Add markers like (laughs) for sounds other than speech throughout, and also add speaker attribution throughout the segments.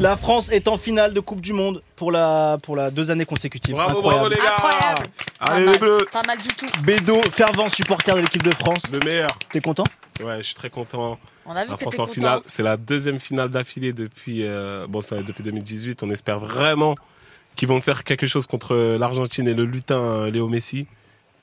Speaker 1: La France est en finale de Coupe du Monde pour la, pour la deux années consécutives.
Speaker 2: Bravo, bravo
Speaker 1: Incroyable.
Speaker 2: les gars.
Speaker 3: Incroyable. Pas
Speaker 2: Allez
Speaker 3: mal.
Speaker 2: les bleus.
Speaker 3: Pas mal du tout.
Speaker 1: Bédo, fervent supporter de l'équipe de France.
Speaker 2: Le meilleur.
Speaker 1: T'es content
Speaker 2: Ouais, je suis très content.
Speaker 3: On a vu
Speaker 2: La
Speaker 3: que
Speaker 2: France
Speaker 3: Ah t'étais
Speaker 2: en
Speaker 3: content.
Speaker 2: finale, c'est la deuxième finale d'affilée depuis euh, bon, ça, depuis 2018. On espère vraiment qu'ils vont faire quelque chose contre l'Argentine et le lutin euh, Léo Messi.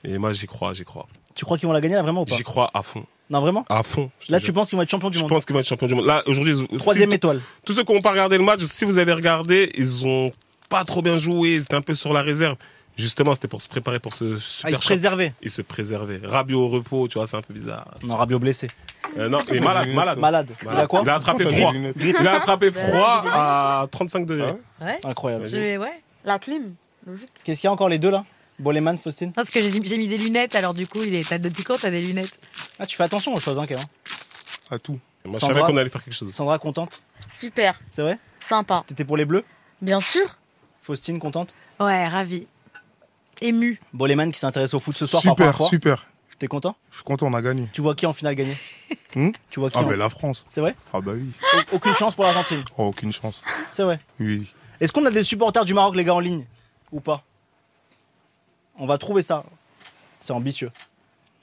Speaker 2: Et moi, j'y crois, j'y crois.
Speaker 1: Tu crois qu'ils vont la gagner là vraiment ou pas
Speaker 2: J'y crois à fond,
Speaker 1: Non, vraiment
Speaker 2: à fond. je te
Speaker 1: Là,
Speaker 2: jure.
Speaker 1: tu penses qu'ils vont être champions du
Speaker 2: je
Speaker 1: monde
Speaker 2: pense qu'ils vont être champions du monde. Là, aujourd'hui, ils-
Speaker 1: Troisième
Speaker 2: si-
Speaker 1: étoile.
Speaker 2: tous ceux qui n'ont pas regardé le match, si vous avez regardé, ils ont pas trop bien joué. C'était un peu sur la réserve. Justement, c'était pour se préparer pour ce
Speaker 1: Ah,
Speaker 2: super
Speaker 1: ils se
Speaker 2: choc.
Speaker 1: préservaient.
Speaker 2: Ils se préservaient. Rabiot au repos, tu vois, c'est un peu bizarre.
Speaker 1: Non, Rabiot blessé.
Speaker 2: Euh, non, il est malade, malade.
Speaker 1: Malade. Il a quoi
Speaker 2: Il a attrapé
Speaker 4: Pourquoi t'as
Speaker 2: froid.
Speaker 4: des lunettes
Speaker 2: Il a attrapé
Speaker 3: Ben,
Speaker 2: froid
Speaker 3: j'ai des lunettes.
Speaker 2: à 35 degrés.
Speaker 4: Ah
Speaker 3: Ouais.
Speaker 1: Ah. Incroyable.
Speaker 2: Vas-y.
Speaker 3: Je- ouais. La clim. Logique.
Speaker 1: Qu'est-ce qu'il y a encore les deux là Boleman, Faustine
Speaker 5: Parce que j'ai j'ai mis des lunettes, alors du coup, il est. t'as- Depuis quand t'as des lunettes
Speaker 1: Ah, tu fais attention aux choses, hein, Kéran.
Speaker 4: À tout.
Speaker 2: Moi, je
Speaker 1: Sandra.
Speaker 2: savais qu'on allait faire quelque chose.
Speaker 1: Sandra, contente
Speaker 3: Super.
Speaker 1: C'est vrai
Speaker 3: Sympa.
Speaker 1: T'étais pour les bleus
Speaker 3: Bien sûr.
Speaker 1: Faustine, contente
Speaker 5: Ouais, ravi. Ému.
Speaker 1: Boleman qui s'intéresse au foot ce soir. pour la première
Speaker 4: Super,
Speaker 1: fois.
Speaker 4: super.
Speaker 1: T'es content
Speaker 4: Je suis content, on a gagné.
Speaker 1: Tu vois qui en finale gagner
Speaker 4: Hmm
Speaker 1: Tu vois qui
Speaker 4: Ah,
Speaker 1: en-
Speaker 4: ben la France.
Speaker 1: C'est vrai
Speaker 4: Ah, bah oui.
Speaker 1: Au- Aucune chance pour l'Argentine.
Speaker 4: Oh, aucune chance.
Speaker 1: C'est vrai. (laughs)
Speaker 4: Oui.
Speaker 1: Est-ce qu'on a des supporters du Maroc, les gars, en ligne Ou pas On va trouver ça. C'est ambitieux.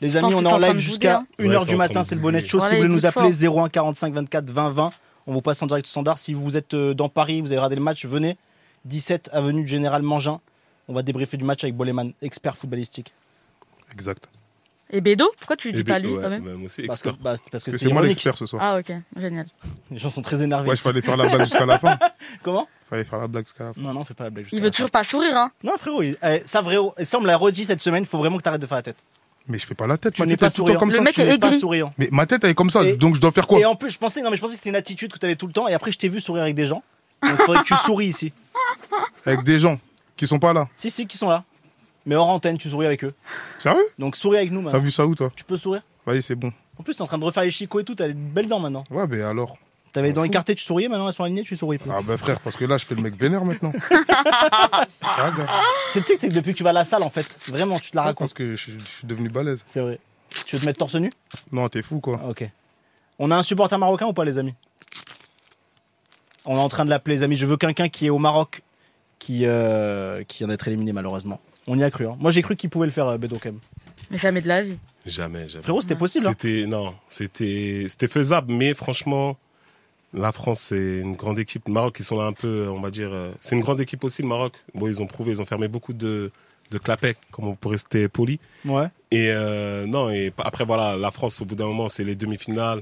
Speaker 1: Les amis,
Speaker 3: Putain,
Speaker 1: on
Speaker 3: c'est
Speaker 1: est
Speaker 3: en
Speaker 1: en
Speaker 3: train
Speaker 1: live
Speaker 3: de
Speaker 1: jusqu'à
Speaker 3: bouder,
Speaker 1: 1h
Speaker 2: Ouais, c'est
Speaker 1: du
Speaker 2: en train
Speaker 1: matin,
Speaker 2: de
Speaker 1: c'est le bonnet de
Speaker 2: bouder.
Speaker 1: show. Si
Speaker 3: Voilà,
Speaker 1: vous voulez nous
Speaker 3: écoute
Speaker 1: appeler 01 45 24 20 20, on vous passe en direct au standard. Si vous êtes euh, dans Paris, vous avez regardé le match, venez. 17 avenue du Général Mangin. On va débriefer du match avec Boleman, expert footballistique.
Speaker 4: Exact.
Speaker 3: Et Bédo Pourquoi tu
Speaker 2: Et
Speaker 3: le dis
Speaker 4: Eh
Speaker 2: puis,
Speaker 4: ben,
Speaker 3: pas lui
Speaker 2: ouais,
Speaker 3: quand même
Speaker 2: bah, moi aussi,
Speaker 1: Parce que
Speaker 2: expert.
Speaker 1: bah, c'est- parce que
Speaker 4: Parce que
Speaker 1: c'est
Speaker 4: c'est moi
Speaker 1: ironique.
Speaker 4: l'expert ce soir.
Speaker 3: Ah ok, génial.
Speaker 1: Les gens sont très énervés.
Speaker 4: Ouais, je fallait faire la blague jusqu'à la fin.
Speaker 1: (laughs) Comment
Speaker 4: Fallait faire la blague jusqu'à la fin.
Speaker 1: Non, non, on fait pas la blague. juste
Speaker 3: Il
Speaker 1: à
Speaker 3: veut
Speaker 1: la fin.
Speaker 3: toujours pas sourire hein.
Speaker 1: Non, frérot, il- eh, ça, vrai, oh, et ça, on me l'a redit cette semaine. Il faut vraiment que t'arrêtes de faire la tête.
Speaker 4: Mais je fais pas la tête,
Speaker 1: Tu
Speaker 4: tu
Speaker 1: n'es
Speaker 4: dis
Speaker 1: pas
Speaker 4: pas tout le temps
Speaker 1: souriant.
Speaker 4: comme
Speaker 3: Le
Speaker 4: ça.
Speaker 3: mec
Speaker 1: Tu
Speaker 3: est
Speaker 1: n'es pas
Speaker 3: aigri.
Speaker 1: souriant.
Speaker 4: Mais ma tête, elle est comme ça,
Speaker 1: Et-
Speaker 4: donc je dois faire quoi
Speaker 1: Et en plus, je pensais, non, mais je pensais que c'était une attitude que tu avais tout le temps. Et après, je t'ai vu sourire avec des gens. Donc, il
Speaker 4: (laughs)
Speaker 1: faudrait que tu souris ici.
Speaker 4: Avec des gens qui sont pas là.
Speaker 1: Si, si, qui sont là. Mais hors antenne, tu souris avec eux.
Speaker 4: Sérieux
Speaker 1: Donc, souris avec nous
Speaker 4: T'as
Speaker 1: maintenant.
Speaker 4: vu ça où, toi
Speaker 1: Tu peux sourire.
Speaker 4: Vas-y, c'est bon.
Speaker 1: En plus, t'es en train de refaire les chicots et tout. T'as les belles dents maintenant.
Speaker 4: Ouais, mais alors
Speaker 1: T'avais les
Speaker 4: On
Speaker 1: dents
Speaker 4: fout.
Speaker 1: écartées, tu souriais. Maintenant, elles sont alignées, tu souris plus.
Speaker 4: Ah, bah frère, parce que là, je fais le mec vénère
Speaker 3: (laughs)
Speaker 4: maintenant. Ah, gars.
Speaker 1: C'est tu sais que c'est que depuis que tu vas à la salle, en fait. Vraiment, tu te la racontes.
Speaker 4: Parce que je, je suis devenu balèze.
Speaker 1: C'est vrai. Tu veux te mettre torse nu
Speaker 4: Non, t'es fou, quoi.
Speaker 1: Ah, Ok. On a un supporter marocain ou pas, les amis On est en train de l'appeler, les amis. Je veux quelqu'un qui est au Maroc, qui, euh, qui vient d'être éliminé, malheureusement. On y a cru. hein. Moi, j'ai cru qu'il pouvait le faire, euh, Bédo, quand même.
Speaker 3: Mais jamais de la vie.
Speaker 2: Jamais, jamais.
Speaker 1: Frérot, c'était possible. hein.
Speaker 2: C'était non, c'était c'était faisable, mais franchement, la France c'est une grande équipe. Le Maroc, ils sont là un peu, on va dire, euh, c'est une grande équipe aussi. Le Maroc, bon, ils ont prouvé, ils ont fermé beaucoup de de clapets, comme on pourrait rester poli.
Speaker 1: Ouais.
Speaker 2: Et euh, non, et pa- après voilà, la France au bout d'un moment, c'est les demi-finales.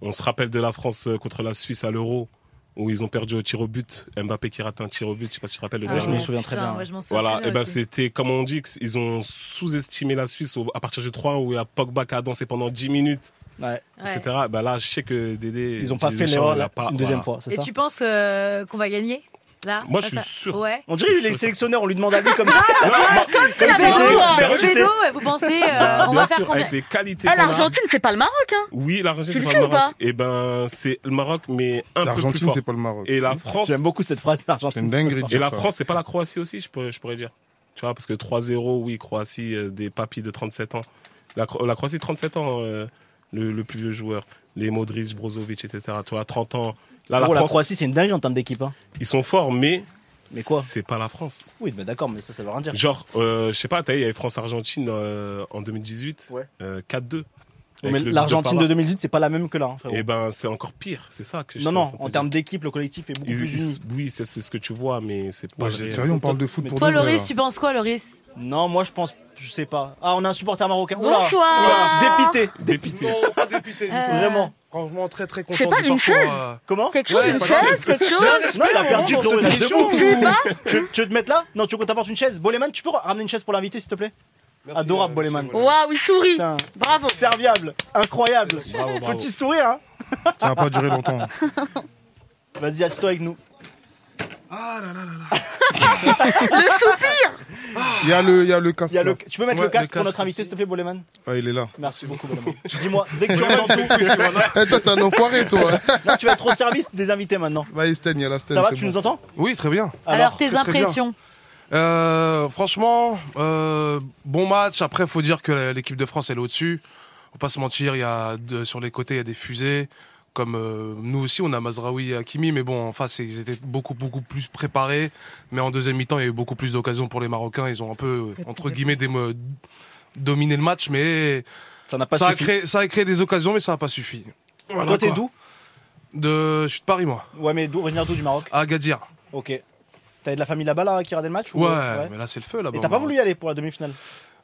Speaker 2: On se rappelle de la France euh, contre la Suisse à l'Euro où ils ont perdu au tir au but. Mbappé qui rate un tir au but, je sais pas si tu te rappelles le
Speaker 1: Ah,
Speaker 2: dernier.
Speaker 1: je me souviens très bien, ouais.
Speaker 5: je m'en souviens
Speaker 2: Voilà,
Speaker 5: très
Speaker 2: et
Speaker 5: bien
Speaker 2: ben
Speaker 5: aussi.
Speaker 2: c'était comme on dit, ils ont sous-estimé la Suisse au- à partir du 3 où il y a Pogba qui a dansé pendant 10 minutes
Speaker 1: Ouais.
Speaker 5: Ouais.
Speaker 2: etc. Bah là, je sais que Dédé.
Speaker 1: Ils ont pas
Speaker 2: Didier
Speaker 1: fait
Speaker 2: Deschamps,
Speaker 1: l'erreur
Speaker 2: il a
Speaker 1: la-
Speaker 2: pas-
Speaker 1: une deuxième
Speaker 2: voilà.
Speaker 1: fois, Ah, c'est
Speaker 5: Et
Speaker 1: ça
Speaker 5: tu penses euh, qu'on va gagner Là
Speaker 2: Moi, je
Speaker 5: Là,
Speaker 2: suis
Speaker 5: ça-
Speaker 2: sûr.
Speaker 5: Ouais.
Speaker 1: On dirait les sélectionneurs, on lui demande à lui
Speaker 5: (laughs)
Speaker 1: comme ça.
Speaker 5: Ah,
Speaker 1: comme si
Speaker 5: mais
Speaker 1: c'était
Speaker 5: non,
Speaker 1: expert,
Speaker 5: mais
Speaker 1: tu sais.
Speaker 5: non, vous pensez, euh, on
Speaker 2: bah, Bien
Speaker 5: va faire
Speaker 2: sûr,
Speaker 5: combien
Speaker 2: avec les qualités.
Speaker 3: Ah
Speaker 2: qu'on a.
Speaker 3: l'Argentine c'est pas le Maroc hein.
Speaker 2: Oui, l'Argentine,
Speaker 3: Tu
Speaker 2: c'est
Speaker 3: le
Speaker 2: pas
Speaker 3: sais
Speaker 2: le
Speaker 3: ou
Speaker 2: Maroc.
Speaker 3: pas
Speaker 2: Eh ben, c'est le Maroc, mais un peu plus
Speaker 4: L'Argentine,
Speaker 2: fort.
Speaker 4: c'est pas le Maroc.
Speaker 2: Et la France.
Speaker 1: J'aime beaucoup cette phrase
Speaker 4: C'est une
Speaker 1: d'Argentine.
Speaker 4: dinguerie de
Speaker 2: Et
Speaker 4: dire
Speaker 2: la
Speaker 4: ça.
Speaker 2: France, c'est pas la Croatie aussi, je pourrais, je pourrais dire. Tu vois, parce que 3-0, oui, Croatie, euh, des papis de 37 ans. La, Cro- la Croatie, 37 ans, euh, le, le plus vieux joueur. Les Modric, Brozovic, etc. Tu vois, 30 ans. Là, la
Speaker 1: Frérot, la
Speaker 2: France,
Speaker 1: Croatie, c'est une dinguerie en termes d'équipe. hein.
Speaker 2: ils sont forts, mais.
Speaker 1: Mais quoi
Speaker 2: C'est pas la France.
Speaker 1: Oui, bah d'accord, mais ça, ça veut rien dire.
Speaker 2: Genre, euh, je sais pas, t'as vu, il y avait France-Argentine euh, en 2018,
Speaker 1: Ouais.
Speaker 2: euh, 4-2. avec
Speaker 1: Mais
Speaker 2: le but de
Speaker 1: l'Argentine de
Speaker 2: Pavard.
Speaker 1: 2018, c'est pas la même que là, hein, frérot.
Speaker 2: Eh ben, c'est encore pire, c'est ça que je
Speaker 1: non,
Speaker 2: suis
Speaker 1: non,
Speaker 2: train de
Speaker 1: en
Speaker 2: te
Speaker 1: termes
Speaker 2: dire.
Speaker 1: d'équipe, le collectif est beaucoup
Speaker 2: Ils-
Speaker 1: plus
Speaker 2: ils-
Speaker 1: uni.
Speaker 2: Oui, c'est c'est ce que tu vois, mais c'est pas.
Speaker 4: Ouais,
Speaker 2: réel.
Speaker 4: Bah, sérieux, on parle de foot
Speaker 1: Mais
Speaker 4: pour
Speaker 5: Toi,
Speaker 4: de vrai,
Speaker 5: Loris,
Speaker 4: là.
Speaker 5: tu penses quoi, Loris
Speaker 1: Non, moi, je pense, je sais pas. Ah, on a un supporter marocain. Oula.
Speaker 3: Bonsoir.
Speaker 1: Dépité.
Speaker 2: Dépité.
Speaker 6: Non, pas dépité du
Speaker 5: Euh,
Speaker 6: tout.
Speaker 1: Vraiment.
Speaker 6: Franchement, très très content.
Speaker 3: C'est pas
Speaker 6: du
Speaker 3: une
Speaker 6: parcours,
Speaker 3: chaîne
Speaker 6: euh,
Speaker 1: Comment
Speaker 3: Quelque chose,
Speaker 6: Ouais,
Speaker 3: une
Speaker 6: pas de
Speaker 3: chaise, quelque chose.
Speaker 1: Non, il a perdu
Speaker 6: non,
Speaker 1: Florent,
Speaker 6: c'est
Speaker 1: il est
Speaker 6: une
Speaker 1: debout.
Speaker 3: Je sais pas.
Speaker 1: (laughs) tu, tu veux te mettre là Non, tu veux qu'on t'apporte une chaise Boleman, tu peux ramener une chaise pour l'invité, s'il te plaît
Speaker 6: merci,
Speaker 1: Adorable,
Speaker 6: euh,
Speaker 1: Boleman.
Speaker 6: monsieur
Speaker 3: Waouh, il sourit.
Speaker 1: Putain,
Speaker 3: Bravo.
Speaker 1: serviable, incroyable.
Speaker 2: Bravo, bravo.
Speaker 1: Petit sourire, hein
Speaker 4: Ça va pas durer longtemps.
Speaker 1: (laughs) Vas-y, assieds-toi avec nous.
Speaker 4: Il y a le, il y a le casque.
Speaker 1: Il y a le-
Speaker 4: là.
Speaker 1: Tu peux mettre
Speaker 6: Ouais,
Speaker 1: le casque
Speaker 6: le
Speaker 1: pour notre
Speaker 6: casque
Speaker 1: invité, s'il te plaît, Boleman
Speaker 4: Ouais, il est là.
Speaker 1: Merci beaucoup, Boleman. Dis-moi,
Speaker 6: (laughs)
Speaker 1: dès que tu entends tout,
Speaker 4: Eh, toi, t'es un enfoiré, toi.
Speaker 1: non, tu vas être au service des invités maintenant.
Speaker 4: Vas-y, Sten, il y a la Sten.
Speaker 1: Ça va,
Speaker 4: c'est
Speaker 1: tu
Speaker 4: bon.
Speaker 1: nous entends
Speaker 6: Oui, très bien.
Speaker 5: Alors, tes
Speaker 6: très, très bien.
Speaker 5: impressions
Speaker 6: Euh, franchement, euh, bon match. Après, faut dire que l'équipe de France, elle est au-dessus. Faut pas se mentir, il y a de- sur les côtés, il y a des fusées. Comme euh, nous aussi, on a Mazraoui et Hakimi, mais bon, en face, ils étaient beaucoup, beaucoup plus préparés. Mais en deuxième mi-temps, il y a eu beaucoup plus d'occasions pour les Marocains. Ils ont un peu,
Speaker 5: Et puis,
Speaker 6: entre guillemets, démo- dominé le match, mais
Speaker 1: Ça n'a pas
Speaker 6: ça, a
Speaker 1: suffi.
Speaker 6: créé, ça a créé des occasions, mais ça n'a pas suffi. Voilà,
Speaker 1: Toi, t'es
Speaker 6: quoi.
Speaker 1: d'où
Speaker 6: de... Je suis de Paris, moi.
Speaker 1: Ouais, mais d'où originaire d'où du Maroc
Speaker 6: À Agadir.
Speaker 1: Ok. T'avais de la famille là-bas là, qui regardait le match ou-
Speaker 6: Ouais,
Speaker 1: ouais.
Speaker 6: mais là, c'est le feu, là-bas.
Speaker 1: Et t'as pas
Speaker 6: moi.
Speaker 1: voulu y aller pour la demi-finale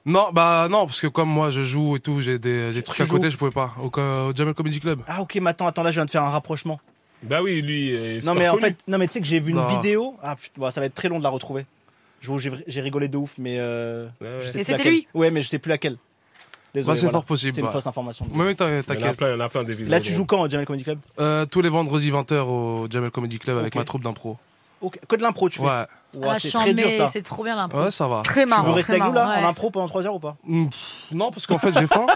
Speaker 6: Non, bah non, parce que comme moi je joue et tout, j'ai des, des trucs
Speaker 1: tu
Speaker 6: à côté,
Speaker 1: joues
Speaker 6: je pouvais pas. Au, co- au Jamel Comedy Club.
Speaker 1: Ah ok, mais attends, attends, là je viens de faire un rapprochement.
Speaker 2: Bah oui, lui. euh, il
Speaker 1: Non
Speaker 2: se
Speaker 1: mais en
Speaker 2: reconnu.
Speaker 1: fait, non mais tu sais que j'ai vu une
Speaker 6: Non.
Speaker 1: vidéo. Ah putain, bah, ça va être très long de la retrouver. Je vous- J'ai j'ai rigolé de ouf, mais euh,
Speaker 2: Ouais, ouais.
Speaker 1: je sais
Speaker 5: Et
Speaker 1: plus
Speaker 5: c'était
Speaker 1: laquelle.
Speaker 5: lui
Speaker 1: Ouais, mais je sais plus laquelle. Désolé.
Speaker 6: Bah, c'est
Speaker 1: voilà.
Speaker 6: fort possible,
Speaker 1: C'est une
Speaker 6: ouais.
Speaker 1: fausse information.
Speaker 6: Mais oui, t'in-
Speaker 2: Il y en a
Speaker 6: t'inquiète.
Speaker 2: plein, il y en a plein des vidéos.
Speaker 1: Là tu
Speaker 2: donc.
Speaker 1: joues quand au Jamel Comedy Club
Speaker 6: Euh, tous les vendredis 20h au Jamel Comedy Club avec
Speaker 1: Ok.
Speaker 6: ma troupe d'impro.
Speaker 1: Ok. Que de l'impro tu fais
Speaker 6: Ouais.
Speaker 1: Ouah,
Speaker 5: Ah,
Speaker 1: C'est
Speaker 5: chant,
Speaker 1: très dur
Speaker 5: mais
Speaker 1: ça.
Speaker 5: C'est trop bien l'impro.
Speaker 6: ouais, ça va.
Speaker 3: Très
Speaker 1: Tu veux
Speaker 3: marrant.
Speaker 1: rester avec nous là
Speaker 5: marrant,
Speaker 1: en
Speaker 5: ouais.
Speaker 1: impro pendant 3 heures ou pas
Speaker 6: Mm, pff, Non, parce qu'en fait j'ai faim.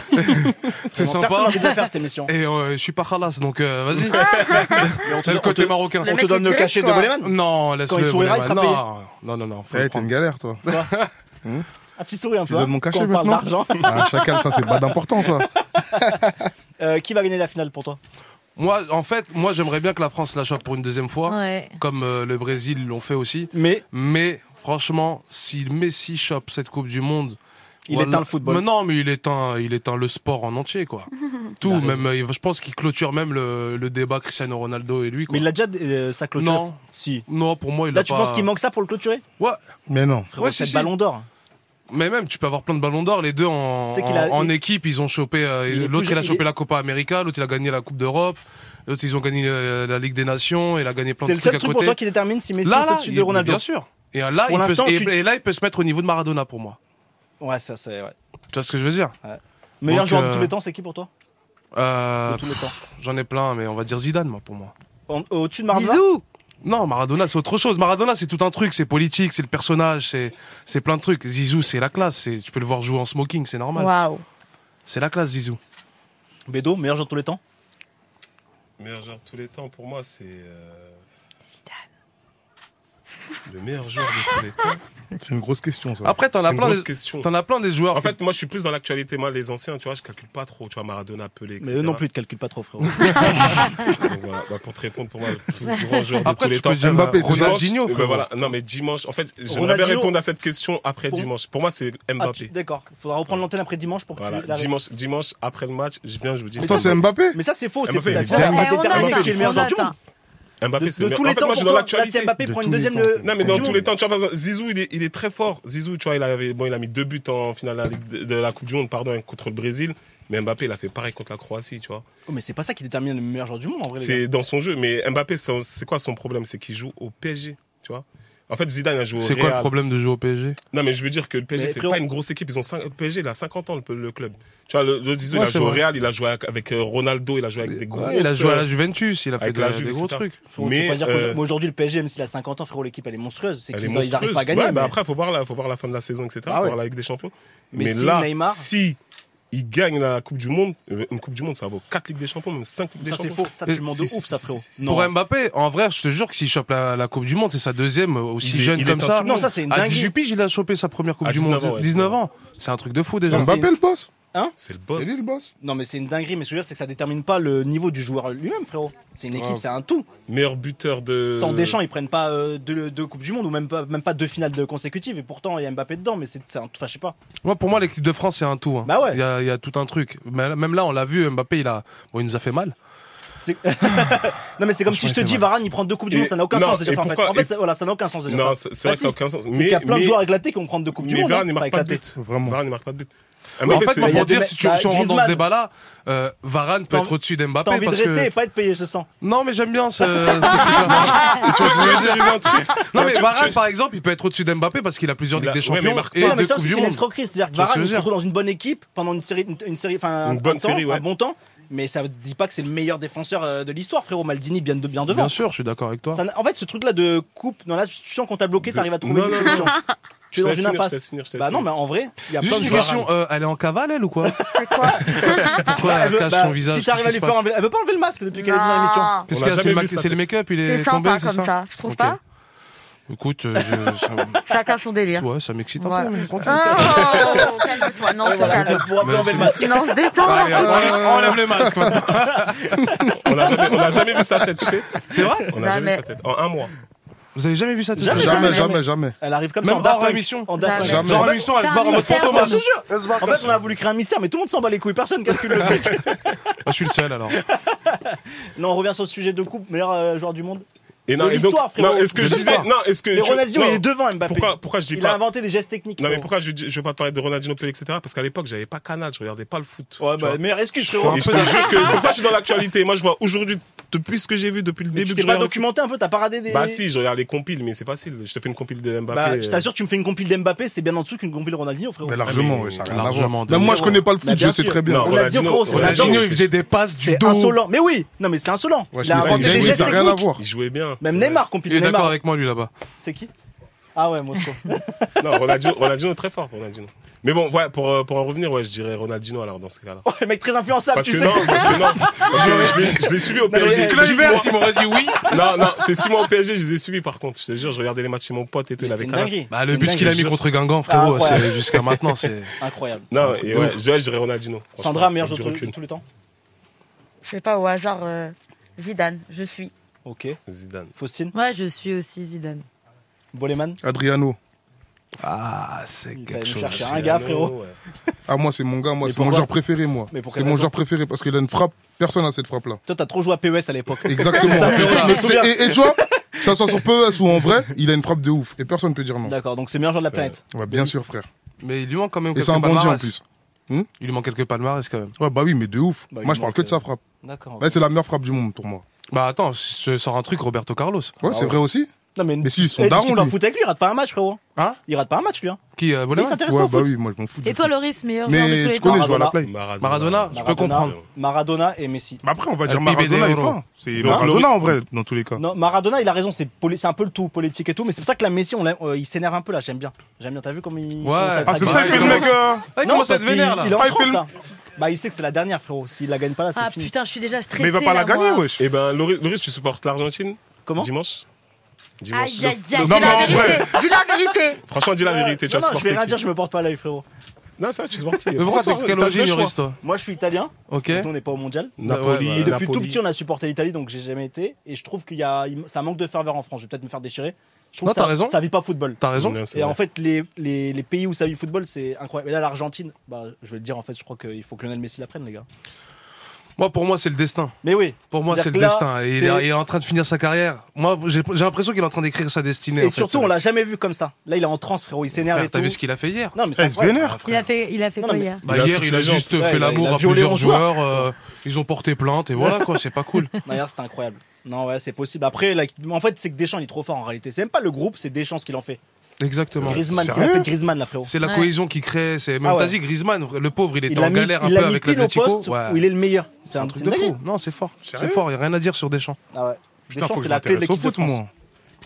Speaker 6: c'est
Speaker 1: Vraiment, Personne n'a
Speaker 6: sympa.
Speaker 1: envie de la faire cette émission.
Speaker 6: Et euh, je suis pas halas, donc euh, vas-y.
Speaker 1: Mais on te-
Speaker 6: C'est le
Speaker 1: on te-
Speaker 6: côté marocain.
Speaker 3: Le
Speaker 1: On
Speaker 3: mec
Speaker 1: te donne
Speaker 3: est
Speaker 1: le
Speaker 3: direct,
Speaker 1: cachet de
Speaker 3: quoi.
Speaker 1: Boleman
Speaker 6: Non, laisse-le.
Speaker 1: Quand il sourira, il
Speaker 6: Boleman.
Speaker 1: sera payé.
Speaker 6: Non, non, non, non. faut
Speaker 4: Eh,
Speaker 6: le
Speaker 4: t'es
Speaker 6: prendre.
Speaker 4: une galère, toi.
Speaker 1: (laughs) Ah tu souris un peu.
Speaker 4: Tu donnes
Speaker 1: hein,
Speaker 4: mon
Speaker 1: quand
Speaker 4: cachet
Speaker 1: on parle
Speaker 4: maintenant
Speaker 1: d'argent.
Speaker 4: Ah, chacal, ça, c'est pas d'important,
Speaker 6: hein.
Speaker 4: ça.
Speaker 1: Euh, Qui va gagner la finale pour toi
Speaker 6: Moi, en fait, moi j'aimerais bien que la France la chope pour une deuxième fois,
Speaker 5: Ouais.
Speaker 6: comme euh, le Brésil l'ont fait aussi.
Speaker 1: Mais
Speaker 6: Mais franchement, si Messi chope cette Coupe du Monde,
Speaker 1: Il
Speaker 6: voilà.
Speaker 1: éteint le football.
Speaker 6: Mais non, mais il éteint, il éteint le sport en entier, quoi. Tout, même. euh, Je pense qu'il clôture même le, le débat Cristiano Ronaldo et lui. Quoi.
Speaker 1: mais il a déjà euh, sa clôture.
Speaker 6: Non.
Speaker 1: Si.
Speaker 6: Non, pour moi, il
Speaker 1: Là,
Speaker 6: a
Speaker 1: tu
Speaker 6: pas-
Speaker 1: penses qu'il manque ça pour le clôturer
Speaker 6: Ouais.
Speaker 4: Mais non.
Speaker 1: Frérot,
Speaker 6: Ouais,
Speaker 1: c'est
Speaker 6: si,
Speaker 1: le
Speaker 6: si.
Speaker 1: ballon d'or.
Speaker 6: Mais même, tu peux avoir plein de ballons d'or. Les deux en,
Speaker 1: Tu sais qu'il a-
Speaker 6: en- en
Speaker 1: il-
Speaker 6: équipe, ils ont chopé. euh,
Speaker 1: Il est
Speaker 6: L'autre,
Speaker 1: plus-
Speaker 6: il a
Speaker 1: il
Speaker 6: chopé
Speaker 1: est-
Speaker 6: la Copa América. L'autre, il a gagné la Coupe d'europe. L'autre, ils ont gagné euh, la Ligue des Nations. Il a gagné plein
Speaker 1: C'est
Speaker 6: de
Speaker 1: le
Speaker 6: trucs
Speaker 1: seul
Speaker 6: à
Speaker 1: truc pour
Speaker 6: côté.
Speaker 1: toi qui détermine si Messi
Speaker 6: là,
Speaker 1: est
Speaker 6: là,
Speaker 1: au-dessus
Speaker 6: il-
Speaker 1: de Ronaldo.
Speaker 6: bien sûr. Et euh, là,
Speaker 1: Pour
Speaker 6: il peut,
Speaker 1: l'instant,
Speaker 6: se- et,
Speaker 1: tu-
Speaker 6: et là, il peut se mettre au niveau de Maradona pour moi.
Speaker 1: Ouais, ça c'est ouais.
Speaker 6: Tu vois ce que je veux dire
Speaker 1: Meilleur
Speaker 6: Donc,
Speaker 1: joueur de
Speaker 6: euh,
Speaker 1: tous les temps, c'est qui pour toi
Speaker 6: Euh,
Speaker 1: De tous les temps.
Speaker 6: J'en ai plein, mais on va dire Zidane, moi, pour moi.
Speaker 1: En- Au-dessus de Maradona.
Speaker 5: Zizou
Speaker 6: Hein Non, Maradona, c'est autre chose. Maradona, c'est tout un truc. C'est politique, c'est le personnage, c'est, c'est plein de trucs. Zizou, c'est la classe. c'est- tu peux le voir jouer en smoking, c'est normal.
Speaker 3: Waouh.
Speaker 6: C'est la classe, Zizou.
Speaker 1: Bédo, meilleur joueur de tous les temps.
Speaker 2: Meilleur joueur de tous les temps pour moi, c'est. euh,
Speaker 5: Zidane.
Speaker 2: Le meilleur joueur de tous les temps.
Speaker 4: C'est une grosse question, ça.
Speaker 6: (laughs) Après, t'en
Speaker 2: C'est
Speaker 6: as
Speaker 2: une
Speaker 6: plein,
Speaker 2: grosse
Speaker 6: des,
Speaker 2: question.
Speaker 6: t'en as plein des joueurs.
Speaker 2: En fait, moi, je suis plus dans l'actualité. Moi, les anciens, tu vois, je calcule pas trop. Tu vois, Maradona, Pelé, etc.
Speaker 1: Mais eux non plus, ils te calculent pas trop,
Speaker 2: (laughs)
Speaker 1: frérot.
Speaker 2: Donc, voilà. Bah, pour te répondre, pour moi, le plus grand joueur de
Speaker 6: Après,
Speaker 2: tous les
Speaker 6: tu peux
Speaker 2: temps.
Speaker 6: dire
Speaker 4: Mbappé, c'est ça
Speaker 6: Ronaldinho,
Speaker 2: Ben
Speaker 6: frérot.
Speaker 2: voilà. Non, mais dimanche, en fait, j'aimerais bien
Speaker 1: Ronaldinho-
Speaker 2: répondre à cette question après
Speaker 1: Pour-
Speaker 2: dimanche. Pour moi, c'est
Speaker 1: Ah, tu-
Speaker 2: Mbappé.
Speaker 1: D'accord. Faudra reprendre l'antenne après dimanche pour que
Speaker 2: Voilà.
Speaker 1: tu la
Speaker 2: Dimanche, dimanche, après le match, je viens, je vous dis.
Speaker 1: Mais
Speaker 4: Toi,
Speaker 1: ça,
Speaker 4: c'est Mbappé
Speaker 1: Mais ça c'est faux, c'est
Speaker 2: Mbappé,
Speaker 1: la
Speaker 2: il est
Speaker 1: vie
Speaker 4: fort.
Speaker 1: va
Speaker 5: Eh, on
Speaker 1: déterminer
Speaker 5: attend,
Speaker 1: qui est le meilleur joueur du
Speaker 5: on
Speaker 1: monde.
Speaker 5: attend.
Speaker 2: Mbappé,
Speaker 1: De,
Speaker 2: c'est
Speaker 1: de
Speaker 2: le
Speaker 1: tous
Speaker 2: meilleur.
Speaker 1: les
Speaker 2: En fait,
Speaker 1: temps
Speaker 2: moi,
Speaker 1: pour
Speaker 2: je suis dans
Speaker 1: toi, là c'est
Speaker 2: l'actualité.
Speaker 1: Mbappé
Speaker 4: De
Speaker 1: prend une
Speaker 4: tous les
Speaker 1: deuxième. euh,
Speaker 4: temps.
Speaker 1: le-
Speaker 2: Non, mais dans
Speaker 1: du
Speaker 2: tous
Speaker 1: monde.
Speaker 2: les temps, tu vois, par exemple, Zizou, il est, il est très fort. Zizou, tu vois, il, avait, bon, il a mis deux buts en finale de la, Ligue- de- de la Coupe du Monde, pardon, contre le Brésil. Mais Mbappé, il a fait pareil contre la Croatie, tu vois.
Speaker 1: Oh, mais c'est pas ça qui détermine le meilleur joueur du monde en vrai. les gars.
Speaker 2: C'est dans son jeu. Mais Mbappé, son- c'est quoi son problème C'est qu'il joue au PSG, tu vois. En fait, Zidane a joué au
Speaker 6: C'est quoi le
Speaker 2: Real.
Speaker 6: problème de jouer au PSG
Speaker 2: Non, mais je veux dire que le PSG,
Speaker 1: Mais
Speaker 2: c'est
Speaker 1: frérot-
Speaker 2: pas une grosse équipe. Ils ont cinq- le PSG, il a 50 ans, le, le club. Tu vois, le, le Zizou,
Speaker 6: Ouais,
Speaker 2: il a
Speaker 6: c'est
Speaker 2: joué au
Speaker 6: vrai.
Speaker 2: Real, il a joué avec- avec euh, Ronaldo, il a joué avec des gros.
Speaker 6: Ouais, Il a joué à la Juventus, il a fait
Speaker 2: avec
Speaker 6: de-
Speaker 2: la
Speaker 6: des,
Speaker 2: Juve,
Speaker 6: gros
Speaker 2: etc. euh,
Speaker 6: trucs.
Speaker 1: Frérot, tu peux pas dire qu'aujourd'hui- moi, aujourd'hui le PSG même s'il a 50 ans frérot l'équipe elle est monstrueuse, c'est
Speaker 2: elle est
Speaker 1: qu'ils ils arrivent pas à
Speaker 2: monstrueuse.
Speaker 1: gagner.
Speaker 2: Ouais, mais
Speaker 1: mais-
Speaker 2: après, faut voir la, faut voir la fin de la saison, etc.
Speaker 1: Ah
Speaker 2: faut
Speaker 1: ouais.
Speaker 2: voir la Ligue des Champions.
Speaker 1: Mais
Speaker 2: Mais,
Speaker 1: si
Speaker 2: là,
Speaker 1: Neymar-
Speaker 2: si il gagne la Coupe du Monde, euh, une Coupe du Monde, ça vaut 4 Ligues des Champions, même 5 Ligues des
Speaker 1: Ça c'est
Speaker 2: Champions.
Speaker 1: faux, ça tu
Speaker 6: Et-
Speaker 1: mens de
Speaker 2: Euh, si, si,
Speaker 1: ouf
Speaker 2: si,
Speaker 1: ça
Speaker 2: si,
Speaker 1: frérot.
Speaker 2: si, si.
Speaker 1: Non.
Speaker 6: Pour Mbappé, en vrai, je te jure que s'il chope la, la Coupe du Monde, c'est sa deuxième euh, aussi
Speaker 2: Il est-
Speaker 6: jeune
Speaker 2: il est
Speaker 6: comme
Speaker 2: top
Speaker 6: ça.
Speaker 2: tout le
Speaker 1: Non, ça c'est une
Speaker 6: À
Speaker 1: dinguerie.
Speaker 6: 18 piges, il a chopé sa première Coupe
Speaker 2: À
Speaker 6: du Monde.
Speaker 2: 19 ans, ouais,
Speaker 6: 19 ans. C'est un truc de fou déjà.
Speaker 1: C'est-
Speaker 4: Mbappé, le boss
Speaker 2: C'est le
Speaker 4: Il
Speaker 2: boss.
Speaker 4: est le boss.
Speaker 1: Hein Non mais c'est une dinguerie, mais ce que je veux dire c'est que ça détermine pas le niveau du joueur lui-même frérot. C'est une équipe,
Speaker 4: Ouais.
Speaker 1: c'est un tout.
Speaker 2: Meilleur buteur de.
Speaker 1: Sans Deschamps ils prennent pas euh, deux, deux coupes du monde ou même pas même pas deux finales de consécutives et pourtant il y a Mbappé dedans mais c'est c'est un tout, enfin je sais pas.
Speaker 6: Moi, pour moi, l'équipe de France, c'est un tout. hein.
Speaker 1: Bah ouais.
Speaker 6: Il y a, il y a tout un truc. Mais- Même là, on l'a vu, Mbappé, il, a... bon, il nous a fait mal.
Speaker 1: C'est- non mais c'est comme si je te
Speaker 6: Franchement,
Speaker 1: dis
Speaker 6: c'est
Speaker 1: Varane il prend deux coupes du
Speaker 2: Et-
Speaker 1: monde, ça n'a aucun
Speaker 2: non,
Speaker 1: sens de dire
Speaker 2: et
Speaker 1: ça en fait.
Speaker 2: pourquoi-
Speaker 1: En fait
Speaker 2: et-
Speaker 1: ça- voilà, ça n'a aucun sens de dire
Speaker 2: Non,
Speaker 1: ça.
Speaker 2: c'est c'est vrai
Speaker 1: Ah,
Speaker 2: que ça n'a aucun sens.
Speaker 1: C'est qu'il y a plein
Speaker 2: mais-
Speaker 1: de joueurs éclatés qui vont prendre deux coupes du
Speaker 2: mais
Speaker 1: monde.
Speaker 2: Varane,
Speaker 1: hein,
Speaker 2: il marque
Speaker 1: pas
Speaker 2: pas de
Speaker 1: éclatés.
Speaker 2: but.
Speaker 4: Vraiment.
Speaker 2: Varane, il marque pas de but.
Speaker 6: Mais en
Speaker 2: Mbappé,
Speaker 6: fait,
Speaker 2: c'est-
Speaker 6: moi,
Speaker 1: il y a
Speaker 6: pour
Speaker 1: des
Speaker 6: dire,
Speaker 1: mecs-
Speaker 6: si, tu-
Speaker 1: bah,
Speaker 6: si on rentre dans
Speaker 1: Griezmann.
Speaker 6: ce débat-là, euh, Varane peut
Speaker 1: T'as
Speaker 6: être au-dessus
Speaker 1: T'as
Speaker 6: d'Mbappé.
Speaker 1: envie de
Speaker 6: Parce
Speaker 1: rester
Speaker 6: que...
Speaker 1: et pas être payé, je sens.
Speaker 6: Non, mais j'aime bien ce, ce truc-là.
Speaker 2: tu vois, je te dis un truc.
Speaker 6: Non, mais
Speaker 2: Tu-
Speaker 6: Varane,
Speaker 2: tu-
Speaker 6: par exemple, il peut être au-dessus d'Mbappé parce qu'il a plusieurs
Speaker 2: Il
Speaker 6: Ligues
Speaker 2: a-
Speaker 6: des
Speaker 2: ouais, mais il
Speaker 6: Champions.
Speaker 2: marque
Speaker 6: et
Speaker 1: non, mais
Speaker 6: deux
Speaker 1: ça
Speaker 6: Coupes
Speaker 1: aussi,
Speaker 6: du
Speaker 1: c'est
Speaker 6: Monde.
Speaker 1: l'escroquerie. C'est-à-dire que
Speaker 6: Tu vois ce
Speaker 1: Varane,
Speaker 6: que
Speaker 1: il
Speaker 6: je
Speaker 1: se
Speaker 6: veux
Speaker 1: retrouve dans une bonne équipe pendant une série, une, une série, enfin,
Speaker 2: Une
Speaker 1: un
Speaker 2: bonne
Speaker 1: temps,
Speaker 2: série, ouais.
Speaker 1: un bon temps, mais ça dit pas que c'est le meilleur défenseur euh, de l'histoire, frérot. Maldini bien, de, bien devant.
Speaker 6: Bien sûr, je suis d'accord avec toi.
Speaker 1: Ça n'a- en fait, ce truc-là de coupe, non, là, tu sens qu'on t'a bloqué,
Speaker 2: De-
Speaker 1: t'arrives à trouver
Speaker 2: Non,
Speaker 1: une
Speaker 2: non,
Speaker 1: solution. Tu es
Speaker 2: Je
Speaker 1: dans
Speaker 2: laisse
Speaker 1: une
Speaker 2: finir, je
Speaker 1: impasse.
Speaker 2: laisse finir, je laisse
Speaker 1: bah non,
Speaker 2: finir.
Speaker 1: mais en vrai, il y a plein
Speaker 6: Juste
Speaker 1: de
Speaker 6: une
Speaker 1: joueurs.
Speaker 6: question, euh, elle est en cavale, elle ou quoi
Speaker 3: C'est quoi
Speaker 6: Pourquoi
Speaker 1: Elle
Speaker 6: elle
Speaker 1: veut-
Speaker 6: cache
Speaker 1: bah,
Speaker 6: son visage
Speaker 1: Si t'arrives à
Speaker 6: Qu'est-ce qui
Speaker 1: lui
Speaker 6: se
Speaker 1: faire
Speaker 6: passe
Speaker 1: enlever, elle veut pas enlever le masque depuis qu'elle est venue à l'émission.
Speaker 3: Non.
Speaker 6: Qu'est-ce
Speaker 2: On
Speaker 6: qu'il y
Speaker 2: l'a
Speaker 6: a C'est le
Speaker 2: jamais
Speaker 6: ma-
Speaker 2: vu, ça,
Speaker 6: c'est le make-up, il
Speaker 3: C'est
Speaker 6: est
Speaker 3: sympa
Speaker 6: tombé,
Speaker 3: comme
Speaker 6: c'est
Speaker 3: ça,
Speaker 6: ça
Speaker 3: je trouve
Speaker 6: Ok.
Speaker 3: pas
Speaker 6: Écoute, euh, je, ça, me-
Speaker 3: Chacun son délire.
Speaker 6: ouais, ça m'excite un
Speaker 3: Voilà.
Speaker 6: peu, mais tranquille.
Speaker 3: Oh, calme-toi. Non,
Speaker 1: Et
Speaker 3: c'est
Speaker 1: voilà,
Speaker 3: calme.
Speaker 1: on pourra plus
Speaker 6: Mais
Speaker 1: enlever
Speaker 6: c'est-
Speaker 1: le masque.
Speaker 3: Non, se détends.
Speaker 6: Allez, on enlève le masque maintenant.
Speaker 2: On n'a jamais, on a jamais vu sa tête, tu sais.
Speaker 6: C'est vrai
Speaker 2: On n'a jamais
Speaker 3: Jamais.
Speaker 2: vu sa tête. En un mois.
Speaker 6: Vous avez jamais vu ça tout
Speaker 1: Jamais,
Speaker 6: seul
Speaker 4: Jamais,
Speaker 1: jamais.
Speaker 4: jamais, jamais.
Speaker 1: Elle arrive comme
Speaker 6: Même
Speaker 1: ça. en
Speaker 6: hors
Speaker 1: dark-
Speaker 6: émission.
Speaker 1: En dark-
Speaker 4: Jamais.
Speaker 6: Genre la mission, elle se barre en mode
Speaker 3: C'est un
Speaker 6: fantôme.
Speaker 3: mystère,
Speaker 1: En fait, on a voulu créer un mystère, mais tout le monde s'en bat les couilles. Personne calcule le truc.
Speaker 6: Ah, je suis le seul alors.
Speaker 1: Non, on revient sur le sujet de coupe, meilleur euh, joueur du monde.
Speaker 2: Et
Speaker 1: De l'histoire, frérot.
Speaker 2: non, est-ce que
Speaker 1: De
Speaker 2: je disais,
Speaker 1: l'histoire.
Speaker 2: non, est-ce que
Speaker 1: Mais
Speaker 2: tu-
Speaker 1: Ronaldinho,
Speaker 2: non.
Speaker 1: il est devant Mbappé.
Speaker 2: Pourquoi, pourquoi je dis
Speaker 1: il a
Speaker 2: pas
Speaker 1: inventé des gestes techniques.
Speaker 2: Non, mais
Speaker 1: frérot.
Speaker 2: pourquoi je, dis- je veux pas te parler de Ronaldinho Pelé, etc. Parce qu'à l'époque, j'avais pas Canal, je regardais pas le foot.
Speaker 1: Ouais,
Speaker 2: tu
Speaker 1: bah,
Speaker 2: vois.
Speaker 1: meilleure excuse,
Speaker 6: Je suis
Speaker 1: frérot.
Speaker 2: Et je te jure que c'est pour ça que je suis dans l'actualité. Moi, je vois aujourd'hui, depuis ce que j'ai vu, depuis le
Speaker 1: Mais
Speaker 2: début
Speaker 1: tu
Speaker 2: que
Speaker 1: t'es
Speaker 2: je
Speaker 1: pas
Speaker 2: regarde-
Speaker 1: documenté un peu, t'as paradé des.
Speaker 2: Bah si, je regarde les compiles, mais c'est facile. Je te fais une compile de Mbappé.
Speaker 1: Bah,
Speaker 2: euh,
Speaker 1: je t'assure, tu me fais une compile d'Mbappé, c'est bien en dessous qu'une compile Ronaldinho, frérot.
Speaker 4: Mais largement,
Speaker 2: mais
Speaker 4: ouais, ça a rien
Speaker 6: largement,
Speaker 4: à voir.
Speaker 6: de
Speaker 4: Même moi, je
Speaker 6: loin.
Speaker 4: connais pas le
Speaker 1: Mais
Speaker 4: foot,
Speaker 1: bien
Speaker 4: je sais
Speaker 1: sûr.
Speaker 4: très bien.
Speaker 2: Non,
Speaker 1: On l'a dit,
Speaker 2: Ronaldinho,
Speaker 1: frérot, c'est
Speaker 2: Ronaldinho,
Speaker 1: Ronaldinho,
Speaker 6: Ronaldinho, il faisait des passes du
Speaker 1: C'est
Speaker 6: dos.
Speaker 1: insolent. Mais oui, non, mais c'est insolent.
Speaker 4: Ouais, je
Speaker 1: il a
Speaker 4: pense que
Speaker 1: inventé
Speaker 4: c'est
Speaker 1: des
Speaker 4: dingue,
Speaker 1: gestes
Speaker 4: ça a rien à
Speaker 1: techniques.
Speaker 4: voir.
Speaker 2: Il jouait bien.
Speaker 1: Même Neymar compile.
Speaker 6: Il est d'accord
Speaker 1: Neymar,
Speaker 6: avec moi, lui, là-bas.
Speaker 1: c'est qui Ah ouais, Moscou.
Speaker 2: Non, Ronaldinho, Ronaldinho est très fort, Ronaldinho. Mais bon, ouais, pour, euh, pour en revenir, ouais, je dirais Ronaldinho alors dans ces cas-là.
Speaker 1: (laughs) Oh, le mec très influençable,
Speaker 2: Parce
Speaker 1: tu
Speaker 2: que
Speaker 1: sais.
Speaker 2: non, parce
Speaker 1: (laughs)
Speaker 2: que non, parce que je l'ai- je l'ai suivi au
Speaker 1: mais
Speaker 2: PSG.
Speaker 1: Claude
Speaker 2: C'est six
Speaker 1: Vert,
Speaker 2: mois-
Speaker 6: tu m'aurais dit oui.
Speaker 2: Non, non, c'est six mois au PSG, je les ai suivis par contre. Je te jure, je regardais les matchs chez mon pote et tout,
Speaker 1: Mais
Speaker 2: il
Speaker 1: C'était
Speaker 2: avait
Speaker 1: une
Speaker 2: Canal.
Speaker 1: dinguerie.
Speaker 6: Bah, le
Speaker 1: C'était
Speaker 6: but
Speaker 1: une
Speaker 6: qu'il a mis
Speaker 1: dinguerie.
Speaker 6: contre Guingamp, frérot,
Speaker 1: Ah, ouais.
Speaker 6: c'est- jusqu'à maintenant, c'est.
Speaker 1: (laughs) Incroyable.
Speaker 6: C'est
Speaker 2: Non,
Speaker 6: un
Speaker 2: et
Speaker 6: truc de
Speaker 2: ouais,
Speaker 6: ouf.
Speaker 2: je, je dirais Ronaldinho.
Speaker 1: Sandra,
Speaker 2: franchement,
Speaker 1: meilleur
Speaker 2: avec
Speaker 1: joueur
Speaker 2: du
Speaker 1: de
Speaker 2: recul.
Speaker 1: tous les temps.
Speaker 3: Je sais pas, au hasard, euh, Zidane, je suis.
Speaker 1: Ok.
Speaker 2: Zidane.
Speaker 1: Faustine,
Speaker 5: Moi, je suis aussi Zidane.
Speaker 1: Boleman.
Speaker 4: Adriano.
Speaker 6: Ah, c'est
Speaker 1: Il fallait
Speaker 6: quelque
Speaker 1: me
Speaker 6: chose.
Speaker 1: chercher
Speaker 6: aussi.
Speaker 1: un gars,
Speaker 2: Zidane,
Speaker 1: frérot.
Speaker 2: ouais.
Speaker 4: Ah, moi, c'est mon gars, moi,
Speaker 1: Mais
Speaker 4: c'est mon
Speaker 1: pourquoi
Speaker 4: joueur préféré, moi.
Speaker 1: Mais pour
Speaker 4: C'est
Speaker 1: quelle
Speaker 4: mon
Speaker 1: raison
Speaker 4: joueur préféré parce qu'il a une frappe. Personne n'a cette
Speaker 1: (laughs)
Speaker 4: frappe-là.
Speaker 1: Toi, t'as trop joué à PES à l'époque.
Speaker 4: Exactement.
Speaker 1: ça, frérot, je me
Speaker 4: C'est-
Speaker 1: souviens.
Speaker 4: et, et tu vois, ça soit sur PES ou en vrai, il a une frappe de ouf. Et personne ne peut dire non.
Speaker 1: D'accord, donc c'est meilleur joueur de la
Speaker 2: C'est-
Speaker 1: planète.
Speaker 4: Ouais, bien sûr, frère.
Speaker 6: Mais il lui manque quand même
Speaker 4: Et
Speaker 6: quelques
Speaker 4: c'est un bandit en
Speaker 6: palmarès.
Speaker 4: plus. Hmm
Speaker 6: Il lui manque quelques palmarès quand même.
Speaker 4: Ouais, bah oui, mais de ouf.
Speaker 1: Bah, il
Speaker 4: moi, je parle
Speaker 1: manque,
Speaker 4: que de
Speaker 1: euh,
Speaker 4: sa frappe.
Speaker 1: D'accord.
Speaker 4: Ouais, c'est la meilleure frappe du monde pour moi.
Speaker 6: Bah attends, je sors un truc, Roberto Carlos.
Speaker 4: Ouais,
Speaker 1: Ah
Speaker 4: c'est
Speaker 1: ouais.
Speaker 4: vrai aussi.
Speaker 1: Non, mais,
Speaker 4: Mais si, ils sont
Speaker 1: Eh, dis-tu
Speaker 4: darons,
Speaker 1: qu'il peut en
Speaker 4: lui.
Speaker 1: foot avec lui, il rate pas un match, frérot.
Speaker 6: Hein
Speaker 1: Il rate pas un match, lui. Hein.
Speaker 6: Qui euh,
Speaker 1: Mais il
Speaker 6: Boleman
Speaker 1: s'intéresse pas
Speaker 4: Ouais,
Speaker 1: au
Speaker 4: bah
Speaker 1: foot.
Speaker 4: oui, moi, je m'en fous. de
Speaker 5: Et
Speaker 4: ça.
Speaker 5: toi, Loris, meilleur joueur de
Speaker 4: Mais
Speaker 5: tous les
Speaker 4: tu connais,
Speaker 5: temps
Speaker 4: je joue à la play.
Speaker 2: Maradona.
Speaker 6: Maradona, je peux
Speaker 1: Maradona.
Speaker 6: comprendre. Euh,
Speaker 1: Maradona et Messi.
Speaker 4: Bah après, on va dire
Speaker 6: El Pibe
Speaker 4: Maradona
Speaker 6: de
Speaker 4: et
Speaker 6: Oro.
Speaker 4: fin. C'est
Speaker 2: Non.
Speaker 4: Maradona en vrai, dans tous les cas.
Speaker 1: Non, Maradona, il a raison, c'est poli- c'est un peu le tout politique et tout, mais c'est pour ça que la Messi, on l'aime- euh, il s'énerve un peu là, j'aime bien. J'aime bien, t'as vu comme il.
Speaker 6: Ouais.
Speaker 1: commence à être
Speaker 6: Ah,
Speaker 4: C'est pour
Speaker 1: agressif.
Speaker 4: ça qu'il fait le mec. euh,
Speaker 6: Ouais,
Speaker 1: Non,
Speaker 6: comment ça
Speaker 1: parce
Speaker 6: se vénère
Speaker 1: qu'il-
Speaker 6: là
Speaker 1: Il est en
Speaker 4: Ah, il
Speaker 1: transe,
Speaker 4: fait le-
Speaker 1: là. Bah, il sait que c'est la dernière, frérot. S'il la gagne pas là, c'est
Speaker 5: Ah
Speaker 1: fini.
Speaker 5: putain, je suis déjà stressée.
Speaker 4: Mais il va pas la
Speaker 5: là,
Speaker 4: gagner,
Speaker 5: moi.
Speaker 4: wesh.
Speaker 2: Eh ben, Loris, Loris, tu supportes l'Argentine
Speaker 1: Comment
Speaker 2: Dimanche Dimanche.
Speaker 5: Aïe, aïe,
Speaker 4: Non,
Speaker 5: aïe.
Speaker 3: Dis
Speaker 4: mais en
Speaker 3: la
Speaker 4: vrai.
Speaker 3: vérité, dis la vérité.
Speaker 2: Franchement, dis la vérité, tu
Speaker 1: Non,
Speaker 2: vas
Speaker 1: non, je vais
Speaker 2: supporter
Speaker 1: rien dire,
Speaker 2: qui
Speaker 1: je me porte pas l'œil, frérot.
Speaker 2: Non, ça, va, tu supportes qui
Speaker 6: Mais pourquoi t'es
Speaker 2: François,
Speaker 6: de quelle
Speaker 2: t'as
Speaker 6: origine,
Speaker 2: deux choix.
Speaker 6: Loris, toi
Speaker 1: Moi, je suis italien,
Speaker 6: Ok.
Speaker 1: donc on n'est pas au mondial.
Speaker 2: bah, Napoli,
Speaker 6: Ouais, ouais.
Speaker 1: Et depuis
Speaker 2: Napoli.
Speaker 1: tout petit, on a supporté l'Italie, donc j'ai jamais été. Et je trouve qu'il y a, il- ça manque de ferveur en France. Je vais peut-être me faire déchirer. Je trouve
Speaker 6: Non,
Speaker 1: que ça,
Speaker 6: t'as raison.
Speaker 1: ça vit pas football.
Speaker 6: T'as raison.
Speaker 2: Non, c'est
Speaker 1: Et en
Speaker 2: vrai.
Speaker 1: fait, les, les, les pays où ça vit le football, c'est incroyable. Et là, l'Argentine, bah, je vais le dire, en fait, je crois qu'il faut que Lionel Messi la prenne, les gars.
Speaker 6: Moi, pour moi, c'est le destin.
Speaker 1: Mais oui.
Speaker 6: Pour moi, c'est
Speaker 1: C'est-à-dire
Speaker 6: le
Speaker 1: que là,
Speaker 6: destin. Et il,
Speaker 1: c'est-
Speaker 6: est, il est en train de finir sa carrière. Moi, j'ai j'ai l'impression qu'il est en train d'écrire sa destinée.
Speaker 1: Et
Speaker 6: en fait,
Speaker 1: surtout,
Speaker 6: ce
Speaker 1: on
Speaker 6: mec.
Speaker 1: l'a jamais vu comme ça. Là, il est en transe, frérot. Il s'énerve
Speaker 6: Frère,
Speaker 1: et tout.
Speaker 6: T'as vu ce qu'il a fait hier
Speaker 1: Non, mais
Speaker 4: Eh,
Speaker 1: c'est
Speaker 4: il se
Speaker 1: incroyable.
Speaker 4: vénère.
Speaker 5: Il a fait, il a fait
Speaker 1: Non,
Speaker 5: quoi
Speaker 1: mais-
Speaker 5: hier
Speaker 6: Bah,
Speaker 2: Il a
Speaker 6: hier,
Speaker 2: insulté
Speaker 6: il a
Speaker 2: les gens.
Speaker 6: juste
Speaker 1: Ouais,
Speaker 6: fait
Speaker 1: il a- il
Speaker 6: l'amour
Speaker 1: a
Speaker 6: à
Speaker 1: violé
Speaker 6: plusieurs
Speaker 1: onze joueurs.
Speaker 6: joueurs. euh, ils ont porté plainte et voilà quoi,
Speaker 1: (laughs)
Speaker 6: c'est pas cool.
Speaker 1: D'ailleurs, c'est incroyable. Non, ouais, c'est possible. Après, là, en fait, c'est que Deschamps, il est trop fort en réalité. C'est même pas le groupe, c'est Deschamps ce qu'il en fait.
Speaker 6: Exactement.
Speaker 1: Griezmann, ce qu'il a
Speaker 4: sérieux
Speaker 1: fait de Griezmann, là, frérot.
Speaker 6: C'est la
Speaker 5: Ouais.
Speaker 6: cohésion qui crée. C'est même
Speaker 1: Ah ouais.
Speaker 6: t'as dit Griezmann, le pauvre, il
Speaker 1: Il
Speaker 6: était
Speaker 1: l'a
Speaker 6: en
Speaker 1: mis-
Speaker 6: galère un
Speaker 1: il
Speaker 6: peu
Speaker 1: l'a mis
Speaker 6: avec
Speaker 1: pile au
Speaker 6: l'Atletico.
Speaker 1: poste où il est le meilleur.
Speaker 6: C'est un truc
Speaker 1: c'est
Speaker 6: de fou.
Speaker 1: dingue.
Speaker 6: Non, c'est fort. C'est
Speaker 4: Sérieux
Speaker 6: fort. Il y a rien à dire sur Deschamps.
Speaker 1: Ah ouais.
Speaker 4: Putain,
Speaker 1: Deschamps,
Speaker 4: faut que
Speaker 1: c'est
Speaker 4: je
Speaker 1: la clé de
Speaker 4: m'intéresse au
Speaker 1: l'équipe de
Speaker 4: foot,
Speaker 1: France.
Speaker 4: moi.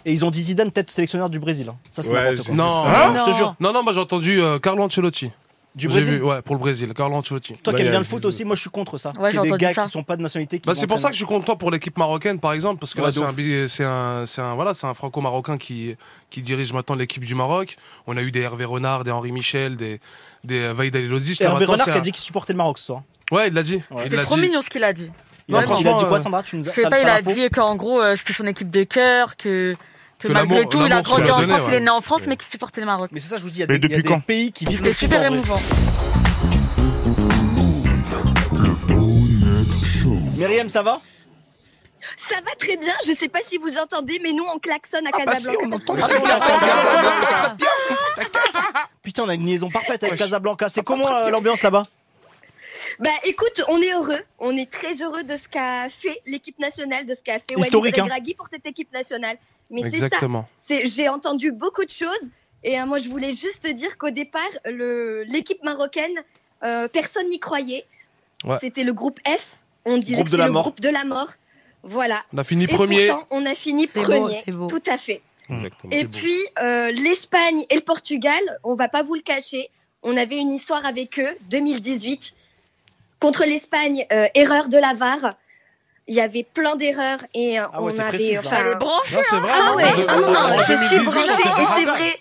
Speaker 1: Et ils ont dit Zidane, tête sélectionneur du Brésil. hein. Ça, c'est
Speaker 2: Ouais,
Speaker 1: n'importe
Speaker 2: j'ai
Speaker 1: quoi.
Speaker 2: vu
Speaker 6: Non.
Speaker 2: ça.
Speaker 1: je te jure.
Speaker 6: Non, non, moi j'ai entendu euh, Carlo Ancelotti.
Speaker 1: Du
Speaker 6: J'ai
Speaker 1: Brésil.
Speaker 6: vu, ouais, pour le Brésil, Carlo Ancelotti.
Speaker 1: Toi qui
Speaker 2: Ouais,
Speaker 1: aimes
Speaker 2: il y
Speaker 1: bien
Speaker 2: a-
Speaker 1: le foot aussi, moi, je suis contre ça.
Speaker 3: Ouais,
Speaker 1: Qu'il y ait
Speaker 3: j'ai
Speaker 1: des
Speaker 3: entendu
Speaker 1: gars
Speaker 3: ça.
Speaker 1: qui sont pas de nationalité. qui
Speaker 6: Bah, c'est pour ça que
Speaker 1: entraînent.
Speaker 6: je suis content pour l'équipe marocaine, par exemple, parce que
Speaker 1: Ouais,
Speaker 6: là,
Speaker 1: de
Speaker 6: c'est
Speaker 1: ouf.
Speaker 6: un, bi- c'est un, c'est un, voilà, c'est un franco-marocain qui, qui dirige maintenant l'équipe du Maroc. On a eu des Hervé Renard, des Henri Michel, des, des euh, Vaïd Alilozic. Là,
Speaker 1: Hervé
Speaker 6: maintenant,
Speaker 1: Renard
Speaker 6: c'est
Speaker 1: qui a
Speaker 6: un-
Speaker 1: dit qu'il supportait le Maroc ce soir.
Speaker 6: Ouais, il l'a dit.
Speaker 1: Ouais.
Speaker 6: Il
Speaker 3: C'était
Speaker 6: l'a
Speaker 3: trop
Speaker 6: dit.
Speaker 3: mignon ce qu'il a dit.
Speaker 1: Il a
Speaker 6: Non,
Speaker 1: il a dit
Speaker 6: franchement,
Speaker 1: quoi,
Speaker 6: euh,
Speaker 1: Sandra Tu nous as
Speaker 3: Je sais
Speaker 1: t'as-
Speaker 3: pas, il
Speaker 1: t'as
Speaker 3: a
Speaker 1: l'info
Speaker 3: dit qu'en gros, euh, c'était son équipe de cœur, que, que,
Speaker 6: Que
Speaker 3: malgré
Speaker 6: l'amour-
Speaker 3: tout, il a
Speaker 6: l'amour
Speaker 3: grandi
Speaker 6: qu'il a
Speaker 3: en
Speaker 6: donné,
Speaker 3: France, il est
Speaker 6: ouais.
Speaker 3: né en France, mais qui supportait le Maroc.
Speaker 1: Mais c'est ça, je vous dis, il y a
Speaker 4: Mais
Speaker 1: des, il y a
Speaker 4: depuis
Speaker 1: des
Speaker 4: quand
Speaker 1: pays qui vivent le
Speaker 3: C'était
Speaker 1: foot.
Speaker 3: super
Speaker 1: en vrai.
Speaker 3: émouvant.
Speaker 1: Myriam, ça va
Speaker 7: Ça va très bien, je sais pas si vous entendez, mais nous on klaxonne à
Speaker 4: Ah, bah si,
Speaker 7: Casablanca.
Speaker 4: on entend
Speaker 1: Ah,
Speaker 4: ça.
Speaker 1: c'est à Casablanca. Putain, on a une liaison parfaite avec Casablanca.
Speaker 4: Ah,
Speaker 1: C'est comment euh, l'ambiance là-bas
Speaker 7: Bah écoute, on est heureux, on est très heureux de ce qu'a fait l'équipe nationale, de ce qu'a fait
Speaker 1: Historique,
Speaker 7: Walid
Speaker 1: hein.
Speaker 7: Regragui pour cette équipe nationale. Mais c'est ça,
Speaker 6: Exactement.
Speaker 7: c'est- j'ai entendu beaucoup de choses et euh, moi je voulais juste te dire qu'au départ, le- l'équipe marocaine, euh, personne n'y croyait.
Speaker 6: Ouais.
Speaker 7: C'était le groupe F, on disait
Speaker 1: Groupe
Speaker 7: que
Speaker 1: de
Speaker 7: c'est
Speaker 1: la
Speaker 7: le
Speaker 1: mort.
Speaker 7: groupe de la mort. Voilà.
Speaker 6: On a fini
Speaker 7: Et
Speaker 6: premier.
Speaker 7: pourtant, on a fini
Speaker 5: C'est beau,
Speaker 7: premier.
Speaker 5: c'est beau.
Speaker 7: Tout à fait.
Speaker 2: Exactement.
Speaker 7: Et puis euh, l'Espagne et le Portugal, on va pas vous le cacher, on avait une histoire avec eux 2018 contre l'Espagne, euh, erreur de la VAR. il y avait plein d'erreurs et euh,
Speaker 1: Ah ouais,
Speaker 7: on
Speaker 1: t'es
Speaker 7: avait.
Speaker 1: précise, là.
Speaker 7: enfin,
Speaker 3: Elle est branchée.
Speaker 6: Non,
Speaker 1: hein.
Speaker 6: c'est vrai.
Speaker 7: Ah
Speaker 6: en
Speaker 7: ouais,
Speaker 6: deux-
Speaker 7: ah non,
Speaker 6: en
Speaker 7: non, je suis
Speaker 6: 2018, on s'est
Speaker 7: branchée
Speaker 6: fait
Speaker 7: et c'est
Speaker 6: ragarder.
Speaker 7: vrai.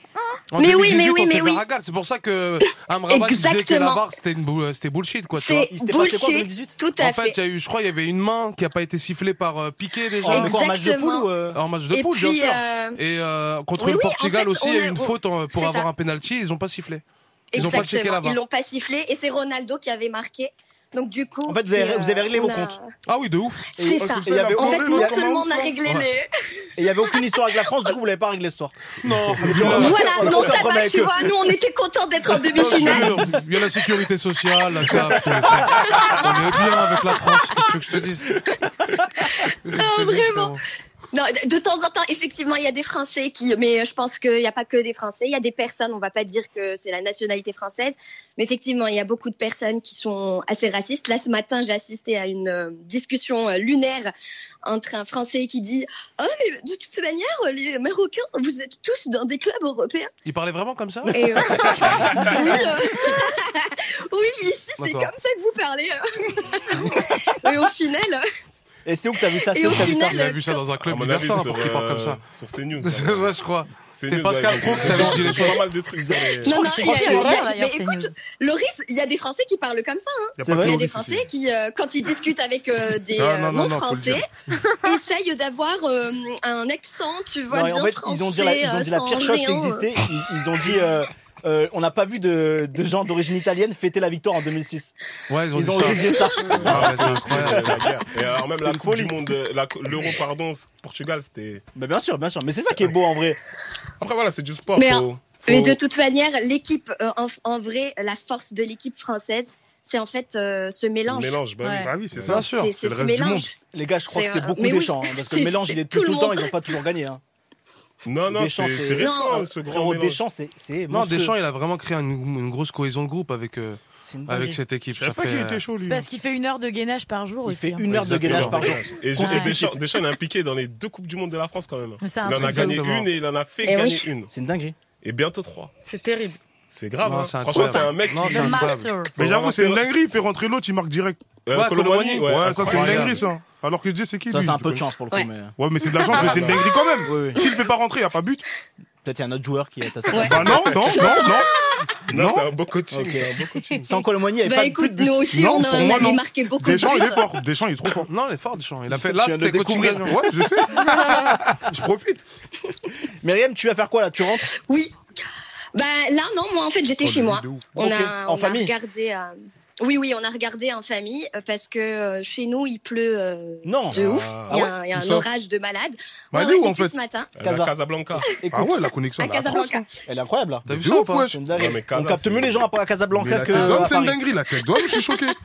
Speaker 6: En
Speaker 7: Mais oui,
Speaker 6: 2018,
Speaker 7: mais oui,
Speaker 6: on s'est
Speaker 7: mais
Speaker 6: fait
Speaker 7: oui.
Speaker 6: ragarder. C'est pour ça que Amrabat disait que la
Speaker 7: Exactement.
Speaker 6: VAR, c'était une boule- c'était bullshit, quoi. tu vois.
Speaker 7: C'est
Speaker 1: Il s'était passé quoi en
Speaker 7: bullshit.
Speaker 1: 2018
Speaker 7: Tout à
Speaker 6: En fait, il y a eu, je crois, il y avait une main qui a pas été sifflée par euh, Piqué déjà.
Speaker 1: En quoi, en match de
Speaker 7: Exactement.
Speaker 1: poule ou, euh,
Speaker 6: En match de
Speaker 7: et
Speaker 6: poule,
Speaker 7: puis,
Speaker 6: bien sûr.
Speaker 7: euh,
Speaker 6: Et euh, contre
Speaker 7: Oui,
Speaker 6: le
Speaker 7: oui, en
Speaker 6: Portugal
Speaker 7: fait,
Speaker 6: aussi, il y a eu une
Speaker 7: on a-
Speaker 6: faute en- pour
Speaker 7: c'est
Speaker 6: avoir
Speaker 7: ça.
Speaker 6: un penalty, ils ont pas sifflé. Ils ont pas checké
Speaker 7: Exactement.
Speaker 6: là-bas.
Speaker 7: Ils l'ont pas sifflé et c'est Ronaldo qui avait marqué. Donc du coup,
Speaker 1: En fait, vous avez-
Speaker 7: c'est,
Speaker 1: vous avez réglé
Speaker 7: euh, on
Speaker 1: vos
Speaker 7: a-
Speaker 1: comptes.
Speaker 6: Ah oui, de ouf.
Speaker 7: euh, C'est
Speaker 1: Et- euh,
Speaker 7: ça.
Speaker 1: et il y avait
Speaker 7: En
Speaker 1: aucun-
Speaker 7: fait,
Speaker 1: il y
Speaker 7: non
Speaker 1: a-
Speaker 7: seulement on a réglé les.
Speaker 1: et il y avait aucune histoire avec la France, du coup vous l'avez pas réglé ce soir.
Speaker 6: Non.
Speaker 7: Voilà,
Speaker 1: (laughs) on a
Speaker 7: non,
Speaker 1: aucun
Speaker 7: ça
Speaker 1: problème
Speaker 7: va,
Speaker 1: avec
Speaker 7: tu
Speaker 1: eux.
Speaker 7: vois. Nous, on était contents
Speaker 1: (laughs)
Speaker 7: d'être en
Speaker 6: Non, je
Speaker 7: demi-finale.
Speaker 6: te jure, Il y a la sécurité sociale, la CAF, tout le truc. On est bien avec la France, qu'est-ce que tu veux que je te dise Qu'est-ce que je te
Speaker 7: Non,
Speaker 6: dise,
Speaker 7: vraiment. Non, de- de temps en temps, effectivement, il y a des Français qui, mais je pense qu'il n'y a pas que des Français, il y a des personnes, on va pas dire que c'est la nationalité française, mais effectivement, il y a beaucoup de personnes qui sont assez racistes. Là, ce matin, j'ai assisté à une euh, discussion euh, lunaire entre un Français qui dit « Oh, mais de toute manière, euh, les Marocains, vous êtes tous dans des clubs européens.
Speaker 6: Il parlait vraiment comme ça »
Speaker 7: Et, euh,
Speaker 6: (laughs)
Speaker 7: oui, euh, oui, ici, c'est comme
Speaker 6: D'accord.
Speaker 7: ça que vous parlez. euh. Et au final...
Speaker 1: Et c'est où que t'as vu ça C'est
Speaker 7: Et
Speaker 1: où
Speaker 7: au
Speaker 1: que t'as vu ça
Speaker 7: final-
Speaker 6: Il a vu ça dans un
Speaker 2: À
Speaker 6: club
Speaker 2: mon avis,
Speaker 6: libertin,
Speaker 2: sur,
Speaker 6: pour qu'il parle
Speaker 2: euh,
Speaker 6: comme ça.
Speaker 2: sur CNews.
Speaker 6: C'est
Speaker 2: euh,
Speaker 6: vrai, je crois.
Speaker 2: CNews,
Speaker 6: Pascal
Speaker 2: ouais,
Speaker 6: Pro qui
Speaker 2: c'est-
Speaker 6: t'avait
Speaker 2: c'est-
Speaker 6: dit les
Speaker 2: c'est pas
Speaker 6: choses.
Speaker 2: mal de trucs sur les-
Speaker 7: Non, non,
Speaker 5: Je
Speaker 7: il
Speaker 5: crois
Speaker 7: y a-
Speaker 5: que c'est
Speaker 7: il y
Speaker 5: vrai
Speaker 7: a-
Speaker 5: d'ailleurs,
Speaker 7: mais
Speaker 5: c'est
Speaker 7: écoute,
Speaker 5: news.
Speaker 7: Loris, il y a des Français qui parlent comme ça. hein.
Speaker 1: C'est vrai
Speaker 7: Il y a
Speaker 1: Loris
Speaker 7: des Français qui, euh, quand ils discutent avec euh, des
Speaker 6: Ah,
Speaker 7: euh,
Speaker 6: non, non, non, faut le
Speaker 7: non-français, (laughs) essayent d'avoir euh, un accent, tu vois,
Speaker 1: Non, et
Speaker 7: bien
Speaker 1: en fait,
Speaker 7: français.
Speaker 1: ils ont dit la, ils ont dit la
Speaker 7: euh,
Speaker 1: pire
Speaker 7: sans
Speaker 1: chose qui
Speaker 7: rien, euh.
Speaker 1: existait. Ils, ils ont dit euh, euh, on n'a pas vu de, de gens d'origine italienne fêter la victoire en 2006.
Speaker 6: Ouais, ils ont
Speaker 1: Ils ont
Speaker 6: dit ça.
Speaker 1: oublié ça.
Speaker 6: Ah, ouais, c'est
Speaker 2: Ouais,
Speaker 6: incroyable.
Speaker 2: la guerre. Et alors même
Speaker 1: C'est
Speaker 2: la
Speaker 1: une
Speaker 2: Coupe du
Speaker 1: folie.
Speaker 2: Monde, euh, la cou- l'Euro, pardon, s- Portugal, c'était.
Speaker 1: Bah, bien sûr, bien sûr. Mais c'est ça qui est beau en vrai.
Speaker 2: Après voilà, c'est du sport.
Speaker 7: Mais, euh,
Speaker 2: faut-
Speaker 7: Mais de
Speaker 2: faut-
Speaker 7: toute manière, l'équipe, euh, en, en vrai, la force de l'équipe française, c'est en fait euh, ce
Speaker 2: c'est le
Speaker 7: mélange.
Speaker 2: mélange. bah oui.
Speaker 5: Ouais.
Speaker 2: Bah,
Speaker 4: Bah oui, c'est ça.
Speaker 6: Bien sûr.
Speaker 7: C'est
Speaker 6: c'est
Speaker 7: c'est
Speaker 6: le
Speaker 7: ce
Speaker 6: reste du monde.
Speaker 7: mélange.
Speaker 1: Les gars, je crois
Speaker 7: C'est
Speaker 1: que c'est
Speaker 7: un-
Speaker 1: beaucoup
Speaker 7: mais
Speaker 1: des
Speaker 7: oui,
Speaker 1: champs. parce que
Speaker 7: c'est-
Speaker 1: le mélange, il
Speaker 7: c'est
Speaker 1: est tout,
Speaker 7: tout le
Speaker 1: le temps.
Speaker 7: monde.
Speaker 1: Ils n'ont pas toujours gagné. Hein.
Speaker 2: Non non,
Speaker 1: Deschamps,
Speaker 2: c'est
Speaker 1: c'est-
Speaker 2: c'est récent
Speaker 7: Non.
Speaker 2: hein, ce grand
Speaker 1: Frérot,
Speaker 2: mélange.
Speaker 1: Deschamps, c'est c'est
Speaker 6: Non,
Speaker 1: monstrueux.
Speaker 6: Deschamps, il a vraiment créé une, une grosse cohésion de groupe avec, euh,
Speaker 1: C'est une dinguerie.
Speaker 6: avec cette équipe.
Speaker 4: Je savais
Speaker 6: Ça
Speaker 4: pas
Speaker 6: fait,
Speaker 4: qu'il
Speaker 6: euh,
Speaker 4: était chaud, lui.
Speaker 5: C'est parce qu'il fait une heure de gainage par jour
Speaker 1: Il
Speaker 5: aussi.
Speaker 1: fait
Speaker 5: hein.
Speaker 1: une heure de
Speaker 6: Exactement.
Speaker 1: gainage par jour.
Speaker 2: Et j'ai-
Speaker 5: Ouais.
Speaker 2: et Deschamps, Deschamps, il est impliqué dans les deux coupes du monde de la France quand même.
Speaker 5: Mais c'est
Speaker 2: Il
Speaker 5: un
Speaker 2: en a
Speaker 5: truc de
Speaker 2: gagné
Speaker 6: ouf.
Speaker 2: une et il en a fait
Speaker 7: Eh oui.
Speaker 2: gagner une.
Speaker 1: C'est une dinguerie.
Speaker 2: Et bientôt trois.
Speaker 3: C'est terrible.
Speaker 2: C'est grave.
Speaker 6: Non,
Speaker 2: hein.
Speaker 6: c'est
Speaker 2: Franchement,
Speaker 6: incroyable.
Speaker 2: c'est un mec
Speaker 6: Non,
Speaker 2: qui.
Speaker 6: c'est
Speaker 5: The
Speaker 6: incroyable.
Speaker 5: Master.
Speaker 4: Mais j'avoue, c'est une
Speaker 2: vraiment-
Speaker 4: dinguerie. Il fait rentrer l'autre, il marque direct.
Speaker 2: Euh,
Speaker 6: Ouais,
Speaker 2: Colomani,
Speaker 6: Colomani.
Speaker 2: ouais,
Speaker 4: Ouais, ça, c'est une
Speaker 2: incroyable.
Speaker 4: dinguerie, ça. Alors que je dis, c'est qui
Speaker 1: Ça,
Speaker 4: lui,
Speaker 1: c'est un
Speaker 4: je
Speaker 1: peu de
Speaker 4: connais.
Speaker 1: chance pour le
Speaker 7: Ouais.
Speaker 1: coup. Mais... euh,
Speaker 4: Ouais, mais c'est de la chance, mais c'est
Speaker 1: (laughs)
Speaker 4: une dinguerie quand même.
Speaker 1: Oui, oui.
Speaker 4: S'il fait pas rentrer, il a pas but.
Speaker 1: Peut-être il y a un autre joueur qui est à sa
Speaker 7: Ouais.
Speaker 4: Bah non, non,
Speaker 1: (laughs)
Speaker 4: non, non.
Speaker 2: Non,
Speaker 4: Non.
Speaker 2: c'est un beau coaching.
Speaker 1: Ok.
Speaker 2: C'est un
Speaker 4: (laughs)
Speaker 2: beau coaching.
Speaker 1: Sans Colomani, il n'y avait
Speaker 7: Bah
Speaker 1: pas de
Speaker 7: écoute,
Speaker 1: but.
Speaker 7: nous aussi,
Speaker 4: Non,
Speaker 7: on
Speaker 4: pour moi,
Speaker 7: en
Speaker 4: non.
Speaker 7: a marqué beaucoup de
Speaker 4: Deschamps, il
Speaker 7: buts.
Speaker 4: est fort. Deschamps, il est trop fort.
Speaker 6: Non, il est fort, Deschamps. Il a fait. Là,
Speaker 1: Tu viens de
Speaker 6: c'était coaching
Speaker 1: découvrir.
Speaker 6: gagnant.
Speaker 4: Ouais, je
Speaker 1: (laughs)
Speaker 4: sais. Je profite.
Speaker 1: Myriam, tu vas faire quoi là Tu rentres
Speaker 7: Oui. Bah là, non, moi, en fait, j'étais chez moi. On
Speaker 1: Ok,
Speaker 7: a,
Speaker 1: en
Speaker 7: on a
Speaker 1: famille.
Speaker 7: regardé. euh, Oui, oui, on a regardé en famille euh, parce que euh, chez nous, il pleut euh,
Speaker 1: Non.
Speaker 7: de ouf.
Speaker 2: Ah,
Speaker 7: Il y
Speaker 1: ouais
Speaker 7: a, un- il y a
Speaker 4: Où
Speaker 7: un
Speaker 4: ça
Speaker 7: orage de malade.
Speaker 4: Bah,
Speaker 7: Ouais,
Speaker 4: elle
Speaker 7: ouais,
Speaker 4: est où, en
Speaker 7: depuis
Speaker 4: fait
Speaker 7: ce matin
Speaker 2: Elle a
Speaker 1: Casa.
Speaker 2: Casablanca.
Speaker 1: Écoute,
Speaker 4: Ah ouais, la connexion,
Speaker 7: à
Speaker 4: elle est atroce.
Speaker 7: Casablanca.
Speaker 1: elle est incroyable.
Speaker 6: T'as vu
Speaker 4: De
Speaker 6: ça ou
Speaker 4: ouf,
Speaker 6: pas
Speaker 4: wesh.
Speaker 1: C'est une dinguerie.
Speaker 2: Ouais, mais Casa,
Speaker 1: On capte
Speaker 2: c'est-
Speaker 1: mieux les gens à
Speaker 4: Mais
Speaker 1: Casablanca
Speaker 4: la
Speaker 1: que
Speaker 4: tête d'homme,
Speaker 1: à
Speaker 4: c'est une
Speaker 1: Paris.
Speaker 4: dinguerie. La tête d'homme, je suis choqué.
Speaker 1: (laughs)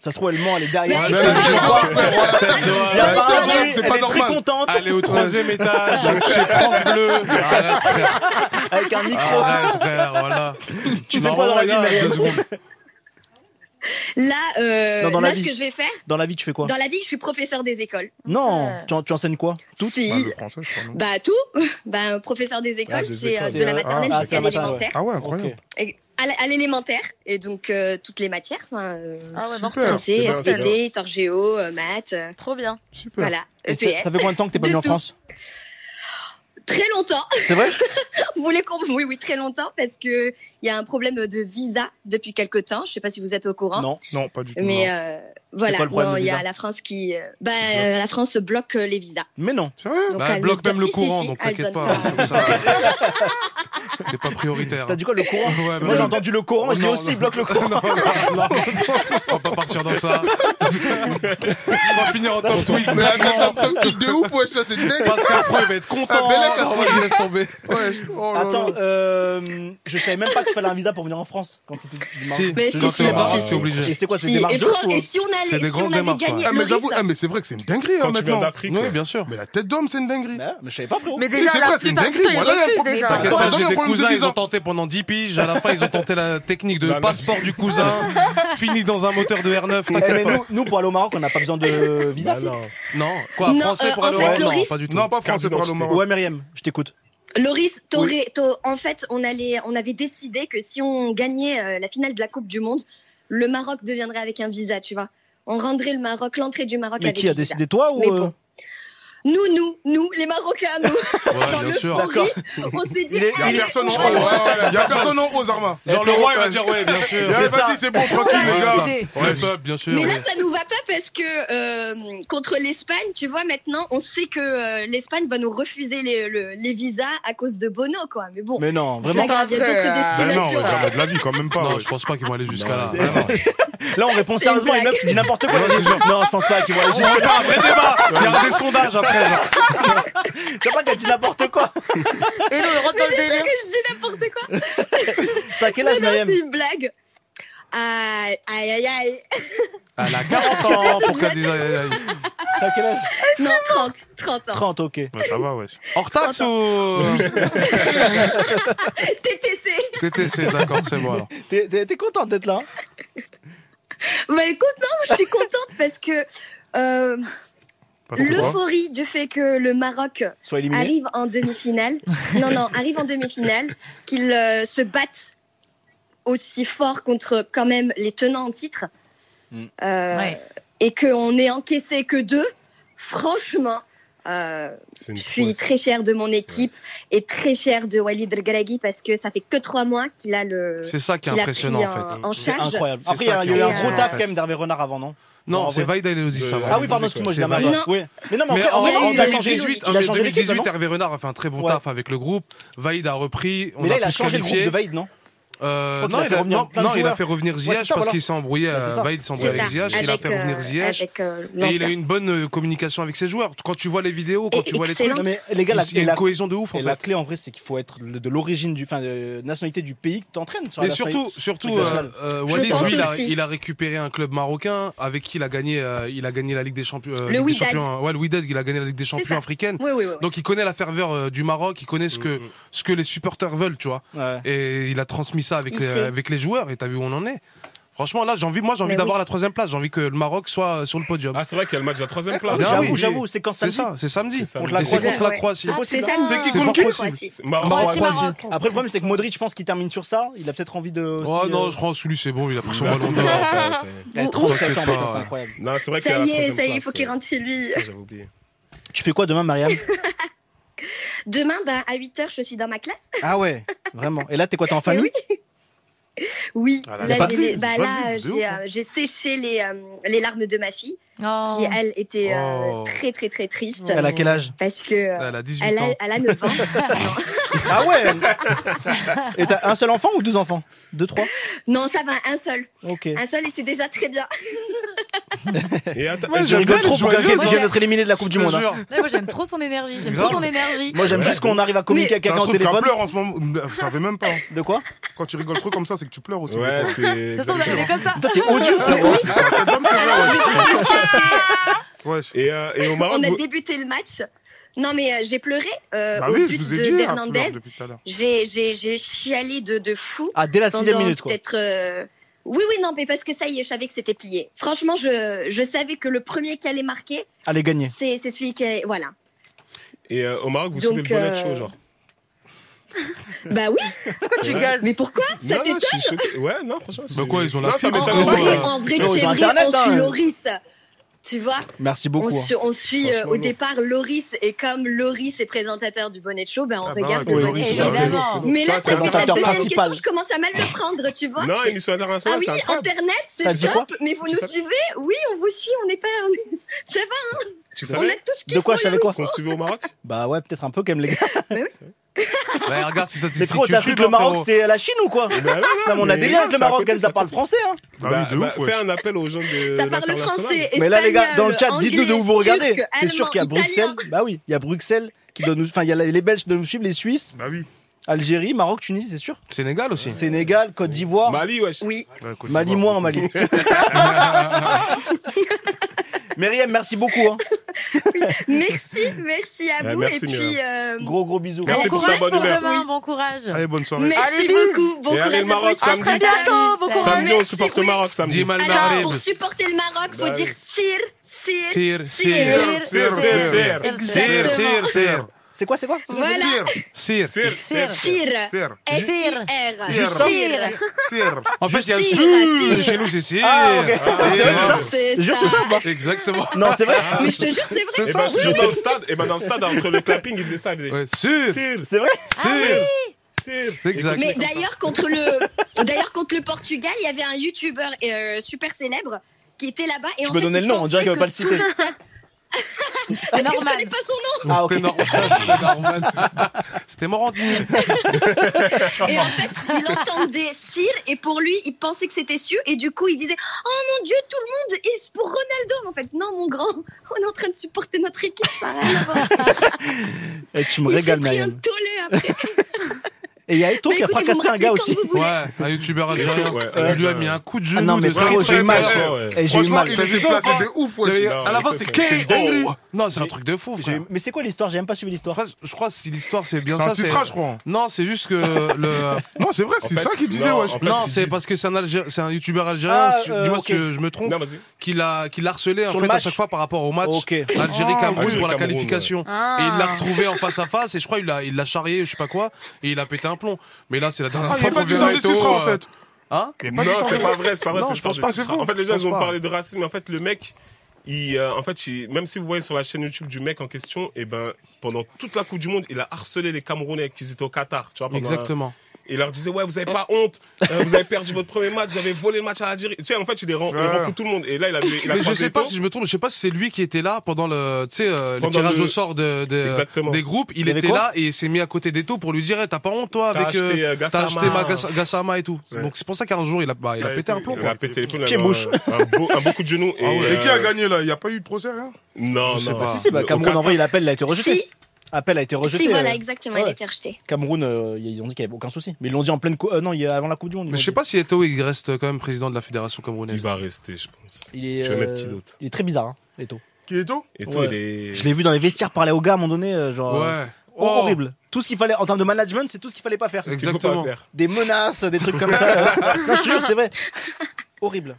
Speaker 1: Ça se trouve, elle ment, elle est derrière.
Speaker 4: Mais la tête d'homme, frère, ouais, la tête
Speaker 1: Il y a
Speaker 4: Ouais,
Speaker 1: pas
Speaker 4: c'est
Speaker 1: un
Speaker 4: vrai,
Speaker 1: bruit,
Speaker 4: c'est
Speaker 1: elle
Speaker 4: pas
Speaker 1: est très
Speaker 4: normal.
Speaker 1: contente
Speaker 6: Allez au troisième étage chez France Bleu. Arrête, frère.
Speaker 1: avec un micro.
Speaker 6: Arrête, frère, voilà.
Speaker 1: Tu (laughs) fais quoi dans la vie, Myriam
Speaker 7: Là, euh,
Speaker 1: Non, dans la
Speaker 7: là ce
Speaker 1: vie.
Speaker 7: que je vais faire,
Speaker 1: Dans la vie, tu fais quoi
Speaker 7: dans la vie, je suis professeur des écoles.
Speaker 1: Non, tu, en- tu enseignes quoi
Speaker 7: Tout
Speaker 4: Bah, le français, je crois. non.
Speaker 7: Bah tout. (laughs) Bah professeur des écoles,
Speaker 2: des
Speaker 7: c'est euh,
Speaker 2: écoles.
Speaker 7: de la
Speaker 1: Mmh. C'est, euh,
Speaker 7: maternelle
Speaker 1: ah,
Speaker 7: jusqu'à
Speaker 1: c'est la maternelle,
Speaker 7: l'élémentaire.
Speaker 4: Ah ouais, incroyable.
Speaker 7: Et À l- à l'élémentaire et donc euh, toutes les matières, enfin, euh,
Speaker 3: Ah ouais, bon,
Speaker 4: Super.
Speaker 2: c'est
Speaker 7: français,
Speaker 2: bien, c'est
Speaker 7: SVT, histoire géo, euh, maths, euh,
Speaker 3: trop bien.
Speaker 4: Super.
Speaker 7: voilà, E
Speaker 1: Et c'est-
Speaker 7: EPS.
Speaker 1: ça fait combien de temps que t'es pas venu en
Speaker 7: De tout.
Speaker 1: France
Speaker 7: Très longtemps.
Speaker 1: C'est vrai
Speaker 7: (laughs) Vous voulez qu'on oui oui très longtemps parce que il y a un problème de visa depuis quelque temps. Je sais pas si vous êtes au courant.
Speaker 1: Non.
Speaker 4: Non, pas du tout.
Speaker 7: Mais
Speaker 4: non.
Speaker 7: euh, voilà,
Speaker 1: quoi le problème
Speaker 7: Non,
Speaker 1: de
Speaker 7: il y a
Speaker 1: visa
Speaker 7: la France qui, euh, bah, euh, la France bloque euh, les visas.
Speaker 1: Mais non.
Speaker 4: Sérieux
Speaker 7: Donc,
Speaker 6: Bah, elle
Speaker 7: elle
Speaker 6: bloque
Speaker 7: donne-
Speaker 6: même le
Speaker 7: si, si,
Speaker 6: courant,
Speaker 7: si,
Speaker 6: donc
Speaker 7: elle
Speaker 6: t'inquiète
Speaker 7: donne
Speaker 6: pas. hein,
Speaker 7: pas.
Speaker 6: Comme
Speaker 7: (laughs)
Speaker 6: ça, t'es pas prioritaire. hein.
Speaker 1: T'as dit quoi le courant
Speaker 6: Ouais, mais
Speaker 1: Moi j'ai
Speaker 6: non.
Speaker 1: entendu le Coran, je dis
Speaker 6: Non,
Speaker 1: aussi
Speaker 6: non. (laughs)
Speaker 1: bloque le Coran.
Speaker 6: On va pas partir dans ça. On va finir en top quiz.
Speaker 4: Mais attends, attends, attends, de ouf, wesh, ça c'est une dinguerie.
Speaker 6: Pascal Pro, il va être content. hein.
Speaker 4: Ah, mais là, qu'est-ce
Speaker 6: Non, vas-y, laisse tomber.
Speaker 4: Wesh. Oh là là.
Speaker 1: Attends, euh, je savais même pas qu'il fallait un visa pour venir en France quand t'étais du Maroc.
Speaker 6: Si,
Speaker 7: Mais
Speaker 6: quand
Speaker 7: si,
Speaker 6: t'es au
Speaker 7: si,
Speaker 6: Maroc,
Speaker 7: si,
Speaker 6: t'es obligé.
Speaker 1: Et c'est quoi, c'est
Speaker 7: Si,
Speaker 1: des marges
Speaker 7: et,
Speaker 1: de
Speaker 7: fran-
Speaker 1: ouf,
Speaker 7: et
Speaker 1: ou-
Speaker 7: si on
Speaker 6: C'est des
Speaker 7: allait, si
Speaker 6: grandes
Speaker 7: on avait
Speaker 6: démarches,
Speaker 7: gagné
Speaker 4: Ah, mais
Speaker 7: le
Speaker 4: j'avoue,
Speaker 7: visa-
Speaker 4: ah, mais c'est vrai que c'est une dinguerie, hein,
Speaker 2: Quand tu viens
Speaker 4: maintenant.
Speaker 2: d'Afrique.
Speaker 6: Oui, bien sûr.
Speaker 4: Mais la tête d'homme, c'est une dinguerie.
Speaker 1: Bah, Mais je savais pas frérot.
Speaker 3: Mais
Speaker 4: Si,
Speaker 3: déjà,
Speaker 4: c'est
Speaker 3: la
Speaker 4: vrai, c'est une
Speaker 3: plupart du temps,
Speaker 4: dinguerie.
Speaker 3: ils
Speaker 4: Voilà, il y a
Speaker 3: refusent
Speaker 4: le problème.
Speaker 3: déjà.
Speaker 4: T'inquiète.
Speaker 6: T'inquiète,
Speaker 4: attends,
Speaker 6: j'ai
Speaker 4: j'ai
Speaker 6: des
Speaker 4: un problème de
Speaker 6: cousins, ils
Speaker 4: visa.
Speaker 6: ont tenté pendant 10 piges. À la fin, ils ont tenté la technique de
Speaker 2: Bah, mais-
Speaker 6: passeport du
Speaker 4: (laughs)
Speaker 6: cousin, fini dans un moteur de R9.
Speaker 1: Eh,
Speaker 6: T'inquiète
Speaker 1: mais
Speaker 6: pas.
Speaker 1: nous, nous, pour aller au Maroc, on n'a pas besoin de visa,
Speaker 2: Bah
Speaker 1: si
Speaker 2: non.
Speaker 6: Non, quoi,
Speaker 7: Non,
Speaker 6: français
Speaker 7: euh,
Speaker 6: pour
Speaker 7: en
Speaker 6: aller au
Speaker 7: fait,
Speaker 6: Maroc Non,
Speaker 7: Loris-
Speaker 6: pas du tout.
Speaker 4: Non, pas français pour aller au
Speaker 2: Carte
Speaker 4: Maroc.
Speaker 1: Ouais, Myriam, je t'écoute.
Speaker 7: Loris, t'aurais- t'aurais- en fait, on allait, on avait décidé que si on gagnait euh, la finale de la Coupe du Monde, le Maroc deviendrait avec un visa, tu vois. on rendrait le Maroc, l'entrée du Maroc
Speaker 1: Mais
Speaker 7: avec
Speaker 1: qui a
Speaker 7: visa.
Speaker 1: décidé, toi ou
Speaker 7: Mais bon.
Speaker 1: euh,
Speaker 7: Nous, nous, nous, les Marocains, nous.
Speaker 6: (laughs) Ouais,
Speaker 7: Dans
Speaker 6: bien
Speaker 7: le
Speaker 6: sûr.
Speaker 7: pourri, on s'est dit,
Speaker 1: Il est-
Speaker 4: Il y a
Speaker 7: allez,
Speaker 4: personne en
Speaker 7: on
Speaker 4: haut.
Speaker 7: va-
Speaker 4: Il y a personne en haut, Zarma.
Speaker 6: Genre le roi il va dire ouais bien sûr.
Speaker 4: Eh,
Speaker 1: C'est ça.
Speaker 4: Vas-y, c'est bon, tranquille, les gars.
Speaker 5: décidé.
Speaker 6: Ouais, peuple, bien sûr.
Speaker 7: Mais
Speaker 6: oui.
Speaker 7: là, ça nous va pas parce que euh, contre l'Espagne, tu vois, maintenant, on sait que euh, l'Espagne va nous refuser les, le- les visas à cause de Bono, quoi. Mais bon,
Speaker 1: Mais non,
Speaker 7: je
Speaker 1: vraiment.
Speaker 3: pas
Speaker 7: regarde, il y a
Speaker 3: après,
Speaker 7: d'autres
Speaker 3: euh,
Speaker 4: Ben non,
Speaker 7: destinations.
Speaker 4: ouais, jamais de la vie, quand même pas.
Speaker 6: Non,
Speaker 4: ouais.
Speaker 6: je pense pas qu'ils vont aller jusqu'à là.
Speaker 1: Non, c'est-
Speaker 6: Vraiment.
Speaker 1: Là, on répond sérieusement à une
Speaker 7: blague.
Speaker 1: meuf qui dit n'importe quoi. non, je pense Ah, pas qu'il va aller jusque là. Après débat, il y aura des sondages après. Genre. (laughs) Je sais pas qu'elle dit n'importe quoi.
Speaker 3: Et nous, on rentre dans le
Speaker 7: Mais bien sûr
Speaker 3: délire.
Speaker 7: que je dis n'importe quoi.
Speaker 4: (laughs)
Speaker 1: T'as quel âge,
Speaker 7: Non, non,
Speaker 1: Mariam
Speaker 7: c'est une blague. Aïe, aïe, aïe, aïe.
Speaker 6: Elle a 40 ans pour qu'elle dise aïe, aïe, aïe.
Speaker 1: T'as quel âge
Speaker 7: Non, 30, 30 ans.
Speaker 1: 30, ok.
Speaker 4: Ouais, ça va, ouais.
Speaker 6: Hors taxe ou euh,
Speaker 7: (laughs) TTC.
Speaker 6: TTC, d'accord, c'est bon alors.
Speaker 1: T'es- T'es t'es contente d'être là hein
Speaker 7: Bah écoute, non, je suis contente parce que euh,
Speaker 4: Pas trop quoi.
Speaker 7: l'euphorie du fait que le Maroc
Speaker 1: Sois éliminée.
Speaker 7: arrive en
Speaker 6: (laughs)
Speaker 7: demi-finale. non, non, arrive en demi-finale, qu'ils euh, se battent aussi fort contre quand même les tenants en titre
Speaker 1: Mm.
Speaker 7: Euh,
Speaker 5: Ouais.
Speaker 7: et qu'on ait encaissé que deux, franchement, euh,
Speaker 2: C'est une
Speaker 7: je suis
Speaker 2: prouesse.
Speaker 7: très chère de mon équipe et très chère de Walid El Ghalaghi parce que ça fait que trois mois qu'il a le.
Speaker 6: C'est ça qui est
Speaker 7: qu'il a
Speaker 6: impressionnant
Speaker 7: pris
Speaker 6: en fait.
Speaker 7: en
Speaker 1: C'est
Speaker 7: charge.
Speaker 1: incroyable.
Speaker 6: C'est
Speaker 1: Après, il y
Speaker 6: ça
Speaker 1: a
Speaker 6: qui
Speaker 1: il y
Speaker 6: est
Speaker 1: a eu un
Speaker 6: impressionnant,
Speaker 1: gros taf
Speaker 6: en fait.
Speaker 1: quand même d'Hervé Renard avant, non
Speaker 6: Non,
Speaker 1: en
Speaker 6: c'est
Speaker 1: vrai.
Speaker 6: Vaïda El Elozi, ça
Speaker 2: Euh,
Speaker 6: va.
Speaker 1: Ah oui, pardon,
Speaker 2: Non.
Speaker 1: excuse-moi, je l'ai
Speaker 6: C'est
Speaker 1: mal.
Speaker 7: vrai.
Speaker 1: Oui. Mais non, mais, en
Speaker 6: Mais
Speaker 1: fait, en
Speaker 6: en,
Speaker 1: vrai,
Speaker 7: en
Speaker 1: il a changé
Speaker 6: 2018,
Speaker 1: il a changé l'équipe, non
Speaker 6: 2018 Hervé Renard a fait un très bon
Speaker 1: Ouais.
Speaker 6: taf avec le groupe. Vaïd a repris. On
Speaker 1: Mais là,
Speaker 6: a
Speaker 1: il a
Speaker 6: pu se
Speaker 1: changé le groupe
Speaker 6: qualifier.
Speaker 1: de Vaïd, non
Speaker 6: Euh,
Speaker 1: Je crois qu'il
Speaker 6: non,
Speaker 1: a
Speaker 6: il
Speaker 1: fait
Speaker 6: a,
Speaker 1: revenir
Speaker 6: non,
Speaker 1: plein de
Speaker 6: non, il a
Speaker 1: joueurs.
Speaker 6: fait revenir
Speaker 1: c'est
Speaker 6: Ziyech
Speaker 1: ça,
Speaker 6: parce
Speaker 1: voilà.
Speaker 6: qu'il s'est embrouillé.
Speaker 1: Ouais, c'est
Speaker 6: euh,
Speaker 1: ça.
Speaker 6: Vaïd s'est
Speaker 7: C'est
Speaker 6: embrouillé avec Ziyech. Il a fait
Speaker 7: euh,
Speaker 6: revenir Ziyech.
Speaker 7: avec, euh,
Speaker 6: Et il a
Speaker 7: l'ancien.
Speaker 6: eu une bonne euh, communication avec ses joueurs. Quand tu vois les vidéos, quand
Speaker 7: Et
Speaker 6: tu vois les trucs,
Speaker 7: excellent.
Speaker 1: Non, mais les gars, la,
Speaker 6: il y a
Speaker 1: la-
Speaker 6: une cohésion de ouf en
Speaker 1: et la
Speaker 6: fait.
Speaker 1: clé en vrai, c'est qu'il faut être de de l'origine du, enfin, de nationalité du pays que t'entraînes. sur la
Speaker 6: Et surtout,
Speaker 1: nationalité.
Speaker 6: surtout
Speaker 1: Truc
Speaker 6: euh,
Speaker 1: national.
Speaker 6: euh,
Speaker 7: Je
Speaker 6: Walid,
Speaker 7: pense
Speaker 6: lui, il a,
Speaker 7: aussi.
Speaker 6: il a récupéré un club marocain avec qui il a gagné, euh, il a gagné la Ligue des Champions. euh,
Speaker 7: Le
Speaker 6: Ligue des
Speaker 7: Wydad.
Speaker 6: Champions- ouais, le Wydad, il a gagné la Ligue des Champions
Speaker 7: ça.
Speaker 6: africaine.
Speaker 7: Oui, oui, oui. oui.
Speaker 6: Donc il connaît la ferveur euh, du Maroc, il connaît
Speaker 2: Mm,
Speaker 6: ce que, ce que les supporters veulent, tu vois.
Speaker 1: Ouais.
Speaker 6: Et il a transmis ça avec,
Speaker 7: Il
Speaker 6: les,
Speaker 7: sait.
Speaker 6: avec les joueurs et t'as vu où on en est. Franchement, là, j'ai envie, moi, j'ai envie
Speaker 7: Mais
Speaker 6: d'avoir
Speaker 7: oui.
Speaker 6: la troisième place. J'ai envie que le Maroc soit euh, sur le podium.
Speaker 2: Ah, c'est vrai qu'il y a le match de la troisième
Speaker 1: Ah
Speaker 2: place.
Speaker 1: oui,
Speaker 6: Ah
Speaker 1: j'avoue,
Speaker 6: oui.
Speaker 1: j'avoue, c'est quand
Speaker 6: c'est
Speaker 1: samedi.
Speaker 6: ça, c'est samedi.
Speaker 2: C'est samedi.
Speaker 1: Contre la
Speaker 6: Et c'est
Speaker 1: Croatie.
Speaker 6: contre la
Speaker 7: Ouais.
Speaker 6: Croatie.
Speaker 7: Ah, c'est
Speaker 1: possible,
Speaker 7: ça,
Speaker 1: hein.
Speaker 7: c'est
Speaker 6: C'est qui
Speaker 7: fort
Speaker 6: contre qui
Speaker 7: possible.
Speaker 2: C'est
Speaker 6: Maroc,
Speaker 2: Maroc,
Speaker 6: Croatie.
Speaker 5: Maroc.
Speaker 1: Après, le problème, c'est que Modric, je pense qu'il termine sur ça. Il a peut-être envie de. aussi,
Speaker 6: Oh non,
Speaker 1: euh,
Speaker 6: je pense que lui, c'est bon, il a pris son
Speaker 2: Ouais,
Speaker 6: ballon
Speaker 2: c'est
Speaker 6: d'or.
Speaker 2: vrai, c'est vrai, c'est vrai.
Speaker 1: il a
Speaker 7: Ouh,
Speaker 1: 37 ans,
Speaker 6: ouh,
Speaker 1: putain,
Speaker 6: ouais.
Speaker 1: c'est incroyable.
Speaker 2: Non, c'est vrai qu'il y a
Speaker 7: Ça
Speaker 2: la
Speaker 7: y est,
Speaker 2: troisième
Speaker 7: ça y est, il
Speaker 2: place,
Speaker 7: faut qu'il
Speaker 2: euh,
Speaker 7: rentre chez lui.
Speaker 2: ah, J'avais oublié.
Speaker 1: Tu fais quoi demain, Mariam
Speaker 7: Demain, bah, à 8h, je suis dans ma classe.
Speaker 1: Ah ouais, vraiment. Et là, t'es quoi, t'es en famille
Speaker 7: oui. Oui,
Speaker 4: Ah là
Speaker 1: là,
Speaker 7: là, j'ai
Speaker 4: pas
Speaker 7: les-
Speaker 4: de-
Speaker 7: bah,
Speaker 4: pas
Speaker 7: là,
Speaker 4: de- de
Speaker 7: j'ai,
Speaker 4: ouf, hein.
Speaker 7: euh, j'ai séché les, euh, les larmes de ma fille,
Speaker 5: Oh.
Speaker 7: qui, elle, était euh,
Speaker 6: Oh.
Speaker 7: très, très, très triste.
Speaker 1: Elle a quel âge
Speaker 7: Parce que euh,
Speaker 6: Elle a 18
Speaker 7: elle, a,
Speaker 6: ans.
Speaker 7: elle a 9 ans.
Speaker 4: (laughs)
Speaker 1: Ah ouais Et t'as un seul enfant ou deux enfants Deux, trois
Speaker 7: non, ça va, un seul.
Speaker 1: Ok.
Speaker 7: Un seul, et c'est déjà très bien.
Speaker 2: (laughs) Et attends,
Speaker 6: Ouais,
Speaker 2: je
Speaker 1: Je
Speaker 6: rigole,
Speaker 1: rigole trop pour
Speaker 6: je
Speaker 1: quelqu'un
Speaker 5: rigole.
Speaker 1: qui vient d'être éliminé de la Coupe du
Speaker 6: Je
Speaker 1: Monde. hein.
Speaker 6: jure.
Speaker 5: Non, moi j'aime trop son énergie, j'aime
Speaker 6: Grave.
Speaker 5: trop ton énergie.
Speaker 1: Moi, j'aime juste qu'on arrive à communiquer à
Speaker 4: T'as un
Speaker 1: quelqu'un au
Speaker 4: truc qu'elle
Speaker 1: téléphone.
Speaker 4: pleure en ce moment. (laughs) Je savais même pas. hein.
Speaker 1: De quoi
Speaker 4: Quand tu rigoles trop comme ça, c'est que tu pleures aussi.
Speaker 2: Ouais,
Speaker 4: des fois.
Speaker 2: c'est.
Speaker 5: Ça se trouve, elle est comme ça. Ah
Speaker 1: Toi, t'es odieux, frérot.
Speaker 4: T'as bien me fait rire, ouais. Wesh.
Speaker 2: Et, euh, et au Maroc,
Speaker 7: On a
Speaker 2: vous-
Speaker 7: débuté le match. Non, mais euh, j'ai pleuré euh,
Speaker 4: Bah
Speaker 7: au
Speaker 4: oui,
Speaker 7: but
Speaker 4: je vous ai
Speaker 7: de-
Speaker 4: dit. elle
Speaker 7: d'Hernandez.
Speaker 4: pleure depuis tout à l'heure.
Speaker 7: J'ai- J'ai j'ai chialé de, de fou.
Speaker 1: Ah, dès la sixième
Speaker 7: pendant
Speaker 1: minute, quoi.
Speaker 7: peut-être. euh, Oui, oui, non, mais parce que ça y est, je savais que c'était plié. Franchement, je, je savais que le premier qui allait marquer,
Speaker 1: Allez, gagner.
Speaker 7: c'est c'est celui qui allait. Voilà.
Speaker 2: et, euh, au Maroc, vous
Speaker 7: Donc,
Speaker 2: suivez le bonnet de
Speaker 7: euh,
Speaker 2: chaud, genre.
Speaker 7: Bah oui,
Speaker 1: (laughs)
Speaker 3: Pourquoi
Speaker 2: C'est
Speaker 3: tu
Speaker 2: vrai.
Speaker 3: gazes
Speaker 7: mais pourquoi Ça
Speaker 2: Non, non,
Speaker 7: t'étonne
Speaker 2: je suis choqué. Ouais, non, franchement. c'est-
Speaker 6: Bah quoi, ils ont la
Speaker 2: Non, ça
Speaker 6: fibre,
Speaker 7: En, en
Speaker 2: m'étonne
Speaker 6: mais ça
Speaker 7: vrai,
Speaker 2: pas.
Speaker 6: va.
Speaker 7: en vrai,
Speaker 1: Ils ont
Speaker 7: chez Brie,
Speaker 1: Internet,
Speaker 7: on
Speaker 1: hein.
Speaker 7: suit Loris. Tu vois,
Speaker 1: Merci
Speaker 7: on,
Speaker 1: beaucoup. hein.
Speaker 7: su- on suit euh,
Speaker 2: Franchement,
Speaker 7: au
Speaker 2: non.
Speaker 7: départ Loris, et comme Loris est présentateur du bonnet de show, ben on
Speaker 4: Ah bah
Speaker 7: regarde
Speaker 4: ouais,
Speaker 7: le
Speaker 4: oui,
Speaker 7: bonnet de
Speaker 4: Loris,
Speaker 7: show.
Speaker 2: Ah, c'est bon,
Speaker 5: Évidemment.
Speaker 2: c'est bon.
Speaker 7: Mais là,
Speaker 2: Tu
Speaker 7: c'est
Speaker 2: vois,
Speaker 7: la
Speaker 1: présentateur
Speaker 7: deuxième
Speaker 1: principal.
Speaker 7: question, je commence à mal le prendre, tu vois.
Speaker 2: Non, émission
Speaker 7: Ah
Speaker 2: internationale,
Speaker 7: oui,
Speaker 2: c'est incroyable.
Speaker 7: Internet,
Speaker 1: T'as
Speaker 7: c'est
Speaker 1: dit quoi
Speaker 7: top, mais vous
Speaker 2: Tu
Speaker 7: nous
Speaker 2: sais-
Speaker 7: suivez Oui, on vous suit, on n'est pas... on est- Ça va,
Speaker 2: Tu
Speaker 7: on a
Speaker 2: savais
Speaker 7: tout ce qu'il
Speaker 1: De quoi
Speaker 7: faut,
Speaker 1: je savais quoi
Speaker 2: qu'on te suivait au Maroc
Speaker 1: Bah ouais, peut-être un peu quand même, les gars.
Speaker 6: Ouais, regarde ces
Speaker 1: Mais
Speaker 6: statistiques
Speaker 1: frérot, t'as cru
Speaker 6: YouTube,
Speaker 1: que le
Speaker 6: hein,
Speaker 1: Maroc,
Speaker 6: frérot.
Speaker 1: c'était la Chine ou quoi
Speaker 4: Eh ben
Speaker 2: Bah ouais,
Speaker 1: Non, mais on a
Speaker 2: mais
Speaker 1: des liens avec
Speaker 2: c'est
Speaker 1: le
Speaker 2: à
Speaker 1: Maroc,
Speaker 2: côté,
Speaker 1: elle,
Speaker 2: c'est à
Speaker 1: ça parle
Speaker 2: côté.
Speaker 1: français,
Speaker 4: Ah
Speaker 1: hein
Speaker 2: Bah,
Speaker 4: oui, de
Speaker 2: bah,
Speaker 4: ouf,
Speaker 2: Fais
Speaker 4: wesh.
Speaker 2: un appel aux gens de
Speaker 7: Ça parle
Speaker 2: l'international.
Speaker 7: français,
Speaker 1: Mais là, les gars, dans le chat,
Speaker 7: espagnol,
Speaker 1: dites-nous de où vous
Speaker 7: anglais,
Speaker 1: regardez.
Speaker 7: turc,
Speaker 1: C'est sûr
Speaker 7: allemand,
Speaker 1: qu'il y a
Speaker 7: italien.
Speaker 1: Bruxelles. Bah oui, il y a Bruxelles qui doit nous. Enfin, il y a les Belges qui doivent nous suivre, les Suisses,
Speaker 4: Bah oui.
Speaker 1: Algérie, Maroc, Tunisie, c'est sûr.
Speaker 6: Sénégal aussi.
Speaker 1: Sénégal, Côte d'Ivoire,
Speaker 2: Mali, wesh.
Speaker 7: Oui,
Speaker 4: Bah, écoute,
Speaker 1: Mali,
Speaker 4: c'est bon.
Speaker 1: moins en Mali. (laughs) Myriam, merci beaucoup. hein.
Speaker 7: merci,
Speaker 5: (laughs)
Speaker 7: merci à
Speaker 2: Ouais,
Speaker 7: vous.
Speaker 2: Eh, merci,
Speaker 7: et puis, euh,
Speaker 1: Gros gros bisous.
Speaker 5: Bon
Speaker 2: Merci pour ta
Speaker 5: courage pour
Speaker 2: bonne humeur.
Speaker 5: demain, bon courage.
Speaker 4: Allez, bonne soirée.
Speaker 7: merci
Speaker 3: Allez, bisous.
Speaker 7: beaucoup. Bon
Speaker 2: Et
Speaker 7: courage
Speaker 2: allez, le Maroc,
Speaker 7: à vous.
Speaker 2: samedi.
Speaker 7: À très bientôt.
Speaker 5: bon
Speaker 7: Salut.
Speaker 5: courage.
Speaker 2: Samedi, on supporte
Speaker 7: oui.
Speaker 2: le Maroc, samedi.
Speaker 6: Dis mal
Speaker 7: Alors,
Speaker 6: Marib.
Speaker 7: pour supporter le Maroc, faut
Speaker 2: Bah oui.
Speaker 7: dire sir, sir.
Speaker 6: Sir,
Speaker 7: Sir.
Speaker 5: Sir, sir,
Speaker 6: sir.
Speaker 5: sir, sir.
Speaker 6: Sir, sir, sir.
Speaker 1: C'est quoi, c'est quoi
Speaker 7: Voilà.
Speaker 6: Sir.
Speaker 2: Sir,
Speaker 5: Sir.
Speaker 7: Sire.
Speaker 4: Sir.
Speaker 5: Sire.
Speaker 7: S-I-R.
Speaker 6: Sire.
Speaker 7: Sire.
Speaker 4: Sir.
Speaker 6: En fait, il y a
Speaker 7: Sire.
Speaker 6: Sir.
Speaker 7: Sire.
Speaker 6: Chez nous, c'est Sir.
Speaker 1: Ah, ok. C'est vrai, c'est ça
Speaker 7: C'est Ah.
Speaker 1: Jure, c'est ça ou pas
Speaker 6: Exactement.
Speaker 1: Non, c'est vrai Eh
Speaker 7: Mais je te jure, c'est vrai.
Speaker 2: Et ben, je- dans le stade, et ben, dans le stade, entre le clapping, il faisait ça. Il faisait
Speaker 6: Ouais, Sir.
Speaker 2: Sir,
Speaker 1: C'est vrai
Speaker 6: Sir.
Speaker 2: Sir.
Speaker 6: C'est exact.
Speaker 7: Mais d'ailleurs contre le (laughs) d'ailleurs contre le Portugal, il y avait un youtubeur euh, super célèbre qui était là-bas et
Speaker 1: Je
Speaker 7: en
Speaker 1: me
Speaker 7: fait,
Speaker 1: donnais
Speaker 7: il
Speaker 1: le nom, on dirait
Speaker 7: pensait
Speaker 1: qu'il
Speaker 7: que
Speaker 1: va pas le citer.
Speaker 7: (laughs)
Speaker 5: C'était
Speaker 7: Parce que je connais
Speaker 5: normal.
Speaker 7: pas son nom.
Speaker 1: Ah, ok.
Speaker 6: C'était
Speaker 1: (laughs)
Speaker 6: normal. C'était Morandini.
Speaker 7: Et en fait, il entendait Sir et pour lui, il pensait que c'était sûr et du coup, il disait "Oh mon dieu, tout le monde est pour Ronaldo." Mais En fait, non, mon grand, (laughs) on est en train de supporter notre équipe, ça a rien à
Speaker 1: (laughs)
Speaker 7: voir.
Speaker 1: Et Eh, tu
Speaker 7: Il
Speaker 1: me
Speaker 7: s'est
Speaker 1: régales,
Speaker 7: pris un
Speaker 1: Mayenne.
Speaker 7: tollé après.
Speaker 1: Et il y a Eto
Speaker 7: Bah,
Speaker 1: qui a
Speaker 7: écoutez, vous me
Speaker 1: fracassé un
Speaker 7: rappelez
Speaker 1: gars
Speaker 7: quand
Speaker 1: aussi.
Speaker 7: vous voulez.
Speaker 6: Ouais, un youtubeur algérien.
Speaker 2: Ouais,
Speaker 6: On lui a
Speaker 2: algérien.
Speaker 6: mis un coup de
Speaker 1: Ah
Speaker 6: genou.
Speaker 1: non, mais
Speaker 6: de
Speaker 1: frérot, j'ai eu mal.
Speaker 2: Ouais, ouais.
Speaker 1: Et J'ai eu
Speaker 4: Franchement,
Speaker 1: mal.
Speaker 4: il
Speaker 6: T'as vu
Speaker 4: était
Speaker 6: ça ou
Speaker 4: placé
Speaker 6: pas
Speaker 4: de ouf,
Speaker 6: Il y
Speaker 4: ouais.
Speaker 6: avait-
Speaker 2: Non,
Speaker 6: à la fin,
Speaker 2: écoute,
Speaker 6: c'était
Speaker 2: c'est- c'est
Speaker 6: KO. Non, c'est un truc de fou,
Speaker 1: J'ai eu-
Speaker 6: frère.
Speaker 1: Mais c'est quoi l'histoire J'ai même pas suivi l'histoire.
Speaker 6: Oh. Enfin, Je crois que si l'histoire, c'est bien
Speaker 4: C'est un
Speaker 6: ça.
Speaker 4: Cicera, je crois.
Speaker 6: Non, c'est juste que le.
Speaker 4: (laughs) Non, c'est vrai, c'est
Speaker 2: fait,
Speaker 4: ça qu'il disait,
Speaker 2: non,
Speaker 4: ouais.
Speaker 2: en fait,
Speaker 6: Non,
Speaker 2: ils
Speaker 6: c'est
Speaker 2: disent-
Speaker 6: parce que c'est un, Algér- c'est un youtubeur algérien,
Speaker 1: Ah,
Speaker 6: si-
Speaker 1: euh,
Speaker 6: dis-moi
Speaker 1: ok.
Speaker 6: si je- je me trompe,
Speaker 2: Non, vas-y.
Speaker 6: qui l'a qui l'a harcelé en
Speaker 1: Sur
Speaker 6: fait
Speaker 1: le
Speaker 6: à
Speaker 1: match
Speaker 6: chaque fois par rapport au match
Speaker 1: Ok.
Speaker 2: Ah,
Speaker 6: Algérie-Cameroun pour la
Speaker 2: Algérie-Cameroun,
Speaker 6: qualification. Et il l'a
Speaker 2: Ah.
Speaker 6: retrouvé en
Speaker 2: (laughs)
Speaker 6: face à face et je crois il l'a il l'a charrié, je sais pas quoi, et il a pété un plomb. Mais là, c'est la dernière
Speaker 4: Ah, il n'y
Speaker 6: fois
Speaker 4: a pas
Speaker 6: qu'on
Speaker 4: d'histoire
Speaker 6: verra
Speaker 4: de
Speaker 6: Eto'o,
Speaker 4: Cicera, en
Speaker 6: euh,
Speaker 4: fait.
Speaker 6: Hein
Speaker 4: Il y a
Speaker 2: Non,
Speaker 4: pas d'histoire
Speaker 2: c'est
Speaker 4: de-
Speaker 2: pas vrai, c'est pas vrai.
Speaker 4: Non,
Speaker 2: c'est
Speaker 4: je
Speaker 2: l'histoire
Speaker 4: pense
Speaker 2: de
Speaker 4: pas, c'est
Speaker 2: Cicera.
Speaker 4: faux,
Speaker 2: En fait, les
Speaker 4: je
Speaker 2: gens,
Speaker 4: pense
Speaker 2: ils ont
Speaker 4: pas.
Speaker 2: parlé de racisme, mais en fait, le mec, il, euh, en fait, il- même si vous voyez sur la chaîne YouTube du mec en question, et ben, pendant toute la Coupe du Monde, il a harcelé les Camerounais qui étaient au Qatar, tu vois, pendant-
Speaker 6: Exactement.
Speaker 2: Il leur disait, ouais, vous avez pas honte, euh, vous avez perdu votre premier match, vous avez volé le match à l'Algérie. Tu sais, en fait, il est rend, il
Speaker 4: Ouais.
Speaker 2: rend fou tout le monde. Et là, il a, il
Speaker 6: Mais
Speaker 2: a
Speaker 6: je
Speaker 2: croisé
Speaker 6: sais pas
Speaker 2: Eto'o.
Speaker 6: si je me trompe, je sais pas si c'est lui qui était là pendant le, tu sais, euh, le
Speaker 2: Pendant
Speaker 6: tirage
Speaker 2: le-
Speaker 6: au sort de, de-
Speaker 2: Exactement.
Speaker 6: des groupes. Il,
Speaker 1: Il y avait
Speaker 6: était
Speaker 1: quoi
Speaker 6: là et il s'est mis à côté d'Eto pour lui dire, Eh, t'as pas honte toi
Speaker 2: T'as
Speaker 6: avec, euh,
Speaker 2: acheté, euh,
Speaker 6: t'as
Speaker 2: Gassama.
Speaker 6: acheté ma Gass- Gassama et tout.
Speaker 2: Ouais.
Speaker 6: Donc c'est pour ça qu'un jour il a, bah, il a pété un plomb.
Speaker 2: Il
Speaker 6: quoi. Ah
Speaker 2: a pété les plombs. il
Speaker 1: Pied
Speaker 2: avait
Speaker 1: bouche.
Speaker 2: Un, un beau, un beau coup de genou. Et,
Speaker 6: ouais.
Speaker 4: Ah Et qui a
Speaker 2: euh,
Speaker 4: gagné, là Il n'y a pas eu de procès, rien
Speaker 2: Non,
Speaker 6: Je sais
Speaker 2: non.
Speaker 6: pas.
Speaker 1: Si, si, bah,
Speaker 2: Au
Speaker 1: Cameroun, en
Speaker 2: Qatar.
Speaker 1: vrai, il appel a été rejeté.
Speaker 7: Si,
Speaker 1: Appel a été rejeté.
Speaker 7: si, voilà,
Speaker 1: euh,
Speaker 7: exactement,
Speaker 1: ouais.
Speaker 7: il était rejeté.
Speaker 1: Cameroun, euh, ils ont dit qu'il n'y avait aucun souci. Mais ils l'ont dit en pleine. cou- euh, non, il y a- avant la Coupe du Monde. ils
Speaker 6: Mais
Speaker 1: l'ont
Speaker 6: je sais
Speaker 1: dit.
Speaker 6: pas si Eto'o il reste euh, quand même président de la fédération
Speaker 2: Il
Speaker 6: camerounaise.
Speaker 2: va rester, je pense.
Speaker 1: Il est,
Speaker 2: Je vais mettre
Speaker 1: euh,
Speaker 2: qui d'autre
Speaker 1: Il est très bizarre, hein, Eto.
Speaker 4: Qui est tout
Speaker 2: Et toi,
Speaker 1: Ouais.
Speaker 2: il est.
Speaker 1: Je l'ai vu dans les vestiaires parler aux gars à un moment donné, euh, genre. euh,
Speaker 6: Ouais.
Speaker 1: oh,
Speaker 6: Oh.
Speaker 1: Horrible. Tout ce qu'il fallait, en termes de management, c'est tout ce qu'il fallait pas faire.
Speaker 2: Tout ce qu'il faut pas
Speaker 6: Exactement.
Speaker 2: faire.
Speaker 1: Des menaces, des trucs comme ça. euh. Non, je te jure, c'est vrai. Horrible.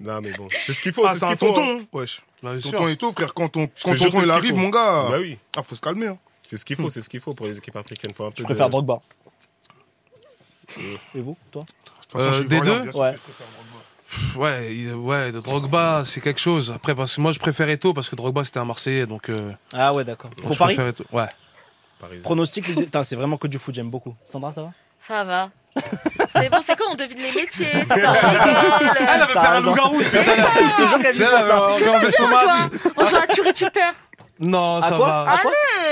Speaker 2: Non, mais bon. C'est ce qu'il faut.
Speaker 4: Ah,
Speaker 2: c'est
Speaker 4: c'est
Speaker 2: ce
Speaker 4: un
Speaker 2: qu'il faut. hein.
Speaker 4: tonton, hein. wesh.
Speaker 6: Bah, bien
Speaker 4: C'est
Speaker 6: sûr.
Speaker 4: Tonton et tout, frère. Quand ton
Speaker 2: te
Speaker 4: quand
Speaker 2: jure,
Speaker 4: tonton
Speaker 2: c'est
Speaker 4: il
Speaker 2: ce
Speaker 4: arrive,
Speaker 2: qu'il faut.
Speaker 4: mon gars,
Speaker 2: Bah oui.
Speaker 4: ah, faut se calmer. hein.
Speaker 2: C'est ce qu'il faut, c'est ce qu'il faut pour les équipes africaines. Faut un peu
Speaker 1: Je
Speaker 2: de- Euh.
Speaker 1: préfère Drogba. Et vous, toi
Speaker 4: De toute façon,
Speaker 6: Euh,
Speaker 4: je suis
Speaker 6: des
Speaker 4: ivoirien,
Speaker 6: deux
Speaker 4: bien sûr.
Speaker 1: Ouais.
Speaker 6: Pff, Ouais, il- ouais, de Drogba, c'est quelque chose. Après, parce que moi, je préfère Eto parce que Drogba, c'était un Marseillais, donc. euh,
Speaker 1: Ah ouais, d'accord.
Speaker 6: donc
Speaker 1: Pour
Speaker 6: je
Speaker 1: Paris
Speaker 6: préfère Eto'o. Ouais.
Speaker 2: Paris.
Speaker 1: Pronostic, les deux- Putain, c'est vraiment que du foot, j'aime beaucoup. Sandra,
Speaker 2: (laughs)
Speaker 1: ça va
Speaker 3: Ça va. C'est bon, c'est quand on devine les métiers, c'est quand on rigole.
Speaker 6: Elle avait
Speaker 1: T'as
Speaker 6: fait un
Speaker 1: raison.
Speaker 6: loup-garou tout à l'heure.
Speaker 1: Je te jure qu'elle dit
Speaker 6: Tiens,
Speaker 1: pas ça.
Speaker 6: alors, on fait un vaisseau
Speaker 3: On
Speaker 6: match.
Speaker 3: joue à- On joue à tuer Twitter.
Speaker 6: Non,
Speaker 1: À
Speaker 6: ça
Speaker 1: quoi
Speaker 6: va.
Speaker 1: À quoi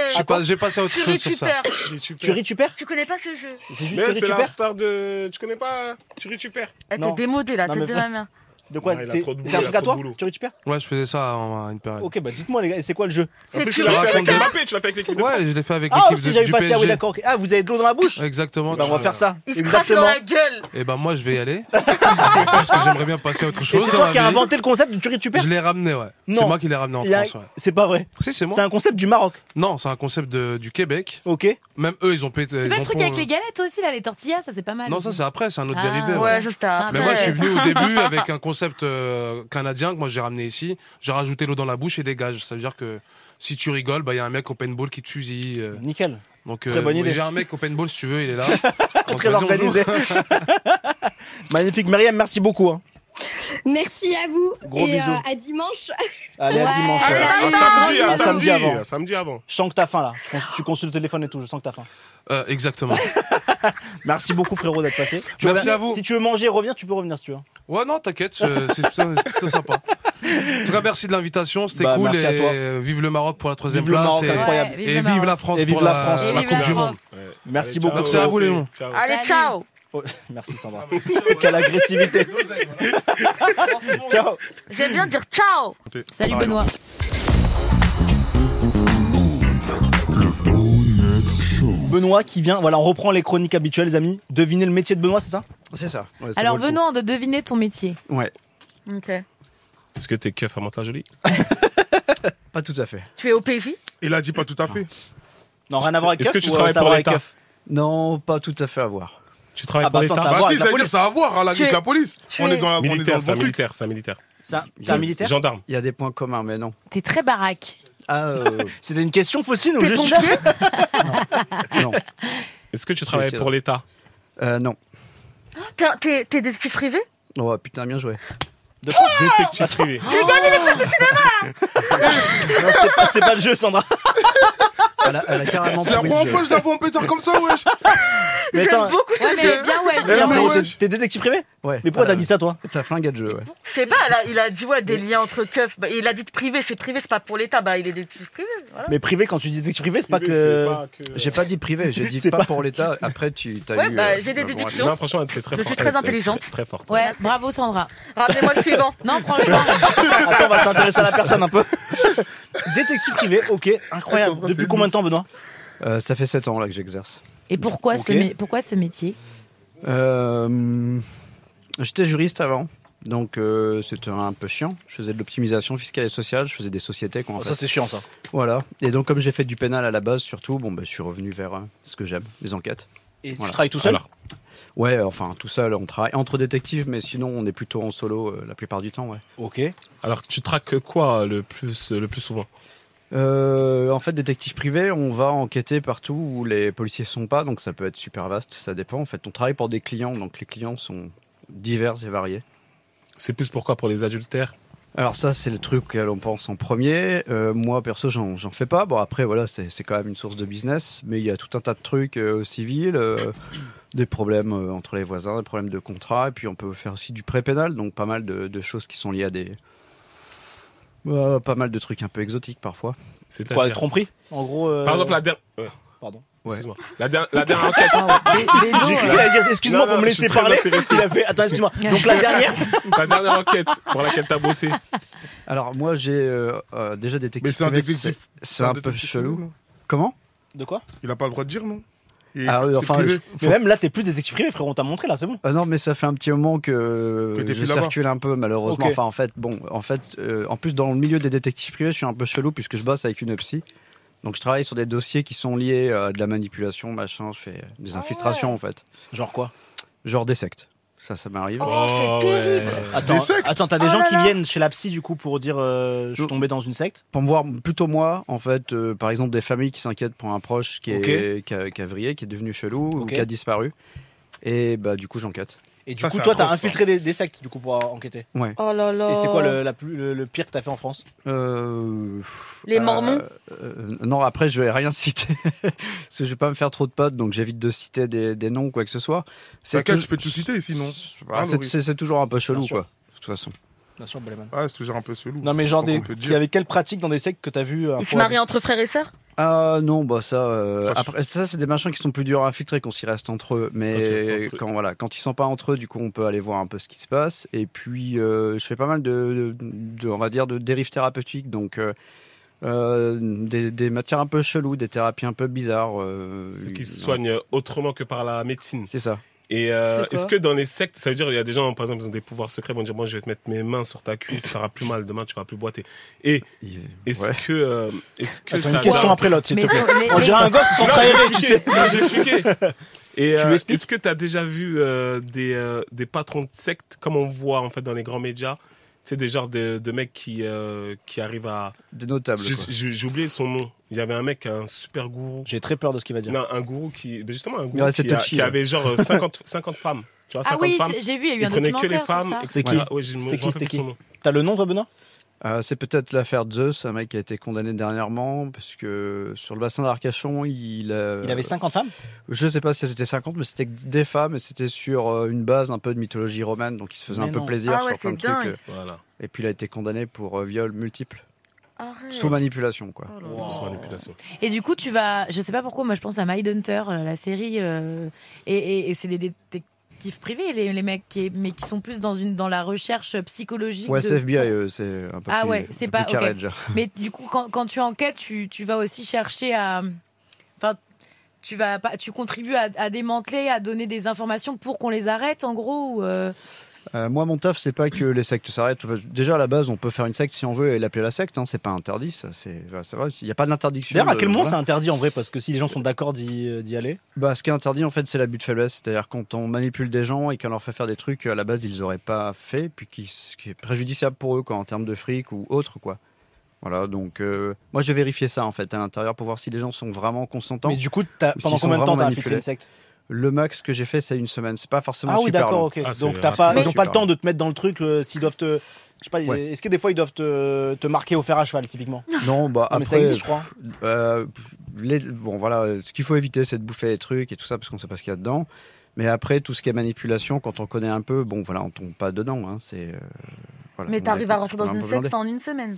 Speaker 6: Je sais
Speaker 1: à
Speaker 6: pas,
Speaker 1: quoi
Speaker 6: J'ai passé à autre
Speaker 3: Tuer
Speaker 6: chose sur ça.
Speaker 3: Twitter.
Speaker 1: Tu ris, tu perds
Speaker 3: Tu connais pas ce jeu
Speaker 1: C'est juste tu
Speaker 2: Mais
Speaker 1: ris,
Speaker 2: c'est
Speaker 1: tu
Speaker 2: la
Speaker 1: perds
Speaker 2: star de. Tu connais pas hein. Tu ris, tu perds.
Speaker 3: Elle
Speaker 1: Non.
Speaker 3: t'est démodée là,
Speaker 1: Non,
Speaker 3: tête
Speaker 1: mais
Speaker 3: de
Speaker 1: vrai.
Speaker 3: ma mère.
Speaker 1: De quoi
Speaker 2: Non, il a
Speaker 1: C'est
Speaker 2: trop de boulot,
Speaker 1: c'est un
Speaker 2: il a
Speaker 1: truc à
Speaker 2: trop
Speaker 1: toi
Speaker 2: de boulot.
Speaker 1: Tu ris, tu perds
Speaker 6: Ouais, je faisais ça en- à une période.
Speaker 1: Ok, bah dites-moi les gars, c'est quoi le jeu
Speaker 2: En
Speaker 3: C'est
Speaker 2: plus,
Speaker 3: tu
Speaker 2: tu l'as
Speaker 3: ris,
Speaker 2: fait
Speaker 3: tu
Speaker 2: avec
Speaker 3: perds.
Speaker 2: Mbappé, tu l'as fait avec l'équipe de
Speaker 6: Ouais,
Speaker 2: France.
Speaker 6: je l'ai fait avec
Speaker 1: Ah,
Speaker 6: l'équipe
Speaker 1: aussi,
Speaker 6: de-
Speaker 1: j'avais
Speaker 6: du
Speaker 1: passé. Ah oui,
Speaker 6: PSG.
Speaker 1: d'accord. ok. Ah, vous avez de l'eau dans la bouche
Speaker 6: Exactement.
Speaker 1: Bah, on va faire ça.
Speaker 3: Il se crache dans
Speaker 1: Exactement.
Speaker 3: la gueule.
Speaker 6: Et ben moi, je vais y aller. (laughs) Parce que j'aimerais bien passer à autre
Speaker 1: Et
Speaker 6: chose.
Speaker 1: c'est
Speaker 6: dans
Speaker 1: toi
Speaker 6: ma
Speaker 1: qui as
Speaker 6: vie.
Speaker 1: inventé le concept du tu ris, tu perds
Speaker 6: Je l'ai ramené, ouais. C'est
Speaker 1: Non.
Speaker 6: moi qui l'ai ramené en
Speaker 1: Il y a-
Speaker 6: France, ouais.
Speaker 1: C'est pas vrai.
Speaker 6: Si, c'est moi.
Speaker 1: C'est un concept du Maroc.
Speaker 6: Non, c'est un concept de- du Québec.
Speaker 1: Ok.
Speaker 6: Même eux, ils ont pété.
Speaker 5: C'est
Speaker 6: ils
Speaker 5: pas le
Speaker 6: ont
Speaker 5: truc
Speaker 6: pon-
Speaker 5: avec les galettes aussi, là, les tortillas, ça c'est pas mal.
Speaker 6: Non, ça c'est après, c'est un autre
Speaker 5: Ah,
Speaker 6: dérivé.
Speaker 5: ouais.
Speaker 6: ouais.
Speaker 3: Ouais, je sais.
Speaker 5: Ça
Speaker 6: Mais moi, je suis
Speaker 5: Ouais.
Speaker 6: venu au début avec un concept euh, canadien que moi j'ai ramené ici. J'ai rajouté l'eau dans la bouche et dégage. Ça veut dire que si tu rigoles, bah il y a un mec au paintball qui te fusille. euh.
Speaker 1: Nickel.
Speaker 6: donc
Speaker 1: Très bonne idée.
Speaker 6: j'ai un mec au paintball si tu veux, il
Speaker 1: (laughs)
Speaker 6: est là. Donc,
Speaker 1: Très
Speaker 6: vas-y, on joue.
Speaker 1: organisé.
Speaker 6: hein.
Speaker 1: (laughs)
Speaker 6: (laughs)
Speaker 1: Magnifique. Myriam, merci beaucoup. hein.
Speaker 7: Merci à vous
Speaker 1: Gros
Speaker 7: et euh,
Speaker 1: bisous.
Speaker 7: à dimanche.
Speaker 1: Allez, à
Speaker 5: Ouais.
Speaker 1: dimanche.
Speaker 3: Allez,
Speaker 1: euh.
Speaker 3: bye.
Speaker 2: Un samedi,
Speaker 1: Un
Speaker 2: un
Speaker 1: samedi
Speaker 2: samedi
Speaker 1: avant.
Speaker 2: avant. Un samedi avant.
Speaker 1: Je sens que t'as faim là. Je pense que Tu consultes le téléphone et tout. Je sens que t'as faim.
Speaker 6: Euh, exactement.
Speaker 1: Merci beaucoup frérot d'être passé.
Speaker 6: (laughs)
Speaker 1: Tu
Speaker 6: Merci
Speaker 1: reviens-
Speaker 6: à vous.
Speaker 1: Si tu veux manger, reviens. Tu peux revenir si tu veux.
Speaker 6: Ouais, non, t'inquiète, euh, c'est plutôt, c'est plutôt sympa. En tout cas, merci de l'invitation, c'était
Speaker 1: Bah,
Speaker 6: cool.
Speaker 1: merci
Speaker 6: et
Speaker 1: à toi.
Speaker 6: euh, Vive le Maroc pour la troisième
Speaker 1: Vive le
Speaker 6: place.
Speaker 1: Maroc,
Speaker 6: et-
Speaker 1: incroyable.
Speaker 5: Ouais,
Speaker 6: et,
Speaker 5: vive le
Speaker 6: vive
Speaker 5: Maroc.
Speaker 6: la France
Speaker 1: Et
Speaker 6: pour
Speaker 1: vive
Speaker 6: la,
Speaker 1: la France.
Speaker 5: Et
Speaker 6: la
Speaker 5: vive
Speaker 6: Coupe
Speaker 5: la
Speaker 6: du Monde.
Speaker 5: France.
Speaker 2: Ouais.
Speaker 1: Merci
Speaker 2: Allez,
Speaker 1: beaucoup.
Speaker 2: ciao.
Speaker 6: Merci à vous, les gens.
Speaker 2: Ciao.
Speaker 3: Allez,
Speaker 5: Salut.
Speaker 3: ciao.
Speaker 1: Oh, (laughs) merci
Speaker 6: Ah,
Speaker 1: Sandra. (laughs)
Speaker 6: (laughs)
Speaker 1: Quelle agressivité. Ciao.
Speaker 3: J'aime bien dire ciao.
Speaker 5: Salut Benoît.
Speaker 1: Benoît qui vient. Voilà, on reprend les chroniques habituelles, les amis. Devinez le métier de Benoît, c'est ça
Speaker 8: C'est ça. Ouais, ça
Speaker 5: Alors
Speaker 8: vaut le
Speaker 5: Benoît, on doit deviner ton métier.
Speaker 8: coup. Ouais,
Speaker 3: Ok.
Speaker 2: Est-ce que t'es keuf à Mantes-la-Jolie
Speaker 8: pas tout à fait.
Speaker 3: Tu es au PJ
Speaker 4: Il a dit pas tout à fait.
Speaker 1: Non, rien à voir avec
Speaker 2: Est-ce
Speaker 1: Keuf,
Speaker 2: que tu
Speaker 1: ou, euh,
Speaker 2: travailles
Speaker 1: ça
Speaker 2: pour
Speaker 1: va avec
Speaker 2: l'État
Speaker 1: Keuf
Speaker 8: Non, pas tout à fait à voir.
Speaker 2: Tu travailles
Speaker 1: Ah, bah,
Speaker 2: pour
Speaker 1: attends, ça va.
Speaker 2: l'État
Speaker 4: Bah
Speaker 1: voir
Speaker 4: si,
Speaker 1: avec la
Speaker 4: ça veut dire
Speaker 1: police.
Speaker 4: ça a à voir hein, la-
Speaker 3: Tu
Speaker 4: avec
Speaker 3: es-
Speaker 4: la police.
Speaker 3: tu
Speaker 4: On
Speaker 3: es-
Speaker 4: est dans la on est dans
Speaker 2: Militaire,
Speaker 4: le
Speaker 2: c'est
Speaker 4: bon
Speaker 2: un
Speaker 4: truc.
Speaker 2: militaire, c'est un militaire.
Speaker 1: C'est un- T'es un militaire
Speaker 2: Gendarme.
Speaker 8: Il y a des points communs, mais non.
Speaker 5: T'es très baraque.
Speaker 8: Ah, euh,
Speaker 1: (laughs) C'était une question faussine ou
Speaker 3: T'es
Speaker 1: je suis...
Speaker 3: pompier
Speaker 8: non.
Speaker 2: Est-ce que tu travailles
Speaker 8: c'est
Speaker 2: pour l'État
Speaker 8: Euh, non.
Speaker 3: T'es- T'es t'es détective privé
Speaker 8: Oh putain, bien joué.
Speaker 2: Détective privé.
Speaker 1: Non, c'était pas, c'était pas le jeu, (laughs) Sandra.
Speaker 8: Elle a, elle a carrément
Speaker 4: C'est la
Speaker 8: pas
Speaker 4: première fois que je t'avoue un pétard comme ça, wesh.
Speaker 1: Mais attends,
Speaker 3: J'aime beaucoup ce
Speaker 5: Ouais, mais
Speaker 3: jeu.
Speaker 5: bien, ouais,
Speaker 4: Eh,
Speaker 1: Pierre,
Speaker 4: mais
Speaker 1: mais
Speaker 4: ouais.
Speaker 1: t'es- t'es détective privé
Speaker 8: Ouais.
Speaker 1: Mais
Speaker 4: Euh,
Speaker 1: pourquoi t'as dit ça, toi
Speaker 8: T'as flingué de jeu, ouais.
Speaker 3: Je sais pas, là, il a dit ouais, des liens entre keufs. Bah, il a dit de privé, c'est privé, c'est pas pour l'État. Bah, il est détective privé. Voilà.
Speaker 1: Mais privé, quand tu dis détective privé, c'est pas que.
Speaker 8: J'ai pas dit privé,
Speaker 4: (laughs)
Speaker 8: j'ai dit
Speaker 1: C'est
Speaker 8: pas,
Speaker 1: pas-
Speaker 8: pour l'État. Après, tu t'as
Speaker 3: Ouais,
Speaker 8: eu.
Speaker 3: bah,
Speaker 8: euh,
Speaker 3: j'ai des
Speaker 8: bon,
Speaker 3: déductions.
Speaker 2: Non, franchement, elle était très
Speaker 3: Je suis
Speaker 2: forte.
Speaker 3: très
Speaker 2: Elle était
Speaker 3: intelligente.
Speaker 2: Très, très forte.
Speaker 5: Ouais, bravo Sandra. (laughs)
Speaker 3: Ramenez-moi le suivant.
Speaker 5: Non, franchement,
Speaker 1: Attends, on va s'intéresser à la personne un peu. (laughs) détective privé, ok, incroyable.
Speaker 4: C'est vrai,
Speaker 1: Depuis
Speaker 4: c'est
Speaker 1: combien de temps, Benoît
Speaker 8: euh, ça fait 7 ans là que j'exerce.
Speaker 5: et pourquoi, ce,
Speaker 1: Ok.
Speaker 5: mé- pourquoi ce métier
Speaker 8: Euh, J'étais juriste avant, donc euh, c'était un peu chiant. Je faisais de l'optimisation fiscale et sociale, je faisais des sociétés. Quoi, en fait.
Speaker 1: c'est chiant, Ah, ça.
Speaker 8: Voilà. Et donc, comme j'ai fait du pénal à la base, surtout, bon, bah, je suis revenu vers euh, ce que j'aime, les enquêtes.
Speaker 1: Et
Speaker 8: Voilà.
Speaker 1: tu travailles tout seul
Speaker 2: Alors.
Speaker 8: Ouais, enfin, tout seul, on travaille entre détectives, mais sinon, on est plutôt en solo euh, la plupart du temps, ouais.
Speaker 1: Ok.
Speaker 2: Alors, tu traques quoi le plus, le plus souvent
Speaker 8: Euh, en fait, détective privé, on va enquêter partout où les policiers sont pas, donc ça peut être super vaste, ça dépend. En fait, on travaille pour des clients, donc les clients sont divers et variés.
Speaker 2: C'est plus pourquoi Pour les adultères
Speaker 8: Alors ça, c'est le truc auquel on pense en premier. Euh, moi, perso, j'en j'en fais pas. Bon, après, voilà, c'est c'est quand même une source de business, mais il y a tout un tas de trucs euh, civils, euh, des problèmes euh, entre les voisins, des problèmes de contrat, et puis on peut faire aussi du pré-pénal, donc pas mal de, de choses qui sont liées à des... Euh, pas mal de trucs un peu exotiques parfois.
Speaker 2: C'est
Speaker 1: Quoi, tromperie En gros. euh,
Speaker 2: Par exemple, la dernière. ouais,
Speaker 1: Pardon.
Speaker 2: excuse-moi. La, der- la dernière enquête.
Speaker 5: Les dos,
Speaker 1: J'ai cru
Speaker 5: euh,
Speaker 1: qu'elle allait dire, excuse-moi
Speaker 2: Non,
Speaker 1: pour me
Speaker 2: non, je
Speaker 1: laisser
Speaker 2: suis très
Speaker 1: parler.
Speaker 2: intéressé.
Speaker 1: Il a fait, attends, excuse-moi. Donc
Speaker 2: (laughs)
Speaker 1: la dernière.
Speaker 2: La dernière enquête pour laquelle t'as bossé.
Speaker 8: Alors moi, j'ai euh, euh, déjà détecté...
Speaker 4: Mais c'est un détective.
Speaker 8: C'est un peu
Speaker 4: détective privé,
Speaker 8: chelou.
Speaker 4: non
Speaker 8: Comment
Speaker 1: De quoi
Speaker 4: Il a pas le droit de dire, non Et
Speaker 8: Ah,
Speaker 4: c'est
Speaker 8: enfin,
Speaker 4: privé.
Speaker 8: je-
Speaker 1: Mais même là, t'es plus détective privé, frérot, on t'a montré là, c'est bon.
Speaker 8: Ah non, mais ça fait un petit moment que,
Speaker 4: Que t'es
Speaker 8: je
Speaker 4: plus là-bas.
Speaker 8: circule un peu, malheureusement.
Speaker 1: Ok.
Speaker 8: Enfin, en fait, bon, en fait, euh, en plus, dans le milieu des détectives privés, je suis un peu chelou puisque je bosse avec une psy. Donc, je travaille sur des dossiers qui sont liés à de la manipulation, machin. Je fais
Speaker 3: Ah
Speaker 8: des infiltrations, en fait.
Speaker 1: Genre quoi
Speaker 8: Genre des sectes. Ça, ça m'arrive.
Speaker 3: Oh, c'est terrible.
Speaker 1: Attends,
Speaker 4: Des sectes
Speaker 1: attends, t'as des
Speaker 3: Oh
Speaker 1: gens
Speaker 3: là
Speaker 1: qui
Speaker 3: là.
Speaker 1: viennent chez la psy du coup pour dire euh, je suis
Speaker 8: Non.
Speaker 1: tombé dans une secte.
Speaker 8: Pour me voir, plutôt moi, en fait, euh, par exemple, des familles qui s'inquiètent pour un proche qui, est,
Speaker 1: Ok.
Speaker 8: qui, a, qui a vrillé, qui est devenu chelou ou
Speaker 1: Ok.
Speaker 8: qui a disparu. Et bah, du coup, j'enquête.
Speaker 1: Et du
Speaker 4: Ça,
Speaker 1: coup,
Speaker 4: c'est
Speaker 1: toi,
Speaker 4: un
Speaker 1: t'as
Speaker 4: trop
Speaker 1: infiltré des, des sectes du coup pour euh, enquêter.
Speaker 8: Ouais.
Speaker 3: Oh là là.
Speaker 1: Et c'est quoi le, la plus, le, le pire que t'as fait en France
Speaker 8: Euh, pff,
Speaker 3: Les Mormons
Speaker 8: euh, Non, après, je vais rien (laughs) citer. parce que je vais pas me faire trop de potes, donc j'évite de citer des, des noms ou quoi que ce soit.
Speaker 4: T'inquiète,
Speaker 8: tou-
Speaker 4: je peux tout citer, sinon.
Speaker 8: Ah,
Speaker 4: Hein,
Speaker 8: c'est-
Speaker 4: Laurie
Speaker 8: c'est- c'est toujours un peu chelou,
Speaker 1: Bien sûr.
Speaker 8: quoi. De toute façon.
Speaker 1: Bien sûr, Boleman.
Speaker 4: Ah, c'est toujours un peu chelou.
Speaker 1: Non, mais genre
Speaker 4: On
Speaker 1: des.
Speaker 4: peut
Speaker 1: Il
Speaker 4: dire.
Speaker 1: y avait quelle pratique dans des sectes que t'as vu euh,
Speaker 3: Ils se
Speaker 1: pour-
Speaker 3: marient entre frères et sœurs
Speaker 8: Ah non, bah ça. euh,
Speaker 4: Ça, c'est-
Speaker 8: après, ça, c'est des machins qui sont plus durs à infiltrer quand ils restent entre eux. Mais
Speaker 2: Quand ils
Speaker 8: quand,
Speaker 2: restent entre eux.
Speaker 8: voilà, quand ils sont pas entre eux, du coup, on peut aller voir un peu ce qui se passe. Et puis, euh, je fais pas mal de, de- de- on va dire, de dérives thérapeutiques. Donc. euh, euh, des, des matières un peu cheloues, des thérapies un peu bizarres. euh,
Speaker 2: Ceux qui se
Speaker 8: non.
Speaker 2: soignent autrement que par la médecine.
Speaker 8: C'est ça.
Speaker 2: Et euh,
Speaker 3: C'est quoi
Speaker 2: est-ce que dans les sectes, ça veut dire il y a des gens, par exemple, ils ont des pouvoirs secrets, ils vont dire moi je vais te mettre mes mains sur ta cuisse, t'auras plus mal demain, tu vas plus boiter. Et est-ce
Speaker 8: Ouais.
Speaker 2: que, euh, est-ce que
Speaker 1: Attends, une
Speaker 2: t'as-
Speaker 1: question
Speaker 2: t'as-
Speaker 1: après l'autre, s'il
Speaker 5: mais
Speaker 1: te plaît.
Speaker 5: sont- les-
Speaker 1: On
Speaker 5: les-
Speaker 1: dirait un gosse sans
Speaker 2: Non, j'ai
Speaker 1: trahir, tu sais.
Speaker 2: expliqué. Non,
Speaker 1: (laughs)
Speaker 2: j'ai expliqué. Et
Speaker 1: Tu
Speaker 2: euh,
Speaker 1: m'expliques
Speaker 2: est-ce que tu as déjà vu euh, des, euh, des patrons de sectes, comme on voit en fait dans les grands médias c'est des genres de, de mecs qui, euh, qui arrivent à...
Speaker 8: Des notables.
Speaker 2: Je-
Speaker 8: quoi.
Speaker 2: je- J'ai oublié son nom. Il y avait un mec, un super gourou.
Speaker 1: J'ai très peur de ce qu'il va dire.
Speaker 2: Non, un gourou qui... ben Justement, un gourou
Speaker 8: Ouais, c'est
Speaker 2: qui, a-
Speaker 8: touchy,
Speaker 2: qui
Speaker 8: ouais.
Speaker 2: avait genre
Speaker 8: (laughs)
Speaker 2: euh, 50, 50 femmes. Tu vois, 50
Speaker 5: Ah oui,
Speaker 2: femmes.
Speaker 5: c'est- j'ai vu, il y a eu
Speaker 2: Il
Speaker 5: un
Speaker 2: prenait que les
Speaker 5: documentaire sur
Speaker 2: femmes.
Speaker 5: ça.
Speaker 2: etc.
Speaker 1: C'est qui
Speaker 2: Ouais, je me-
Speaker 1: C'était
Speaker 2: je
Speaker 1: qui,
Speaker 2: me rappelle
Speaker 1: c'était
Speaker 2: plus
Speaker 1: qui
Speaker 2: son nom.
Speaker 1: T'as le nom, toi, Benoît
Speaker 8: Euh, c'est peut-être l'affaire Zeus, un mec qui a été condamné dernièrement, parce que sur le bassin d'Arcachon, il, euh,
Speaker 1: Il avait 50 femmes
Speaker 8: Je sais pas si c'était 50, mais c'était que des femmes, et c'était sur euh, une base un peu de mythologie romaine, donc il se faisait
Speaker 1: Mais
Speaker 8: un peu
Speaker 1: non.
Speaker 8: plaisir
Speaker 3: Ah
Speaker 8: sur
Speaker 3: ouais,
Speaker 8: plein de
Speaker 3: c'est dingue.
Speaker 8: trucs. euh,
Speaker 2: Voilà.
Speaker 8: Et puis il a été condamné pour euh, viol multiple,
Speaker 3: Arrête.
Speaker 8: sous manipulation, quoi.
Speaker 3: Oh là là.
Speaker 2: Sans manipulation.
Speaker 5: Et du coup, tu vas, je sais pas pourquoi, moi je pense à Mindhunter, la série, euh, et, et- et c'est des détectives privés, les, les mecs, qui, mais qui sont plus dans, une, dans la recherche psychologique.
Speaker 8: Ouais,
Speaker 5: de-
Speaker 8: c'est FBI, euh, c'est un peu
Speaker 5: Ah
Speaker 8: plus,
Speaker 5: ouais, c'est
Speaker 8: plus
Speaker 5: pas-
Speaker 8: carré,
Speaker 5: ok.
Speaker 8: déjà.
Speaker 5: Mais du coup, quand, quand tu enquêtes, tu, tu vas aussi chercher à. Enfin, tu, vas, pas- tu contribues à, à démanteler, à donner des informations pour qu'on les arrête, en gros. ou, euh,
Speaker 8: Euh, moi, mon taf, c'est pas que les sectes s'arrêtent. Déjà, à la base, on peut faire une secte si on veut et l'appeler la secte, hein, c'est pas interdit, ça, c'est, ça va, il n'y a pas d'interdiction.
Speaker 1: D'ailleurs, à
Speaker 8: de-
Speaker 1: quel moment
Speaker 8: voilà.
Speaker 1: c'est interdit en vrai Parce que si les gens sont d'accord d'y euh, d'y aller.
Speaker 8: Bah, ce qui est interdit, en fait, c'est l'abus de faiblesse. C'est-à-dire quand on manipule des gens et qu'on leur fait faire des trucs à la base ils n'auraient pas fait, puis qui, ce qui est préjudiciable pour eux, quoi, en termes de fric ou autre, quoi. Voilà, donc euh, moi j'ai vérifié ça en fait à l'intérieur pour voir si les gens sont vraiment consentants.
Speaker 1: Mais du coup, t'as-
Speaker 8: Ou s'ils
Speaker 1: pendant
Speaker 8: sont
Speaker 1: combien de temps
Speaker 8: vraiment
Speaker 1: t'as infiltré
Speaker 8: manipulés.
Speaker 1: une secte
Speaker 8: Le max que j'ai fait, c'est une semaine. C'est pas forcément
Speaker 1: Ah oui,
Speaker 8: super
Speaker 1: d'accord,
Speaker 8: long.
Speaker 1: ok.
Speaker 2: Ah, c'est
Speaker 1: Donc t'as pas,
Speaker 2: rapide.
Speaker 1: ils ont pas le
Speaker 8: Super
Speaker 1: temps
Speaker 8: long.
Speaker 1: de te mettre dans le truc euh, s'ils doivent te. Je sais pas,
Speaker 8: Ouais.
Speaker 1: est-ce que des fois ils doivent te, te marquer au fer à cheval,
Speaker 3: (laughs)
Speaker 1: typiquement
Speaker 8: Non, bah
Speaker 1: Non,
Speaker 8: après,
Speaker 1: mais ça existe, je crois.
Speaker 8: euh, les- bon voilà, euh, ce qu'il faut éviter, c'est de bouffer les trucs et tout ça parce qu'on sait pas ce qu'il y a dedans. Mais après, tout ce qui est manipulation, quand on connaît un peu, bon voilà, on tombe pas dedans. Hein, c'est. euh, voilà,
Speaker 3: Mais
Speaker 8: on
Speaker 3: t'arrives
Speaker 8: est-
Speaker 3: à rentrer dans
Speaker 8: on est un
Speaker 3: une
Speaker 8: peu
Speaker 3: secte
Speaker 8: blindé.
Speaker 3: en une semaine.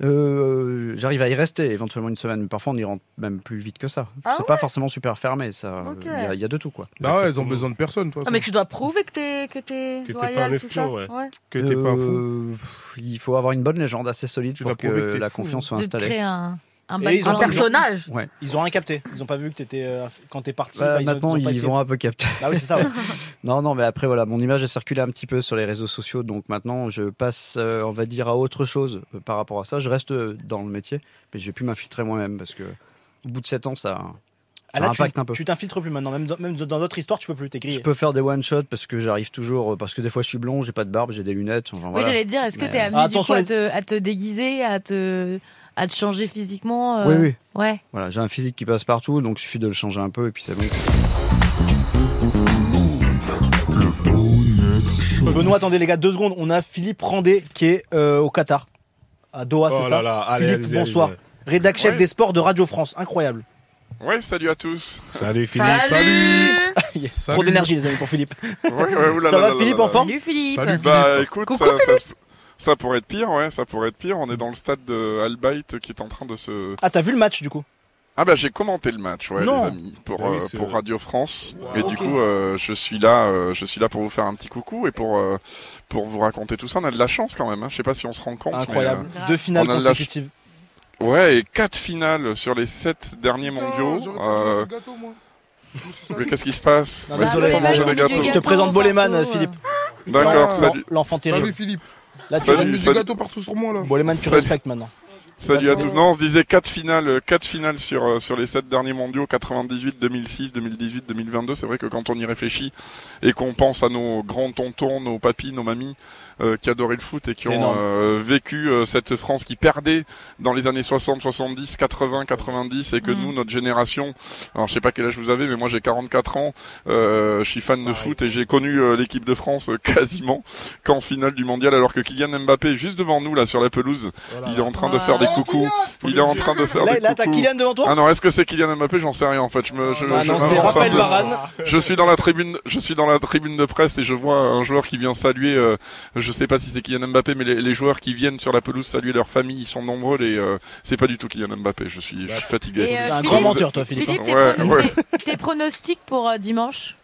Speaker 8: Euh, J'arrive à y rester éventuellement une semaine, mais parfois on y rentre même plus vite que ça.
Speaker 3: Ah
Speaker 8: c'est pas forcément super fermé, ça.
Speaker 3: Ok.
Speaker 8: Il y a- il y, a de tout quoi.
Speaker 4: Bah ouais, elles ont
Speaker 2: Exactement.
Speaker 4: besoin de personne, toi.
Speaker 3: Ah, mais tu dois prouver que t'es que t'es
Speaker 2: t'es pas
Speaker 3: loyal,
Speaker 2: un
Speaker 3: tout ça.
Speaker 2: espion, ouais.
Speaker 4: Que t'es pas un fou.
Speaker 8: Euh, pff, Il faut avoir une bonne légende assez solide
Speaker 4: Tu
Speaker 8: pour
Speaker 4: dois
Speaker 8: que,
Speaker 4: prouver que t'es
Speaker 8: la
Speaker 4: fou,
Speaker 8: confiance soit
Speaker 3: hein.
Speaker 5: de te
Speaker 8: installée.
Speaker 5: créer un, un
Speaker 1: Et
Speaker 5: background.
Speaker 1: ils ont
Speaker 3: Bah, Un personnage.
Speaker 1: Ils ont rien capté. Ils ont pas vu que t'étais. euh, inf- quand t'es parti,
Speaker 8: Bah,
Speaker 1: enfin, ils ont-
Speaker 8: maintenant,
Speaker 1: ils ont pas
Speaker 8: ils
Speaker 1: essayé.
Speaker 8: vont un peu capter.
Speaker 1: Bah oui, c'est ça, ouais.
Speaker 8: (laughs) Non, non, mais après, voilà, mon image a circulé un petit peu sur les réseaux sociaux, donc maintenant, je passe, euh, on va dire, à autre chose euh, par rapport à ça. Je reste euh, dans le métier, mais j'ai pu m'infiltrer moi-même parce que, au bout de 7 ans, ça.
Speaker 1: Ah,
Speaker 8: Ça
Speaker 1: là, tu-
Speaker 8: impacte un peu.
Speaker 1: tu t'infiltres plus maintenant. Même dans, même dans d'autres histoires, tu peux plus, t'es grillé.
Speaker 8: Je peux faire des one-shots parce que j'arrive toujours, euh, parce que des fois, je suis blond, j'ai pas de barbe, j'ai des lunettes. enfin,
Speaker 5: Oui,
Speaker 8: voilà.
Speaker 5: j'allais te dire, est-ce que
Speaker 8: Mais,
Speaker 5: t'es
Speaker 8: euh,
Speaker 5: amené du
Speaker 1: attention,
Speaker 5: coup, à,
Speaker 1: les-
Speaker 5: te, à te déguiser, à te, à te changer physiquement
Speaker 8: Oui,
Speaker 5: euh,
Speaker 8: oui.
Speaker 5: Ouais.
Speaker 8: Voilà, j'ai un physique qui passe partout, donc il suffit de le changer un peu et puis c'est bon.
Speaker 1: Benoît, attendez les gars, deux secondes. On a Philippe Randé qui est euh, au Qatar, à Doha,
Speaker 2: Oh
Speaker 1: c'est
Speaker 2: là
Speaker 1: ça
Speaker 2: là, allez,
Speaker 1: Philippe,
Speaker 2: allez-y,
Speaker 1: bonsoir.
Speaker 2: allez-y.
Speaker 1: Rédac chef
Speaker 9: Ouais.
Speaker 1: des sports de Radio France, incroyable. (laughs)
Speaker 9: Ouais, salut à tous.
Speaker 2: Salut Philippe.
Speaker 1: (laughs)
Speaker 3: Salut.
Speaker 4: Salut.
Speaker 1: Trop d'énergie les amis pour Philippe.
Speaker 9: Ouais, ouais, oulala,
Speaker 1: (laughs) ça va
Speaker 9: là, là,
Speaker 1: Philippe
Speaker 9: là,
Speaker 1: en forme
Speaker 5: Salut Philippe.
Speaker 4: Salut.
Speaker 9: Bah écoute,
Speaker 3: Coucou,
Speaker 9: ça, ça- ça pourrait être pire, ouais, ça pourrait être pire. On est dans le stade de Albaït qui est en train de se.
Speaker 1: Ah t'as vu le match du coup
Speaker 9: Ah bah j'ai commenté le match, ouais,
Speaker 1: Non. Bah
Speaker 9: les amis, pour,
Speaker 2: Ah oui,
Speaker 9: euh,
Speaker 2: c'est-
Speaker 9: pour Radio France.
Speaker 2: Wow.
Speaker 9: Et
Speaker 1: Ok.
Speaker 9: du coup, euh, je suis là, euh, je suis là pour vous faire un petit coucou et pour euh, pour vous raconter tout ça. On a de la chance quand même. Hein. Je sais pas si on se rend compte. mais,
Speaker 1: Incroyable.
Speaker 5: euh,
Speaker 1: Deux finales
Speaker 9: on a de la
Speaker 1: consécutives.
Speaker 9: euh, ouais, et quatre finales sur les sept derniers mondiaux. Euh, mais qu'est-ce qui se passe
Speaker 1: Non,
Speaker 9: Ouais,
Speaker 1: Bah, désolé,
Speaker 9: c'est
Speaker 1: Boleman,
Speaker 9: manger des gâteaux.
Speaker 5: c'est du
Speaker 1: Je te
Speaker 5: gâteau
Speaker 1: présente
Speaker 5: partout,
Speaker 1: Boleman,
Speaker 5: euh.
Speaker 1: Philippe.
Speaker 9: D'accord,
Speaker 1: L'en-
Speaker 9: salut.
Speaker 1: L'enfant
Speaker 4: Salut
Speaker 1: terrible.
Speaker 4: Philippe,
Speaker 1: Là tu
Speaker 9: Salut,
Speaker 4: j'aime des
Speaker 9: salut.
Speaker 4: gâteaux partout sur moi là.
Speaker 1: Boleman, tu
Speaker 9: Salut.
Speaker 1: respectes maintenant. Bah,
Speaker 9: Salut à
Speaker 1: Vincent.
Speaker 9: tous. Non, on se disait quatre finales, quatre finales sur euh, sur les sept derniers mondiaux 98, 2006, 2018, 2022. C'est vrai que quand on y réfléchit et qu'on pense à nos grands tontons, nos papis, nos mamies euh, qui adoraient le foot et qui
Speaker 1: C'est
Speaker 9: ont
Speaker 1: énorme.
Speaker 9: euh, vécu euh, cette France qui perdait dans les années 60, 70, 80, 90 et que
Speaker 5: Mm.
Speaker 9: nous, notre génération, alors je sais pas quel âge vous avez, mais moi j'ai 44 ans, euh, je suis fan de
Speaker 2: Pareil.
Speaker 9: foot et j'ai connu euh, l'équipe de France euh, quasiment qu'en finale du mondial, alors que Kylian Mbappé est juste devant nous là sur la pelouse.
Speaker 2: Voilà.
Speaker 9: Il est en train de
Speaker 5: Ah.
Speaker 9: faire des
Speaker 4: Oh,
Speaker 9: coucous.
Speaker 4: Kylian
Speaker 9: Il est en train de faire
Speaker 1: Là,
Speaker 9: des
Speaker 1: là t'as
Speaker 9: coucous.
Speaker 1: Kylian devant toi
Speaker 9: Ah non, est-ce que c'est Kylian Mbappé J'en sais rien en fait. Je me, je,
Speaker 1: Ah
Speaker 9: je
Speaker 1: non,
Speaker 9: m'avance
Speaker 1: c'était
Speaker 9: un
Speaker 1: Raphaël
Speaker 9: peu.
Speaker 1: Varane.
Speaker 9: Je suis dans la tribune, je suis dans la tribune de presse et je vois un joueur qui vient saluer. euh, je sais pas si c'est Kylian Mbappé, mais les, les joueurs qui viennent sur la pelouse saluer leur famille, ils sont nombreux. Et euh, c'est pas du tout Kylian Mbappé. Je suis, je suis fatigué.
Speaker 5: Et, euh,
Speaker 1: C'est un
Speaker 5: Philippe-
Speaker 1: grand menteur toi Philippe. hein.
Speaker 5: Philippe, tes
Speaker 9: hein. Ouais,
Speaker 5: prono-
Speaker 9: ouais.
Speaker 5: tes- tes pronostics pour euh, dimanche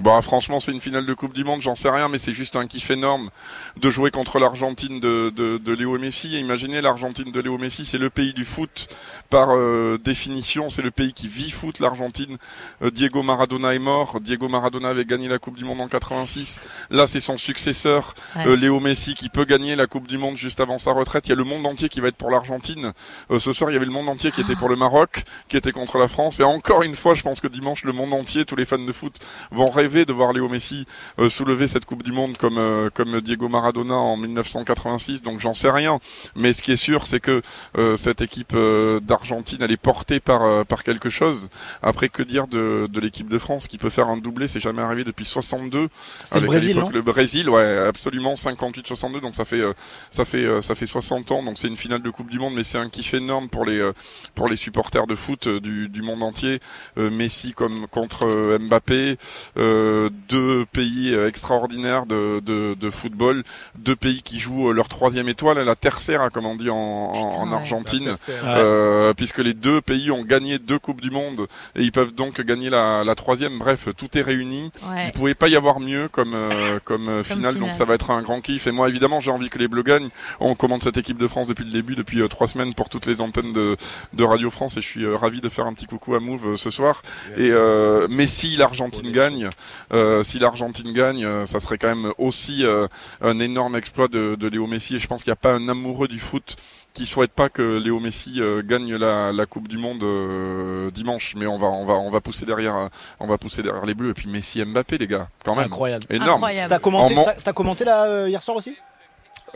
Speaker 9: Bah franchement c'est une finale de Coupe du Monde, j'en sais rien, mais c'est juste un kiff énorme de jouer contre l'Argentine de, de, de Léo Messi. Et imaginez l'Argentine de Léo Messi, c'est le pays du foot par euh, définition, c'est le pays qui vit foot, l'Argentine. Euh, Diego Maradona est mort, Diego Maradona avait gagné la Coupe du Monde en 86, là c'est son successeur,
Speaker 5: Ouais.
Speaker 9: euh, Léo Messi qui peut gagner la Coupe du Monde juste avant sa retraite. Il y a le monde entier qui va être pour l'Argentine. Euh, ce soir il y avait le monde entier qui était pour le Maroc, qui était contre la France. Et encore une fois je pense que dimanche le monde entier, tous les fans de foot vont rêver de voir Léo Messi euh, soulever cette Coupe du Monde comme euh, comme Diego Maradona en 1986. Donc j'en sais rien, mais ce qui est sûr, c'est que euh, cette équipe euh, d'Argentine elle est portée par euh, par quelque chose. Après que dire de de l'équipe de France qui peut faire un doublé, c'est jamais arrivé depuis 62.
Speaker 1: C'est le
Speaker 9: Avec à
Speaker 1: Brésil non
Speaker 9: l'époque, Le Brésil, ouais, absolument 58-62. Donc ça fait euh, ça fait euh, ça fait 60 ans. Donc c'est une finale de Coupe du Monde, mais c'est un kiff énorme pour les euh, pour les supporters de foot euh, du du monde entier. Euh, Messi comme contre euh, Mbappé, euh, deux pays euh, extraordinaires de, de, de football, deux pays qui jouent euh, leur troisième étoile, la tercera comme on dit en, en-
Speaker 5: Putain,
Speaker 9: en
Speaker 5: ouais.
Speaker 9: Argentine.
Speaker 2: La tercère.
Speaker 1: Ouais.
Speaker 9: Euh, puisque les deux pays ont gagné deux coupes du monde et ils peuvent donc gagner la, la troisième. Bref, tout est réuni. Il
Speaker 5: Ouais.
Speaker 9: pouvait pas y avoir mieux comme euh, comme, euh, finale, donc
Speaker 5: finale.
Speaker 9: ça va être un grand kiff. Et moi, évidemment, j'ai envie que les Bleus gagnent. On commande cette équipe de France depuis le début, depuis euh, trois semaines pour toutes les antennes de, de Radio France. Et je suis euh, ravi de faire un petit coucou à Move euh, ce soir. Et euh, mais si l'Argentine gagne, euh, si l'Argentine gagne, euh, ça serait quand même aussi euh, un énorme exploit de, de Léo Messi. Et je pense qu'il n'y a pas un amoureux du foot qui souhaite pas que Léo Messi euh, gagne la, la Coupe du Monde euh, dimanche. Mais on va on va on va pousser derrière, euh, on va pousser derrière les Bleus. Et puis Messi, et Mbappé, les gars, quand même.
Speaker 1: Incroyable.
Speaker 9: Énorme.
Speaker 5: Incroyable.
Speaker 1: T'as commenté,
Speaker 9: En mon-
Speaker 1: t'as- t'as commenté là euh, hier soir aussi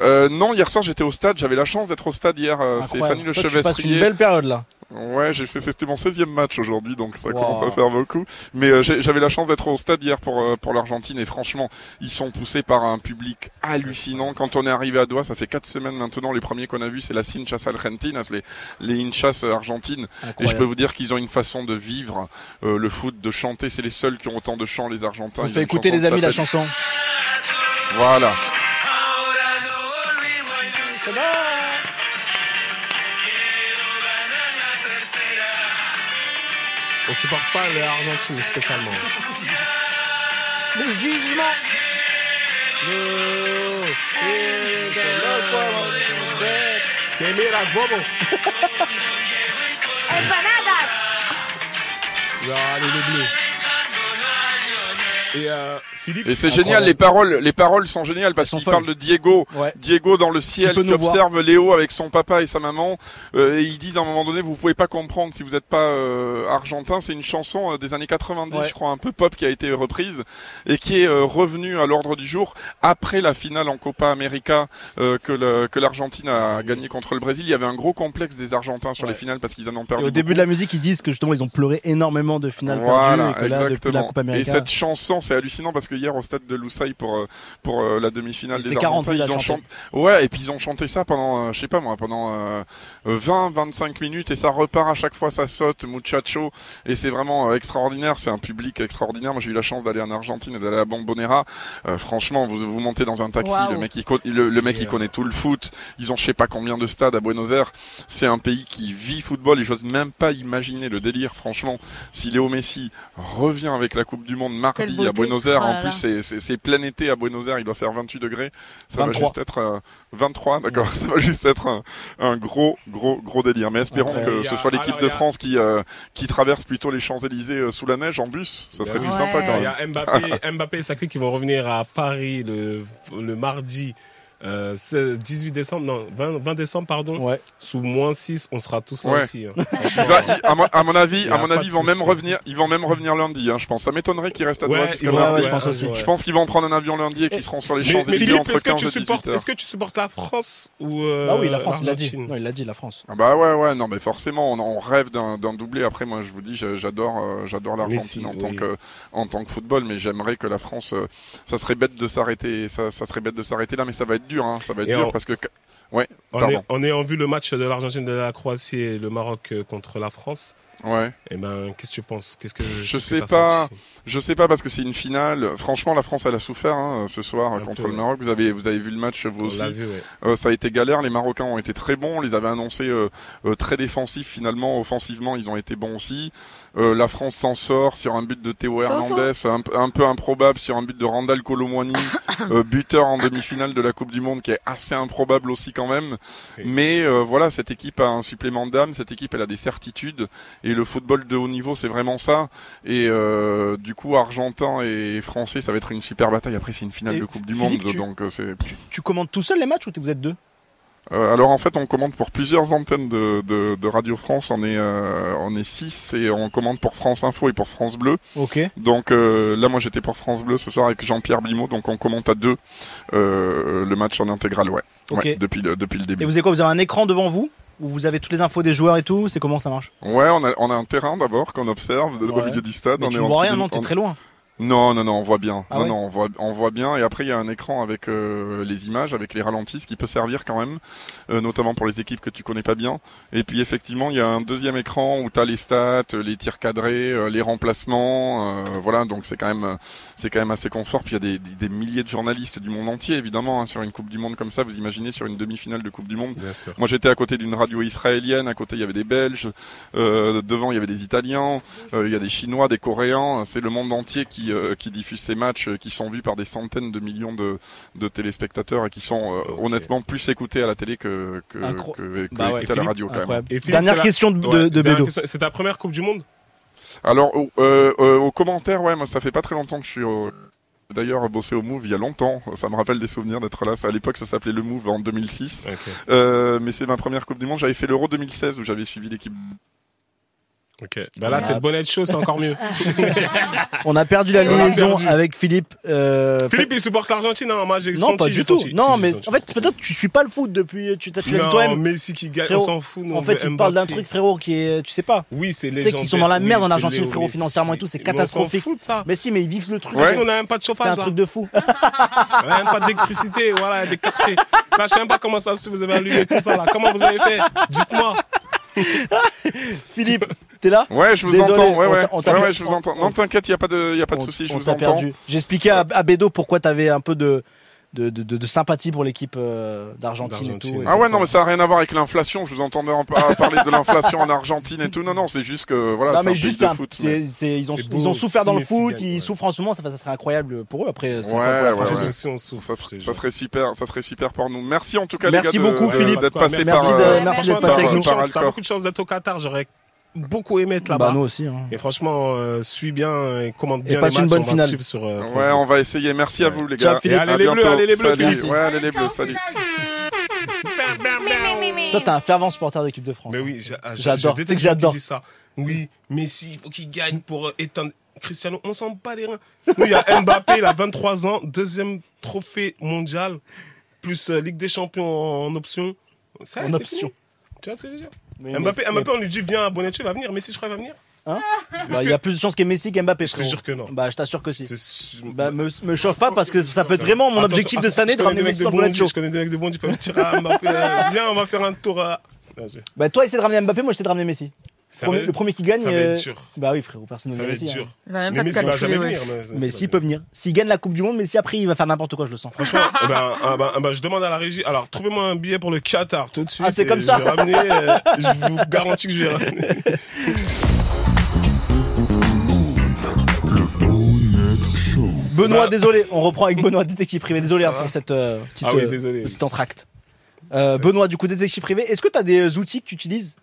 Speaker 9: Euh, non, hier soir j'étais au stade, j'avais la chance d'être au stade hier. euh, C'est
Speaker 1: Incroyable.
Speaker 9: Fanny Le
Speaker 1: Toi, tu passes une
Speaker 9: Chevestrier.
Speaker 1: belle période là.
Speaker 9: Ouais, j'ai fait, c'était mon 16e match aujourd'hui, donc ça
Speaker 1: Wow.
Speaker 9: commence à faire beaucoup. Mais euh, j'ai- j'avais la chance d'être au stade hier pour, euh, pour l'Argentine et franchement, ils sont poussés par un public hallucinant. Quand on est arrivé à Doha, ça fait quatre semaines maintenant, les premiers qu'on a vus, c'est la Cinchas Argentinas, les, les Hinchas Argentines. Et je peux
Speaker 1: Incroyable.
Speaker 9: vous dire qu'ils ont une façon de vivre euh, le foot, de chanter. C'est les seuls qui ont autant de chants, les Argentins.
Speaker 1: On
Speaker 9: Ils ont
Speaker 1: fait
Speaker 9: une
Speaker 1: écouter
Speaker 9: chanson
Speaker 1: les
Speaker 9: qui
Speaker 1: amis la
Speaker 9: s'appelle-
Speaker 1: chanson.
Speaker 9: Voilà.
Speaker 2: On supporte pas
Speaker 5: (laughs)
Speaker 2: l'Argentine spécialement.
Speaker 5: Le jugement. (laughs)
Speaker 2: Ah, Et euh, Philippe,
Speaker 9: Et c'est
Speaker 1: Incroyable.
Speaker 9: génial, les paroles, les paroles sont géniales parce
Speaker 1: Elles sont
Speaker 9: qu'ils
Speaker 1: folles.
Speaker 9: parlent de Diego.
Speaker 1: Ouais.
Speaker 9: Diego dans le ciel
Speaker 1: peut
Speaker 9: qui,
Speaker 1: nous voir.
Speaker 9: observe Léo avec son papa et sa maman. Euh, et ils disent à un moment donné, vous pouvez pas comprendre si vous n'êtes pas euh, argentin. C'est une chanson euh, des années 90,
Speaker 1: Ouais.
Speaker 9: je crois, un peu pop qui a été reprise et qui est euh, revenue à l'ordre du jour après la finale en Copa América euh, que le- que l'Argentine a gagné contre le Brésil. Il y avait un gros complexe des Argentins sur
Speaker 1: Ouais.
Speaker 9: les finales parce qu'ils en ont
Speaker 1: Et
Speaker 9: perdu.
Speaker 1: au début de la musique, ils disent que justement ils ont pleuré énormément de finales
Speaker 9: Voilà,
Speaker 1: perdues et que là, depuis la
Speaker 9: exactement.
Speaker 1: Coupe
Speaker 9: et
Speaker 1: Américaine.
Speaker 9: cette chanson, c'est hallucinant parce que hier au stade de Lusail pour euh, pour euh, la demi-finale
Speaker 1: Ils
Speaker 9: des
Speaker 1: étaient 40
Speaker 9: Argentins,
Speaker 1: 000 à
Speaker 9: ils ont
Speaker 1: chanter.
Speaker 9: chanté. Ouais, et puis ils ont chanté ça pendant, euh, je sais pas moi, pendant euh, 20-25 minutes et ça repart à chaque fois, ça saute, muchacho, et c'est vraiment euh, extraordinaire. C'est un public extraordinaire. Moi, j'ai eu la chance d'aller en Argentine et d'aller à Bombonera. Euh, franchement, vous vous montez dans un taxi,
Speaker 5: Waouh.
Speaker 9: le mec il co- le, le mec
Speaker 2: Et,
Speaker 9: il
Speaker 2: euh,
Speaker 9: connaît tout le foot. Ils ont je sais pas combien de stades à Buenos Aires. C'est un pays qui vit football et j'ose même pas imaginer le délire. Franchement, si Léo Messi revient avec la Coupe du Monde
Speaker 5: Quelle
Speaker 9: mardi
Speaker 5: beauté.
Speaker 9: à Buenos Aires,
Speaker 5: Oh
Speaker 9: en
Speaker 5: là
Speaker 9: plus
Speaker 5: là.
Speaker 9: c'est- c'est c'est plein été à Buenos Aires, il doit faire 28 degrés. Ça
Speaker 1: 23.
Speaker 9: va juste être euh, 23, d'accord. (laughs) Ça va juste être un, un gros, gros, gros délire. Mais espérons
Speaker 1: Après,
Speaker 9: que
Speaker 2: il y a-
Speaker 9: ce soit l'équipe
Speaker 2: alors,
Speaker 9: de
Speaker 2: il y a-
Speaker 9: France qui euh, qui traverse plutôt les Champs Élysées sous la neige en bus. Ça serait
Speaker 2: Ouais.
Speaker 9: plus sympa quand
Speaker 2: Il y
Speaker 9: même. (laughs)
Speaker 2: a Mbappé, Mbappé et Sacré qui vont revenir à Paris le, le mardi euh, 16 18 décembre, non, 20, 20 décembre, pardon.
Speaker 1: Ouais.
Speaker 2: Sous moins 6, on sera tous là
Speaker 9: Ouais.
Speaker 2: aussi. hein.
Speaker 9: (laughs) Il va- il- à, mon, à mon avis,
Speaker 2: Il y
Speaker 9: à
Speaker 2: a
Speaker 9: mon
Speaker 2: pas
Speaker 9: avis,
Speaker 2: de
Speaker 9: ils vont même
Speaker 2: souci.
Speaker 9: revenir, ils vont même revenir lundi, hein, je pense. Ça m'étonnerait qu'ils restent à Doha
Speaker 2: Ouais,
Speaker 9: jusqu'à
Speaker 2: ils vont-
Speaker 1: ouais,
Speaker 9: lundi.
Speaker 1: je pense aussi.
Speaker 9: Je pense qu'ils vont prendre un avion lundi et qu'ils seront sur les
Speaker 2: Mais, mais
Speaker 9: Champs-Élysées
Speaker 2: Philippe,
Speaker 9: entre
Speaker 2: est-ce que,
Speaker 9: 15
Speaker 2: tu
Speaker 9: et 18
Speaker 2: supportes,
Speaker 9: heures.
Speaker 2: est-ce que tu supportes la France ou euh,
Speaker 1: Ah oui, la France, il l'a dit.
Speaker 2: l'Argentine
Speaker 1: Non, il l'a dit, la France.
Speaker 9: Ah Bah ouais ouais non mais forcément on, on rêve d'un d'un doublé après moi je vous dis j'a- j'adore euh, j'adore
Speaker 2: Messi,
Speaker 9: l'Argentine en tant
Speaker 2: oui.
Speaker 9: que en tant que football mais j'aimerais que la France euh, ça serait bête de s'arrêter ça, ça serait bête de s'arrêter là mais ça va être dur hein, ça va être
Speaker 2: Et
Speaker 9: dur
Speaker 2: on-
Speaker 9: parce que
Speaker 2: On
Speaker 9: Pardon.
Speaker 2: est, on est en vue le match de l'Argentine, de la Croatie et le Maroc euh, contre la France.
Speaker 9: ouais
Speaker 2: Eh ben, qu'est-ce que tu penses Qu'est-ce que
Speaker 9: Je
Speaker 2: qu'est-ce que
Speaker 9: sais
Speaker 2: t'as
Speaker 9: pas.
Speaker 2: senti
Speaker 9: Je sais pas parce que c'est une finale. Franchement, la France elle a souffert hein, ce soir
Speaker 2: Un
Speaker 9: contre
Speaker 2: peu,
Speaker 9: le
Speaker 2: ouais.
Speaker 9: Maroc. Vous avez vous avez vu le match vous
Speaker 2: On
Speaker 9: aussi.
Speaker 2: l'a vu, ouais.
Speaker 9: Euh, ça a été galère. Les Marocains ont été très bons. On les avait annoncés euh, euh, très défensifs. Finalement, offensivement, ils ont été bons aussi. Euh, la France s'en sort sur un but de Théo Hernandez, un, p- un peu improbable, sur un but de Randall Colomwani, euh, buteur en demi-finale de la Coupe du Monde, qui est assez improbable aussi quand même.
Speaker 2: Oui.
Speaker 9: Mais euh, voilà, cette équipe a un supplément d'âme. Cette équipe, elle a des certitudes. Et le football de haut niveau, c'est vraiment ça. Et euh, du coup, Argentin et Français, ça va être une super bataille. Après, c'est une finale
Speaker 1: Et
Speaker 9: de Coupe du
Speaker 1: Philippe,
Speaker 9: Monde,
Speaker 1: tu-
Speaker 9: donc euh, c'est
Speaker 1: Tu, tu commandes tout seul les matchs ou t- vous êtes deux
Speaker 9: euh, alors en fait, on commande pour plusieurs antennes de, de, de Radio France. On est euh, on est six et on commande pour France Info et pour France Bleu.
Speaker 1: Ok.
Speaker 9: Donc euh, là, moi j'étais pour France Bleu ce soir avec Jean-Pierre Blimaud. Donc on commente à deux euh, le match en intégral. Ouais.
Speaker 1: Ok.
Speaker 9: Ouais, depuis le depuis le
Speaker 1: Et
Speaker 9: début.
Speaker 1: vous avez quoi Vous avez un écran devant vous où vous avez toutes les infos des joueurs et tout C'est comment ça (laughs) marche
Speaker 9: Ouais, on a on a un terrain d'abord qu'on observe de-
Speaker 1: Ouais.
Speaker 9: au milieu du stade.
Speaker 1: Mais
Speaker 9: on
Speaker 1: Tu
Speaker 9: est
Speaker 1: ne
Speaker 9: en
Speaker 1: vois rien,
Speaker 9: tribune-
Speaker 1: non T'es
Speaker 9: on-
Speaker 1: très loin.
Speaker 9: Non, non, non, on voit bien.
Speaker 1: Ah
Speaker 9: non,
Speaker 1: ouais
Speaker 9: non, on voit, on voit bien. Et après, il y a un écran avec euh, les images, avec les ralentis, ce qui peut servir quand même, euh, notamment pour les équipes que tu connais pas bien. Et puis, effectivement, il y a un deuxième écran où t'as les stats, euh, les tirs cadrés, euh, les remplacements. euh, voilà, donc c'est quand même, euh, c'est quand même assez confort. Puis il y a des, des, des milliers de journalistes du monde entier, évidemment, hein, sur une Coupe du Monde comme ça. Vous imaginez sur une demi-finale de Coupe du Monde.
Speaker 2: Bien sûr.
Speaker 9: Moi j'étais à côté d'une radio israélienne, à côté il y avait des Belges, euh, devant il y avait des Italiens, euh, il y a des Chinois, des Coréens, c'est le monde entier qui, euh, qui diffuse ces matchs euh, qui sont vus par des centaines de millions de, de téléspectateurs et qui sont euh,
Speaker 2: Ok.
Speaker 9: honnêtement plus écoutés à la télé que, que,
Speaker 1: Incro-
Speaker 9: que- que
Speaker 1: Bah ouais.
Speaker 9: écoutés à la radio quand même.
Speaker 1: Incroyable.
Speaker 2: Et Philippe,
Speaker 1: Dernière
Speaker 2: c'est la-
Speaker 1: question de, de,
Speaker 2: Ouais,
Speaker 1: de
Speaker 2: dernière
Speaker 1: Bédo.
Speaker 2: question. C'est ta première Coupe du Monde
Speaker 9: Alors au, euh, euh, aux commentaires, ouais, moi ça fait pas très longtemps que je suis au... D'ailleurs, bossé au Move il y a longtemps, ça me rappelle des souvenirs d'être là. À l'époque, ça s'appelait le Move en 2006. Euh, mais c'est ma première Coupe du Monde. J'avais fait l'Euro 2016 où j'avais suivi l'équipe
Speaker 2: Ok. Bah là, c'est le bonnet de chaud, c'est encore mieux.
Speaker 1: Ah. On a perdu la
Speaker 2: Et on a
Speaker 1: liaison
Speaker 2: perdu.
Speaker 1: avec Philippe. euh,
Speaker 2: (laughs) Philippe, il supporte l'Argentine, hein. Moi, j'ai
Speaker 1: Non,
Speaker 2: senti,
Speaker 1: pas
Speaker 2: j'ai
Speaker 1: du tout.
Speaker 2: senti. Si,
Speaker 1: Non,
Speaker 2: j'ai
Speaker 1: mais
Speaker 2: senti.
Speaker 1: en fait, peut-être que tu suis pas le foot depuis. Tu t'as- tu l'as dit
Speaker 2: Non,
Speaker 1: toi-même.
Speaker 2: Messi qui gagne, on
Speaker 1: Frérot,
Speaker 2: s'en fout. nous, on
Speaker 1: En fait,
Speaker 2: veut
Speaker 1: il parle d'un
Speaker 2: Mbappé.
Speaker 1: truc, frérot, qui est. Tu sais pas.
Speaker 2: Oui, c'est
Speaker 1: sais,
Speaker 2: les
Speaker 1: qu'ils sont dans la merde en Argentine, frérot, financièrement et tout, c'est catastrophique.
Speaker 2: On s'en fout de ça.
Speaker 1: Mais si, mais ils vivent le truc.
Speaker 2: Parce
Speaker 1: c'est-
Speaker 2: qu'on n'a même pas de
Speaker 1: C'est
Speaker 2: chauffage,
Speaker 1: un
Speaker 2: là.
Speaker 1: truc de hein. fou.
Speaker 2: On n'a même pas d'électricité, voilà, il y a des quartiers. Là, je sais même pas comment ça se fait, vous avez allumé tout ça, là. Comment vous avez fait Dites-moi.
Speaker 1: Philippe, (laughs) t'es là
Speaker 9: Ouais, je vous
Speaker 1: Désolé,
Speaker 9: entends. Ouais,
Speaker 1: on
Speaker 9: ouais.
Speaker 1: t'a- on t'a-
Speaker 9: ouais, ouais, je vous
Speaker 1: on-
Speaker 9: entends.
Speaker 1: on-
Speaker 9: Non, t'inquiète, il y a pas de, y a pas de
Speaker 1: On-
Speaker 9: souci. Je
Speaker 1: on
Speaker 9: vous
Speaker 1: t'a
Speaker 9: entends.
Speaker 1: perdu. J'expliquais à, à Bédo pourquoi t'avais un peu de, de, de, de- de sympathie pour l'équipe euh, d'Argentine et tout.
Speaker 2: D'Argentine.
Speaker 1: Et
Speaker 9: Ah ouais,
Speaker 1: pourquoi-
Speaker 9: non, mais ça n'a rien à voir avec l'inflation. Je vous entendais en par- parler de l'inflation en Argentine et tout. Non, non, c'est juste que voilà,
Speaker 1: Non,
Speaker 9: c'est un
Speaker 1: mais
Speaker 9: pays
Speaker 1: juste
Speaker 9: de
Speaker 1: ça.
Speaker 9: foot.
Speaker 1: C'est-
Speaker 9: mais-
Speaker 1: c'est- ils, ont,
Speaker 2: C'est
Speaker 1: ils
Speaker 2: beau,
Speaker 1: ont souffert dans
Speaker 2: si
Speaker 1: le
Speaker 2: Messi
Speaker 1: foot,
Speaker 2: gagne,
Speaker 1: ils
Speaker 2: ouais.
Speaker 1: souffrent en ce moment, ça, ça serait incroyable pour eux.
Speaker 2: Euh,
Speaker 1: Après, c'est
Speaker 9: Ouais,
Speaker 1: incroyable pour la
Speaker 9: ouais,
Speaker 1: France
Speaker 9: ouais.
Speaker 1: aussi.
Speaker 2: Nous aussi, on souffre.
Speaker 9: Ça
Speaker 2: je
Speaker 9: serait,
Speaker 2: te
Speaker 9: ça
Speaker 2: jure.
Speaker 9: serait super, ça serait super pour nous. Merci en tout cas,
Speaker 1: Merci
Speaker 9: les gars, de-
Speaker 1: beaucoup,
Speaker 9: de-
Speaker 1: Philippe.
Speaker 9: d'être passé
Speaker 2: Merci
Speaker 9: par,
Speaker 1: de-
Speaker 9: euh,
Speaker 1: merci d'être
Speaker 9: par-
Speaker 1: passé
Speaker 2: Franchement, t'as
Speaker 1: avec
Speaker 2: beaucoup
Speaker 1: nous.
Speaker 2: de
Speaker 9: par
Speaker 2: chance, t'as
Speaker 9: Alcor.
Speaker 2: beaucoup de chance d'être au Qatar, j'aurais beaucoup aimé être là-bas.
Speaker 1: Bah, nous aussi. hein.
Speaker 2: Et franchement, euh, suis bien et commande
Speaker 1: Et
Speaker 2: bien
Speaker 1: passe
Speaker 2: les
Speaker 1: une
Speaker 2: matchs,
Speaker 1: bonne
Speaker 2: on va
Speaker 1: finale.
Speaker 2: suivre sur euh, Facebook.
Speaker 9: Ouais, on va essayer. Merci à vous, les
Speaker 1: Ciao,
Speaker 9: gars.
Speaker 1: Philippe.
Speaker 9: Et
Speaker 2: Allez, les
Speaker 9: à
Speaker 2: bleus,
Speaker 9: bientôt.
Speaker 2: allez, les bleus,
Speaker 9: Salut.
Speaker 2: Philippe.
Speaker 9: Ouais, allez, les bleus,
Speaker 3: Ciao,
Speaker 9: salut.
Speaker 3: finale.
Speaker 1: Toi, t'es un fervent supporter de l'équipe de France. hein.
Speaker 2: Mais oui, j'a- ah, j'a-
Speaker 1: J'adore,
Speaker 2: je déteste
Speaker 1: j'adore. Mm.
Speaker 2: quand tu dis ça. Oui, Messi, il faut qu'il gagne pour euh, éteindre Cristiano. On s'en bat les reins. Nous, il
Speaker 1: (laughs)
Speaker 2: y a Mbappé, il a 23 ans, deuxième trophée mondial, plus euh, Ligue des Champions en, en option. Ça,
Speaker 1: En
Speaker 2: c'est
Speaker 1: option.
Speaker 2: fini. Tu vois ce que je veux dire
Speaker 1: Mais- mais-
Speaker 2: Mbappé,
Speaker 1: mais-
Speaker 2: Mbappé, on lui dit viens, Bonetti va venir. Messi, je crois, il va venir.
Speaker 1: bah, Il y a plus de chances que Messi qu'Mbappé. Je
Speaker 2: te jure que non.
Speaker 1: Bah, je t'assure que si.
Speaker 2: C'est su-
Speaker 1: Bah, me, me chauffe pas parce que ça peut être vraiment mon
Speaker 2: Attention,
Speaker 1: objectif de cette
Speaker 2: attention,
Speaker 1: année
Speaker 2: je
Speaker 1: de
Speaker 2: connais des
Speaker 1: ramener
Speaker 2: mecs
Speaker 1: Messi
Speaker 2: de
Speaker 1: dans le bonnet de
Speaker 2: Bondy,
Speaker 1: show.
Speaker 2: Je connais des mecs de Bondy, ils peuvent
Speaker 1: (laughs)
Speaker 2: dire à Mbappé, euh, viens, on va faire un tour à. Non, je-
Speaker 1: Bah, toi, essaie de ramener Mbappé, moi, j'essaie de ramener Messi.
Speaker 2: Ça
Speaker 1: Premier-
Speaker 2: va-
Speaker 1: le premier qui gagne.
Speaker 2: Ça va
Speaker 1: euh,
Speaker 2: être dur.
Speaker 1: Bah oui, frérot, personne ne
Speaker 2: Ça
Speaker 1: veut
Speaker 2: va être
Speaker 1: Messi. hein.
Speaker 2: dur.
Speaker 3: Il va même
Speaker 2: Mais
Speaker 3: pas te
Speaker 2: Messi va
Speaker 3: calculer,
Speaker 2: jamais
Speaker 3: ouais.
Speaker 2: venir. mais- c'est
Speaker 1: Mais
Speaker 2: pas
Speaker 1: s'il
Speaker 2: dur.
Speaker 1: peut venir. S'il gagne la Coupe du Monde, Messi après, il va faire n'importe quoi, je le sens.
Speaker 2: Franchement,
Speaker 3: (laughs)
Speaker 2: eh ben, ah ben, ah ben, je demande à la régie. Alors, trouvez-moi un billet pour le Qatar tout de suite.
Speaker 1: Ah, c'est
Speaker 2: et
Speaker 1: comme
Speaker 2: je
Speaker 1: ça.
Speaker 2: vais ramener, euh, je vous garantis
Speaker 1: (laughs)
Speaker 2: que je vais ramener.
Speaker 1: Benoît,
Speaker 2: Bah-
Speaker 1: désolé, on reprend avec Benoît, détective privé. Désolé hein, pour cette euh, petite,
Speaker 2: Ah oui,
Speaker 1: euh,
Speaker 2: désolé.
Speaker 1: petite entracte. Euh, Benoît, du coup, détective privé, est-ce que tu as des euh, outils que tu utilises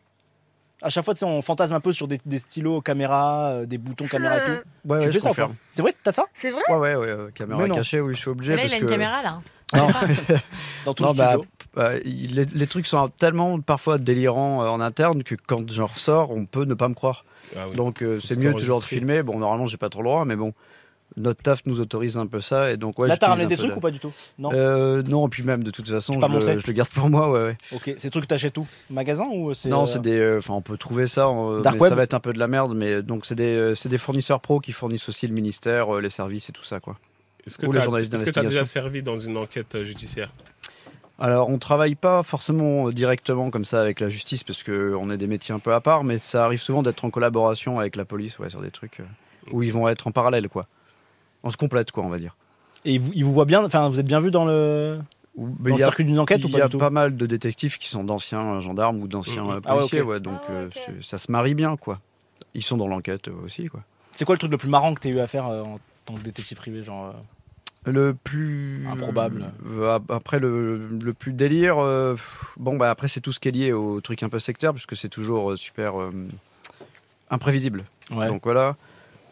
Speaker 1: À chaque fois, tu sais, on fantasme un peu sur des, des stylos caméra, euh, des boutons caméra et tout.
Speaker 8: Ouais,
Speaker 1: tu
Speaker 8: ouais,
Speaker 1: fais
Speaker 8: je
Speaker 1: ça ou pas
Speaker 8: confirme.
Speaker 1: C'est vrai, t'as ça
Speaker 3: C'est vrai
Speaker 8: Ouais, ouais, ouais, euh, caméra
Speaker 1: Mais non.
Speaker 8: cachée, oui, je suis obligé.
Speaker 5: Là, il
Speaker 8: parce
Speaker 5: a une
Speaker 8: que-
Speaker 5: caméra, là.
Speaker 1: Dans tout
Speaker 8: Non,
Speaker 1: le
Speaker 8: bah,
Speaker 1: studio.
Speaker 8: bah, il- les, les trucs sont tellement parfois délirants euh, en interne que quand j'en ressors, on peut ne pas me croire.
Speaker 2: Ah oui.
Speaker 8: Donc euh,
Speaker 2: Faut
Speaker 8: c'est
Speaker 2: tout
Speaker 8: mieux toujours de
Speaker 2: enregistrer.
Speaker 8: filmer. Bon, normalement, j'ai pas trop le droit, mais bon, notre taf nous autorise un peu ça. Et donc, ouais,
Speaker 1: Là, t'as
Speaker 8: j'utilise
Speaker 1: ramené
Speaker 8: un
Speaker 1: des
Speaker 8: peu
Speaker 1: trucs
Speaker 8: de-
Speaker 1: ou pas du tout Non
Speaker 8: Euh, non, puis même de toute façon,
Speaker 1: pas
Speaker 8: je
Speaker 1: montré
Speaker 8: le, je le garde pour moi. Ouais, ouais.
Speaker 1: Ok, ces trucs, t'achètes où Magasin ou c'est.
Speaker 8: Non,
Speaker 1: euh,
Speaker 8: c'est des. euh, Enfin, on peut trouver ça. en-
Speaker 1: Dark
Speaker 8: mais
Speaker 1: web
Speaker 8: ça va être un peu de la merde, mais euh, donc c'est des, euh, c'est des fournisseurs pro qui fournissent aussi le ministère, euh, les services et tout ça, quoi.
Speaker 2: Est-ce que
Speaker 8: Ou les
Speaker 2: t'as-
Speaker 8: journalistes
Speaker 2: est-ce que tu as déjà
Speaker 8: d'investigation.
Speaker 2: servi dans une enquête euh, judiciaire
Speaker 8: Alors, on travaille pas forcément euh, directement comme ça avec la justice parce que on est des métiers un peu à part, mais ça arrive souvent d'être en collaboration avec la police, ouais, sur des trucs euh, où ils vont être en parallèle, quoi. On se complète, quoi, on va dire.
Speaker 1: Et ils vous, ils vous voient bien, enfin, vous êtes bien vu dans le,
Speaker 8: Ou- mais
Speaker 1: dans
Speaker 8: il
Speaker 1: le
Speaker 8: y a-
Speaker 1: circuit d'une enquête ou
Speaker 8: il
Speaker 1: pas
Speaker 8: y a
Speaker 1: du tout
Speaker 8: pas mal de détectives qui sont d'anciens euh, gendarmes ou d'anciens
Speaker 2: Mhm.
Speaker 8: euh,
Speaker 1: Ah ouais,
Speaker 8: policiers,
Speaker 1: ok.
Speaker 8: ouais, donc euh, c'est- ça se marie bien, quoi. Ils sont dans l'enquête euh, aussi, quoi.
Speaker 1: C'est quoi le truc le plus marrant que t'as eu à faire euh, en tant que détective privé genre euh,
Speaker 8: Le plus
Speaker 1: Improbable.
Speaker 8: Euh, ap- Après le, le plus délire, euh, pff, bon bah après c'est tout ce qui est lié au truc un peu sectaire puisque c'est toujours euh, super euh, imprévisible.
Speaker 1: Donc,
Speaker 8: Donc voilà.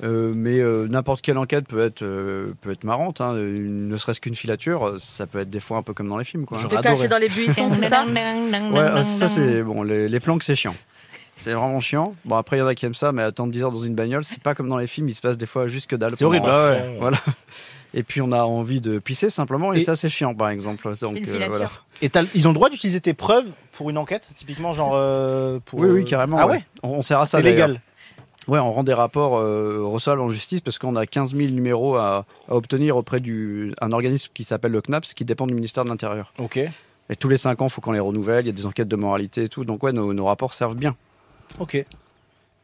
Speaker 8: Euh, mais euh, n'importe quelle enquête peut être euh, peut être marrante, hein. Une- ne serait-ce qu'une filature, euh, ça peut être des fois un peu comme dans les films quoi.
Speaker 1: J'aurais
Speaker 3: T'es
Speaker 1: adoré.
Speaker 3: caché dans les buissons, tout ça
Speaker 8: Ouais, euh, ça c'est bon les, les planques c'est chiant. C'est vraiment chiant. Bon après il y en a qui aiment ça, mais attendre 10 heures dans une bagnole, c'est pas comme dans les films, il se passe des fois jusque dalle.
Speaker 1: C'est horrible.
Speaker 8: pendant-
Speaker 2: Ah ouais.
Speaker 8: Voilà. (laughs) Et puis on a envie de pisser simplement, et,
Speaker 1: Et-
Speaker 8: ça c'est chiant par exemple. Donc,
Speaker 5: Une
Speaker 8: euh,
Speaker 5: filature.
Speaker 8: voilà.
Speaker 1: Et t'as- ils ont le droit d'utiliser tes preuves pour une enquête, typiquement genre euh, pour.
Speaker 8: Oui, oui,
Speaker 1: euh,
Speaker 8: carrément.
Speaker 1: Ah
Speaker 8: ouais.
Speaker 1: ouais,
Speaker 8: on, on sert à ça.
Speaker 1: c'est
Speaker 8: d'ailleurs.
Speaker 1: légal.
Speaker 8: Ouais, on rend des rapports euh, recevables en justice parce qu'on a 15 000 numéros à, à obtenir auprès du un organisme qui s'appelle le CNAPS, qui dépend du ministère de l'Intérieur.
Speaker 1: Ok.
Speaker 8: Et tous les 5 ans, il faut qu'on les renouvelle. Il y a des enquêtes de moralité et tout. Donc ouais, nos, nos rapports servent bien.
Speaker 1: Ok.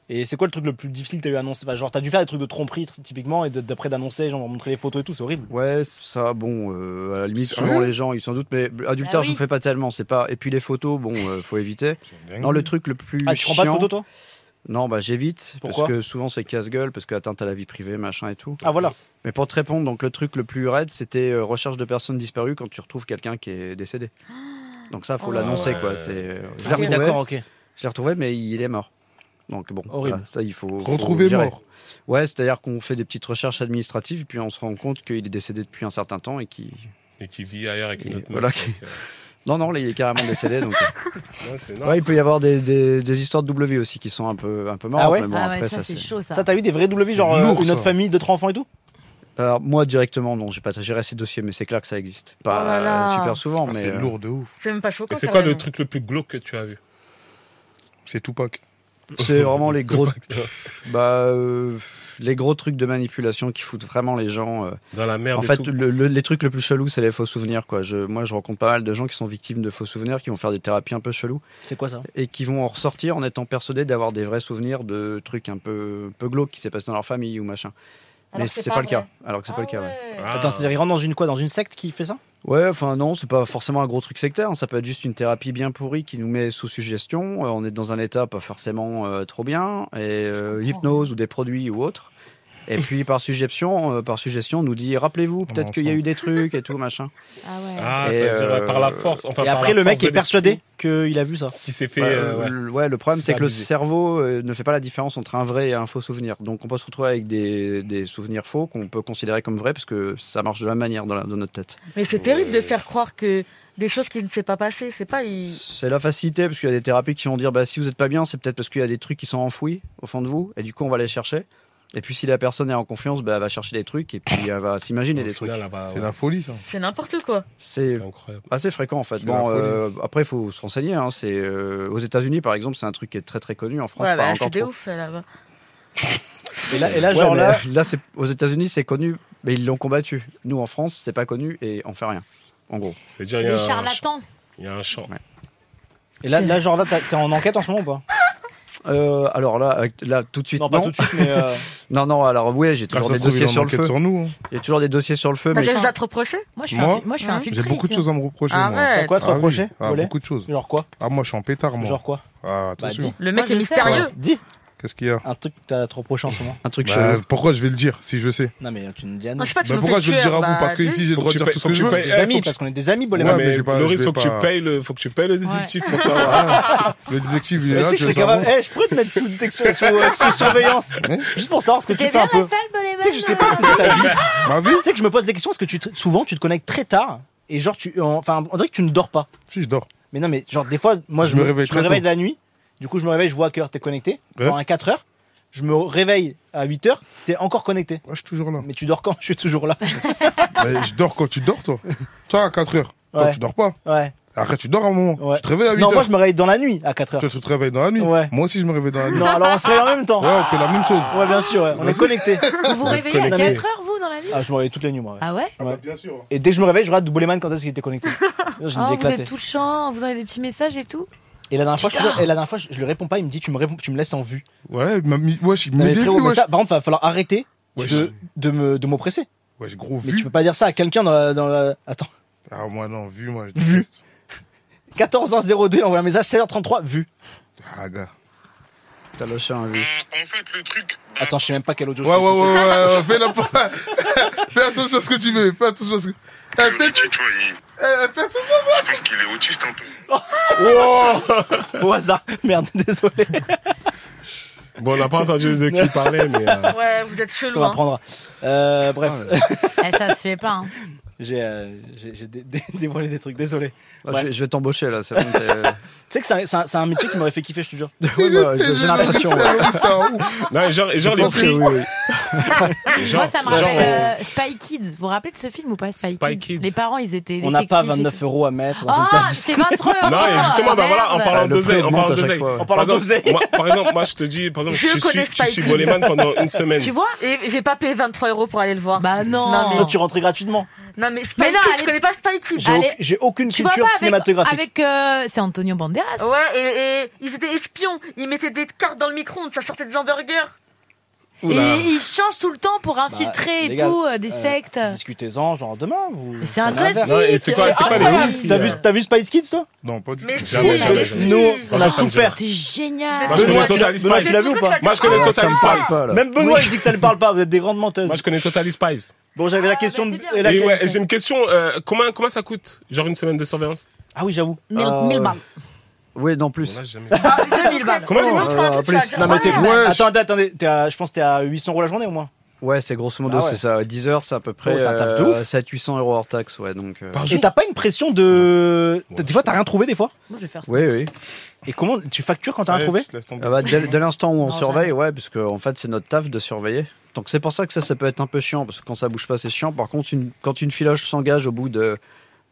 Speaker 1: Et c'est quoi le truc le plus difficile que t'as eu à annoncer Enfin, Genre t'as dû faire des trucs de tromperie t- typiquement et de- d'après d'annoncer, genre montrer les photos et tout, c'est horrible.
Speaker 8: Ouais, ça, bon, euh, à la limite,
Speaker 9: Sérieux
Speaker 8: souvent les gens, ils s'en doutent, mais adultère,
Speaker 5: Ah oui.
Speaker 8: j'en fais pas tellement. C'est pas. Et puis les photos, bon, euh, faut éviter. Non, le truc le plus
Speaker 1: Ah, tu prends pas de
Speaker 8: chiant-
Speaker 1: photos toi
Speaker 8: Non, bah j'évite parce
Speaker 1: Pourquoi
Speaker 8: que souvent c'est casse-gueule, parce que atteinte à la vie privée, machin et tout.
Speaker 1: Ah voilà.
Speaker 8: Mais pour te répondre, donc le truc le plus raide, c'était euh, recherche de personnes disparues quand tu retrouves quelqu'un qui est décédé. Donc ça, faut
Speaker 5: Ah. Oh.
Speaker 8: l'annoncer
Speaker 2: Ouais.
Speaker 8: quoi. C'est, euh, je l'ai
Speaker 1: Ah oui,
Speaker 8: retrouvé,
Speaker 1: d'accord, ok.
Speaker 8: je l'ai retrouvé, mais il est mort. Donc bon,
Speaker 1: Horrible.
Speaker 8: voilà, ça il faut. faut
Speaker 4: Retrouvé
Speaker 8: gérer.
Speaker 4: mort.
Speaker 8: Ouais, c'est-à-dire qu'on fait des petites recherches administratives, puis on se rend compte qu'il est décédé depuis un certain temps et qui.
Speaker 2: Et qui vit ailleurs avec une
Speaker 8: Et
Speaker 2: autre
Speaker 8: voilà,
Speaker 2: meuf,
Speaker 8: qui-
Speaker 2: donc, euh,
Speaker 8: Non, non, là, il est carrément décédé.
Speaker 2: (laughs)
Speaker 8: donc, euh.
Speaker 2: Ouais, c'est
Speaker 8: Ouais,
Speaker 2: énorme.
Speaker 8: il peut y avoir des, des- des histoires de W aussi qui sont un peu, un peu marrantes.
Speaker 1: Ah ouais
Speaker 8: mais bon,
Speaker 5: Ah ouais,
Speaker 8: après,
Speaker 5: ça,
Speaker 8: ça,
Speaker 5: c'est
Speaker 8: c'est-
Speaker 5: chaud, ça.
Speaker 1: Ça, t'as eu des vrais W, genre euh,
Speaker 6: Lourd,
Speaker 1: une autre
Speaker 6: ça.
Speaker 1: famille, deux, trois enfants et tout
Speaker 8: Alors, moi, directement, non, j'ai pas géré ces dossiers, mais c'est clair que ça existe. Pas
Speaker 3: Oh là là.
Speaker 8: euh, super souvent,
Speaker 4: Ah,
Speaker 8: mais.
Speaker 4: c'est
Speaker 8: euh,
Speaker 4: lourd de ouf.
Speaker 3: C'est même pas choquant.
Speaker 2: Et c'est
Speaker 3: quand
Speaker 2: quoi
Speaker 3: même. hein.
Speaker 2: le truc le plus glauque que tu as vu
Speaker 4: C'est Tupac.
Speaker 8: C'est vraiment
Speaker 2: (laughs)
Speaker 8: les gros, bah, euh, les gros trucs de manipulation qui foutent vraiment les gens. euh.
Speaker 2: Dans la merde
Speaker 8: En
Speaker 2: et
Speaker 8: fait,
Speaker 2: tout.
Speaker 8: le- le- les trucs le plus chelous, c'est les faux souvenirs. Quoi. Je, moi, je rencontre pas mal de gens qui sont victimes de faux souvenirs, qui vont faire des thérapies un peu cheloues
Speaker 1: C'est quoi ça
Speaker 8: et qui vont en ressortir en étant persuadés d'avoir des vrais souvenirs de trucs un peu, un peu glauques qui s'est passé dans leur famille ou machin.
Speaker 3: Alors
Speaker 8: Mais
Speaker 3: que c'est
Speaker 8: c'est
Speaker 3: pas
Speaker 8: pas, le
Speaker 3: vrai.
Speaker 8: cas. Alors que c'est
Speaker 3: Ah
Speaker 8: pas le cas. ouais.
Speaker 3: ouais.
Speaker 2: Ah.
Speaker 1: Attends, c'est-à-dire, il rentre dans une quoi Dans une secte qui fait ça
Speaker 8: Ouais, enfin non, c'est pas forcément un gros truc sectaire. hein. Ça peut être juste une thérapie bien pourrie qui nous met sous suggestion. Euh, on est dans un état pas forcément euh, trop bien, et euh,
Speaker 5: comprends.
Speaker 8: hypnose ou des produits ou autre. Et puis par suggestion, euh, par suggestion, on nous dit rappelez-vous peut-être
Speaker 4: Mon
Speaker 8: qu'il y a
Speaker 4: enfant.
Speaker 8: eu des trucs et tout machin.
Speaker 5: Ah ouais.
Speaker 2: Ah,
Speaker 8: Et
Speaker 2: ça veut dire euh,
Speaker 8: euh,
Speaker 2: par la force. Enfin,
Speaker 1: Et
Speaker 2: par
Speaker 1: après,
Speaker 2: la
Speaker 1: le mec
Speaker 2: force de
Speaker 1: est persuadé qu'il a vu ça.
Speaker 2: l'esprit Qui s'est fait.
Speaker 8: Ouais,
Speaker 2: euh, ouais.
Speaker 8: le- ouais, le problème
Speaker 2: C'est
Speaker 8: c'est que le
Speaker 2: abusé.
Speaker 8: cerveau euh, ne fait pas la différence entre un vrai et un faux souvenir. Donc on peut se retrouver avec des, des souvenirs faux qu'on peut considérer comme vrais parce que ça marche de la même manière dans, la- dans notre tête.
Speaker 3: Mais c'est terrible de faire croire que des choses qui ne s'est pas passées, c'est pas. il-
Speaker 8: C'est la facilité, parce qu'il y a des thérapies qui vont dire bah, si vous n'êtes pas bien, c'est peut-être parce qu'il y a des trucs qui sont enfouis au fond de vous, et du coup, on va les chercher. Et puis, si la personne est en confiance, bah, elle va chercher des trucs, et puis elle va s'imaginer
Speaker 2: Au
Speaker 8: des trucs.
Speaker 2: final, là, bah,
Speaker 4: C'est
Speaker 2: ouais,
Speaker 4: la folie, ça.
Speaker 3: C'est n'importe quoi.
Speaker 5: Ah,
Speaker 8: C'est
Speaker 2: C'est incroyable.
Speaker 8: assez fréquent, en fait.
Speaker 4: C'est la
Speaker 8: Bon,
Speaker 4: folie.
Speaker 8: euh, après, il faut se renseigner. hein, c'est, euh, aux États-Unis, par exemple, c'est un truc qui est très très connu. En France, pas
Speaker 3: Ouais, bah, c'est
Speaker 8: encore
Speaker 3: des
Speaker 8: trop.
Speaker 3: ouf là-bas.
Speaker 1: Et là, et là
Speaker 8: Ouais,
Speaker 1: genre
Speaker 8: mais
Speaker 1: là.
Speaker 8: (laughs) là c'est, aux États-Unis, c'est connu, mais ils l'ont combattu. Nous, en France, c'est pas connu, et on fait rien, en gros.
Speaker 2: C'est-à-dire,
Speaker 5: C'est
Speaker 2: il y a
Speaker 8: euh,
Speaker 5: des
Speaker 2: un-
Speaker 5: charlatans.
Speaker 2: Il y a un champ.
Speaker 1: Et là, là genre là, t'as- t'es en enquête en ce moment ou pas
Speaker 8: Euh, alors là, avec- là, tout de suite, non.
Speaker 1: Non, pas tout de suite, mais. euh,
Speaker 8: (laughs) Non, non, alors, ouais, j'ai
Speaker 4: Ah,
Speaker 8: toujours
Speaker 4: ça
Speaker 8: des
Speaker 4: se trouve, il
Speaker 8: dossiers
Speaker 4: en
Speaker 8: sur le
Speaker 4: enquête
Speaker 8: feu.
Speaker 4: sur nous. hein.
Speaker 8: Il y a toujours des dossiers sur le feu, mais
Speaker 3: T'as
Speaker 5: Bah, je
Speaker 3: quelque chose
Speaker 5: sens-
Speaker 3: à te reprocher
Speaker 5: Moi, je suis,
Speaker 4: Moi
Speaker 5: un, moi, je suis
Speaker 3: Hein
Speaker 5: un filtre
Speaker 4: J'ai beaucoup de choses à me reprocher. moi.
Speaker 1: T'as
Speaker 3: Arrête
Speaker 1: quoi à te
Speaker 4: Ah oui.
Speaker 1: reprocher
Speaker 4: Ah,
Speaker 1: Bolet
Speaker 4: Beaucoup de choses.
Speaker 1: Genre quoi
Speaker 4: Ah, moi, je suis en pétard, moi.
Speaker 1: Genre quoi
Speaker 4: Ah,
Speaker 1: Bah,
Speaker 4: attention.
Speaker 3: Le mec
Speaker 5: Moi,
Speaker 3: est
Speaker 5: je sais.
Speaker 3: mystérieux.
Speaker 1: Dis
Speaker 4: Qu'est-ce qu'il y a
Speaker 1: un truc que t'as trop proche en ce moment.
Speaker 8: un truc
Speaker 4: Bah,
Speaker 8: chelou.
Speaker 4: Pourquoi je vais le dire si je sais
Speaker 1: Non, mais tu nous dis à nous.
Speaker 3: Ah, je sais pas, tu
Speaker 4: Bah,
Speaker 3: me
Speaker 4: Pourquoi
Speaker 3: fais
Speaker 4: je vais le
Speaker 3: tueur,
Speaker 4: dire à vous
Speaker 3: bah,
Speaker 4: Parce que
Speaker 3: dis-
Speaker 4: ici, j'ai le
Speaker 2: Faut
Speaker 4: droit
Speaker 2: que
Speaker 4: de
Speaker 2: tu
Speaker 4: dire
Speaker 2: payes-
Speaker 4: tout ce
Speaker 2: faut
Speaker 4: que
Speaker 2: que
Speaker 4: je
Speaker 2: tu
Speaker 4: veux.
Speaker 1: Des
Speaker 2: Eh, faut
Speaker 1: amis,
Speaker 2: que-
Speaker 1: parce qu'on est des amis, Bolet.
Speaker 4: Ouais,
Speaker 2: Ouais,
Speaker 1: Ouais,
Speaker 4: mais
Speaker 2: mais
Speaker 4: j'ai pas-
Speaker 2: Laurie,
Speaker 4: je vais
Speaker 2: faut que tu
Speaker 4: pas-
Speaker 2: payes le, faut que tu payes le détective pour savoir.
Speaker 4: Ah, le détective, il
Speaker 1: Tu
Speaker 4: est là,
Speaker 1: sais que
Speaker 4: tu
Speaker 1: je
Speaker 4: veux
Speaker 1: serais
Speaker 4: savoir.
Speaker 1: capable. Eh, je pourrais te mettre sous détection, sous, euh, sous surveillance.
Speaker 4: (laughs) Ouais.
Speaker 1: Juste pour savoir ce que tu
Speaker 5: T'es
Speaker 1: fais
Speaker 5: bien
Speaker 1: un
Speaker 5: la salle,
Speaker 1: peu. Tu sais que je sais pas ce que c'est ta vie.
Speaker 4: (laughs) Ma vie
Speaker 1: Tu sais que je me pose des questions parce que tu te- souvent tu te connectes très tard et genre tu enfin on dirait que tu ne dors pas.
Speaker 4: Si, je dors.
Speaker 1: Mais non mais genre des fois moi je, me, réveille, je
Speaker 4: très
Speaker 1: me réveille
Speaker 4: tôt.
Speaker 1: de la nuit. Du coup je me réveille, je vois à quelle heure t'es connecté.
Speaker 4: Ouais.
Speaker 1: Genre à 4 heures, je me réveille à 8 heures, t'es encore connecté.
Speaker 4: Ouais, je suis toujours là.
Speaker 1: Mais tu dors quand Je suis toujours là.
Speaker 4: Mais Bah, je dors quand tu dors, toi. (laughs) Toi, à 4 heures. Toi,
Speaker 1: Ouais.
Speaker 4: tu dors pas.
Speaker 1: Ouais.
Speaker 4: Après, tu dors un moment.
Speaker 1: Ouais.
Speaker 4: Tu te réveilles à 8
Speaker 1: Non, moi
Speaker 4: heures.
Speaker 1: je me réveille dans la nuit à 4 heures.
Speaker 4: Toi, tu te réveilles dans la nuit.
Speaker 1: Ouais.
Speaker 4: Moi aussi, je me réveille dans la nuit.
Speaker 1: Non, alors on se réveille en même temps.
Speaker 4: Ouais, on fait la même chose.
Speaker 1: Ouais, bien sûr, ouais. on est connecté.
Speaker 5: Vous vous réveillez à
Speaker 1: Non,
Speaker 5: 4
Speaker 1: mais-
Speaker 5: heures, vous, dans la nuit
Speaker 1: Ah, je me réveille toutes les nuits moi. ouais.
Speaker 5: Ah ouais
Speaker 1: Ouais.
Speaker 4: bah, Bien sûr.
Speaker 1: Et dès que je me réveille, je regarde Boleman quand est-ce qu'il
Speaker 5: (laughs)
Speaker 1: était connecté. Là, J'ai une vie
Speaker 5: Oh, Vous
Speaker 1: éclatée.
Speaker 5: êtes touchant, vous avez des petits messages et tout
Speaker 1: Et la dernière fois, je, et la dernière fois, je, je lui réponds pas, il me dit tu me réponds, tu me laisses en vue.
Speaker 4: Ouais, ma mi- wesh,
Speaker 1: Non,
Speaker 4: mais
Speaker 1: mais
Speaker 4: des
Speaker 1: frérot,
Speaker 4: vues,
Speaker 1: mais
Speaker 4: wesh.
Speaker 1: ça, par contre, va falloir arrêter
Speaker 4: Wesh.
Speaker 1: de, de me- de m'oppresser.
Speaker 4: Wesh, gros
Speaker 1: Mais tu
Speaker 4: vu.
Speaker 1: peux pas dire ça à quelqu'un dans la, dans la- Attends.
Speaker 4: Ah, moi, non, vu,
Speaker 1: (laughs)
Speaker 4: moi, je
Speaker 1: Vu.
Speaker 4: déteste.
Speaker 1: 14h02, il envoie un message, 16h33, vu.
Speaker 4: Ah, gars.
Speaker 8: T'as le chien, hein, lui.
Speaker 9: En fait, le truc.
Speaker 1: Attends, je sais même pas quel audio
Speaker 4: Ouais, ouais, ouais, ouais, ouais, ouais, fais la (laughs) Fais attention à ce que tu veux, fais attention à ce que. Eh, fais,
Speaker 9: tu vois, il
Speaker 4: eh, fais attention à
Speaker 9: pense qu'il est autiste un peu.
Speaker 1: je- Oh, (laughs) Au hasard. (laughs) Merde, désolé.
Speaker 2: Bon, on n'a pas entendu de qui parler, mais. euh,
Speaker 3: Ouais, vous êtes
Speaker 1: Ça
Speaker 3: chelou. hein.
Speaker 1: m'apprendra.
Speaker 8: Ah,
Speaker 1: Euh, bref,
Speaker 5: Eh, Ça se fait pas. hein.
Speaker 1: (laughs) j'ai euh, j'ai- j'ai dé- (laughs) dé- dévoilé des trucs, désolé.
Speaker 8: Ah,
Speaker 1: Ouais.
Speaker 8: je, vais- je vais t'embaucher, là. C'est bon, t'es-
Speaker 1: (laughs) Tu sais que c'est un- c'est un, c'est un métier qui m'aurait fait kiffer, je
Speaker 8: (laughs)
Speaker 1: te jure.
Speaker 8: Oui, bah, j'ai j'ai l'impression. ouais.
Speaker 5: (laughs)
Speaker 2: Non, et genre, et genre
Speaker 8: Je
Speaker 2: les
Speaker 8: pense que
Speaker 2: prix.
Speaker 8: oui, oui.
Speaker 2: et (laughs) genre-
Speaker 5: Moi, ça me
Speaker 2: genre,
Speaker 5: rappelle
Speaker 2: euh,
Speaker 5: euh, Spy Kids. Vous vous rappelez de ce film ou pas, Spy, Kids,
Speaker 2: Spy Kids.
Speaker 5: Les parents, ils étaient.
Speaker 1: On n'a pas
Speaker 5: détectives et
Speaker 1: 29 euros à mettre
Speaker 5: tout.
Speaker 1: dans une
Speaker 5: Ah,
Speaker 1: place.
Speaker 5: c'est 23 euros.
Speaker 2: Non, et justement, bah voilà, en
Speaker 5: Merde.
Speaker 2: parlant
Speaker 8: Le prix
Speaker 2: d'oseille, en
Speaker 8: augmente à
Speaker 2: parlant
Speaker 8: chaque
Speaker 2: d'oseille.
Speaker 8: fois, ouais.
Speaker 1: En parlant
Speaker 2: Par exemple,
Speaker 1: d'oseille.
Speaker 2: moi- Par exemple, moi, je te dis, par exemple,
Speaker 3: Je
Speaker 2: tu
Speaker 3: connais
Speaker 2: suis, tu
Speaker 3: Spike
Speaker 2: suis
Speaker 3: Lee.
Speaker 2: Boleman pendant
Speaker 3: (laughs)
Speaker 2: une semaine.
Speaker 5: Tu vois
Speaker 3: Et j'ai pas payé 23 euros pour aller le voir.
Speaker 5: Bah non.
Speaker 3: Non, mais-
Speaker 1: Toi, tu rentrais gratuitement.
Speaker 3: Non, mais Spy
Speaker 5: Mais non,
Speaker 3: Kids,
Speaker 5: allez-
Speaker 3: je connais pas Spy Kids.
Speaker 1: J'ai
Speaker 5: Allez.
Speaker 1: au- j'ai aucune
Speaker 5: Tu vois
Speaker 1: culture
Speaker 5: pas avec. avec,
Speaker 1: cinématographique.
Speaker 5: euh, c'est Antonio Banderas.
Speaker 3: Ouais, et, et ils étaient espions. Ils mettaient des cartes dans le micro-ondes, ça sortait des hamburgers.
Speaker 2: Oula.
Speaker 5: Et ils changent tout le temps pour infiltrer
Speaker 1: les
Speaker 5: et
Speaker 1: gars,
Speaker 5: tout, euh, des
Speaker 1: euh,
Speaker 5: sectes.
Speaker 1: Discutez-en, genre demain. Vous...
Speaker 5: Mais c'est un
Speaker 1: prenez verre.
Speaker 5: classique.
Speaker 2: Non, et c'est quoi, c'est quoi les euh.
Speaker 3: Incroyable.
Speaker 2: ouf
Speaker 1: T'as vu, t'as vu Spice Kids, toi
Speaker 4: Non, pas du tout.
Speaker 3: Mais si,
Speaker 2: Jamais,
Speaker 3: mais
Speaker 2: jamais,
Speaker 3: si.
Speaker 2: jamais.
Speaker 1: Nous, on a
Speaker 2: ça me
Speaker 1: souffert.
Speaker 5: C'est génial.
Speaker 2: Moi, je connais
Speaker 1: Benoît, tu l'as-
Speaker 2: Total Spice.
Speaker 1: Benoît, tu l'as vu ou pas
Speaker 2: Moi, je connais
Speaker 8: Ah, ça
Speaker 2: Total
Speaker 8: me parle
Speaker 2: Spice.
Speaker 8: pas, là.
Speaker 1: Même Benoît, il dit que ça ne parle pas. Vous êtes des grandes menteuses.
Speaker 2: Moi, je connais Total Spice.
Speaker 1: Bon, j'avais la question.
Speaker 5: bah,
Speaker 1: de-
Speaker 5: c'est bien.
Speaker 1: et la-
Speaker 2: Et ouais, et j'ai une question. euh, comment, comment ça coûte Genre une semaine de surveillance
Speaker 1: Ah oui, j'avoue.
Speaker 5: Mille-
Speaker 8: Euh,
Speaker 5: Mille balles.
Speaker 8: Oui, non, plus.
Speaker 2: Là, j'ai jamais-
Speaker 5: Ah,
Speaker 3: 2000 balles.
Speaker 2: Comment
Speaker 3: Les autres,
Speaker 8: euh,
Speaker 3: un truc, tu
Speaker 8: plus.
Speaker 3: vas dire,
Speaker 1: Non, mais t'es.
Speaker 3: ouais.
Speaker 4: Wesh.
Speaker 1: Attendez, attendez. t'es à- Je pense que t'es à 800 euros la journée au moins.
Speaker 8: Ouais, c'est grosso modo,
Speaker 1: Ah ouais.
Speaker 8: c'est ça. 10 heures, c'est à peu près euh,
Speaker 1: Oh, c'est un taf de ouf.
Speaker 8: 700-800 euros hors taxe, ouais. Donc, euh,
Speaker 1: Et t'as pas une pression de.
Speaker 2: Ouais.
Speaker 1: Des fois, t'as rien trouvé, des fois.
Speaker 5: Moi, je vais faire ça.
Speaker 8: Oui, oui.
Speaker 1: Et comment tu factures quand t'as rien
Speaker 4: Ouais,
Speaker 1: trouvé
Speaker 4: tu te laisses tomber.
Speaker 8: Ah bah, dès dès l'instant où on
Speaker 5: Non,
Speaker 8: surveille, ouais, parce que en fait, c'est notre taf de surveiller. Donc c'est pour ça que ça, ça peut être un peu chiant, parce que quand ça bouge pas, c'est chiant. Par contre, une- quand une filoche s'engage au bout de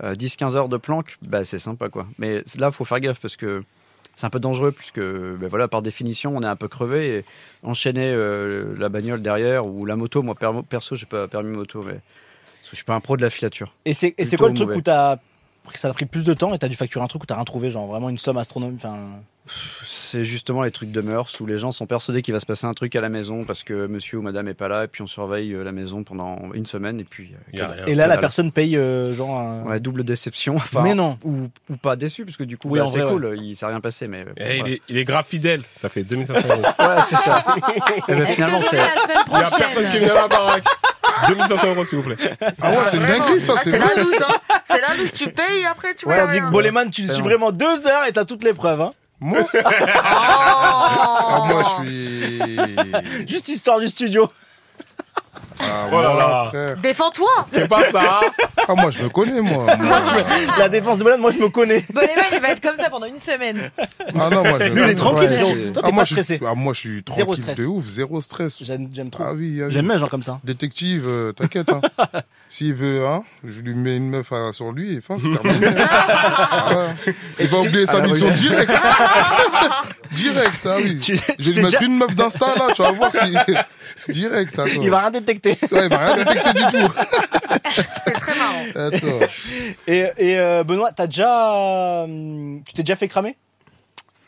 Speaker 8: 10-15 heures de planque, bah, c'est sympa, quoi. Mais là, faut faire gaffe, parce que c'est un peu dangereux, puisque bah, voilà, par définition, on est un peu crevé. Et enchaîner euh, la bagnole derrière ou la moto, moi, per- perso, j'ai pas permis moto, mais parce que je suis pas un pro de la filature.
Speaker 1: Et c'est et
Speaker 8: Plutôt
Speaker 1: c'est quoi le truc
Speaker 8: mauvais.
Speaker 1: où t'as. Ça t'a pris plus de temps et t'as dû facturer un truc où t'as rien trouvé, genre vraiment une somme astronomique. Enfin,
Speaker 8: C'est justement les trucs de mœurs où les gens sont persuadés qu'il va se passer un truc à la maison parce que monsieur ou madame est pas là et puis on surveille euh, la maison pendant une semaine et puis euh,
Speaker 2: Il y a
Speaker 8: que-
Speaker 2: rien.
Speaker 1: et là, la
Speaker 8: voilà.
Speaker 1: personne paye euh, genre. un-
Speaker 8: on a double déception. Enfin,
Speaker 1: Mais non.
Speaker 8: Ou, ou pas déçu parce que du coup
Speaker 1: Oui,
Speaker 8: bah,
Speaker 1: en
Speaker 8: c'est
Speaker 1: vrai,
Speaker 8: cool, il s'est rien passé mais.
Speaker 2: Eh, il,
Speaker 8: ouais.
Speaker 2: est, il est grave fidèle, ça fait
Speaker 1: (laughs)
Speaker 2: 2500 euros.
Speaker 8: Ouais, c'est ça.
Speaker 1: Eh
Speaker 2: Eh
Speaker 8: Et ben,
Speaker 5: Est-ce que
Speaker 8: finalement
Speaker 5: j'en ai
Speaker 8: c'est.
Speaker 5: la semaine
Speaker 2: Il y a personne qui
Speaker 5: prochaine
Speaker 2: vient à la baraque. 2500 euros, s'il vous plaît.
Speaker 4: Ah ouais, c'est une
Speaker 3: Vraiment.
Speaker 4: dinguerie, ça,
Speaker 3: Ah,
Speaker 4: c'est
Speaker 3: C'est la
Speaker 4: vrai.
Speaker 3: loose, hein. C'est la loose, tu payes et après tu
Speaker 8: Ouais,
Speaker 3: vois
Speaker 1: Tandis que
Speaker 3: rien.
Speaker 1: Boleman, tu le suis vraiment deux heures et t'as toutes les preuves. Hein.
Speaker 4: Moi,
Speaker 3: Oh.
Speaker 4: ah, moi, je suis.
Speaker 1: Oh. Juste histoire du studio.
Speaker 4: Ah,
Speaker 2: Oh là
Speaker 4: voilà,
Speaker 2: là.
Speaker 4: frère.
Speaker 3: Défends-toi
Speaker 2: C'est pas ça.
Speaker 3: hein
Speaker 4: Ah, moi, je me connais, moi. Moi, je-
Speaker 1: La défense de Boleman, moi je me connais.
Speaker 5: Boleman, il va être comme ça pendant une semaine.
Speaker 4: Ah non, moi, je me
Speaker 1: Lui, il est tranquille,
Speaker 8: Ouais,
Speaker 1: frérot.
Speaker 8: c'est-
Speaker 1: Toi,
Speaker 4: Ah,
Speaker 1: t'es
Speaker 4: moi,
Speaker 1: pas
Speaker 4: je suis-
Speaker 1: stressé.
Speaker 4: Ah, moi, je suis
Speaker 1: Zéro
Speaker 4: tranquille
Speaker 1: stress.
Speaker 4: de ouf, zéro stress.
Speaker 1: J'aime j'aime trop.
Speaker 4: Ah oui, ah oui.
Speaker 1: J'aime bien les gens comme ça.
Speaker 4: Détective, euh, t'inquiète.
Speaker 1: (laughs)
Speaker 4: Hein. S'il veut, hein, je lui mets une meuf à- sur lui et fin, c'est terminé.
Speaker 1: (laughs)
Speaker 4: Ah ouais. Il va oublier sa
Speaker 1: Ah, bah
Speaker 8: Alors,
Speaker 4: mission
Speaker 8: oui.
Speaker 4: direct. direct, ah oui.
Speaker 1: Tu-
Speaker 4: Je vais
Speaker 1: t'es
Speaker 4: lui mettre
Speaker 1: déjà-
Speaker 4: une meuf d'Insta là, tu vas voir
Speaker 10: (laughs)
Speaker 4: si. direct, ça. toi.
Speaker 1: Il va rien détecter.
Speaker 4: Ouais, il va rien détecter du tout.
Speaker 3: (laughs) C'est très marrant.
Speaker 4: Attends.
Speaker 1: Et, et, euh, Benoît, t'as déjà. hum, Tu t'es déjà fait cramer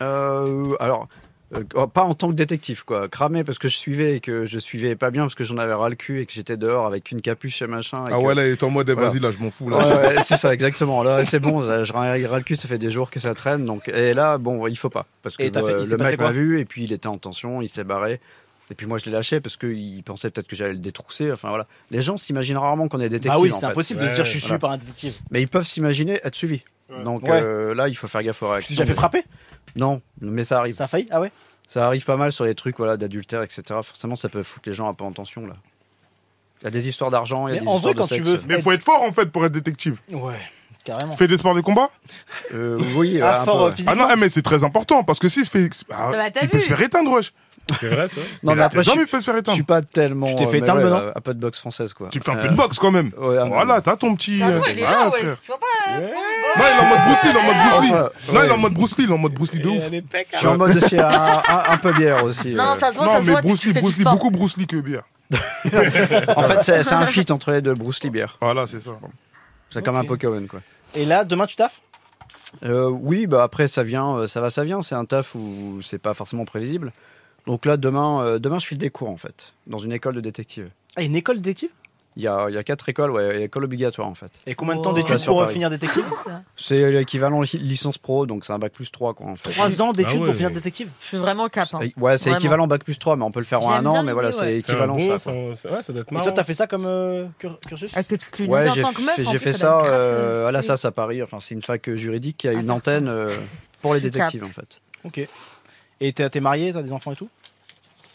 Speaker 8: Euh, alors. euh, oh, pas en tant que détective quoi, cramé parce que je suivais et que je suivais pas bien parce que j'en avais ras le cul et que j'étais dehors avec une capuche et machin. et
Speaker 4: Ah
Speaker 8: que-
Speaker 4: ouais, là, il est en mode, eh,
Speaker 8: Voilà.
Speaker 4: vas-y, là, je m'en fous. Là.
Speaker 8: Ouais, ouais, c'est ça, exactement. Là, c'est bon, là, je râle le cul, ça fait des jours que ça traîne. Donc, et là, bon, il faut pas. Parce que
Speaker 1: Et t'as fait- il
Speaker 8: euh,
Speaker 1: s'est
Speaker 8: le
Speaker 1: passé
Speaker 8: mec
Speaker 1: quoi
Speaker 8: m'a vu, et puis il était en tension, il s'est barré. Et puis moi, je l'ai lâché parce qu'il pensait peut-être que j'allais le détrousser. Enfin voilà. Les gens s'imaginent rarement qu'on est détective.
Speaker 1: Ah oui,
Speaker 8: en
Speaker 1: c'est
Speaker 8: fait.
Speaker 1: impossible de
Speaker 2: Ouais,
Speaker 1: se dire je suis suivi
Speaker 8: voilà.
Speaker 1: par un détective.
Speaker 8: Mais ils peuvent s'imaginer être suivis. Donc
Speaker 1: Ouais.
Speaker 8: euh, là, il faut faire gaffe aux
Speaker 1: Tu t'es
Speaker 8: réactions.
Speaker 1: déjà fait frapper
Speaker 8: Non, mais ça arrive. Ça...
Speaker 1: Ça a failli Ah ouais
Speaker 8: arrive pas mal sur les trucs voilà, d'adultère, etc. Forcément, ça peut foutre les gens un peu en tension là. Il y a des histoires d'argent, il y a
Speaker 1: Mais
Speaker 8: des
Speaker 1: en
Speaker 8: histoires
Speaker 1: vrai,
Speaker 8: de
Speaker 1: quand tu
Speaker 8: sexe.
Speaker 1: veux-
Speaker 4: Mais faut être fort en fait pour être détective.
Speaker 1: Ouais, carrément.
Speaker 4: Fais des sports de combat
Speaker 8: Euh,
Speaker 1: (laughs)
Speaker 8: oui,
Speaker 1: Ah,
Speaker 8: un peu,
Speaker 1: fort
Speaker 8: ouais.
Speaker 1: euh, physiquement.
Speaker 4: Ah non, eh, mais c'est très important parce que si se fait. ah,
Speaker 5: Bah, t'as
Speaker 4: il peut
Speaker 5: vu.
Speaker 4: se faire éteindre, wesh.
Speaker 2: C'est vrai, ça.
Speaker 8: Non, mais
Speaker 4: a-
Speaker 8: après, je
Speaker 4: non,
Speaker 8: suis-
Speaker 4: mais il peut se faire
Speaker 8: Je
Speaker 4: éteindre.
Speaker 8: suis pas tellement.
Speaker 1: Tu t'es fait
Speaker 8: euh, mais
Speaker 1: éteindre,
Speaker 8: ouais,
Speaker 1: Benoît
Speaker 8: un peu de boxe française, quoi.
Speaker 4: Tu fais un peu
Speaker 8: Euh,
Speaker 4: de boxe quand même.
Speaker 8: ouais, un-
Speaker 4: Voilà, t'as ton petit.
Speaker 3: Ça se
Speaker 4: euh,
Speaker 3: voit, Ah, il est
Speaker 4: voilà,
Speaker 3: là, ouais.
Speaker 4: frère.
Speaker 3: Tu vois pas euh,
Speaker 4: Non, il est en mode Bruce Lee, il est en mode Bruce Lee.
Speaker 8: Enfin,
Speaker 4: Non, il est en
Speaker 8: ouais.
Speaker 4: mode Bruce Lee, il est en mode Bruce Lee de ouf.
Speaker 8: Je suis en mode aussi (laughs) un, un- un peu bière aussi. euh.
Speaker 3: Non, ça se voit, ça
Speaker 4: hein, ah, Non,
Speaker 3: se
Speaker 4: mais
Speaker 3: voit.
Speaker 4: Bruce
Speaker 3: tu
Speaker 4: Lee,
Speaker 3: fais du
Speaker 4: Bruce Lee,
Speaker 3: sport.
Speaker 4: beaucoup Bruce Lee que bière.
Speaker 8: En fait, c'est
Speaker 3: (laughs)
Speaker 8: c'est un feat entre les deux, Bruce Lee bière.
Speaker 4: Voilà, c'est ça.
Speaker 8: C'est comme un Pokémon, quoi.
Speaker 1: Et là, Ah, demain, tu taffes
Speaker 8: Euh, oui, bah après, ça vient, euh, ça va, ça vient. C'est un taf où c'est pas forcément prévisible. Donc là, demain, euh, demain, je suis des cours en fait, dans une école de détective.
Speaker 1: Ah, une école de détective
Speaker 8: Il y a, il y a quatre écoles, ouais, et école obligatoire en fait.
Speaker 1: Et combien de temps
Speaker 5: Oh.
Speaker 1: d'études
Speaker 8: Ouais, sur
Speaker 1: pour euh,
Speaker 8: Paris.
Speaker 1: finir détective
Speaker 8: C'est l'équivalent li- licence pro, donc c'est un bac plus 3 quoi en fait.
Speaker 1: Trois ans d'études
Speaker 2: Ah ouais.
Speaker 1: pour finir détective Euh,
Speaker 3: Je suis vraiment cap. hein.
Speaker 8: Et- Ouais, c'est
Speaker 3: Vraiment.
Speaker 8: équivalent bac plus 3, mais on peut le faire en
Speaker 5: J'aime
Speaker 8: un
Speaker 5: bien
Speaker 8: an, mais voilà,
Speaker 5: l'idée, ouais.
Speaker 8: c'est
Speaker 2: C'est un
Speaker 8: équivalent
Speaker 2: bon,
Speaker 8: ça. quoi.
Speaker 2: ça- ça- ouais, ça doit être
Speaker 1: Et
Speaker 2: marrant.
Speaker 1: toi, t'as fait ça comme euh, cur- cursus
Speaker 3: Avec tes petites lunettes.
Speaker 8: Ouais,
Speaker 5: en
Speaker 8: j'ai
Speaker 5: tant que meuf,
Speaker 8: fait,
Speaker 5: en
Speaker 8: j'ai
Speaker 5: plus,
Speaker 8: fait
Speaker 5: ça doit
Speaker 8: ça
Speaker 5: me crasser
Speaker 8: euh,
Speaker 5: le
Speaker 8: à la
Speaker 5: style.
Speaker 8: SAS à Paris. Enfin, c'est une fac euh, juridique qui a
Speaker 3: Ah,
Speaker 8: une
Speaker 3: parfait.
Speaker 8: antenne euh, pour les
Speaker 3: Cap.
Speaker 8: détectives en fait.
Speaker 1: Ok. Et t'es t'es marié, t'as des enfants et tout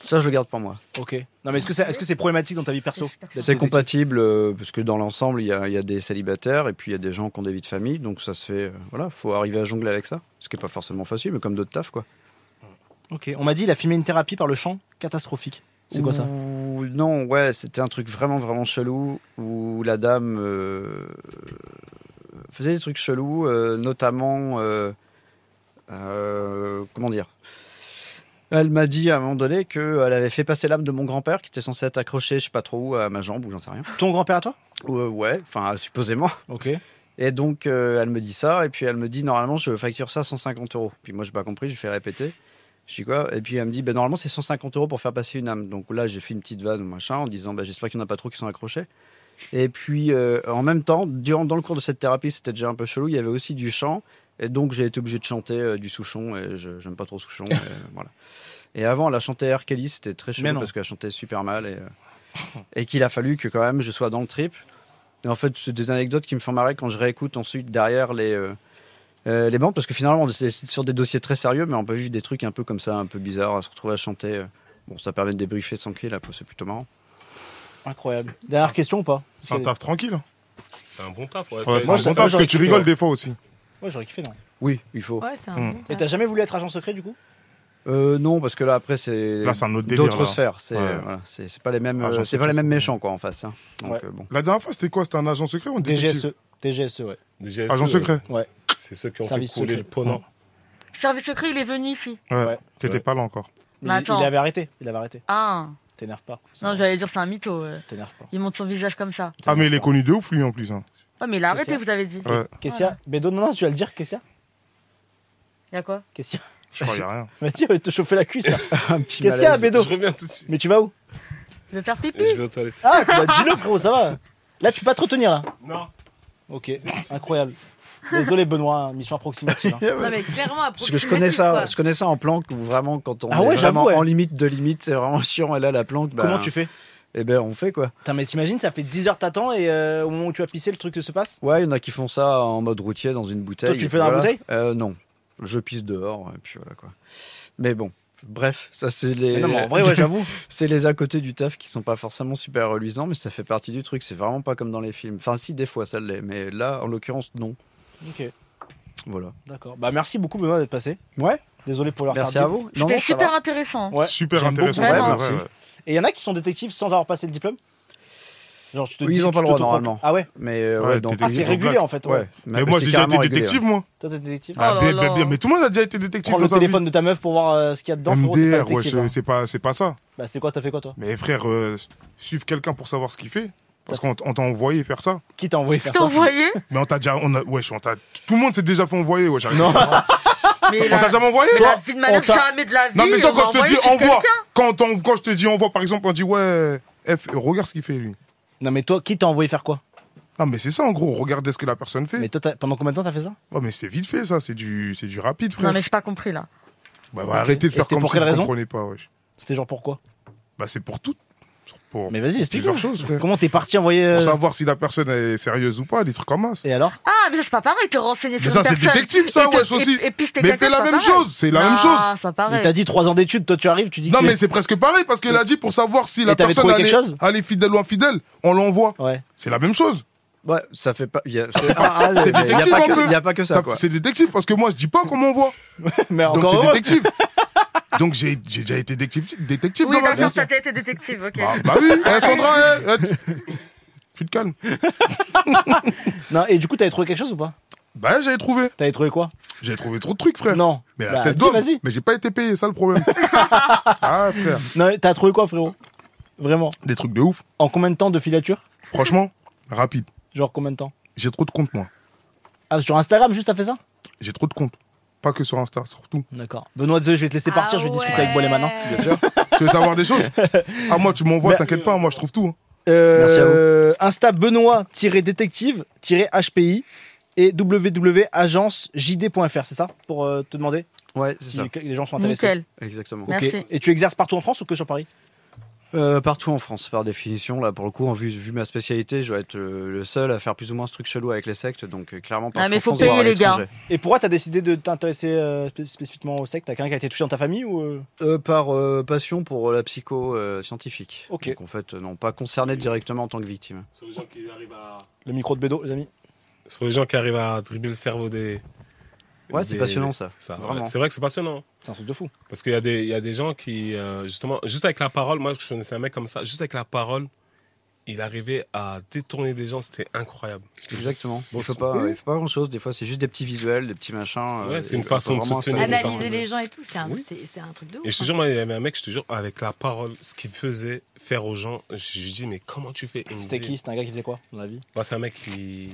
Speaker 8: Ça, je le garde pour moi.
Speaker 1: Ok. Non, mais est-ce que c'est est -ce c'est problématique dans ta vie perso d'être
Speaker 8: C'est
Speaker 1: détective
Speaker 8: compatible euh, parce que dans l'ensemble, il y, a- il y a des célibataires et puis il y a des gens qui ont des vies de famille, donc ça se fait. euh, voilà, faut arriver à jongler avec ça, ce qui est pas forcément facile, mais comme d'autres tafs quoi.
Speaker 1: Ok. On m'a dit, il a filmé une thérapie par le chant catastrophique. C'est quoi ça
Speaker 8: Ou- Non, ouais, c'était un truc vraiment vraiment chelou où la dame euh, faisait des trucs chelous, euh, notamment euh, euh, comment dire. Elle m'a dit à un moment donné qu'elle avait fait passer l'âme de mon grand-père qui était censé être accroché, je sais pas trop où, à ma jambe ou j'en sais rien.
Speaker 1: Ton grand-père à toi
Speaker 8: Ou, euh, ouais, enfin supposément.
Speaker 1: Ok.
Speaker 8: Et donc, euh, elle me dit ça, et puis elle me dit normalement, je facture ça 150 euros. Puis moi, j'ai pas compris, je fais répéter. Je dis quoi Et puis elle me dit, ben normalement, c'est 150 euros pour faire passer une âme. Donc là, j'ai fait une petite vanne, machin, en disant, ben, j'espère qu'il n'y en a pas trop qui sont accrochés. Et puis, euh, en même temps, durant, dans le cours de cette thérapie, c'était déjà un peu chelou, il y avait aussi du chant. Et donc, j'ai été obligé de chanter euh, du Souchon, et je j'aime pas trop
Speaker 1: (laughs)
Speaker 8: Souchon. et, euh, voilà. Et avant, elle a chanté R. Kelly, c'était très
Speaker 1: Mais
Speaker 8: chelou
Speaker 1: non.
Speaker 8: parce qu'elle chantait super mal. Et, euh, et qu'il a fallu que quand même je sois dans le trip. Et en fait, c'est des anecdotes qui me font marrer quand je réécoute ensuite derrière les, euh, euh, les bandes, parce que finalement, c'est sur des dossiers très sérieux, mais on peut vivre des trucs un peu comme ça, un peu bizarres, à se retrouver à chanter. euh. Bon, ça permet de débriefer tranquille, là, c'est plutôt marrant.
Speaker 1: Incroyable. Dernière question ou pas
Speaker 4: C'est un taf tranquille.
Speaker 2: C'est un bon taf. Ouais,
Speaker 4: Ouais,
Speaker 2: c'est-
Speaker 4: c'est
Speaker 1: moi,
Speaker 4: un bon
Speaker 1: ça- moi,
Speaker 4: taf parce
Speaker 1: j'aurais
Speaker 4: que tu
Speaker 1: kiffé,
Speaker 4: rigoles
Speaker 1: ouais.
Speaker 4: des fois aussi.
Speaker 1: Ouais, j'aurais kiffé, non.
Speaker 8: Oui, il faut.
Speaker 5: Ouais, c'est un
Speaker 4: Mm.
Speaker 5: bon
Speaker 1: Et
Speaker 5: taf.
Speaker 1: t'as jamais voulu être agent secret du coup
Speaker 8: Euh, non, parce que là, après, c'est
Speaker 4: Là, c'est un autre délire.
Speaker 8: d'autres
Speaker 4: là.
Speaker 8: sphères. C'est
Speaker 4: Ouais.
Speaker 8: euh, voilà, c'est- c'est pas les mêmes,
Speaker 4: Ah,
Speaker 8: euh,
Speaker 4: j'en
Speaker 8: c'est
Speaker 4: sais
Speaker 8: pas les
Speaker 4: plus,
Speaker 8: mêmes
Speaker 4: c'est-
Speaker 8: méchants quoi en face. hein. Donc
Speaker 1: Ouais.
Speaker 8: euh, bon.
Speaker 4: La dernière fois, c'était quoi C'était un agent secret ou un détective
Speaker 1: DGSE. DGSE, ouais.
Speaker 2: DGSE,
Speaker 4: Agent secret.
Speaker 2: E, C'est ceux qui ont
Speaker 1: Service
Speaker 2: fait couler
Speaker 1: secret.
Speaker 2: le
Speaker 4: Hmm.
Speaker 2: ponant.
Speaker 3: Service secret, il est venu ici.
Speaker 4: Ouais.
Speaker 1: Ouais.
Speaker 4: T'étais
Speaker 2: Ouais.
Speaker 4: pas là encore.
Speaker 1: Il,
Speaker 3: Mais attends.
Speaker 1: il avait arrêté. Il avait arrêté.
Speaker 3: Ah,
Speaker 1: T'énerve pas.
Speaker 3: non, j'allais dire c'est un mytho. euh.
Speaker 1: T'énerve pas.
Speaker 3: Il monte son visage comme ça.
Speaker 4: Ah, mais il est
Speaker 1: T'énerve
Speaker 4: connu de ouf, lui, en plus. hein.
Speaker 3: Oh, mais il a
Speaker 1: C'est
Speaker 3: arrêté,
Speaker 1: ça.
Speaker 3: vous avez dit.
Speaker 4: Ouais.
Speaker 1: pas. Kessia Bédo, non, non, tu vas le dire, Kessia
Speaker 3: Il y a quoi
Speaker 1: Kessia (laughs)
Speaker 4: Je crois, y a rien.
Speaker 1: Mathieu, elle te chauffer la cuisse. là.
Speaker 8: un petit
Speaker 1: Qu'est-ce qu'il y a,
Speaker 8: malaise.
Speaker 1: Bédo
Speaker 2: Je reviens tout de suite.
Speaker 1: Mais tu vas où
Speaker 3: Je vais faire pipi.
Speaker 2: Et Je vais aux toilettes.
Speaker 1: Ah, tu vas dis-le, frérot, ça va. Là, tu peux pas te retenir, là.
Speaker 2: Non.
Speaker 1: Ok, incroyable. Désolé, Benoît, hein, mission approximative. hein.
Speaker 5: Non, mais clairement,
Speaker 8: Parce que je connais ça, je connais ça en planque où vraiment quand on
Speaker 1: Ah ouais,
Speaker 8: est vraiment
Speaker 1: j'avoue, ouais.
Speaker 8: en limite de limite, c'est vraiment chiant. Et là, la planque, bah,
Speaker 1: Comment tu fais
Speaker 8: Eh ben, on fait quoi.
Speaker 1: Putain, mais t'imagines, ça fait 10 heures t'attends et euh, au moment où tu vas pisser, le truc se passe
Speaker 8: Ouais, il y en a qui font ça en mode routier dans une bouteille.
Speaker 1: Toi, tu le fais dans la
Speaker 8: Voilà.
Speaker 1: bouteille
Speaker 8: euh, Non, je pisse dehors et puis voilà quoi. Mais bon, bref, ça c'est les.
Speaker 1: Mais
Speaker 8: (laughs)
Speaker 1: Non, mais en vrai, ouais, j'avoue.
Speaker 8: c'est les à côté du taf qui sont pas forcément super reluisants, mais ça fait partie du truc. C'est vraiment pas comme dans les films. Enfin, si des fois ça l'est, mais là, en l'occurrence, non.
Speaker 1: Ok,
Speaker 8: Voilà.
Speaker 1: d'accord. Bah, merci beaucoup, Benoît, d'être passé.
Speaker 8: Ouais.
Speaker 1: Désolé pour leur
Speaker 8: Merci à
Speaker 1: tardif.
Speaker 8: vous. Non, non,
Speaker 3: C'était
Speaker 8: ça
Speaker 3: super
Speaker 8: va.
Speaker 3: intéressant.
Speaker 1: Ouais.
Speaker 4: Super
Speaker 8: J'aime
Speaker 4: intéressant.
Speaker 3: beaucoup.
Speaker 4: Ouais, bah,
Speaker 3: Vraiment.
Speaker 4: ouais, ouais.
Speaker 1: Et il y en a qui sont détectives sans avoir passé le diplôme Genre, tu te
Speaker 8: Oui,
Speaker 1: dis,
Speaker 8: ils ont
Speaker 1: tu
Speaker 8: pas le droit,
Speaker 1: t'auto-procl-
Speaker 8: normalement.
Speaker 1: Ah ouais
Speaker 8: Mais euh,
Speaker 4: Ouais,
Speaker 8: ouais, dans-
Speaker 4: t'es
Speaker 1: Ah, c'est
Speaker 4: Ils ont
Speaker 1: régulé
Speaker 4: blague.
Speaker 1: en fait. Ouais.
Speaker 8: Ouais.
Speaker 4: Mais moi,
Speaker 8: c'est
Speaker 4: j'ai déjà été
Speaker 8: carrément régulé, hein.
Speaker 4: détective, moi.
Speaker 1: Toi, t'es détective
Speaker 3: Ah, Oh là
Speaker 4: Bien-
Speaker 3: là.
Speaker 4: bien- bien- Mais tout le monde a déjà été détective
Speaker 1: Prends le
Speaker 4: dans sa vie.
Speaker 1: téléphone de ta meuf pour voir euh, ce qu'il y a dedans, frérot, c'est pas
Speaker 4: MDR, ouais,
Speaker 1: détective, hein.
Speaker 4: c'est- c'est pas, c'est pas ça.
Speaker 1: Bah, c'est quoi T'as fait quoi, toi
Speaker 4: Mais frère, euh, suivre quelqu'un pour savoir ce qu'il fait. Parce qu'on t- on t'a envoyé faire ça.
Speaker 1: Qui t'a envoyé faire
Speaker 3: T'as
Speaker 1: ça c'est-
Speaker 3: envoyé
Speaker 4: Mais on t'a déjà. On a, wesh, on t'a- tout le monde s'est déjà fait envoyer. Ouais, j'arrive.
Speaker 1: Non. (laughs)
Speaker 3: Mais
Speaker 4: On
Speaker 3: la,
Speaker 4: t'a jamais envoyé
Speaker 3: mais la vie de ma
Speaker 1: on
Speaker 3: mère,
Speaker 1: t'a-
Speaker 3: jamais de la vie.
Speaker 4: Non, mais toi,
Speaker 3: on
Speaker 4: quand
Speaker 3: m'a
Speaker 4: je te dis
Speaker 3: envoyé chez
Speaker 4: envoie,
Speaker 3: quelqu'un.
Speaker 4: quand, on, quand je te dis envoie, par exemple, on dit ouais, F, regarde ce qu'il fait lui.
Speaker 1: Non, mais toi, qui t'a envoyé faire quoi
Speaker 4: Ah, mais c'est ça en gros, regardez ce que la personne fait.
Speaker 1: Mais
Speaker 4: Mais,
Speaker 1: toi, t'as- pendant combien de temps t'as fait ça
Speaker 4: mais c'est vite fait ça, c'est du, c'est du rapide frère.
Speaker 3: Non, mais j'ai pas compris là.
Speaker 4: Bah, bah,
Speaker 1: Ok.
Speaker 4: arrêtez de
Speaker 1: Et
Speaker 4: faire
Speaker 1: c'était
Speaker 4: comme
Speaker 1: pour
Speaker 4: si
Speaker 1: quelle
Speaker 4: vous
Speaker 1: raison
Speaker 4: comprenez pas, wesh.
Speaker 1: C'était genre pourquoi
Speaker 4: Bah, c'est pour tout. Pour
Speaker 1: Mais vas-y, explique
Speaker 4: plusieurs choses, frère.
Speaker 1: Comment t'es parti envoyer. euh,
Speaker 4: Pour savoir si la personne est sérieuse ou pas, des trucs comme ça.
Speaker 1: Et alors
Speaker 3: Ah, mais ça, c'est pas pareil, te renseigner
Speaker 4: Mais
Speaker 3: sur
Speaker 4: ça,
Speaker 3: une
Speaker 4: c'est
Speaker 3: personne.
Speaker 4: détective, ça,
Speaker 3: et te-
Speaker 4: wesh, aussi.
Speaker 3: Et, et pister
Speaker 4: Mais
Speaker 3: quelqu'un,
Speaker 4: fais la
Speaker 3: c'est
Speaker 4: même
Speaker 3: pas pareil.
Speaker 4: chose, c'est la même chose.
Speaker 3: Ah, c'est pas
Speaker 1: Il
Speaker 3: pareil.
Speaker 1: t'a dit 3 ans d'études, toi tu arrives, tu dis
Speaker 4: Non,
Speaker 1: que-
Speaker 4: mais c'est presque pareil parce qu'elle a dit pour savoir si la
Speaker 1: Et t'avais
Speaker 4: personne
Speaker 1: trouvé
Speaker 4: elle est,
Speaker 1: quelque chose
Speaker 4: elle est fidèle ou infidèle, on l'envoie.
Speaker 1: Ouais.
Speaker 4: C'est la même chose.
Speaker 8: Ouais, ça fait pas. Il y a, c'est
Speaker 4: c'est
Speaker 8: il y a
Speaker 4: détective,
Speaker 8: pas
Speaker 4: un
Speaker 8: que-
Speaker 4: peu.
Speaker 8: il y a pas que ça.
Speaker 4: Ça-
Speaker 8: quoi.
Speaker 4: c'est détective parce que moi je dis pas comment on
Speaker 1: (laughs)
Speaker 4: voit.
Speaker 1: Mais
Speaker 4: Donc
Speaker 1: encore
Speaker 4: c'est
Speaker 1: heureux.
Speaker 4: détective. Donc j'ai j'ai déjà été détective, détective
Speaker 3: Oui, bah,
Speaker 4: dans ma
Speaker 3: d'accord,
Speaker 4: vie.
Speaker 3: t'as déjà été détective, ok.
Speaker 4: Ah, bah oui, eh, Sandra, eh, eh, tu- tu te calmes.
Speaker 1: (laughs) Non, et du coup, t'avais trouvé quelque chose ou pas
Speaker 4: Bah j'avais trouvé.
Speaker 1: T'avais trouvé quoi
Speaker 4: J'avais trouvé trop de trucs, frère.
Speaker 1: Non.
Speaker 4: Mais la
Speaker 1: Bah,
Speaker 3: (laughs)
Speaker 4: tête
Speaker 1: dis,
Speaker 4: d'homme.
Speaker 1: vas-y.
Speaker 4: Mais j'ai pas été payé, ça le problème. (laughs) ah, frère.
Speaker 1: Non, t'as trouvé quoi, frérot Vraiment.
Speaker 4: Des trucs de ouf.
Speaker 1: En combien de temps de filature
Speaker 4: Franchement, rapide.
Speaker 1: Genre combien de temps
Speaker 4: J'ai trop de comptes, moi.
Speaker 1: Ah, sur Instagram, juste t'as fait ça
Speaker 4: J'ai trop de comptes. Pas que sur Insta,
Speaker 1: (laughs)
Speaker 4: surtout.
Speaker 1: D'accord. Benoît, désolé, je vais te
Speaker 3: Ah
Speaker 1: laisser partir, je vais discuter avec Boileman. maintenant.
Speaker 4: Tu veux savoir des choses Ah, moi, tu m'envoies,
Speaker 1: Merci.
Speaker 4: t'inquiète pas, moi, je trouve tout. hein.
Speaker 8: Merci à
Speaker 1: Euh, Insta Benoît-détective-HPI et E www.agencejd.fr, c'est ça Pour euh, te demander
Speaker 8: Ouais, c'est
Speaker 1: si
Speaker 8: ça.
Speaker 1: les gens sont intéressés.
Speaker 3: Nickel.
Speaker 8: Exactement.
Speaker 1: Ok.
Speaker 3: Merci.
Speaker 1: Et tu exerces partout en France ou que sur Paris
Speaker 8: Euh, partout en France, par définition. Là, pour le coup, en vue, vu ma spécialité, je vais être euh, le seul à faire plus ou moins ce truc chelou avec les sectes. Donc, euh, clairement, partout
Speaker 3: Ah, mais
Speaker 8: en
Speaker 3: faut
Speaker 8: France, voire à
Speaker 3: payer, les gars.
Speaker 8: l'étranger.
Speaker 1: Et pourquoi t'as décidé de t'intéresser euh, spé- spécifiquement au secte T'as quelqu'un qui a été touché dans ta famille ou euh
Speaker 8: Euh, par euh, passion pour euh, la psycho euh, scientifique.
Speaker 1: Ok.
Speaker 8: Donc, en fait, euh, non, pas concerné directement en tant que victime.
Speaker 2: Sur les gens qui arrivent à.
Speaker 1: le micro de Bédo, les amis
Speaker 2: Sur les gens qui arrivent à dribbler le cerveau des.
Speaker 8: Ouais, c'est
Speaker 2: des-
Speaker 8: passionnant, ça.
Speaker 2: c'est ça.
Speaker 8: Vraiment.
Speaker 2: Ouais, C'est vrai que c'est passionnant.
Speaker 1: C'est un truc de fou.
Speaker 2: Parce qu'il y, a des- il y a des gens qui, euh, justement, juste avec la parole, moi je connaissais un mec comme ça, juste avec la parole, il arrivait à détourner des gens, c'était incroyable.
Speaker 8: Exactement.
Speaker 2: Bon,
Speaker 8: il faut
Speaker 2: c'est-
Speaker 8: pas, il faut pas grand chose. Des fois, c'est juste des petits visuels, des petits machins.
Speaker 2: Ouais,
Speaker 8: euh,
Speaker 2: c'est une
Speaker 8: et-
Speaker 2: façon
Speaker 8: faut
Speaker 2: de se
Speaker 8: vraiment
Speaker 2: tenir.
Speaker 8: installer-
Speaker 5: Analyser les gens et tout, c'est un, c'est- c'est un truc de ouf.
Speaker 2: Et je te
Speaker 5: hein.
Speaker 2: jure, moi, il y avait un mec, je te jure, avec la parole, ce qu'il faisait faire aux gens, je lui dis, mais comment tu fais Il me
Speaker 1: C'était
Speaker 2: dit-
Speaker 1: qui C'était un gars qui faisait quoi dans la vie
Speaker 2: Bah, C'est un mec qui.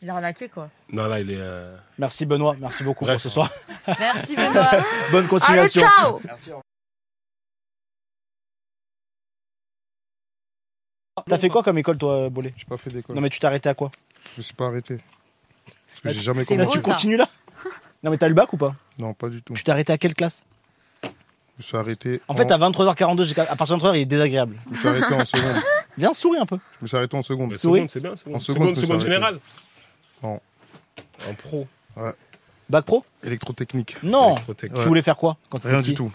Speaker 3: Il a arnaqué,
Speaker 1: (laughs)
Speaker 3: quoi.
Speaker 2: Non, là, il est. euh,
Speaker 1: Merci Benoît, merci beaucoup
Speaker 2: Bref.
Speaker 1: pour ce soir. (laughs)
Speaker 5: Merci Benoît.
Speaker 1: Bonne
Speaker 3: Allez,
Speaker 1: continuation.
Speaker 3: ciao
Speaker 1: T'as fait quoi comme école toi, Bolé
Speaker 4: J'ai pas fait d'école.
Speaker 1: Non mais tu t'es arrêté à quoi
Speaker 4: Je me suis pas arrêté. Parce que
Speaker 1: Ah,
Speaker 4: j'ai jamais
Speaker 5: c'est
Speaker 1: Là,
Speaker 5: beau,
Speaker 4: commencé.
Speaker 1: tu
Speaker 5: ça.
Speaker 4: (laughs)
Speaker 1: continues là Non mais t'as le bac ou pas
Speaker 4: Non, pas du tout.
Speaker 1: Tu t'es arrêté à quelle classe
Speaker 4: Je me suis arrêté.
Speaker 1: En fait, à 23h42, j'ai- à partir de 23h, il est désagréable.
Speaker 4: Je me suis arrêté en seconde.
Speaker 1: (laughs) Viens sourire un peu.
Speaker 4: Je me suis arrêté en seconde.
Speaker 2: Mais
Speaker 1: Souris.
Speaker 2: seconde, c'est bien, seconde.
Speaker 4: En seconde,
Speaker 2: Seconde,
Speaker 4: je me
Speaker 2: seconde
Speaker 4: suis
Speaker 2: générale
Speaker 4: Non.
Speaker 2: En pro.
Speaker 1: Bac pro
Speaker 4: Électrotechnique.
Speaker 1: Non.
Speaker 2: électrotech.
Speaker 1: Tu voulais faire quoi quand t'étais
Speaker 4: Rien du
Speaker 1: petit
Speaker 4: tout.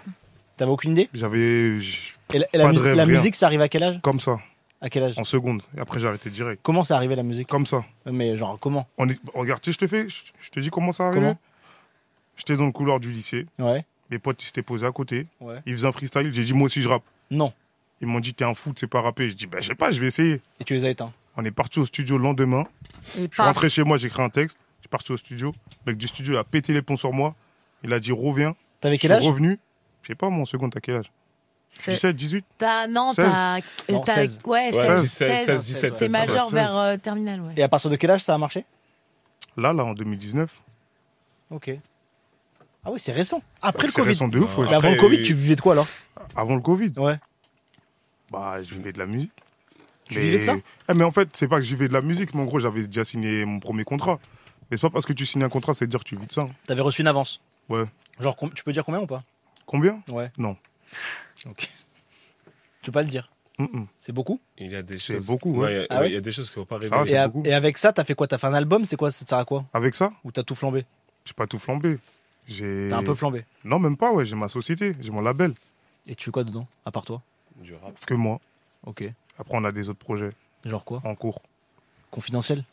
Speaker 1: T'avais aucune idée
Speaker 4: J'avais. je-
Speaker 1: Et la, et la
Speaker 4: Pas de
Speaker 1: mu-
Speaker 4: rêve,
Speaker 1: la
Speaker 4: rien.
Speaker 1: musique, ça arrive à quel âge
Speaker 4: Comme ça,
Speaker 1: À quel âge
Speaker 4: en seconde. Et après, j'ai arrêté direct.
Speaker 1: Comment ça arrivait la musique
Speaker 4: Comme ça.
Speaker 1: Mais genre comment
Speaker 4: On est... Regarde, tu sais, je te fais, je je te dis comment ça arrive.
Speaker 1: Comment
Speaker 4: J'étais dans le couloir du lycée.
Speaker 1: Ouais.
Speaker 4: Mes potes, ils s'étaient posés à côté.
Speaker 1: Ouais.
Speaker 4: Ils faisaient un freestyle. J'ai dit, moi aussi, je rappe.
Speaker 1: Non.
Speaker 4: Ils m'ont dit, t'es un fou, tu sais pas rapper. Je dis, bah, je sais pas, je vais essayer.
Speaker 1: Et tu les as éteints.
Speaker 4: On est parti au studio le lendemain.
Speaker 3: Et
Speaker 4: Je suis rentré chez moi, j'ai écrit un texte. Je suis parti au studio. Le mec du studio il a pété les ponts sur moi. Il a dit, reviens.
Speaker 1: T'avais quel
Speaker 4: je
Speaker 1: âge
Speaker 4: suis revenu. Je sais pas, mon second, t'as quel âge
Speaker 3: C'est-
Speaker 4: 17, 18
Speaker 5: T'as, Ah, non,
Speaker 4: 16.
Speaker 5: t'as. euh,
Speaker 1: Non,
Speaker 5: t'as-
Speaker 1: 16.
Speaker 5: Ouais,
Speaker 2: Ouais,
Speaker 5: 16.
Speaker 2: 16, 16, 17.
Speaker 5: T'es
Speaker 2: 16,
Speaker 5: majeur
Speaker 4: 16.
Speaker 5: vers euh, terminale, ouais.
Speaker 1: Et à partir de quel âge ça a marché
Speaker 4: Là, là, en 2019.
Speaker 1: Ok. Ah oui, c'est récent. Après le
Speaker 4: C'est
Speaker 1: Covid.
Speaker 4: récent de ouf, ouais.
Speaker 1: Mais avant le
Speaker 2: Après,
Speaker 1: Covid,
Speaker 2: euh,
Speaker 1: tu vivais de quoi alors
Speaker 4: Avant le Covid.
Speaker 1: Ouais.
Speaker 4: Bah, je vivais de la musique.
Speaker 1: Tu vivais de ça
Speaker 4: Eh, Mais en fait, c'est pas que je vivais de la musique, mais en gros, j'avais déjà signé mon premier contrat. Mais c'est pas parce que tu signes un contrat, c'est dire que tu vis de ça.
Speaker 1: T'avais reçu une avance
Speaker 4: Ouais.
Speaker 1: Genre, com- tu peux dire combien ou pas
Speaker 4: Combien
Speaker 1: Ouais.
Speaker 4: Non.
Speaker 1: Ok. Tu peux pas le dire.
Speaker 4: Mm-mm.
Speaker 1: C'est beaucoup.
Speaker 2: Il y a des
Speaker 4: C'est
Speaker 2: choses.
Speaker 4: beaucoup, ouais.
Speaker 2: il y a-
Speaker 1: Ah ouais
Speaker 2: il y a des choses qu'il faut pas
Speaker 4: Ah,
Speaker 2: révéler.
Speaker 4: c'est
Speaker 1: et, à-
Speaker 4: beaucoup.
Speaker 1: et avec ça, t'as fait quoi T'as fait un album C'est quoi Ça te sert à quoi
Speaker 4: Avec ça,
Speaker 1: Ou t'as tout flambé
Speaker 4: j'ai pas tout flambé. J'ai.
Speaker 1: T'as un peu flambé.
Speaker 4: Non, même pas, ouais. J'ai ma société, j'ai mon label.
Speaker 1: Et tu fais quoi dedans À part toi
Speaker 2: Du rap.
Speaker 4: Que moi.
Speaker 1: Ok.
Speaker 4: Après, on a des autres projets
Speaker 1: Genre quoi
Speaker 4: en cours.
Speaker 1: Confidentiel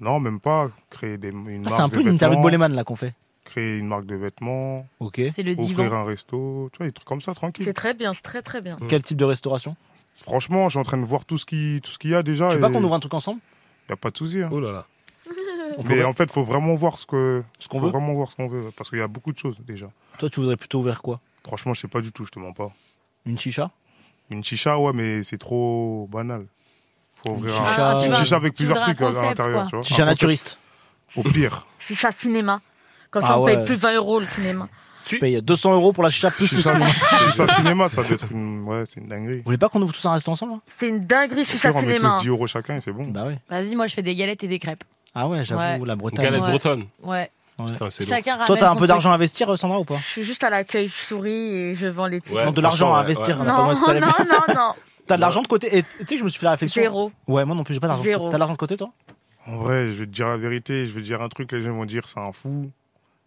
Speaker 4: Non, même pas. Créer des, une
Speaker 1: Ah,
Speaker 4: marque
Speaker 1: c'est un peu
Speaker 4: de
Speaker 1: une interview de
Speaker 4: vêtements,
Speaker 1: Boleman là qu'on fait.
Speaker 4: Créer une marque de vêtements,
Speaker 1: Ok.
Speaker 5: C'est le
Speaker 4: ouvrir
Speaker 5: divan.
Speaker 4: un resto, tu vois, des trucs comme ça, tranquille. Mm.
Speaker 3: C'est très bien, c'est très très bien.
Speaker 1: Quel type de restauration
Speaker 4: Franchement, je suis en train de voir tout ce qui, tout ce qu'il y a déjà.
Speaker 1: Tu veux pas
Speaker 4: et
Speaker 1: qu'on ouvre un truc ensemble
Speaker 4: y a pas de souci. hein.
Speaker 5: (laughs)
Speaker 2: Oh là là.
Speaker 1: On
Speaker 4: Mais
Speaker 1: peut-
Speaker 4: en fait, faut vraiment voir ce que,
Speaker 1: Ce qu'on
Speaker 4: faut
Speaker 1: veut
Speaker 4: vraiment voir ce qu'on veut, parce qu'il y a beaucoup de choses déjà.
Speaker 1: Toi, tu voudrais plutôt ouvrir quoi
Speaker 4: Franchement, je sais pas du tout, je te mens pas.
Speaker 1: Une chicha
Speaker 4: Une chicha, ouais, mais c'est trop banal. Faut ouvrir
Speaker 1: chicha.
Speaker 4: un-
Speaker 5: Ah,
Speaker 1: tu
Speaker 4: une
Speaker 1: vas-
Speaker 4: chicha avec
Speaker 5: tu
Speaker 4: plusieurs
Speaker 5: voudrais un
Speaker 4: trucs à
Speaker 5: concept,
Speaker 4: l'intérieur,
Speaker 5: quoi.
Speaker 4: tu vois.
Speaker 1: Chicha
Speaker 4: Un concept.
Speaker 1: naturiste.
Speaker 5: (laughs)
Speaker 4: Au pire,
Speaker 3: Chicha cinéma. Comme ça,
Speaker 1: Ah
Speaker 3: on
Speaker 1: ouais.
Speaker 3: paye plus de 20 euros le cinéma.
Speaker 1: Tu payes 200 euros pour la chicha plus le
Speaker 4: chicha,
Speaker 1: cinéma.
Speaker 4: chicha cinéma,
Speaker 1: (laughs)
Speaker 4: ça doit être une, ouais, c'est une dinguerie.
Speaker 1: Vous voulez pas qu'on ouvre tous un resto ensemble là
Speaker 3: C'est une dinguerie,
Speaker 4: Au
Speaker 3: chicha
Speaker 4: pire, on met
Speaker 3: cinéma.
Speaker 4: tous
Speaker 3: hein.
Speaker 4: 10 euros chacun et c'est bon.
Speaker 1: Bah ouais.
Speaker 5: Vas-y, moi, je fais des galettes et des crêpes.
Speaker 1: Ah ouais, j'avoue,
Speaker 5: Ouais.
Speaker 1: la Bretagne.
Speaker 2: Galette
Speaker 5: Ouais.
Speaker 2: bretonne.
Speaker 5: Ouais.
Speaker 1: Ouais.
Speaker 2: Putain, c'est lourd.
Speaker 5: Chacun ramène.
Speaker 1: Toi, t'as un
Speaker 5: son
Speaker 1: peu
Speaker 5: truc.
Speaker 1: d'argent à investir, euh, Sandra, ou pas
Speaker 3: Je suis juste à l'accueil, je souris et je vends les tickets.
Speaker 2: Ouais,
Speaker 1: Non, de l'argent
Speaker 2: franchement,
Speaker 1: à
Speaker 2: ouais,
Speaker 1: investir.
Speaker 2: ouais.
Speaker 1: on a
Speaker 3: Non,
Speaker 1: pas moins
Speaker 3: non,
Speaker 1: de
Speaker 3: non, non,
Speaker 1: (laughs)
Speaker 3: non.
Speaker 1: T'as
Speaker 2: Bah.
Speaker 1: de l'argent de côté. Et tu sais que je me suis fait la réflexion.
Speaker 3: Zéro.
Speaker 1: Ouais, moi non plus, j'ai pas d'argent. de
Speaker 3: Zéro.
Speaker 1: côté. T'as de l'argent de côté, toi
Speaker 4: En vrai, je vais te dire la vérité, je vais te dire un truc, les gens vont dire c'est un fou.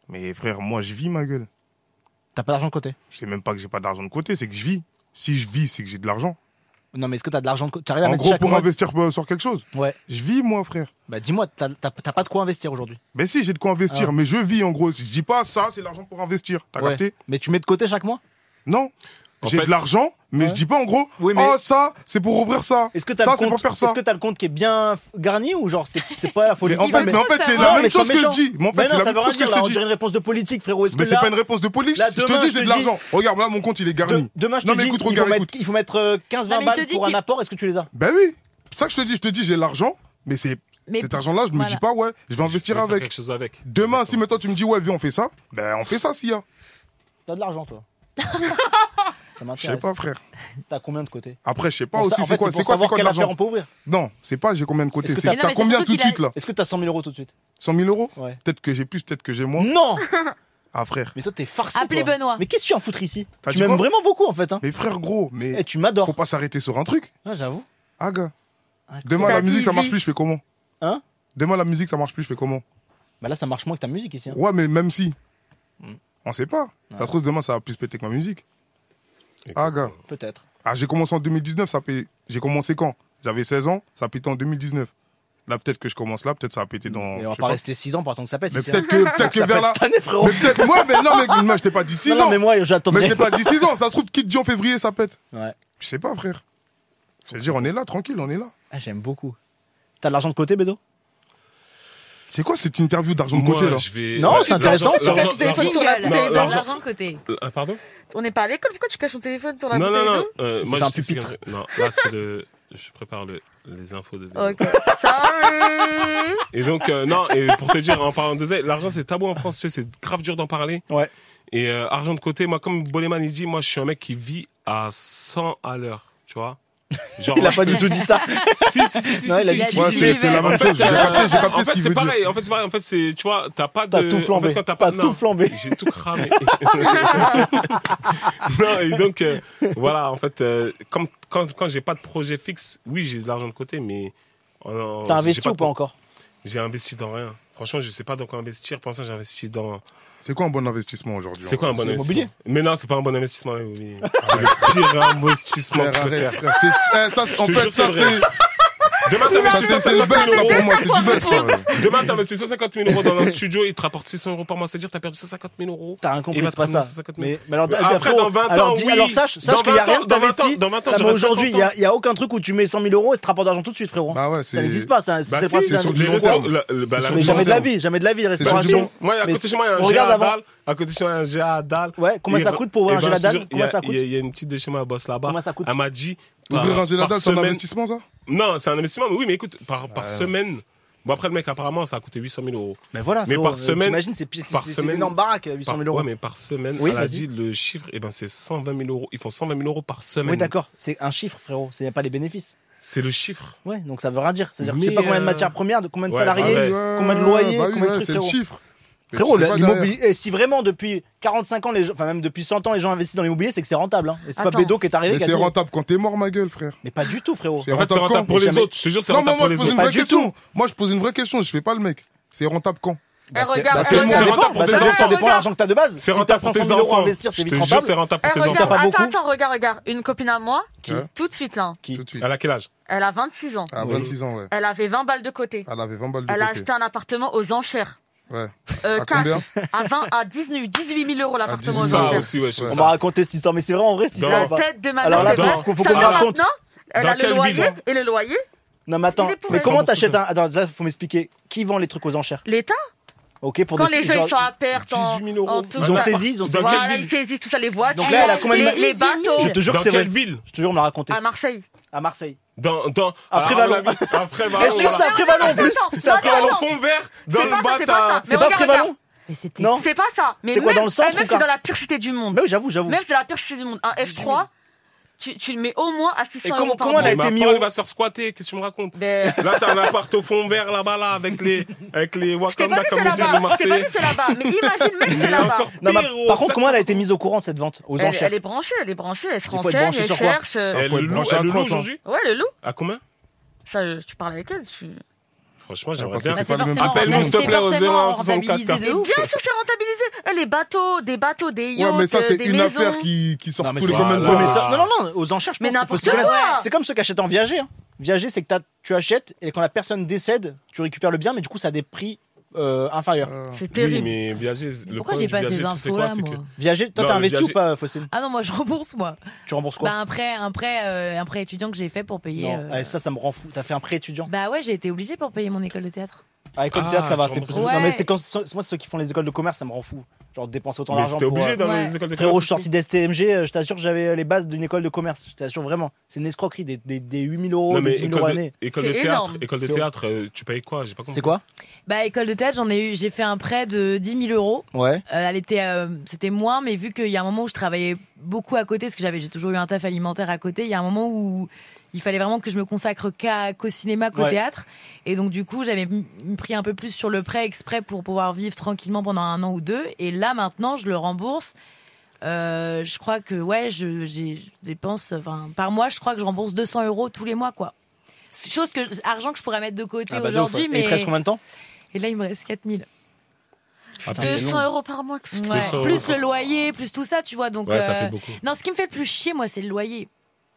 Speaker 4: Mais frère, moi je vis ma gueule.
Speaker 1: T'as pas d'argent de côté.
Speaker 4: Je sais même pas que j'ai pas d'argent de côté, c'est que je vis. Si je vis, c'est que j'ai de l'argent.
Speaker 1: Non, mais est-ce que t'as de l'argent de côté T'arrives à
Speaker 4: En
Speaker 1: mettre
Speaker 4: gros,
Speaker 1: chaque
Speaker 4: pour
Speaker 1: mois-
Speaker 4: investir euh, sur quelque chose.
Speaker 1: Ouais.
Speaker 4: Je vis, moi, frère.
Speaker 1: Bah dis-moi, t'as t'as- t'as pas de quoi investir aujourd'hui.
Speaker 4: Ben si, j'ai de quoi investir,
Speaker 1: Ah.
Speaker 4: mais je vis, en gros. Je dis pas ça, c'est l'argent pour investir. T'as
Speaker 1: Ouais.
Speaker 4: capté
Speaker 1: Mais tu mets de côté chaque mois
Speaker 4: Non.
Speaker 2: En
Speaker 4: J'ai
Speaker 2: fait-
Speaker 4: de l'argent, mais
Speaker 1: Ouais.
Speaker 4: je dis pas, en gros,
Speaker 1: Oui, mais-
Speaker 4: oh, ça, c'est pour ouvrir ça.
Speaker 1: Est-ce que t'as
Speaker 4: Ça,
Speaker 1: le
Speaker 4: c'est pour
Speaker 1: compte
Speaker 4: faire ça.
Speaker 1: Est-ce que t'as le compte qui est bien f- garni ou genre c'est c'est pas la folie
Speaker 4: Mais en
Speaker 5: Il va
Speaker 4: fait, mais en
Speaker 5: trop
Speaker 4: fait, c'est
Speaker 5: savoir.
Speaker 4: la
Speaker 1: mais
Speaker 4: même
Speaker 1: c'est
Speaker 4: chose que je
Speaker 1: méchant.
Speaker 4: dis. Mais en
Speaker 1: Mais
Speaker 4: fait, c'est
Speaker 1: non, ça
Speaker 4: la
Speaker 1: veut
Speaker 4: même
Speaker 1: rien
Speaker 4: chose que
Speaker 1: dire
Speaker 4: je
Speaker 1: là,
Speaker 4: te
Speaker 1: on
Speaker 4: dis.
Speaker 1: dirait une réponse de politique, frérot. Est-ce
Speaker 4: Mais
Speaker 1: que
Speaker 4: c'est
Speaker 1: là,
Speaker 4: pas une réponse de police.
Speaker 1: Là,
Speaker 4: Je
Speaker 1: demain,
Speaker 4: te dis,
Speaker 1: je
Speaker 4: j'ai
Speaker 1: te
Speaker 4: de l'argent. Regarde, là, mon compte, il est garni.
Speaker 1: de- demain je te
Speaker 4: Non, mais
Speaker 1: dis
Speaker 4: écoute,
Speaker 1: il faut
Speaker 4: regarde,
Speaker 1: mettre,
Speaker 4: écoute.
Speaker 1: il faut mettre euh, 15
Speaker 5: Non,
Speaker 1: 20
Speaker 5: mais il te
Speaker 1: balles
Speaker 5: dit
Speaker 1: pour un
Speaker 5: qu'il-
Speaker 1: apport, est-ce que tu les as
Speaker 4: Ben oui. C'est ça que je te dis. Je te dis, j'ai de l'argent, mais c'est.
Speaker 5: Mais-
Speaker 4: Cet argent-là, je me
Speaker 5: Voilà.
Speaker 4: dis pas, ouais, je vais
Speaker 2: Je
Speaker 4: investir
Speaker 2: vais faire
Speaker 4: avec.
Speaker 2: quelque chose avec.
Speaker 4: Demain, si
Speaker 2: Exactement.
Speaker 4: maintenant tu me dis, ouais, viens, on fait ça, ben on fait ça, s'il y a.
Speaker 1: T'as de l'argent toi. ça
Speaker 4: Je sais
Speaker 1: m'intéresse.
Speaker 4: pas, frère.
Speaker 1: T'as combien de côté
Speaker 4: Après, je sais pas
Speaker 1: Pour ça-
Speaker 4: aussi,
Speaker 1: en fait,
Speaker 4: c'est quoi,
Speaker 1: pour
Speaker 4: c'est quoi, c'est
Speaker 1: savoir
Speaker 4: quoi de
Speaker 1: quelle affaire on
Speaker 4: l'argent
Speaker 1: peut ouvrir
Speaker 4: Non, c'est pas, j'ai combien de côté.
Speaker 1: Est-ce que
Speaker 4: C'est
Speaker 1: t'as-
Speaker 5: Mais non,
Speaker 4: t'as
Speaker 5: mais
Speaker 4: combien
Speaker 5: surtout
Speaker 4: tout de
Speaker 5: qu'il a-
Speaker 4: suite là
Speaker 1: Est-ce que t'as 100 000 euros tout de suite
Speaker 4: 100 000 euros
Speaker 1: Ouais.
Speaker 4: Peut-être que j'ai plus, peut-être que j'ai moins.
Speaker 1: Non
Speaker 4: (laughs) Ah, frère.
Speaker 1: Mais toi t'es farci.
Speaker 5: Appelez
Speaker 1: toi.
Speaker 5: Benoît.
Speaker 1: Mais qu'est-ce que tu en foutre ici
Speaker 4: T'as
Speaker 1: Tu
Speaker 4: dit
Speaker 1: m'aimes
Speaker 4: quoi
Speaker 1: vraiment beaucoup en fait hein.
Speaker 4: Mais frère, gros,
Speaker 1: Eh,
Speaker 4: mais
Speaker 1: tu m'adores.
Speaker 4: faut pas s'arrêter sur un truc.
Speaker 1: Ah, j'avoue.
Speaker 4: Ah, gars.
Speaker 1: Ah,
Speaker 4: Demain,
Speaker 3: T'as
Speaker 4: la musique,
Speaker 3: dit
Speaker 4: ça marche
Speaker 3: vie.
Speaker 4: plus, je fais comment
Speaker 1: Hein
Speaker 4: Demain, la musique, ça marche plus, je fais comment
Speaker 1: Bah là ça marche moins que ta musique ici hein.
Speaker 4: Ouais, mais même si.
Speaker 1: Hmm.
Speaker 4: On sait pas. Ça se trouve, demain, ça va plus péter que ma musique. Ah,
Speaker 2: Exactement.
Speaker 4: gars.
Speaker 1: Peut-être.
Speaker 4: Ah, j'ai commencé en 2019, ça pète. J'ai commencé quand J'avais 16 ans, ça pétait en 2019. Là, peut-être que je commence là, peut-être ça va péter dans.
Speaker 1: Hmm. Et
Speaker 4: je
Speaker 1: on va
Speaker 4: sais pas.
Speaker 1: pas rester 6 ans pour attendre que ça pète.
Speaker 4: Mais
Speaker 1: ici,
Speaker 4: peut-être
Speaker 1: hein.
Speaker 4: que, peut-être que
Speaker 1: Ça
Speaker 4: vers
Speaker 1: pète
Speaker 4: là.
Speaker 1: cette année frérot.
Speaker 4: Mais peut-être, ouais, mais non,
Speaker 1: (laughs)
Speaker 4: mais moi, je t'ai pas dit 6
Speaker 1: Non, non,
Speaker 4: ans.
Speaker 1: mais moi
Speaker 4: Mais
Speaker 1: j'attendrai.
Speaker 4: c'est pas dit 6 ans, ça se trouve, qui te dit on février, ça pète.
Speaker 1: Ouais.
Speaker 4: Je sais pas, frère. C'est-à-dire, on est là, tranquille, on est là.
Speaker 1: Ah, J'aime beaucoup. T'as de l'argent de côté Bédo
Speaker 4: C'est quoi cette interview d'argent de
Speaker 2: Moi,
Speaker 4: côté, là
Speaker 2: je vais-
Speaker 1: Non,
Speaker 2: Ouais,
Speaker 1: c'est intéressant,
Speaker 2: l'argent-
Speaker 3: tu
Speaker 2: l'argent-
Speaker 3: caches tes
Speaker 5: Jingle.
Speaker 3: l'argent-
Speaker 5: T'as de
Speaker 2: l'argent-
Speaker 5: l'argent de côté.
Speaker 2: Euh, Pardon
Speaker 3: On n'est pas à l'école, pourquoi tu caches ton téléphone sur la
Speaker 2: Non, non,
Speaker 3: bouteille
Speaker 2: non.
Speaker 3: d'eau
Speaker 2: euh,
Speaker 1: C'est
Speaker 2: Moi,
Speaker 1: un
Speaker 2: je t'expliquerai.
Speaker 1: pupitre.
Speaker 2: Non, là, c'est le. Je prépare le- les infos de Bédo.
Speaker 3: Ok, sorry
Speaker 2: Et donc, euh, non, et pour te dire, en parlant de Z, l'argent c'est tabou en France, tu sais, c'est grave dur d'en parler.
Speaker 1: Ouais.
Speaker 2: Et euh, argent de côté, moi, comme Boleman il dit, moi je suis un mec qui vit à 100 à l'heure, tu vois. Genre,
Speaker 1: Il a pas du tout dit ça.
Speaker 2: (laughs) si, si, si, si,
Speaker 1: Non,
Speaker 2: si,
Speaker 1: il a
Speaker 2: si,
Speaker 5: dit
Speaker 2: si,
Speaker 5: qu'il
Speaker 4: Ouais,
Speaker 2: si,
Speaker 5: vivait.
Speaker 4: c'est
Speaker 2: si.
Speaker 4: c'est la même chose. J'ai capté, j'ai capté
Speaker 2: En
Speaker 4: ce
Speaker 2: fait,
Speaker 4: qu'il
Speaker 2: c'est
Speaker 4: veut dire.
Speaker 2: pareil. En fait, c'est pareil. En fait, c'est, tu vois, t'as pas de.
Speaker 1: T'as tout flambé.
Speaker 2: En fait, quand t'as
Speaker 1: T'as
Speaker 2: pas
Speaker 1: tout flambé.
Speaker 2: J'ai
Speaker 1: (laughs)
Speaker 2: tout cramé. (laughs) non, et donc, euh, voilà, en fait, euh, comme, quand, quand j'ai pas de projet fixe, oui, j'ai de l'argent de côté, mais. euh,
Speaker 1: T'as
Speaker 2: j'ai
Speaker 1: investi
Speaker 2: de
Speaker 1: ou pas
Speaker 2: pro-
Speaker 1: encore
Speaker 2: J'ai investi dans rien. Franchement, je sais pas dans quoi investir. Pour l'instant, j'ai investi dans,
Speaker 4: C'est quoi un bon investissement aujourd'hui
Speaker 2: C'est quoi un bon
Speaker 1: C'est
Speaker 2: investissement
Speaker 1: immobilier.
Speaker 2: Mais non, c'est pas un bon investissement. oui,
Speaker 4: (laughs)
Speaker 2: oui. C'est le pire investissement que
Speaker 4: Frère,
Speaker 2: tu peux
Speaker 4: arrête,
Speaker 2: faire.
Speaker 4: frère. C'est- eh, ça, c'est- en
Speaker 2: Je te
Speaker 4: fait,
Speaker 2: jure,
Speaker 4: ça,
Speaker 2: c'est vrai.
Speaker 4: c'est.
Speaker 2: Demain,
Speaker 4: Ça,
Speaker 2: t'investis
Speaker 4: c'est c'est le
Speaker 2: 150
Speaker 4: buzz
Speaker 2: 000
Speaker 4: là pour
Speaker 2: euros.
Speaker 4: moi, c'est du buzz ça.
Speaker 2: Demain, t'investis 150 000 euros dans un studio, il te rapporte 600 euros par mois. C'est-à-dire, t'as perdu 150 000 euros.
Speaker 1: T'as rien compris,
Speaker 2: Et là,
Speaker 1: c'est pas ça.
Speaker 2: 350 000.
Speaker 1: Mais, mais alors,
Speaker 2: Mais
Speaker 1: alors,
Speaker 2: après,
Speaker 1: frérot,
Speaker 2: dans 20 ans,
Speaker 1: alors, dis-
Speaker 2: oui.
Speaker 1: alors sache,
Speaker 2: Dans
Speaker 1: sache qu'il
Speaker 2: 20
Speaker 1: n'y a rien
Speaker 2: ans, dans 20 ans,
Speaker 1: d'investi.
Speaker 2: dans 20
Speaker 1: Là,
Speaker 2: ans,
Speaker 1: mais
Speaker 2: j'aurai
Speaker 1: Aujourd'hui,
Speaker 2: 50
Speaker 1: il n'y a, il y a aucun truc où tu mets 100 000 euros et ça te rapporte d'argent tout de suite, frérot.
Speaker 4: Bah ouais,
Speaker 1: ça
Speaker 4: c'est.
Speaker 1: n'existe pas. Ça,
Speaker 2: Bah
Speaker 1: c'est
Speaker 2: si,
Speaker 1: pas
Speaker 4: c'est
Speaker 1: la-
Speaker 4: sur du
Speaker 2: Les
Speaker 4: long
Speaker 2: restos-
Speaker 4: terme.
Speaker 2: le- le- bah,
Speaker 4: C'est
Speaker 2: la
Speaker 4: sur-
Speaker 1: Mais
Speaker 2: restauration-
Speaker 1: jamais de la vie, jamais de la vie,
Speaker 4: sur du long-
Speaker 1: restauration.
Speaker 2: Moi, à
Speaker 1: Mais
Speaker 2: côté de chez moi, il y a un
Speaker 1: regarde
Speaker 2: GA à
Speaker 1: avant.
Speaker 2: dalle. À côté de chez moi, il y a un GA à dalle.
Speaker 1: Ouais, combien
Speaker 2: Et-
Speaker 1: ça coûte pour ouvrir
Speaker 2: et
Speaker 1: un gel
Speaker 2: ben,
Speaker 1: à
Speaker 2: je te
Speaker 1: dalle
Speaker 2: jure,
Speaker 1: Combien
Speaker 2: il y a-
Speaker 1: ça coûte
Speaker 2: Il y a- il y a une petite de chez moi, elle bosse là-bas.
Speaker 1: Combien ça coûte
Speaker 2: Elle m'a dit. par-
Speaker 4: Ouvrir un
Speaker 2: par
Speaker 4: géladal, c'est un
Speaker 2: semaine-
Speaker 4: investissement ça
Speaker 2: Non, c'est un investissement, mais oui, mais écoute, par, par semaine. Bon, après, le mec, apparemment, ça a coûté 800 000 euros.
Speaker 1: Mais voilà,
Speaker 2: Mais
Speaker 1: frérot,
Speaker 2: par
Speaker 1: euh,
Speaker 2: semaine-
Speaker 1: T'imagines, c'est pi- c'est-
Speaker 2: par
Speaker 1: c'est- c'est une
Speaker 2: semaine-
Speaker 1: énorme baraque, à
Speaker 2: Par-
Speaker 1: 800 000 euros.
Speaker 2: Ouais, mais par semaine,
Speaker 1: Oui,
Speaker 2: elle a
Speaker 1: vas-y.
Speaker 2: dit le chiffre, eh ben, c'est 120 000 euros. Ils font 120 000 euros par semaine.
Speaker 1: Oui, d'accord, c'est un chiffre, frérot, c'est pas les bénéfices.
Speaker 2: C'est le chiffre.
Speaker 1: Ouais, donc ça veut rien dire. C'est-à-dire que tu
Speaker 2: Mais,
Speaker 1: sais pas combien de
Speaker 2: euh,
Speaker 1: matières premières, de combien de
Speaker 2: ouais,
Speaker 1: salariés.
Speaker 2: c'est vrai.
Speaker 1: combien de loyers,
Speaker 4: Bah oui,
Speaker 1: combien de
Speaker 4: ouais,
Speaker 1: trucs,
Speaker 4: c'est le
Speaker 1: frérot
Speaker 4: chiffre. Mais
Speaker 1: Frérot,
Speaker 4: tu sais pas
Speaker 1: l'immobilier, eh, si vraiment depuis 45 ans, les gens, enfin même depuis 100 ans, les gens investissent dans l'immobilier, c'est que c'est rentable. hein. Et c'est pas
Speaker 3: Attends.
Speaker 1: Bédo qui est
Speaker 4: derrière.
Speaker 1: arrivé
Speaker 4: Mais
Speaker 1: qui a
Speaker 4: c'est
Speaker 1: dit-
Speaker 4: rentable quand t'es mort, ma gueule, frère.
Speaker 1: Mais pas du tout, frérot.
Speaker 4: C'est
Speaker 2: En fait, c'est
Speaker 4: rentable quand
Speaker 2: rentable pour les
Speaker 1: Jamais.
Speaker 2: autres. Je te jure, c'est
Speaker 4: Non, mais
Speaker 2: rentable
Speaker 4: moi,
Speaker 2: pour
Speaker 4: je
Speaker 2: les
Speaker 4: pose une
Speaker 2: autres.
Speaker 1: Pas
Speaker 4: vraie
Speaker 1: du
Speaker 4: question. Moi, je pose une vraie question. Je fais pas le mec. C'est rentable quand
Speaker 3: Eh,
Speaker 1: Bah, c'est-
Speaker 3: regarde,
Speaker 1: c'est-
Speaker 2: regarde.
Speaker 1: ça
Speaker 2: C'est
Speaker 1: dépend,
Speaker 2: rentable pour
Speaker 1: bah,
Speaker 2: tes
Speaker 1: ça, dépend- ça
Speaker 3: enfants.
Speaker 1: dépend de l'argent que t'as de base.
Speaker 2: C'est
Speaker 1: si t'as
Speaker 2: rentable pour
Speaker 1: 500
Speaker 2: tes
Speaker 1: 000 euros à
Speaker 2: enfants.
Speaker 1: investir, c'est
Speaker 2: Je
Speaker 1: vite
Speaker 2: te jure, c'est
Speaker 1: rentable.
Speaker 2: rentable
Speaker 3: Eh,
Speaker 2: pour tes
Speaker 3: regarde,
Speaker 1: t'en as
Speaker 2: enfants.
Speaker 1: pas beaucoup.
Speaker 3: attends, attends, regarde, regarde. Une copine à moi, qui,
Speaker 4: Hein
Speaker 3: tout de suite là,
Speaker 4: tout de suite.
Speaker 2: Elle a quel âge
Speaker 3: elle a 26 ans.
Speaker 4: À
Speaker 1: Ah,
Speaker 2: Oui.
Speaker 4: 26 ans, ouais.
Speaker 3: Elle avait 20 balles de côté.
Speaker 4: Elle avait 20 balles de
Speaker 3: Elle a
Speaker 4: côté.
Speaker 3: acheté un appartement aux enchères.
Speaker 4: Ouais.
Speaker 3: Euh,
Speaker 4: À
Speaker 3: quatre-
Speaker 4: combien
Speaker 3: à 20, à 19, 18 000 euros l'appartement
Speaker 4: 18
Speaker 3: aux
Speaker 4: 000
Speaker 2: Ah, Ça
Speaker 4: Ouais.
Speaker 3: enchères.
Speaker 2: aussi, ouais, je trouve
Speaker 4: Ouais.
Speaker 1: On
Speaker 2: ça.
Speaker 1: m'a raconté cette histoire, mais c'est vrai en vrai cette
Speaker 2: Dans-
Speaker 1: histoire.
Speaker 3: La
Speaker 1: ou pas
Speaker 3: tête de ma
Speaker 1: Alors
Speaker 3: mère,
Speaker 1: là,
Speaker 3: c'est
Speaker 1: faut-
Speaker 3: vrai.
Speaker 1: faut- faut
Speaker 3: Ça
Speaker 1: qu'on me
Speaker 3: va
Speaker 1: raconte.
Speaker 3: maintenant Elle
Speaker 2: Dans hein.
Speaker 3: a le
Speaker 2: quelle
Speaker 3: loyer
Speaker 2: ville
Speaker 3: et le loyer,
Speaker 1: Non, mais attends,
Speaker 3: Il est pour
Speaker 1: mais
Speaker 3: elle.
Speaker 1: comment
Speaker 2: Comment
Speaker 1: t'achètes
Speaker 2: ça
Speaker 1: un. Attends, là, faut m'expliquer. Qui vend les trucs aux enchères
Speaker 3: l'État.
Speaker 1: Ok, pour
Speaker 3: Quand
Speaker 1: des
Speaker 3: les gens
Speaker 1: genre-
Speaker 3: ils sont à perte en,
Speaker 2: 18 000 euros.
Speaker 3: en tout
Speaker 1: Ils ont
Speaker 3: ça.
Speaker 1: saisi, ils ont
Speaker 2: Dans
Speaker 1: saisi.
Speaker 3: Voilà,
Speaker 2: quelle
Speaker 3: ils saisissent tout ça, les voitures,
Speaker 1: Donc là, elle a combien de
Speaker 3: les,
Speaker 1: ma-
Speaker 3: les bateaux.
Speaker 1: Je te jure que
Speaker 2: Dans
Speaker 1: c'est vrai.
Speaker 2: quelle ville
Speaker 1: Je te jure, on me l'a raconté.
Speaker 3: À Marseille.
Speaker 1: À Marseille.
Speaker 2: Dans, dans,
Speaker 1: À Frévalon.
Speaker 2: Frévalon. À Frévalon.
Speaker 1: Et je te jure, c'est à Frévalon en plus.
Speaker 3: attends,
Speaker 1: C'est à
Speaker 3: attends,
Speaker 1: Frévalon.
Speaker 2: Au fond vert, dans
Speaker 3: C'est pas ça,
Speaker 2: le
Speaker 3: c'est pas ça.
Speaker 2: bâtard.
Speaker 1: C'est
Speaker 3: Mais
Speaker 1: pas
Speaker 3: regarde,
Speaker 1: Frévalon
Speaker 5: Mais c'était.
Speaker 1: Non
Speaker 3: C'est pas ça. Mais
Speaker 1: C'est quoi,
Speaker 3: même-
Speaker 1: dans le centre,
Speaker 3: eh, même
Speaker 1: ou
Speaker 3: c'est
Speaker 1: quoi
Speaker 3: dans la pire cité du monde.
Speaker 1: Mais oui, j'avoue, j'avoue.
Speaker 3: Même c'est la pire cité du monde. Un F3, tu, tu le mets au moins à 600
Speaker 1: Et comment-
Speaker 3: euros par
Speaker 1: comment
Speaker 3: mois.
Speaker 1: elle a- été
Speaker 2: Mais ma
Speaker 1: mis
Speaker 2: parole,
Speaker 1: au-
Speaker 2: il va se faire squatter, qu'est-ce que tu me racontes
Speaker 3: Ben,
Speaker 2: (laughs) Là, t'as un appart au fond vert, là-bas, là, avec les, avec les
Speaker 3: Je t'ai pas
Speaker 2: Wakanda,
Speaker 3: dit
Speaker 2: comme
Speaker 3: c'est
Speaker 2: ils disent les
Speaker 3: là-bas. Je t'ai pas dit
Speaker 2: Marseillais.
Speaker 3: c'est là-bas. Mais imagine même c'est
Speaker 2: Il est
Speaker 3: là-bas.
Speaker 2: encore
Speaker 1: Non, mais
Speaker 2: pire au
Speaker 1: par contre, comment elle a
Speaker 2: sac-
Speaker 1: été mise au courant de cette vente aux
Speaker 3: Elle,
Speaker 1: enchères
Speaker 3: elle est branchée, elle est branchée, elle se
Speaker 1: Il faut être
Speaker 3: renseigne,
Speaker 1: branché
Speaker 3: elle
Speaker 1: sur quoi
Speaker 3: cherche. euh,
Speaker 2: Elle
Speaker 4: Faut
Speaker 2: le
Speaker 4: être
Speaker 2: loue,
Speaker 4: branché à
Speaker 2: elle le loue
Speaker 4: 300.
Speaker 2: aujourd'hui
Speaker 3: Ouais, le loup.
Speaker 2: À combien
Speaker 3: Ça, euh, tu parles avec elle. Tu... Bien
Speaker 2: Franchement,
Speaker 4: Ah,
Speaker 2: j'aimerais
Speaker 4: parce
Speaker 2: bien.
Speaker 4: que
Speaker 5: Bah,
Speaker 4: c'est pas
Speaker 5: c'est
Speaker 4: le même
Speaker 5: forcément-
Speaker 2: Appelle-nous,
Speaker 5: même-
Speaker 2: s'il te
Speaker 5: c'est
Speaker 2: plaît, au
Speaker 5: forcément
Speaker 2: 0164.
Speaker 5: rentabilisé de ouf.
Speaker 3: sûr, c'est rentabilisé. Eh, Les bateaux, des bateaux, des yachts,
Speaker 4: Ouais, mais ça,
Speaker 3: euh,
Speaker 4: c'est
Speaker 3: des
Speaker 4: une
Speaker 3: maisons.
Speaker 4: affaire qui, qui sort
Speaker 6: Non, mais
Speaker 4: tous les
Speaker 2: c'est-
Speaker 4: combien de
Speaker 2: Voilà.
Speaker 1: Non,
Speaker 4: temps
Speaker 1: mais ça- non, non, non, aux
Speaker 5: Ah,
Speaker 1: enchères, je
Speaker 3: Mais
Speaker 1: pense qu'il faut
Speaker 3: n'importe
Speaker 1: se connaître.
Speaker 3: quoi.
Speaker 1: C'est comme ceux qui achètent en viager. Hein. Viager, c'est que t'as- tu achètes et quand la personne décède, tu récupères le bien, mais du coup, ça a des prix euh, inférieurs.
Speaker 3: C'est
Speaker 2: Oui,
Speaker 3: terrible.
Speaker 2: mais viager, le
Speaker 5: Pourquoi
Speaker 2: problème
Speaker 5: j'ai
Speaker 2: du
Speaker 5: pas
Speaker 2: viager,
Speaker 5: ces
Speaker 2: tu sais quoi,
Speaker 5: infos-là,
Speaker 2: c'est
Speaker 5: moi
Speaker 2: que-
Speaker 1: Viager, toi,
Speaker 2: Non,
Speaker 1: t'as
Speaker 2: le
Speaker 1: investi
Speaker 2: viager-
Speaker 1: ou pas, Fossine
Speaker 5: Ah non, moi je rembourse moi.
Speaker 1: Tu rembourses quoi
Speaker 5: Bah, un prêt, un prêt, euh, un prêt étudiant que j'ai fait pour payer.
Speaker 1: Non,
Speaker 5: euh,
Speaker 1: ouais, ça, ça me rend fou. T'as fait un prêt étudiant.
Speaker 5: Bah ouais, j'ai été obligée pour payer mon école de théâtre.
Speaker 1: À l'école de
Speaker 2: Ah,
Speaker 1: théâtre, ça va,
Speaker 2: tu
Speaker 1: c'est plus.
Speaker 2: rembourses.
Speaker 1: Non,
Speaker 5: Ouais.
Speaker 1: mais c'est quand c'est- moi, c'est ceux qui font les écoles de commerce, ça me rend fou. Genre de dépenser autant
Speaker 2: Mais
Speaker 1: d'argent.
Speaker 2: c'était
Speaker 1: Pour,
Speaker 2: obligé
Speaker 1: euh,
Speaker 2: dans
Speaker 5: Ouais.
Speaker 2: les écoles de
Speaker 1: Frérot,
Speaker 2: commerce
Speaker 1: je suis sorti d'STMG, euh, je t'assure que j'avais les bases d'une école de commerce. Je t'assure vraiment. C'est une escroquerie des, des, des 8000 euros,
Speaker 2: Non, mais
Speaker 1: Oh, des 10 000 euros
Speaker 2: école de,
Speaker 1: l'année.
Speaker 2: école de
Speaker 3: C'est
Speaker 2: théâtre,
Speaker 3: énorme.
Speaker 2: école de
Speaker 1: C'est-
Speaker 2: théâtre, euh, tu payes quoi J'ai pas compris.
Speaker 1: C'est quoi
Speaker 5: Bah école de théâtre, j'en ai eu, j'ai fait un prêt de 10 000 euros.
Speaker 1: Ouais.
Speaker 5: Euh, elle était, euh, c'était moins, mais vu qu'il y a un moment où je travaillais beaucoup à côté, parce que j'avais, j'ai toujours eu un taf alimentaire à côté, il y a un moment où il fallait vraiment que je me consacre qu'à, qu'au cinéma, qu'au
Speaker 1: Ouais.
Speaker 5: théâtre. Et donc, du coup, j'avais m- pris un peu plus sur le prêt exprès pour pouvoir vivre tranquillement pendant un an ou deux. Et là, maintenant, je le rembourse. Euh, je crois que, ouais, je, j'ai- je dépense, enfin, par mois, je crois que je rembourse 200 euros tous les mois, quoi. Chose que, argent que je pourrais mettre de côté
Speaker 1: Ah bah, de ouf, ouais.
Speaker 5: aujourd'hui,
Speaker 1: Et
Speaker 5: mais.
Speaker 1: Il te reste combien de temps
Speaker 5: Et là, il me reste 4000.
Speaker 2: Après, c'est
Speaker 3: 200 euros par mois.
Speaker 5: Ouais.
Speaker 2: ça,
Speaker 5: Plus le loyer, plus tout ça, tu vois. Donc,
Speaker 2: Ouais, ça
Speaker 5: euh,
Speaker 2: fait beaucoup.
Speaker 5: Non, ce qui me fait le plus chier, moi, c'est le loyer.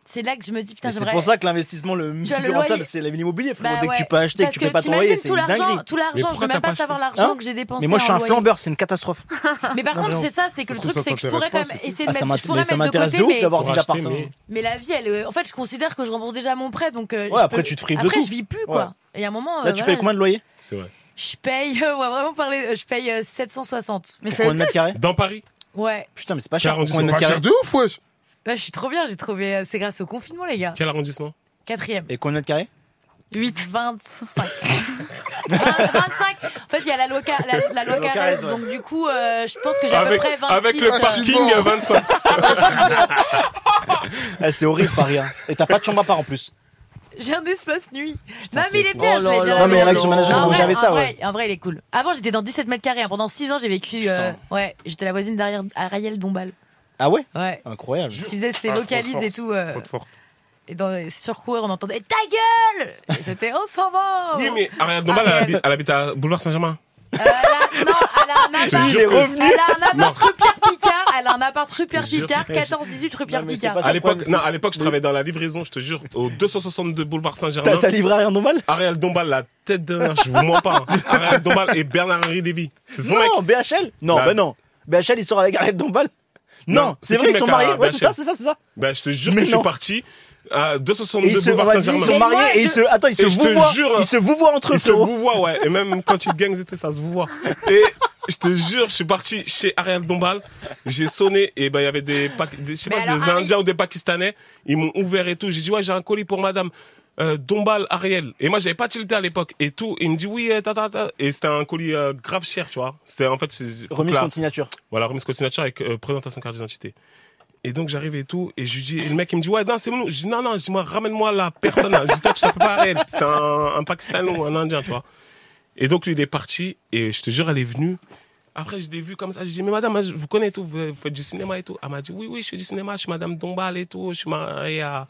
Speaker 5: C'est là que je me dis, putain,
Speaker 1: Mais C'est
Speaker 5: j'aimerais.
Speaker 1: pour ça que l'investissement le
Speaker 5: Tu as le
Speaker 1: plus rentable,
Speaker 5: loyer.
Speaker 1: c'est l'immobilier, frérot.
Speaker 5: Bah
Speaker 1: Dès que tu
Speaker 5: ouais.
Speaker 1: peux acheter, que
Speaker 5: Parce
Speaker 1: tu peux pas te loyer,
Speaker 5: t'imagines
Speaker 1: c'est
Speaker 5: tout
Speaker 1: une
Speaker 5: l'argent,
Speaker 1: dinguerie.
Speaker 5: tout
Speaker 2: Mais
Speaker 5: l'argent, je veux
Speaker 2: pourquoi t'as
Speaker 5: même
Speaker 2: pas
Speaker 5: pas
Speaker 2: acheté
Speaker 5: savoir l'argent
Speaker 1: Hein
Speaker 5: que j'ai dépensé.
Speaker 1: Mais moi, je suis
Speaker 5: en
Speaker 1: un
Speaker 5: loyer.
Speaker 1: flambeur, c'est une catastrophe.
Speaker 5: (laughs) Mais par
Speaker 1: Non,
Speaker 5: contre,
Speaker 1: mais
Speaker 5: c'est ça, c'est que
Speaker 4: Je
Speaker 5: le
Speaker 4: trouve
Speaker 5: truc,
Speaker 4: ça
Speaker 5: c'est que je pourrais quand
Speaker 4: t'intéresse
Speaker 5: même
Speaker 4: pas,
Speaker 5: essayer
Speaker 1: Ah,
Speaker 5: de
Speaker 1: ça
Speaker 5: mettre, je pourrais
Speaker 1: m'intéresse ça
Speaker 5: mettre de
Speaker 1: m'intéresse
Speaker 5: côté,
Speaker 1: de ouf
Speaker 5: mais,
Speaker 1: d'avoir
Speaker 2: Pour
Speaker 1: 10
Speaker 2: acheter,
Speaker 1: appartements.
Speaker 2: mais-
Speaker 5: mais la vie, elle, est- en fait, je considère que je rembourse déjà mon prêt, donc. euh,
Speaker 1: Ouais,
Speaker 5: je
Speaker 1: après,
Speaker 5: peux-
Speaker 1: tu te prives de
Speaker 5: Après,
Speaker 1: tout.
Speaker 5: je vis plus, quoi. Et il y a un moment.
Speaker 1: Là,
Speaker 5: euh,
Speaker 1: tu
Speaker 5: voilà,
Speaker 1: payes combien de loyer
Speaker 2: C'est vrai.
Speaker 5: Je paye, (laughs) euh, on va vraiment parler, euh, je paye euh, 760. Mais
Speaker 1: Pour
Speaker 5: ça
Speaker 1: combien de mètres carrés
Speaker 2: Dans Paris
Speaker 5: Ouais,
Speaker 1: Putain, mais c'est pas cher. Pour
Speaker 2: 40,
Speaker 1: combien de
Speaker 4: Pas
Speaker 1: mètres
Speaker 4: cher
Speaker 1: carrés
Speaker 4: de ouf, wesh.
Speaker 5: là, je suis trop bien, j'ai trouvé. euh, C'est grâce au confinement, les gars.
Speaker 2: Quel arrondissement
Speaker 5: Quatrième.
Speaker 1: Et combien de mètres carrés
Speaker 5: 8,
Speaker 1: (laughs)
Speaker 5: 25. Ah, 25. En fait, il y a la loi, Ca- la, la loi
Speaker 1: La loi
Speaker 5: Carrez,
Speaker 1: Carrez, ouais.
Speaker 5: donc du coup, euh, je pense que j'ai à peu
Speaker 2: avec,
Speaker 5: près 26.
Speaker 2: avec le
Speaker 5: euh,
Speaker 2: parking
Speaker 4: bon.
Speaker 2: 25.
Speaker 1: (laughs) Eh, C'est horrible, Paris. hein. Et t'as pas de chambre à part en plus.
Speaker 5: J'ai un espace nuit.
Speaker 1: Putain,
Speaker 5: non, mais il
Speaker 1: c'est
Speaker 5: est bien,
Speaker 1: fou.
Speaker 5: je l'ai
Speaker 1: Oh là
Speaker 5: bien.
Speaker 1: là Non, mais il y en a qui sont
Speaker 5: Non,
Speaker 1: managers,
Speaker 5: en
Speaker 1: donc
Speaker 5: vrai,
Speaker 1: j'avais ça,
Speaker 5: en
Speaker 1: ouais.
Speaker 5: vrai- En vrai, il est cool. Avant, j'étais dans 17 mètres carrés. Pendant 6 ans, j'ai vécu. euh,
Speaker 1: Putain.
Speaker 5: ouais, j'étais la voisine derrière Ariel Dombal.
Speaker 1: Ah ouais
Speaker 5: Ouais.
Speaker 1: Incroyable.
Speaker 5: Qui faisait ses
Speaker 4: Ah, trop
Speaker 5: vocalises
Speaker 4: fort.
Speaker 5: et tout. euh,
Speaker 4: Trop de force.
Speaker 5: et dans, sur cours, on entendait Ta gueule Et c'était On s'en va
Speaker 2: Oui, mais Ariane Dombal, elle habite- elle habite à Boulevard Saint-Germain.
Speaker 5: Euh, elle a- non, elle a un appart.
Speaker 2: jure que-
Speaker 5: Elle a un appart
Speaker 2: Non.
Speaker 5: rue Pierre Picard. Elle a un appart rue Pierre
Speaker 1: jure
Speaker 5: Picard,
Speaker 1: que je-
Speaker 5: 14-18 rue Pierre
Speaker 1: mais c'est
Speaker 5: Picard.
Speaker 1: pas ça.
Speaker 2: À l'époque,
Speaker 1: problème,
Speaker 2: non,
Speaker 1: c'est-
Speaker 2: à l'époque, je travaillais dans la livraison, je te jure, au 262 boulevard
Speaker 1: T'as
Speaker 2: Saint-Germain.
Speaker 1: t'as livré à rien de mal
Speaker 2: Ariel Dombal, la tête dernière, je vous mens
Speaker 1: (laughs)
Speaker 2: pas. hein. Ariel Dombal et Bernard-Henri Lévy. C'est son mec.
Speaker 1: Non, BHL Non,
Speaker 2: Bah-
Speaker 1: bah non. BHL, il sort avec Ariel Dombal Non,
Speaker 2: Non, c'est
Speaker 1: c'est
Speaker 2: qui
Speaker 1: vrai,
Speaker 2: le
Speaker 1: ils sont
Speaker 2: mec à
Speaker 1: mariés. Ouais, c'est
Speaker 2: BHL?
Speaker 1: ça, c'est ça, c'est ça.
Speaker 2: Ben, je te jure
Speaker 1: Mais
Speaker 2: que je
Speaker 1: non.
Speaker 2: suis parti à
Speaker 1: Et ils
Speaker 2: 262
Speaker 1: se, on
Speaker 2: boulevard
Speaker 1: m'a dit, ils
Speaker 2: Saint-Germain.
Speaker 1: sont
Speaker 5: Mais
Speaker 1: mariés
Speaker 5: moi,
Speaker 1: et ils
Speaker 5: je-
Speaker 1: se, attends, ils se
Speaker 2: Et je te
Speaker 1: vouvoient.
Speaker 2: jure-
Speaker 1: Ils se vouvoient entre eux,
Speaker 2: Ils se
Speaker 1: frérot.
Speaker 2: vouvoient, ouais. Et même quand ils gangs étaient, ça se vouvoie. Et je te jure, je suis parti chez Ariel Dombal. J'ai sonné et ben il y avait des, Paki- des- je sais
Speaker 5: Mais
Speaker 2: pas, si
Speaker 5: alors,
Speaker 2: des
Speaker 5: Ari-
Speaker 2: Indiens ou des Pakistanais. Ils m'ont ouvert et tout. J'ai dit ouais, j'ai un colis pour Madame. euh, Dombal, Ariel. Et moi, j'avais pas tilté à l'époque. Et tout. Et il me dit, oui, euh, ta, ta, ta. Et c'était un colis euh, grave cher, tu vois. C'était, en fait, c'est. faut
Speaker 1: Remise
Speaker 2: que la-
Speaker 1: contre signature.
Speaker 2: voilà, remise signature avec euh, présentation carte d'identité. Et donc j'arrive et tout, et je lui dis, et le mec il me dit, ouais, non, c'est mon. Je dis, non, non, je dis, moi, ramène-moi la personne. là. Je dis, toi, tu t'appelles pas Ariel. C'est un, un Pakistanais ou un Indien, tu vois. Et donc lui, il est parti, et je te jure, elle est venue. Après, je l'ai vue comme ça. Je dis, mais madame, je vous connais et tout, vous vous faites du cinéma et tout. Elle m'a dit, oui, oui, je fais du cinéma, je suis madame Dombal et tout, je suis mariée à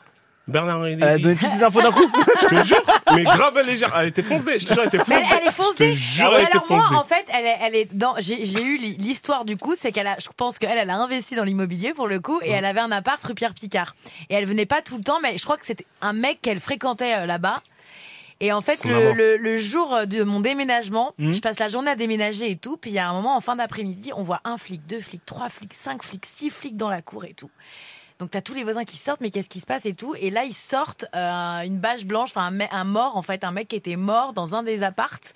Speaker 2: Bernard Henry.
Speaker 1: Elle a donné toutes ces infos d'un coup.
Speaker 2: (laughs) Je te jure, mais grave, elle est légère. Elle était foncée, je te jure, elle était foncée.
Speaker 5: Mais elle, est foncée.
Speaker 2: Je te jure,
Speaker 5: Alors
Speaker 2: elle était
Speaker 5: moi,
Speaker 2: foncée.
Speaker 5: en fait, elle est, elle est dans. J'ai j'ai eu li- l'histoire du coup, c'est qu'elle a. Je pense qu'elle, elle a investi dans l'immobilier pour le coup, et elle avait un appart rue Pierre Picard. Et elle venait pas tout le temps, mais je crois que c'était un mec qu'elle fréquentait euh, là-bas. Et en fait,
Speaker 2: Son Hmm.
Speaker 5: le,
Speaker 2: amant.
Speaker 5: le- le jour euh, de mon déménagement,
Speaker 1: Mhm.
Speaker 5: je passe la journée à déménager et tout. Puis il y a un moment, en fin d'après-midi, on voit un flic, deux flics, trois flics, cinq flics, six flics dans la cour et tout. Donc t'as tous les voisins qui sortent, mais qu'est-ce qui se passe et tout. Et là ils sortent euh, une bâche blanche, enfin un, me- un mort en fait, un mec qui était mort dans un des appartes.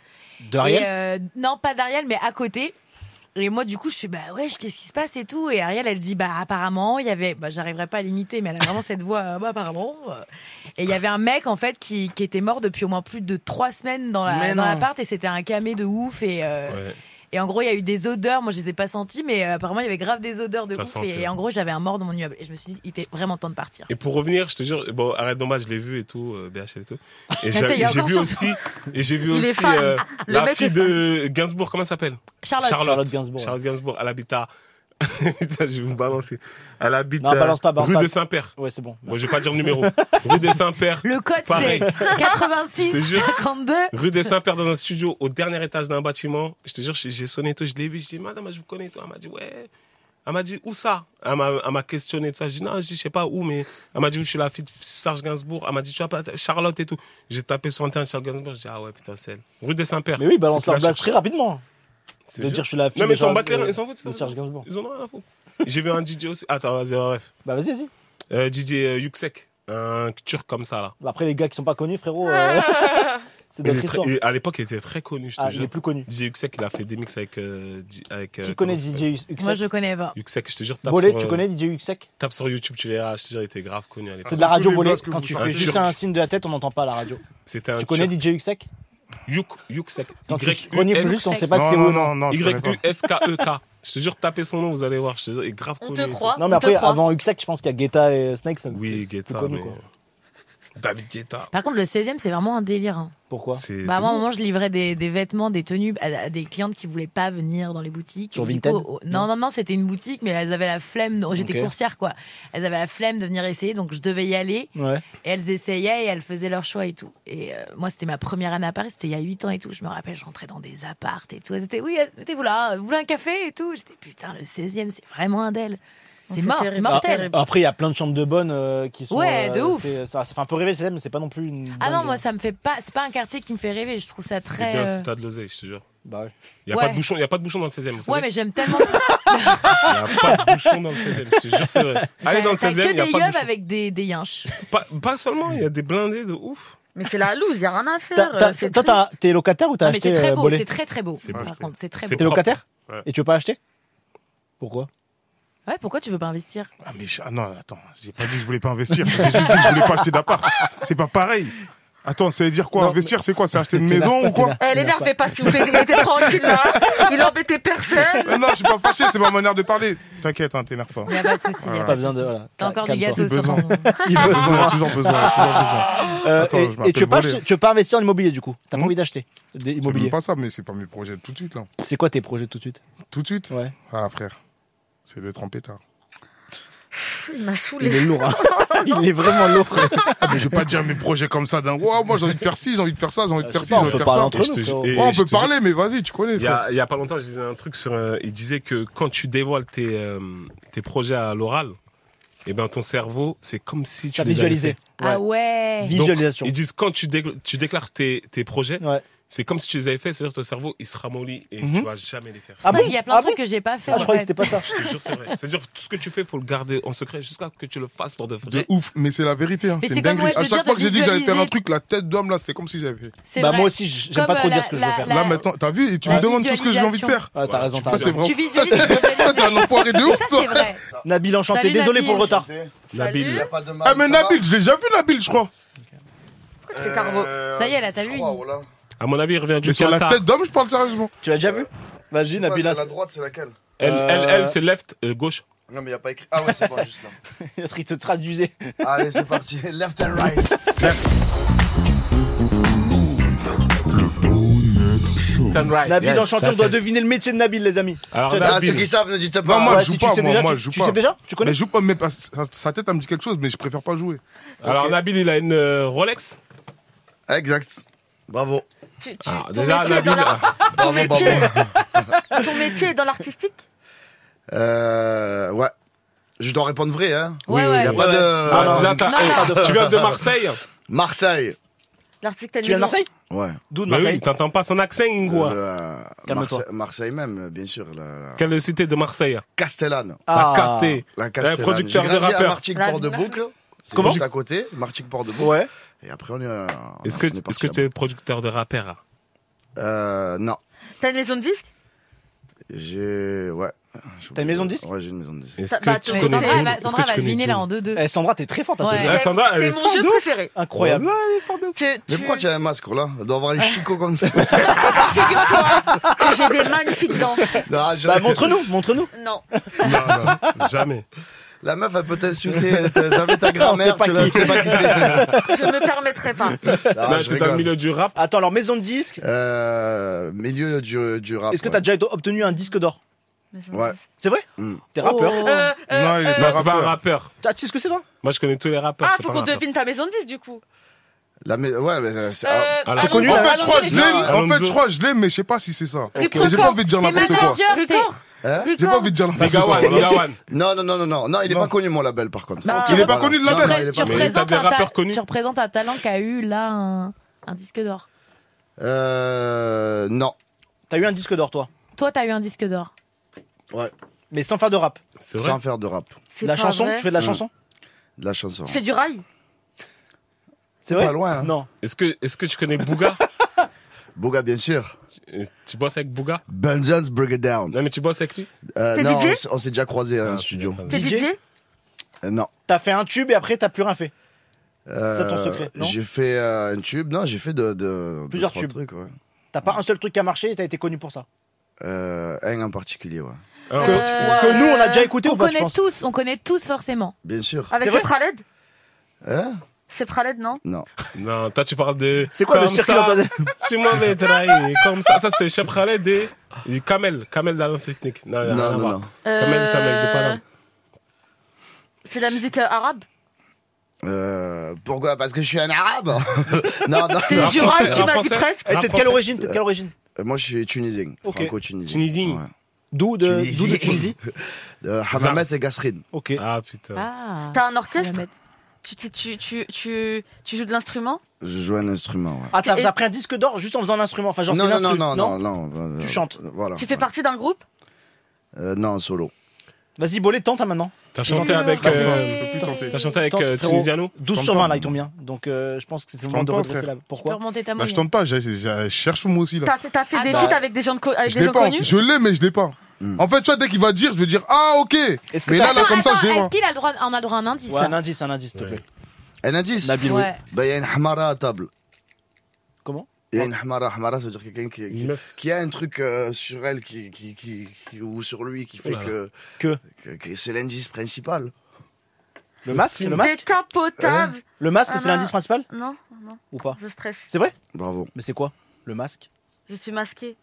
Speaker 1: De rien.
Speaker 5: Et, euh, Non, pas d'Ariel, mais à côté. Et moi, du coup, je suis, bah ouais, qu'est-ce qui se passe et tout. Et Ariel, elle dit, bah apparemment, il y avait, bah j'arriverai pas à l'imiter, mais elle a vraiment cette voix, euh, bah apparemment. euh. Et il y avait un mec, en fait, qui, qui était mort depuis au moins plus de trois semaines dans la-
Speaker 1: Mais
Speaker 5: dans
Speaker 1: non.
Speaker 5: l'appart, et c'était un camé de ouf. Et, euh,
Speaker 2: Ouais.
Speaker 5: et en gros, il y a eu des odeurs, moi je les ai pas senties, mais euh, apparemment, il y avait grave des odeurs de
Speaker 2: Ça
Speaker 5: ouf.
Speaker 2: sent
Speaker 5: Et,
Speaker 2: que-
Speaker 5: et en gros, j'avais un mort dans mon immeuble. Et je me suis dit, il était vraiment temps de partir.
Speaker 2: Et pour revenir, je te jure, bon, arrête dommage, je l'ai vu et tout, euh, BHL et tout.
Speaker 5: Attends, il
Speaker 2: Et
Speaker 5: y
Speaker 2: j'ai
Speaker 5: a
Speaker 2: j'ai
Speaker 5: encore
Speaker 2: vu
Speaker 5: son-
Speaker 2: aussi, et j'ai vu
Speaker 3: Il est
Speaker 2: aussi
Speaker 3: fan.
Speaker 2: euh,
Speaker 3: Le
Speaker 2: la
Speaker 3: mec
Speaker 2: fille
Speaker 3: est
Speaker 2: de Gainsbourg, comment elle s'appelle
Speaker 5: Charlotte.
Speaker 2: Charlotte.
Speaker 1: Charlotte Gainsbourg.
Speaker 2: Charlotte Gainsbourg, elle habite à. (laughs) Putain, je vais vous balancer. Elle habite
Speaker 1: Non,
Speaker 2: euh,
Speaker 1: balance pas, balance
Speaker 2: rue
Speaker 1: pas.
Speaker 2: de Saint-Père.
Speaker 1: Ouais, c'est bon.
Speaker 2: Bon, je vais pas dire le numéro. rue de Saint-Père.
Speaker 5: Le code, c'est (laughs)
Speaker 2: Pareil. Je te
Speaker 5: 86
Speaker 2: jure.
Speaker 5: 52.
Speaker 2: Rue des Saint-Pères dans un studio au dernier étage d'un bâtiment. Je te jure, j'ai j'ai sonné et tout. Je l'ai vu. Je dis, madame, je vous connais et tout. Elle m'a dit, ouais. Elle m'a dit, où ça Elle m'a elle m'a questionné tout ça. Je dis, non, je dis, je sais pas où, mais elle m'a dit, où je suis la fille de Serge Gainsbourg. Elle m'a dit, tu vas pas Charlotte et tout. J'ai tapé sur internet Serge Gainsbourg. Je dis, ah ouais, putain, c'est elle. Rue des Saint-Pères.
Speaker 1: Mais oui, balance
Speaker 2: C'est que
Speaker 1: leur
Speaker 2: la
Speaker 1: blase
Speaker 2: cherche.
Speaker 1: très rapidement.
Speaker 2: C'est
Speaker 1: De
Speaker 2: dur.
Speaker 1: dire, je suis la fille
Speaker 2: Non,
Speaker 1: de
Speaker 2: mais ils s'en
Speaker 1: Charles-
Speaker 2: battent les reins,
Speaker 1: de-
Speaker 2: ils s'en foutent.
Speaker 1: de Serge Gainsbourg.
Speaker 2: Ils en ont rien à foutre. J'ai vu un DJ aussi. Attends, vas-y, bref.
Speaker 1: Bah, vas-y, vas-y.
Speaker 2: Euh, DJ euh, Yüksek. Un turc comme ça, là.
Speaker 1: Bah, Après, les gars qui sont pas connus, frérot, euh, c'est
Speaker 2: Il est ah,
Speaker 1: d'autres
Speaker 2: très-
Speaker 1: histoires.
Speaker 2: il- à l'époque, il était très connu, je te
Speaker 1: Ah, il
Speaker 2: jure.
Speaker 1: est plus connu.
Speaker 2: DJ Yüksek, il a fait des mix avec. euh, J- avec euh,
Speaker 1: Qui
Speaker 2: comment
Speaker 1: connaît
Speaker 2: ça s'appelle
Speaker 1: DJ Uxek
Speaker 5: Moi, je connais pas.
Speaker 2: Yuxek, je te jure, tape,
Speaker 1: Bollet,
Speaker 2: sur,
Speaker 1: tu
Speaker 2: euh,
Speaker 1: connais DJ Uxek
Speaker 2: tape sur YouTube, tu verras, je te jure, il était grave connu à l'époque.
Speaker 1: C'est de la radio
Speaker 4: les
Speaker 1: Bollet.
Speaker 4: blagues que
Speaker 1: Quand
Speaker 4: vous
Speaker 1: tu
Speaker 2: faites. Ah,
Speaker 1: fais juste
Speaker 2: Turc.
Speaker 1: un signe de la tête, on n'entend pas à la radio.
Speaker 2: C'était un
Speaker 1: Tu connais DJ Uxek
Speaker 2: Yuxek.
Speaker 1: Quand tu
Speaker 2: E.
Speaker 1: renies plus, on sait pas si c'est
Speaker 4: Non, non,
Speaker 1: où ou
Speaker 4: non,
Speaker 1: non.
Speaker 4: non, je connais pas.
Speaker 2: Y-U-S-K-E-K. E Je te jure, tapez son nom, vous allez voir, je te jure, il est grave
Speaker 3: On
Speaker 2: connu.
Speaker 3: te
Speaker 2: et tout.
Speaker 3: croit.
Speaker 1: Non, mais
Speaker 3: on te
Speaker 1: après,
Speaker 3: croit.
Speaker 1: avant Uxek, je pense qu'il y a Guetta et Snake. ça-
Speaker 2: Oui,
Speaker 1: c'est plus
Speaker 2: Guetta,
Speaker 1: connu,
Speaker 2: mais-
Speaker 1: quoi.
Speaker 2: David Guetta.
Speaker 5: Par contre, le 16e, c'est vraiment un délire. hein.
Speaker 1: Pourquoi
Speaker 2: C'est-
Speaker 5: Bah,
Speaker 2: c'est-
Speaker 5: moi, à un moment, je livrais des, des vêtements, des tenues à, à des clientes qui voulaient pas venir dans les boutiques.
Speaker 1: Sur
Speaker 5: Et du
Speaker 1: Vinted
Speaker 5: coup, oh, Non, non, non, c'était une boutique, mais elles avaient la flemme. de- J'étais
Speaker 1: Ok.
Speaker 5: coursière, quoi. Elles avaient la flemme de venir essayer, donc je devais y aller.
Speaker 1: Ouais.
Speaker 5: Et elles essayaient et elles faisaient leur choix et tout. Et euh, moi, c'était ma première année à Paris, c'était il y a 8 ans et tout. Je me rappelle, je rentrais dans des appartes et tout. Elles étaient, oui, mettez-vous là, vous voulez un café et tout. J'étais, putain, le 16e, c'est vraiment un d'elles. C'est
Speaker 3: C'est
Speaker 5: mort,
Speaker 3: terrible, Ah,
Speaker 5: c'est
Speaker 3: c'est
Speaker 5: mortel.
Speaker 3: terrible.
Speaker 1: Après, il y a plein de chambres de bonnes euh, qui sont.
Speaker 5: Ouais, de ouf.
Speaker 1: c'est- Ça, ça fait un peu rêver le CM, mais c'est pas non plus une.
Speaker 5: Ah non,
Speaker 1: dingue.
Speaker 5: moi, ça me fait pas. C'est pas un quartier qui me fait rêver, je trouve ça
Speaker 2: C'est
Speaker 5: très.
Speaker 2: bien
Speaker 5: euh,
Speaker 2: si t'as de l'oseille, je te jure.
Speaker 1: Bah ouais.
Speaker 2: Il n'y a,
Speaker 5: Ouais.
Speaker 2: pas de bouchon- il y a pas de bouchon dans le 16 e
Speaker 5: Ouais, mais
Speaker 2: (laughs)
Speaker 5: j'aime tellement.
Speaker 2: Il n'y a pas de bouchon dans le 16 e je te jure,
Speaker 5: (laughs)
Speaker 2: c'est vrai. Allez dans le
Speaker 5: T'as
Speaker 2: 16 e il
Speaker 5: que
Speaker 2: n'y a
Speaker 5: des
Speaker 2: pas de
Speaker 5: yeux
Speaker 2: bouchon.
Speaker 5: avec des, des yinches.
Speaker 2: Pas, pas seulement, il y a des blindés de ouf.
Speaker 3: Mais c'est la loose, y a rien à faire.
Speaker 1: T'as- t'as-
Speaker 3: euh, c'est
Speaker 1: Toi,
Speaker 3: triste.
Speaker 1: t'as- Ah, t'es locataire ou t'as
Speaker 5: Non, Ah, mais
Speaker 1: acheté
Speaker 5: c'est très
Speaker 1: euh,
Speaker 5: beau,
Speaker 1: Bollet
Speaker 5: c'est très très beau.
Speaker 2: C'est
Speaker 5: Par
Speaker 2: propre.
Speaker 5: contre, c'est très
Speaker 2: C'est
Speaker 1: T'es
Speaker 5: beau.
Speaker 2: propre.
Speaker 1: locataire
Speaker 2: Ouais.
Speaker 1: Et tu veux pas acheter Pourquoi
Speaker 5: Ouais, pourquoi tu veux pas investir
Speaker 4: Ah, mais je- ah non, attends, j'ai pas dit que je voulais pas investir. J'ai juste dit que je voulais pas acheter d'appart. C'est pas pareil. Attends, ça veut dire quoi
Speaker 1: Non,
Speaker 4: Investir, c'est quoi C'est acheter une maison ou quoi
Speaker 3: Eh, l'énervez pas, s'il vous plaît, il était tranquille là. Il embêtait personne.
Speaker 4: Mais Non, je suis pas fâché, c'est ma manière de parler. T'inquiète, hein, t'énerve pas.
Speaker 5: Il a pas de souci. y a
Speaker 1: Pas
Speaker 5: pas de
Speaker 1: besoin de.
Speaker 5: souci.
Speaker 1: Voilà.
Speaker 5: T'as encore du
Speaker 1: Calme-toi.
Speaker 5: gâteau sur
Speaker 4: besoin.
Speaker 5: ton.
Speaker 1: (laughs) Si
Speaker 4: Besoin,
Speaker 1: besoin.
Speaker 4: toujours besoin, toujours besoin.
Speaker 1: Euh,
Speaker 4: Attends, je
Speaker 1: et, et
Speaker 4: m'appelle
Speaker 1: tu veux pas,
Speaker 4: Bollet.
Speaker 1: ach- tu veux pas investir en immobilier du coup T'as pas
Speaker 4: Hmm
Speaker 1: envie d'acheter des
Speaker 4: C'est même
Speaker 1: immobilier
Speaker 4: pas ça, mais c'est pas mes projets tout de suite là.
Speaker 1: C'est quoi (laughs) tes projets tout de suite
Speaker 4: Ah, Tout de suite
Speaker 1: Ouais.
Speaker 4: hein. Ah frère, c'est d'être en pétard.
Speaker 3: il m'a
Speaker 1: Il
Speaker 3: saoulé.
Speaker 1: est lourd. hein.
Speaker 3: (laughs)
Speaker 1: Il est vraiment lourd.
Speaker 4: Ah, mais je vais pas dire mes projets comme ça d'un Waouh, moi j'ai envie de faire ci, j'ai envie de faire ça, j'ai envie
Speaker 2: Ah,
Speaker 4: de
Speaker 1: Je
Speaker 4: faire ci,
Speaker 1: sais
Speaker 4: j'ai
Speaker 1: pas, on
Speaker 4: envie de faire
Speaker 1: peut parler
Speaker 4: ça.
Speaker 1: entre nous.
Speaker 2: je te-
Speaker 1: frérot.
Speaker 2: et-
Speaker 4: Ouais, on
Speaker 2: je
Speaker 4: peut
Speaker 2: te
Speaker 4: parler, mais vas-y, tu connais.
Speaker 2: Il y,
Speaker 4: frère.
Speaker 2: a, il y a pas longtemps, je disais un truc sur. euh, il disait que quand tu dévoiles tes, euh, tes projets à l'oral, eh ben ton cerveau, c'est comme si tu.
Speaker 1: Ça
Speaker 2: les avais
Speaker 1: visualisé.
Speaker 2: faits.
Speaker 5: Ah ouais.
Speaker 2: Donc,
Speaker 1: Visualisation.
Speaker 2: ils disent quand tu, dé- tu déclares tes, tes projets,
Speaker 1: Ouais.
Speaker 2: c'est comme si tu les avais faits, c'est-à-dire que ton cerveau, il se ramollit et
Speaker 1: Mhm.
Speaker 2: tu vas jamais les faire.
Speaker 1: Ah
Speaker 5: Ça,
Speaker 1: bon
Speaker 5: il y a plein de
Speaker 1: Ah
Speaker 5: trucs
Speaker 1: bon
Speaker 5: que j'ai pas fait.
Speaker 1: Ah, je
Speaker 5: en
Speaker 1: croyais que
Speaker 5: fait.
Speaker 1: c'était pas ça.
Speaker 2: Je te jure, c'est vrai. C'est-à-dire tout ce que tu fais, faut le garder en secret jusqu'à ce que tu le fasses pour de vrai.
Speaker 4: De ouf, mais c'est la vérité. Hein.
Speaker 5: Mais
Speaker 4: C'est
Speaker 5: c'est
Speaker 4: une
Speaker 5: comme,
Speaker 4: dinguerie.
Speaker 5: ouais,
Speaker 4: À
Speaker 5: de
Speaker 4: chaque
Speaker 5: dire
Speaker 4: fois
Speaker 5: de
Speaker 4: que j'ai dit que j'allais faire un
Speaker 5: visualiser.
Speaker 4: truc, la tête d'homme là, c'est comme si j'avais fait.
Speaker 5: C'est
Speaker 1: Bah
Speaker 5: vrai.
Speaker 1: moi aussi, j- j'aime
Speaker 5: Comme,
Speaker 1: pas trop
Speaker 5: euh,
Speaker 1: dire
Speaker 5: la-
Speaker 1: ce que je veux
Speaker 5: la-
Speaker 1: faire.
Speaker 5: la-
Speaker 4: Là maintenant, t'as vu Et tu me
Speaker 5: La
Speaker 4: demandes tout ce que j'ai envie de faire.
Speaker 1: Ah, t'as raison, t'as
Speaker 4: Ça, c'est
Speaker 1: raison.
Speaker 4: vraiment.
Speaker 5: Tu visualises. tu visualises.
Speaker 4: (laughs) T'es un enfoiré de ouf,
Speaker 5: Ça
Speaker 4: toi.
Speaker 5: c'est vrai.
Speaker 1: Nabil enchanté,
Speaker 5: Salut,
Speaker 1: désolé
Speaker 5: Nabil.
Speaker 1: pour le retard.
Speaker 2: Nabil.
Speaker 3: Salut.
Speaker 10: pas de mal.
Speaker 4: Ah, mais
Speaker 10: ça va
Speaker 4: Nabil, je l'ai déjà vu, Nabil, je crois.
Speaker 3: Pourquoi tu fais carbo
Speaker 4: Euh,
Speaker 5: Ça y est, là, t'as
Speaker 10: Je
Speaker 5: vu.
Speaker 10: crois,
Speaker 5: une-
Speaker 10: oh là.
Speaker 2: À mon avis, il revient du
Speaker 4: Mais sur la
Speaker 2: Qatar.
Speaker 4: tête d'homme, je parle sérieusement.
Speaker 1: Tu l'as déjà vu Vas-y,
Speaker 10: Ouais,
Speaker 1: Nabila.
Speaker 10: La droite, c'est laquelle
Speaker 2: Elle, elle,
Speaker 1: Euh,
Speaker 2: elle c'est left, euh, gauche.
Speaker 10: Non, mais y a pas écrit. Ah ouais, c'est bon, juste là.
Speaker 1: Il te traduisait.
Speaker 10: Allez, c'est parti. Left and right.
Speaker 2: Turn right.
Speaker 1: Nabil
Speaker 2: Yes,
Speaker 1: enchanté, on
Speaker 2: that's
Speaker 1: doit
Speaker 2: it.
Speaker 1: deviner le métier de Nabil, les amis.
Speaker 2: Alors,
Speaker 1: Ah,
Speaker 10: Ah, ceux
Speaker 2: Nabil,
Speaker 10: qui savent, ne dites pas.
Speaker 4: Non, moi,
Speaker 1: Ouais,
Speaker 4: je
Speaker 1: si
Speaker 4: joue
Speaker 1: tu
Speaker 4: pas,
Speaker 1: sais
Speaker 4: moi,
Speaker 1: déjà,
Speaker 4: moi,
Speaker 1: tu-
Speaker 4: je joue
Speaker 1: tu
Speaker 4: pas.
Speaker 10: (laughs)
Speaker 1: sais déjà Tu connais
Speaker 4: Mais je joue pas, mais parce- sa, sa tête, elle me dit quelque chose, mais je préfère pas jouer.
Speaker 2: alors Nabil, il a une euh, Rolex.
Speaker 10: Exact. Bravo.
Speaker 3: Tu-
Speaker 4: Ah.
Speaker 3: tu-
Speaker 2: Alors,
Speaker 3: ton,
Speaker 2: Ah, déjà,
Speaker 3: métier est dans
Speaker 2: Nabil.
Speaker 3: la-
Speaker 2: (laughs)
Speaker 3: ton,
Speaker 10: Bravo, bravo.
Speaker 3: métier, (laughs) ton métier est dans l'artistique
Speaker 10: Euh. Ouais. Je dois répondre vrai, hein.
Speaker 5: Ouais,
Speaker 10: Y a
Speaker 5: ouais.
Speaker 10: pas
Speaker 2: Ouais.
Speaker 10: de.
Speaker 2: Ah, déjà, t'as- eh, tu viens de Marseille
Speaker 10: Marseille.
Speaker 3: L'artistique, t'as une
Speaker 1: Tu viens de
Speaker 3: maison.
Speaker 1: Marseille
Speaker 10: Ouais.
Speaker 1: D'où de
Speaker 2: Bah oui,
Speaker 1: Marseille
Speaker 2: t'entends pas son accent, quoi.
Speaker 10: Euh,
Speaker 1: Calme-toi.
Speaker 10: Marseille, Marseille même, bien sûr. La, la-
Speaker 2: Quelle cité de Marseille hein
Speaker 10: Castellane.
Speaker 1: Ah.
Speaker 2: La Casté. Eh,
Speaker 10: La Castellane.
Speaker 2: producteur
Speaker 10: J'ai
Speaker 2: de
Speaker 10: grandi
Speaker 2: rappeurs.
Speaker 10: à Martigues
Speaker 3: La-
Speaker 10: Port de Boucle. C'est
Speaker 2: Comment
Speaker 10: juste à côté, Martigues Port de Boucle.
Speaker 1: Ouais.
Speaker 10: Et après on est. euh, on
Speaker 2: Est-ce que
Speaker 10: on parti
Speaker 2: est-ce que
Speaker 10: là-bas.
Speaker 2: tu es producteur de rappeur hein
Speaker 10: Euh, non.
Speaker 3: T'as une maison de disques
Speaker 10: J'ai. Ouais.
Speaker 1: T'as une maison de disque
Speaker 10: Ouais, j'ai une maison de disque.
Speaker 2: Est-ce
Speaker 3: Ça- bah,
Speaker 2: que
Speaker 3: tu
Speaker 2: tu
Speaker 5: Mais
Speaker 3: connais
Speaker 2: connais
Speaker 5: Sandra elle
Speaker 2: Jul
Speaker 5: va-
Speaker 2: Est-ce que
Speaker 5: Sandra
Speaker 2: tu
Speaker 5: va
Speaker 2: connais
Speaker 5: deviner
Speaker 2: Jul
Speaker 5: là en 2-2.
Speaker 1: Eh, Sandra, t'es très forte à ce
Speaker 5: Ouais.
Speaker 1: jeu.
Speaker 2: Eh, Sandra, elle
Speaker 3: C'est
Speaker 2: est
Speaker 3: mon jeu préféré.
Speaker 1: Incroyable.
Speaker 3: Tu-
Speaker 10: Mais
Speaker 3: tu-
Speaker 10: pourquoi tu as un masque là Elle doit avoir les chicots
Speaker 5: (laughs)
Speaker 10: comme ça.
Speaker 3: Figure-toi que j'ai des magnifiques dents.
Speaker 10: Non, je-
Speaker 1: Bah, montre-nous, montre-nous.
Speaker 3: Non.
Speaker 2: Non, non,
Speaker 5: (laughs)
Speaker 2: jamais.
Speaker 10: La meuf, elle peut t'insulter. T'avais
Speaker 1: (laughs)
Speaker 10: ta
Speaker 1: On
Speaker 10: grand-mère,
Speaker 1: sait pas
Speaker 10: tu la-
Speaker 1: qui.
Speaker 10: tu sais pas qui c'est. (laughs)
Speaker 3: Je ne me permettrai pas.
Speaker 10: Non,
Speaker 2: Là,
Speaker 10: je
Speaker 2: t'es dans le
Speaker 10: rigole.
Speaker 2: milieu du rap.
Speaker 1: Attends, alors maison de disque,
Speaker 10: Euh, milieu du, du rap.
Speaker 1: est-ce que
Speaker 10: ouais.
Speaker 1: t'as déjà obtenu un disque d'or
Speaker 10: Ouais.
Speaker 1: C'est vrai
Speaker 10: Mm.
Speaker 1: T'es rappeur
Speaker 5: Oh.
Speaker 3: Euh, euh,
Speaker 4: Non, il est
Speaker 3: euh,
Speaker 4: pas
Speaker 2: C'est pas un rappeur.
Speaker 1: Ah, Tu sais ce que c'est toi
Speaker 2: Moi, je connais tous les rappeurs.
Speaker 3: Ah,
Speaker 2: c'est
Speaker 3: faut
Speaker 2: pas
Speaker 3: qu'on
Speaker 2: un rappeur.
Speaker 3: devine ta maison de disque du coup.
Speaker 10: La mais- Ouais, mais euh, c'est. ah,
Speaker 3: Euh,
Speaker 2: alors,
Speaker 3: allons-
Speaker 1: connu,
Speaker 4: En
Speaker 1: là.
Speaker 3: allons-
Speaker 4: fait, je crois que je
Speaker 3: allons-
Speaker 4: l'ai, en
Speaker 2: Alonso.
Speaker 4: fait, je crois que je l'ai, mais je sais pas si c'est ça.
Speaker 3: T'es
Speaker 4: Et J'ai pas
Speaker 3: Procor.
Speaker 4: envie de dire
Speaker 5: T'es
Speaker 4: n'importe quoi.
Speaker 5: manager, t'es.
Speaker 3: Record.
Speaker 10: hein
Speaker 4: J'ai pas envie de dire n'importe
Speaker 2: Nigawan,
Speaker 4: quoi.
Speaker 2: Nigawan.
Speaker 10: (laughs) Non, non, non, non, non. Non, il est
Speaker 4: Non.
Speaker 10: pas connu, mon label, par contre.
Speaker 5: Bah,
Speaker 3: Ah.
Speaker 5: tu
Speaker 4: Il est
Speaker 5: repre-
Speaker 4: pas connu de
Speaker 10: Non,
Speaker 4: la
Speaker 10: non,
Speaker 4: tête.
Speaker 10: il est
Speaker 5: Tu
Speaker 10: pas connu.
Speaker 2: Mais t'as
Speaker 5: représentes
Speaker 2: des
Speaker 5: un ta-
Speaker 2: rappeurs connus
Speaker 5: tu représentes un talent qui a eu là un un disque d'or.
Speaker 10: Euh. Non.
Speaker 1: T'as eu un disque d'or toi,
Speaker 5: Toi, t'as eu un disque d'or.
Speaker 1: mais sans faire de rap.
Speaker 2: C'est vrai.
Speaker 10: Sans faire de rap. Mmh.
Speaker 3: C'est
Speaker 1: La
Speaker 3: pas
Speaker 1: chanson,
Speaker 3: vrai.
Speaker 1: tu fais de la chanson
Speaker 10: De la chanson.
Speaker 3: Tu fais du rail
Speaker 1: C'est vrai
Speaker 10: Pas loin. hein.
Speaker 1: Non.
Speaker 2: Est-ce que est-ce que tu
Speaker 10: (laughs)
Speaker 2: connais Bouga (laughs)
Speaker 10: Booga, bien sûr.
Speaker 2: Euh, Tu bosses avec Bouga
Speaker 10: Benjam's Break It Down.
Speaker 2: Non, mais tu bosses avec lui
Speaker 10: Euh,
Speaker 3: T'es
Speaker 10: non,
Speaker 3: DJ?
Speaker 10: on s- on s'est déjà croisés
Speaker 2: Ah,
Speaker 10: en
Speaker 2: c'est
Speaker 10: studio.
Speaker 2: bien,
Speaker 3: T'es
Speaker 1: DJ?
Speaker 3: DJ
Speaker 10: Euh, non.
Speaker 1: T'as fait un tube et après t'as plus rien fait.
Speaker 10: Euh,
Speaker 1: ton secret, non
Speaker 10: J'ai fait euh, un tube. Non, j'ai fait de, de deux,
Speaker 1: Plusieurs
Speaker 10: trois
Speaker 1: tubes.
Speaker 10: trucs, ouais.
Speaker 1: T'as pas un seul truc qui a marché et t'as été connu pour ça.
Speaker 10: Euh, un en particulier, ouais.
Speaker 2: Ah,
Speaker 3: Euh,
Speaker 2: tu-
Speaker 1: Que nous on a déjà écouté
Speaker 5: On
Speaker 1: ou pas tu
Speaker 5: connaît
Speaker 1: penses
Speaker 5: tous, on connaît tous forcément.
Speaker 10: Bien sûr.
Speaker 1: C'est
Speaker 3: Avec
Speaker 1: vrai
Speaker 3: Chef Khaled
Speaker 10: Hein
Speaker 3: Chef Khaled, non
Speaker 10: non.
Speaker 2: Non, toi tu parles de.
Speaker 1: C'est quoi le
Speaker 2: comme
Speaker 1: circuit
Speaker 2: ça,
Speaker 1: Antoine
Speaker 2: (laughs) Tu m'avais trahi comme ça. Ça c'était Chef Khaled et et Kamel. Kamel d'Alain Technique. Non, rien à
Speaker 10: Non, non,
Speaker 2: voir.
Speaker 10: non.
Speaker 2: Kamel Samel de
Speaker 3: Euh,
Speaker 2: Paname.
Speaker 3: C'est de la musique euh, arabe
Speaker 10: Euh, pourquoi Parce que je suis un arabe (laughs) Non, non,
Speaker 3: C'est
Speaker 10: non.
Speaker 3: du
Speaker 2: français,
Speaker 3: rail, tu m'as
Speaker 2: rap
Speaker 3: dit
Speaker 2: français.
Speaker 3: presque
Speaker 1: Eh,
Speaker 2: Rap
Speaker 1: T'es de
Speaker 2: français.
Speaker 1: quelle origine T'es de quelle origine
Speaker 10: Euh, Moi, je suis tunisien.
Speaker 1: Ok.
Speaker 10: Franco-tunisien.
Speaker 2: Tunisien.
Speaker 10: Ouais.
Speaker 1: D'où de, d'où de Tunisie
Speaker 10: (laughs) Euh, Hammamet et Gasrine.
Speaker 1: Ok.
Speaker 2: Ah putain.
Speaker 5: Ah.
Speaker 3: T'as un
Speaker 5: On va
Speaker 3: orchestre
Speaker 5: mettre-
Speaker 3: tu, tu, tu, tu, tu, tu joues de l'instrument
Speaker 10: Je joue un instrument, ouais.
Speaker 1: Ah, t'as
Speaker 3: Et-
Speaker 1: t'as pris un disque d'or juste en faisant un instrument. Enfin, genre, c'est
Speaker 10: non, non,
Speaker 1: l'instru,
Speaker 10: non, non, non, non, euh,
Speaker 1: Tu chantes.
Speaker 10: Voilà.
Speaker 3: Tu fais partie d'un groupe
Speaker 10: Euh, non, solo.
Speaker 1: Vas-y, Bolé, tente hein, maintenant.
Speaker 2: T'as chanté avec.
Speaker 1: Vas-y,
Speaker 2: euh,
Speaker 5: Je peux plus tenter.
Speaker 2: T'as chanté avec
Speaker 1: Tente,
Speaker 2: euh,
Speaker 1: frérot.
Speaker 2: Tunisiano
Speaker 1: 12 sur 20, là, il tombe bien. Donc, euh, je pense que c'est le moment de
Speaker 4: Tente pas,
Speaker 1: redresser la.
Speaker 4: frère.
Speaker 5: Tu peux
Speaker 1: Pourquoi
Speaker 5: remonter ta main.
Speaker 4: Bah, je tente pas, j'ai- j'ai- je cherche moi aussi, là.
Speaker 3: T'as fait, t'as fait
Speaker 5: Ah,
Speaker 3: des
Speaker 5: bah.
Speaker 3: feats avec des gens, de co- avec
Speaker 4: Je
Speaker 3: des
Speaker 4: l'ai
Speaker 3: gens
Speaker 4: pas,
Speaker 3: connus
Speaker 4: je l'ai, mais je l'ai pas. En fait, tu vois, dès qu'il va dire, je vais dire, ah, ok.
Speaker 1: Est-ce que
Speaker 4: Mais
Speaker 1: t'as-
Speaker 4: là, là, comme ça, je vais
Speaker 5: Est-ce
Speaker 4: voir.
Speaker 5: qu'il a le droit On a le droit à un indice.
Speaker 1: Ouais,
Speaker 5: là.
Speaker 1: un indice, un indice, s'il te plaît.
Speaker 10: Un indice
Speaker 1: Nabil, oui.
Speaker 5: Ouais.
Speaker 10: Bah, il y a une Hamara à table.
Speaker 1: Comment
Speaker 10: Il y a une Hamara. Hamara, ça veut dire quelqu'un qui, qui,
Speaker 2: Une meuf.
Speaker 10: qui a un truc euh, sur elle qui, qui, qui, qui- ou sur lui qui fait
Speaker 2: Oula.
Speaker 10: que.
Speaker 1: Que
Speaker 10: que c'est l'indice principal.
Speaker 1: Le masque Le masque
Speaker 3: Décapotable
Speaker 1: Le masque,
Speaker 3: Ah,
Speaker 1: c'est
Speaker 3: non.
Speaker 1: l'indice principal
Speaker 3: Non, non,
Speaker 1: ou
Speaker 5: Ah.
Speaker 1: pas
Speaker 3: je stresse.
Speaker 1: C'est vrai
Speaker 10: Bravo.
Speaker 1: Mais c'est quoi Le masque
Speaker 3: Je suis masquée.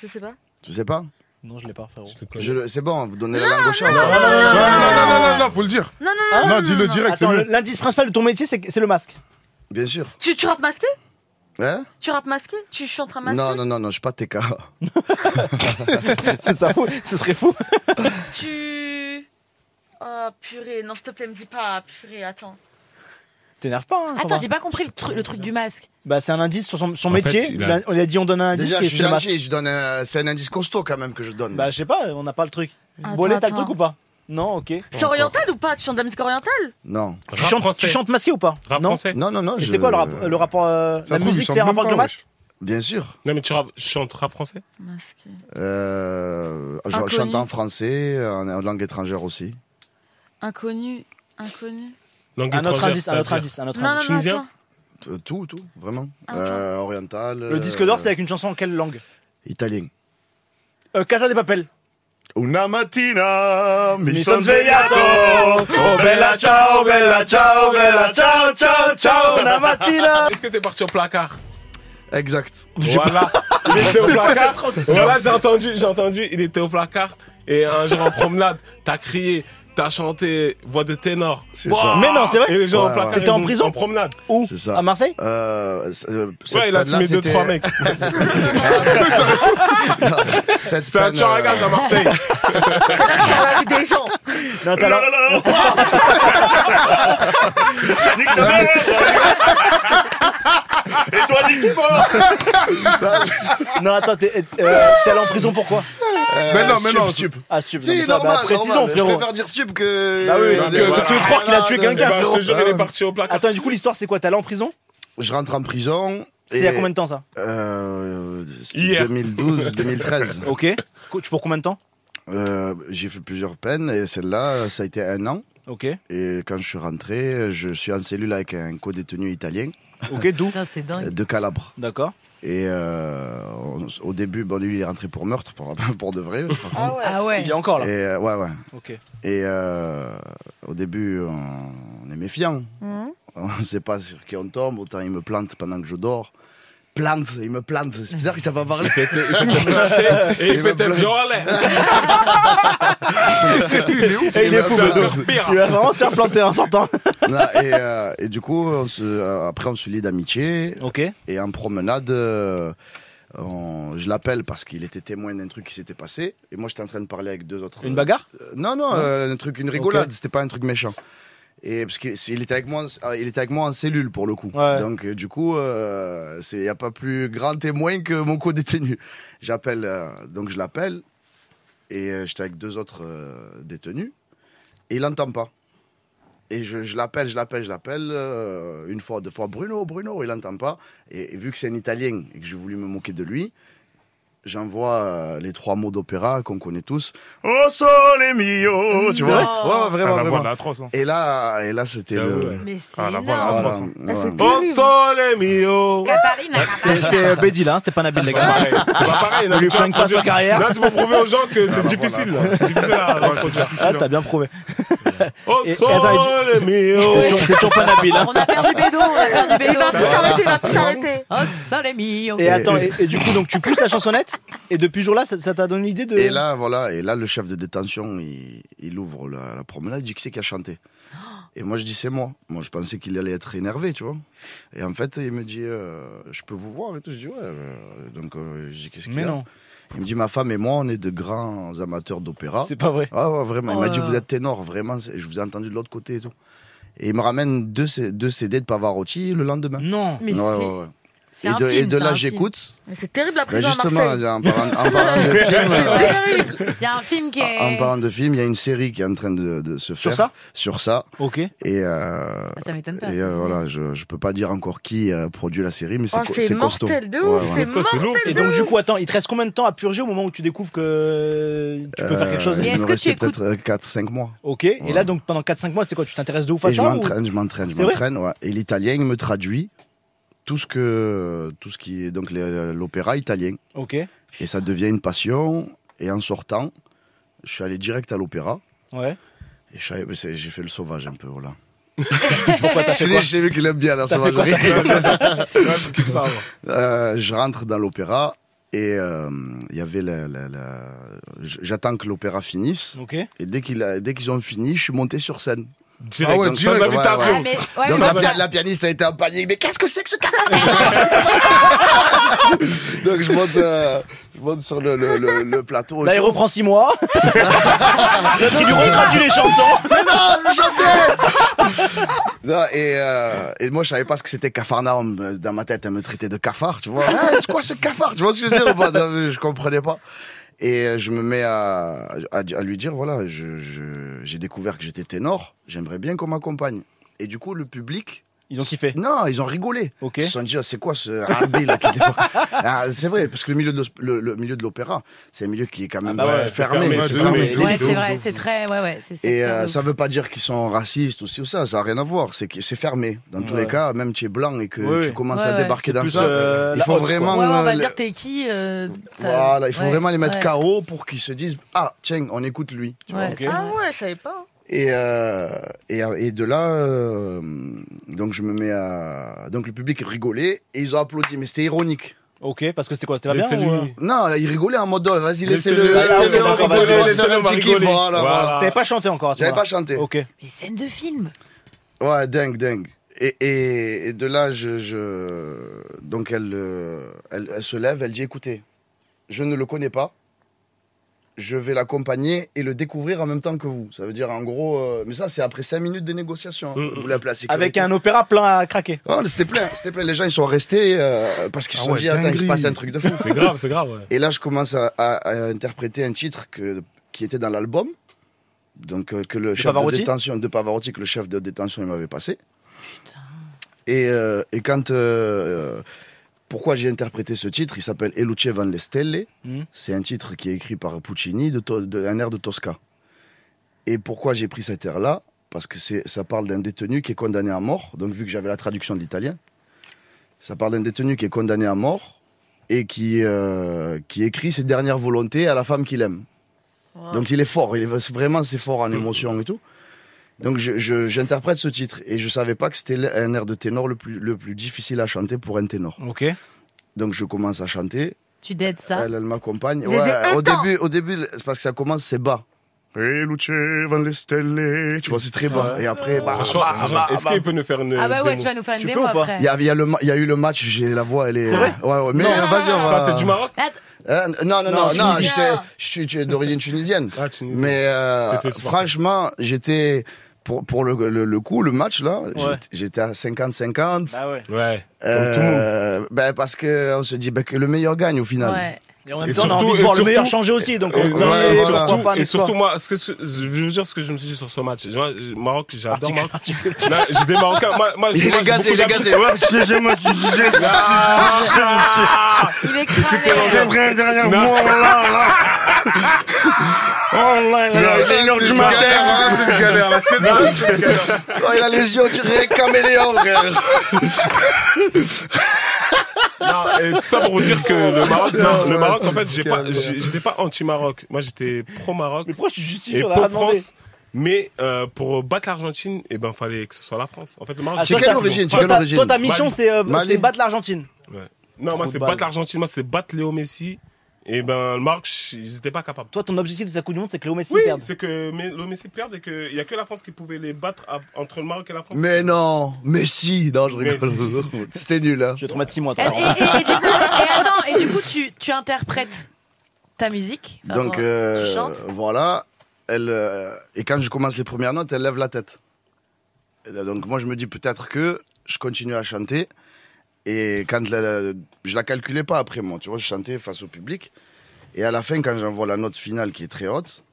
Speaker 3: Je sais pas.
Speaker 10: Tu sais pas
Speaker 1: Non, je l'ai pas, frérot.
Speaker 10: Je le- C'est bon, vous donnez la
Speaker 3: Non,
Speaker 10: langue au chat.
Speaker 3: non, non,
Speaker 10: voilà.
Speaker 4: Non, non, non, non, non, non, faut le dire.
Speaker 3: Non, non, non.
Speaker 4: non, dis-le direct, c'est
Speaker 1: Attends,
Speaker 4: mieux.
Speaker 1: L'indice principal de ton métier, c'est que- c'est le masque.
Speaker 10: Bien sûr.
Speaker 3: Tu, tu rappes masqué
Speaker 10: Hein
Speaker 3: Tu rappes masqué Tu chantes un masqué
Speaker 10: non, non, non, non, je suis pas TK.
Speaker 1: C'est ça, fou. ce serait fou.
Speaker 3: Tu. Oh purée, non, s'il te plaît, me dis pas. Purée, attends.
Speaker 1: T'énerves pas, hein,
Speaker 5: Attends,
Speaker 1: Sandra
Speaker 5: j'ai pas compris le, tru- le truc du masque.
Speaker 1: Bah, c'est un indice sur son, son
Speaker 2: En
Speaker 1: métier.
Speaker 2: fait,
Speaker 1: Il
Speaker 2: il
Speaker 1: a- On lui a dit, on donne un indice
Speaker 10: Déjà,
Speaker 1: qui
Speaker 10: je
Speaker 1: est
Speaker 10: suis
Speaker 1: le masque.
Speaker 10: gentil, je donne. un- C'est un indice costaud quand même que je donne.
Speaker 1: Bah, je sais pas, on n'a pas le truc.
Speaker 3: Attends,
Speaker 1: Bolé, t'as le
Speaker 3: Ah, attends.
Speaker 1: truc ou pas Non, ok. Euh,
Speaker 3: C'est oriental ou pas Tu chantes de la musique orientale
Speaker 10: Non.
Speaker 2: Rap
Speaker 1: Tu chantes,
Speaker 2: français.
Speaker 1: tu chantes masqué ou pas
Speaker 2: Rap
Speaker 1: Non.
Speaker 2: français.
Speaker 10: Non, non, non.
Speaker 1: Et
Speaker 10: je-
Speaker 1: c'est quoi le, rap- le rapport euh,
Speaker 4: Ça
Speaker 1: La
Speaker 4: se trouve,
Speaker 1: musique,
Speaker 4: ils chantent
Speaker 1: c'est un
Speaker 4: même
Speaker 1: rapport avec le
Speaker 4: pas,
Speaker 1: masque
Speaker 10: Bien sûr.
Speaker 2: Non, mais tu rap- tu chantes rap français
Speaker 3: Masqué.
Speaker 10: Euh, je
Speaker 3: Inconnu.
Speaker 10: chante en français, en, en langue étrangère aussi.
Speaker 3: Inconnu. Inconnu.
Speaker 2: Langue
Speaker 1: Un autre
Speaker 2: étrangère,
Speaker 1: indice, un autre
Speaker 2: c'est-à-dire
Speaker 1: indice, un autre
Speaker 3: Non, non,
Speaker 1: indice.
Speaker 3: non,
Speaker 2: Tunisien
Speaker 3: attends.
Speaker 10: Euh, Tout, tout, vraiment.
Speaker 3: Ah,
Speaker 10: Euh, oriental.
Speaker 1: Le disque d'or, c'est avec une chanson en quelle langue
Speaker 10: Italien.
Speaker 1: Euh, Casa des Papel.
Speaker 10: Una mattina, mi
Speaker 1: son svegliato.
Speaker 10: Oh bella ciao, bella ciao, bella ciao, ciao, ciao,
Speaker 2: (laughs)
Speaker 10: una mattina.
Speaker 2: Est-ce que t'es parti au placard
Speaker 10: Exact.
Speaker 2: Voilà. Il était au placard. Voilà, j'ai entendu, j'ai entendu. Il était au placard. Et un jour en promenade, t'as crié, t'as chanté voix de ténor.
Speaker 10: C'est
Speaker 2: Wouah
Speaker 10: ça.
Speaker 1: Mais non, c'est vrai
Speaker 2: Et les gens
Speaker 10: Ouais,
Speaker 2: au placard.
Speaker 1: ouais. T'étais en
Speaker 2: ils ont-
Speaker 1: prison
Speaker 2: En promenade.
Speaker 1: Où
Speaker 10: C'est ça.
Speaker 1: À Marseille
Speaker 10: Euh, c- euh, cette
Speaker 2: Ouais, il a
Speaker 10: panne-là,
Speaker 2: fumé deux,
Speaker 10: c'était- (laughs)
Speaker 2: trois mecs.
Speaker 10: Cette
Speaker 2: C'était un
Speaker 10: panne,
Speaker 2: tueur à
Speaker 10: euh,
Speaker 2: gages
Speaker 10: (laughs)
Speaker 2: à Marseille.
Speaker 3: Dans la vie des gens.
Speaker 1: Non, t'as la-
Speaker 5: Ah,
Speaker 2: Et toi, dis
Speaker 1: Non, attends, t'es euh, t'es allé en prison pourquoi
Speaker 10: euh,
Speaker 4: Mais non, mais
Speaker 10: stup,
Speaker 4: non.
Speaker 10: stup.
Speaker 1: Ah, stup. non, mais
Speaker 10: Si,
Speaker 1: ça, bah,
Speaker 10: normal,
Speaker 1: précisons,
Speaker 10: normal. Je
Speaker 1: frérot.
Speaker 10: préfère dire tube que.
Speaker 1: Bah oui,
Speaker 10: que-
Speaker 1: oui,
Speaker 10: que
Speaker 1: oui, voilà.
Speaker 10: tout croire qu'il a tué
Speaker 2: Eh ben,
Speaker 10: quelqu'un.
Speaker 2: je te jure, il est
Speaker 10: frérot.
Speaker 2: parti au placard.
Speaker 1: Attends, du coup, l'histoire, c'est quoi T'es allé en prison
Speaker 10: Je rentre en prison.
Speaker 1: C'était il y a combien de temps, ça
Speaker 10: Euh, c'était
Speaker 2: Hier.
Speaker 10: 2012, 2013.
Speaker 1: (laughs) Ok. Co- Tu pour combien de temps
Speaker 10: Euh, j'ai fait plusieurs peines et celle-là, ça a été un an.
Speaker 1: Ok.
Speaker 10: Et quand je suis rentré, je suis en cellule avec un co-détenu italien
Speaker 1: Ok, d'où
Speaker 5: Putain, c'est dingue.
Speaker 10: euh, de Calabre.
Speaker 1: D'accord.
Speaker 10: Et euh, on- au début, bon, lui, il est rentré pour meurtre, pour, (laughs) pour de vrai. par contre.
Speaker 3: Ah ouais.
Speaker 5: Ah ouais.
Speaker 1: Il est encore
Speaker 10: Et
Speaker 1: là.
Speaker 10: euh, ouais, ouais.
Speaker 1: Ok.
Speaker 10: Et euh, au début, on, on est méfiant.
Speaker 5: Hmm.
Speaker 3: Mhm.
Speaker 10: On (laughs) ne sait pas sur qui on tombe. Autant il me plante pendant que je dors. Plante, il me plante. C'est bizarre qu'il ne pas parler. (laughs)
Speaker 2: Et il pétait violet.
Speaker 1: Et il est fou,
Speaker 2: C'est
Speaker 1: Bedo.
Speaker 2: encore pire.
Speaker 1: Tu vas vraiment se faire planter hein, en sortant.
Speaker 10: (laughs) Là, et, euh, et du coup, on se- euh, après, on se lie d'amitié.
Speaker 1: Ok.
Speaker 10: Et en promenade, euh, on- je l'appelle parce qu'il était témoin d'un truc qui s'était passé. Et moi, j'étais en train de parler avec deux autres.
Speaker 1: Une bagarre
Speaker 10: Euh, Non, non, euh, un truc, une rigolade. C'était pas un truc méchant. Et parce qu'il c'est- il était avec moi, en- euh, il était avec moi en cellule pour le coup.
Speaker 1: Ouais.
Speaker 10: Donc euh, du coup, euh, c'est y a pas plus grand témoin que mon co-détenu. J'appelle, euh, donc je l'appelle et euh, j'étais avec deux autres euh, détenus et il n'entend pas. Et je, je l'appelle, je l'appelle, je l'appelle euh, une fois, deux fois. Bruno, Bruno, il n'entend pas. Et, et vu que c'est un Italien et que j'ai voulu me moquer de lui, j'envoie euh, les trois mots d'opéra qu'on connaît tous. Oh sole mio, tu vois
Speaker 3: Non.
Speaker 10: Ouais, ouais, vraiment,
Speaker 4: Ah, la voix
Speaker 10: vraiment.
Speaker 4: de l'atroce, hein.
Speaker 10: Et là, et là c'était
Speaker 2: J'avoue,
Speaker 10: le.
Speaker 2: ouais.
Speaker 5: Mais c'est
Speaker 4: Ah, la
Speaker 5: énorme.
Speaker 4: voilà.
Speaker 10: Voilà,
Speaker 4: Atroce,
Speaker 10: voilà.
Speaker 3: Oh,
Speaker 2: Au sole mio.
Speaker 5: Catarina,
Speaker 1: C'était c'était Bédil, hein, c'était pas Nabil, les gars. (laughs)
Speaker 2: Pareil, C'est pas pareil. non,
Speaker 1: On lui
Speaker 2: mais tu
Speaker 1: flingue
Speaker 2: vois,
Speaker 1: pas sa carrière.
Speaker 2: Là, c'est pour prouver aux gens que c'est
Speaker 4: bah,
Speaker 2: difficile.
Speaker 4: voilà.
Speaker 2: C'est difficile à
Speaker 4: Ouais, c'est difficile,
Speaker 1: Ah,
Speaker 4: hein.
Speaker 1: t'as bien prouvé.
Speaker 2: Oh,
Speaker 1: Et- et
Speaker 2: sole
Speaker 1: attends,
Speaker 2: mio.
Speaker 1: C'est toujours- C'est toujours pas Nabil, hein.
Speaker 5: on a perdu Bédo, on a perdu
Speaker 3: Il
Speaker 5: Bédo.
Speaker 3: va tout arrêter, il va tout arrêter.
Speaker 5: Oh, ça les mignons.
Speaker 1: Et attends, et, et du coup, donc tu pousses la chansonnette, et depuis ce jour-là, ça ça t'a donné l'idée de.
Speaker 5: euh,
Speaker 10: Et là, voilà, et là, le chef de détention, il, il ouvre la, la promenade, il dit qui c'est qui
Speaker 5: (gasps)
Speaker 10: a chanté. Et moi, je dis c'est moi. Moi, je pensais qu'il allait être énervé, tu vois. Et en fait, il me dit, euh, je peux vous voir et tout. Je dis ouais. euh, donc, euh, je dis qu'est-ce qu'il y
Speaker 1: Mais
Speaker 10: a
Speaker 1: non,
Speaker 10: Il me dit ma femme et moi, on est de grands amateurs d'opéra.
Speaker 1: c'est pas vrai.
Speaker 10: Ah ouais, vraiment. Il
Speaker 5: Oh
Speaker 10: m'a
Speaker 5: là
Speaker 10: dit
Speaker 5: là.
Speaker 10: vous êtes ténor, vraiment. c'est- Je vous ai entendu de l'autre côté et tout. Et il me ramène deux, C- deux CD de Pavarotti le lendemain.
Speaker 1: Non.
Speaker 5: Mais
Speaker 10: Ouais,
Speaker 5: c'est-
Speaker 10: ouais, ouais.
Speaker 5: c'est
Speaker 10: Et
Speaker 5: un
Speaker 10: de, et
Speaker 5: film,
Speaker 10: de
Speaker 5: c'est
Speaker 10: là,
Speaker 5: un film.
Speaker 10: j'écoute.
Speaker 3: Mais c'est terrible la
Speaker 10: Ben,
Speaker 3: prison à
Speaker 10: justement,
Speaker 3: Marseille.
Speaker 10: en parlant, en
Speaker 5: (laughs)
Speaker 10: parlant de film, euh,
Speaker 3: Terrible.
Speaker 5: Il y a un film qui
Speaker 10: En- En
Speaker 5: est.
Speaker 10: parlant de film, il y a une série qui est en train de, de se
Speaker 1: Sur
Speaker 10: faire.
Speaker 1: ça
Speaker 10: Sur ça.
Speaker 1: Ok.
Speaker 10: Et, euh,
Speaker 5: Ah, Ça m'étonne pas.
Speaker 10: et
Speaker 5: ça.
Speaker 10: euh, voilà, je, je peux pas dire encore qui euh, produit la série, mais c'est
Speaker 3: Oh,
Speaker 10: co-
Speaker 3: c'est
Speaker 10: c'est costaud.
Speaker 3: mortel de ouf,
Speaker 10: Ouais, ouais.
Speaker 3: c'est
Speaker 2: Ça, c'est lourd.
Speaker 1: Et donc, du coup, attends, il te reste combien de temps à purger au moment où tu découvres que tu peux faire quelque chose
Speaker 10: Euh,
Speaker 5: Et
Speaker 10: Il
Speaker 5: est-ce
Speaker 10: me
Speaker 5: que tu
Speaker 10: restait
Speaker 5: écoutes-
Speaker 10: peut-être euh, 4-5 mois.
Speaker 1: Ok. Et là, donc, pendant 4-5 mois, c'est quoi Tu t'intéresses de ouf à
Speaker 10: Et je
Speaker 1: ça ou-
Speaker 10: m'entraîne, je m'entraîne, je
Speaker 1: C'est vrai
Speaker 10: m'entraîne. ouais. Et l'italien il me traduit tout ce que tout ce qui est donc les- l'opéra italien.
Speaker 1: Ok.
Speaker 10: Et ça devient une passion. Et en sortant, je suis allé direct à l'opéra.
Speaker 1: Ouais.
Speaker 10: Et je savais- mais c'est- j'ai fait le sauvage un peu, voilà.
Speaker 1: (laughs) Pourquoi t'as fait quoi
Speaker 10: J'ai vu qu'il aime bien la
Speaker 1: T'as fait quoi
Speaker 10: sauvagerie. (laughs)
Speaker 1: T'as fait quoi
Speaker 2: Ouais, c'est comme ça, ouais.
Speaker 10: Euh, je rentre dans l'opéra Et euh, il y avait la. la- la- j- J'attends que l'opéra finisse.
Speaker 1: Ok.
Speaker 10: Et dès qu'il a- dès qu'ils ont fini, je suis monté sur scène.
Speaker 2: Direct,
Speaker 10: Ah ouais,
Speaker 2: donc,
Speaker 10: direct,
Speaker 2: sans
Speaker 10: ouais,
Speaker 2: agitation.
Speaker 5: Ouais, mais, ouais,
Speaker 10: Donc
Speaker 5: mais
Speaker 10: la,
Speaker 5: ça-
Speaker 10: pia- la pianiste a été en panique. Mais qu'est-ce que c'est que ce café
Speaker 1: (laughs)
Speaker 10: Donc je monte, euh, (laughs) je monte sur le, le- le- le plateau. et
Speaker 1: Là, il
Speaker 10: tout.
Speaker 1: reprend 6 mois.
Speaker 10: (laughs)
Speaker 1: Il lui retraduit les chansons.
Speaker 10: (laughs) Mais non, le chanteur Non, et, euh, et moi, je savais pas ce que c'était Cafarnaum. Euh, Dans ma tête, elle me traitait de cafard, tu vois. Ah, c'est quoi ce cafard (laughs) Tu vois ce que je veux dire ou pas Non, Je comprenais pas. Et euh, je me mets à, à, à lui dire, voilà, je- je- j'ai découvert que j'étais ténor, j'aimerais bien qu'on m'accompagne. Et du coup, le public,
Speaker 1: Ils ont kiffé.
Speaker 10: non, ils ont rigolé.
Speaker 1: Ok.
Speaker 10: Ils se sont dit, ah, c'est quoi ce rabais là qui débarque Ah, C'est vrai, parce que le milieu de l'os- le- le milieu de l'opéra, c'est un milieu qui est quand même
Speaker 1: bah ouais,
Speaker 10: euh,
Speaker 2: c'est
Speaker 10: fermé.
Speaker 2: fermé,
Speaker 10: c'est
Speaker 2: c'est
Speaker 10: fermé.
Speaker 2: fermé.
Speaker 5: ouais, c'est vrai, c'est très. Ouais, ouais, c'est
Speaker 10: Et
Speaker 5: c'est
Speaker 10: euh,
Speaker 5: de
Speaker 10: ça
Speaker 5: ouf.
Speaker 10: veut pas dire qu'ils sont racistes ou ci ou ça, ça a rien à voir. C'est que c'est fermé. Dans tous
Speaker 1: Ouais.
Speaker 10: les cas, même tu es blanc et que
Speaker 1: Oui,
Speaker 10: tu
Speaker 1: oui.
Speaker 10: commences
Speaker 5: Ouais,
Speaker 10: à
Speaker 5: ouais.
Speaker 10: débarquer
Speaker 1: C'est
Speaker 10: dans
Speaker 1: plus,
Speaker 10: ça,
Speaker 1: euh,
Speaker 10: il
Speaker 1: la
Speaker 10: faut
Speaker 1: haute, quoi.
Speaker 10: vraiment.
Speaker 5: Ouais, ouais, on
Speaker 10: euh,
Speaker 5: va
Speaker 10: le-
Speaker 5: dire t'es qui. euh, ça-
Speaker 10: Voilà, il faut
Speaker 5: ouais,
Speaker 10: vraiment les mettre
Speaker 5: ouais.
Speaker 10: carreaux pour qu'ils se disent ah tiens, on écoute lui. tu vois.
Speaker 5: Ouais,
Speaker 1: Ok.
Speaker 5: c'est
Speaker 3: Ah
Speaker 5: vrai.
Speaker 3: ouais, je savais pas.
Speaker 10: Et, euh, et et de là, euh, donc je me mets à donc le public rigolait et ils ont applaudi, mais c'était ironique.
Speaker 1: Ok, parce que c'était quoi C'était pas bien
Speaker 2: Laissez-lui.
Speaker 1: ou, euh,
Speaker 10: Non, ils rigolaient en mode oh, vas-y
Speaker 2: Laissez-le,
Speaker 10: laissez-le, laissez-le,
Speaker 1: laissez-le, ah,
Speaker 10: on
Speaker 1: d'accord,
Speaker 10: rigole,
Speaker 1: vas-y,
Speaker 10: laissez-le,
Speaker 2: laissez-le,
Speaker 10: petit kiff,
Speaker 2: rigoler.
Speaker 10: voilà, voilà.
Speaker 2: Voilà.
Speaker 1: T'avais pas chanté encore à ce
Speaker 10: J'avais
Speaker 1: moment-là
Speaker 10: pas chanté.
Speaker 1: Ok.
Speaker 5: Mais scène de film. (laughs)
Speaker 10: Ouais, dingue, dingue. Et, et, et de là, je, je... donc elle, euh, elle, elle se lève, elle dit écoutez, je ne le connais pas, je vais l'accompagner et le découvrir en même temps que vous. Ça veut dire en gros, euh, mais ça c'est après cinq minutes de négociation. hein. Vous l'appelez à sécurité.
Speaker 1: Mm, Avec un opéra plein à craquer.
Speaker 10: Oh, c'était plein, c'était plein. Les gens ils sont restés euh, parce qu'ils se
Speaker 2: Ah
Speaker 10: sont
Speaker 2: ouais,
Speaker 10: dit attends, il se
Speaker 2: dinguerie.
Speaker 10: passe un truc de fou.
Speaker 2: C'est grave, c'est grave, ouais.
Speaker 10: Et là, je commence à, à- à interpréter un titre que, qui était dans l'album, donc euh, que le chef
Speaker 1: Pavarotti
Speaker 10: de détention de Pavarotti, que le chef de détention il m'avait passé. Et, euh, et quand euh, euh, pourquoi j'ai interprété ce titre, il s'appelle Eluce van le Stelle.
Speaker 1: Mhm.
Speaker 10: C'est un titre qui est écrit par Puccini, de, To- de- un air de Tosca. Et pourquoi j'ai pris cet air-là Parce que c'est- ça parle d'un détenu qui est condamné à mort. Donc vu que j'avais la traduction de l'italien, ça parle d'un détenu qui est condamné à mort et qui, euh, qui écrit ses dernières volontés à la femme qu'il aime.
Speaker 8: Ah.
Speaker 3: Wow.
Speaker 10: Donc il est fort, il est vraiment c'est fort en émotion et tout. Donc je- je- j'interprète ce titre et je savais pas que c'était un air de ténor le plus, le plus difficile à chanter pour un ténor.
Speaker 1: Ok.
Speaker 10: Donc je commence à chanter,
Speaker 5: Tu dettes ça.
Speaker 10: elle, elle m'accompagne.
Speaker 3: J'ai
Speaker 10: Ouais,
Speaker 3: fait un
Speaker 10: au
Speaker 3: temps.
Speaker 10: début, au début, c'est parce que ça commence c'est bas. Et Luce van le stelle. Tu vois, c'est très bas. Et après, bah,
Speaker 2: Franchement,
Speaker 10: bah, bah,
Speaker 2: est-ce
Speaker 10: bah.
Speaker 2: qu'il peut nous faire une.
Speaker 5: Ah bah ouais,
Speaker 2: démo
Speaker 5: tu vas nous faire une
Speaker 1: Tu
Speaker 5: démo
Speaker 1: peux ou pas
Speaker 5: après.
Speaker 10: Il y, a, il y a le ma- il y a eu le match, j'ai la voix, elle est.
Speaker 1: C'est vrai
Speaker 10: Ouais, ouais, mais euh, vas-y, on va.
Speaker 2: Ah, t'es du Maroc
Speaker 5: Attends,
Speaker 10: Euh, non, non,
Speaker 1: Non,
Speaker 10: non, non,
Speaker 3: Tunisien.
Speaker 10: j'étais- je suis tu es d'origine tunisienne.
Speaker 2: Ah, Tunisien.
Speaker 10: Mais euh,
Speaker 2: T'étais supporter.
Speaker 10: franchement, j'étais. Pour, pour le, le, le coup, le match, là, j'étais- j'étais à 50-50.
Speaker 1: Bah ouais.
Speaker 2: Ouais.
Speaker 10: Euh,
Speaker 2: Comme tout le monde.
Speaker 10: ben, parce qu'on se dit ben, que le meilleur gagne au final.
Speaker 5: Ouais.
Speaker 1: Et en même
Speaker 2: Et
Speaker 1: temps, on a
Speaker 2: surtout-
Speaker 1: envie de
Speaker 2: et
Speaker 1: voir le
Speaker 2: surtout-
Speaker 1: meilleur changer aussi. Donc on
Speaker 2: Et,
Speaker 1: se dit,
Speaker 10: ouais,
Speaker 1: eh,
Speaker 2: et
Speaker 10: voilà.
Speaker 1: pourquoi
Speaker 2: surtout,
Speaker 1: pas,
Speaker 2: et
Speaker 1: n'est-ce pas
Speaker 2: surtout moi, ce que ce- je veux vous dire ce que je me suis dit sur ce match. Moi, je- Maroc, j'adore
Speaker 1: Articule-
Speaker 2: Maroc. Non, J'ai des Marocains. Moi, moi,
Speaker 10: Il
Speaker 2: moi,
Speaker 10: est
Speaker 2: j'ai
Speaker 10: gazé, il est
Speaker 2: beaucoup d'amis- Ah.
Speaker 10: gazé. Ouais, excusez-moi, excusez-moi.
Speaker 5: Il est cramé.
Speaker 10: Parce qu'après le dernier mot, oh là là. Oh là là, il est une heure du matin.
Speaker 9: hein,
Speaker 10: Voilà, c'est une galère. La tête Oh, il a les yeux, on dirait caméléon, frère.
Speaker 2: Non, et tout ça pour vous dire que le Maroc, non, le
Speaker 10: ouais,
Speaker 2: Maroc,
Speaker 10: c'est
Speaker 2: en fait, j'ai
Speaker 10: calme,
Speaker 2: pas, j'ai- j'étais pas anti-Maroc. Moi, j'étais pro-Maroc
Speaker 1: Mais pourquoi tu justifies
Speaker 2: et
Speaker 1: On a rien demandé.
Speaker 2: pro-France. Mais euh, pour battre l'Argentine, eh ben, fallait que ce soit la France. En fait, le Maroc.
Speaker 1: Ah,
Speaker 10: C'est
Speaker 1: toi,
Speaker 10: quelle
Speaker 1: t'as-
Speaker 10: origine, c'est
Speaker 1: toi,
Speaker 10: quelle
Speaker 1: t'as-
Speaker 10: origine
Speaker 1: Toi, ta mission, c'est euh,
Speaker 10: Mali.
Speaker 1: c'est battre l'Argentine.
Speaker 2: Ouais. Non,
Speaker 1: Trop
Speaker 2: moi, c'est
Speaker 1: de balles.
Speaker 2: battre l'Argentine, moi, c'est battre Léo Messi. Et ben, le Maroc, ils étaient pas capables.
Speaker 1: Toi, ton objectif de sa Coupe du Monde, c'est que Léo Messi
Speaker 2: Oui,
Speaker 1: perde.
Speaker 2: c'est que mais- Léo Messi perd et qu'il y a que la France qui pouvait les battre à- entre le Maroc et la France.
Speaker 10: Mais non, mais si. Non, je
Speaker 2: Mais
Speaker 10: rigole.
Speaker 2: (laughs)
Speaker 10: C'était nul, hein.
Speaker 1: Je vais te remettre 6 mois,
Speaker 5: Et, et-
Speaker 1: toi.
Speaker 5: et- et du coup, et attends, et du coup, tu, tu interprètes ta musique. Enfin,
Speaker 10: Donc,
Speaker 5: ton-
Speaker 10: euh,
Speaker 5: Bah, tu chantes.
Speaker 10: voilà. Elle, euh, et quand je commence les premières notes, elle lève la tête. Et donc, moi, je me dis peut-être que je continue à chanter. Et quand la- la- je la calculais pas après moi, tu vois, je chantais face au public. Et à la fin, quand j'envoie la note finale qui est très haute,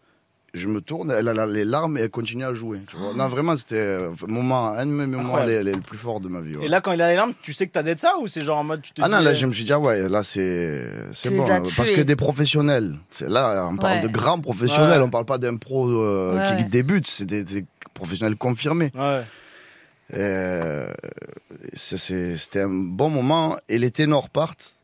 Speaker 10: je me tourne, elle a les larmes et elle continue à jouer. tu vois. Non, vraiment, c'était euh, moment, un de mes moments
Speaker 1: Incroyable.
Speaker 10: les, les plus forts de ma vie. ouais.
Speaker 1: Et là, quand il a les larmes, tu sais que t'as d'être ça ou c'est genre en mode tu te
Speaker 10: Ah non,
Speaker 1: dis,
Speaker 10: là,
Speaker 1: euh,
Speaker 10: je me suis dit, ah ouais, là, c'est, c'est
Speaker 3: Tu
Speaker 10: bon.
Speaker 3: les as
Speaker 10: hein, Parce
Speaker 3: tués.
Speaker 10: que des professionnels, c'est là, on parle
Speaker 5: Ouais.
Speaker 10: de grands professionnels,
Speaker 1: Ouais.
Speaker 10: on parle pas d'un pro euh,
Speaker 5: Ouais,
Speaker 10: qui
Speaker 5: ouais.
Speaker 10: débute, c'est des, des professionnels confirmés.
Speaker 1: Ouais.
Speaker 10: Euh, c'est- c'est- c'était un bon moment. Et les ténors partent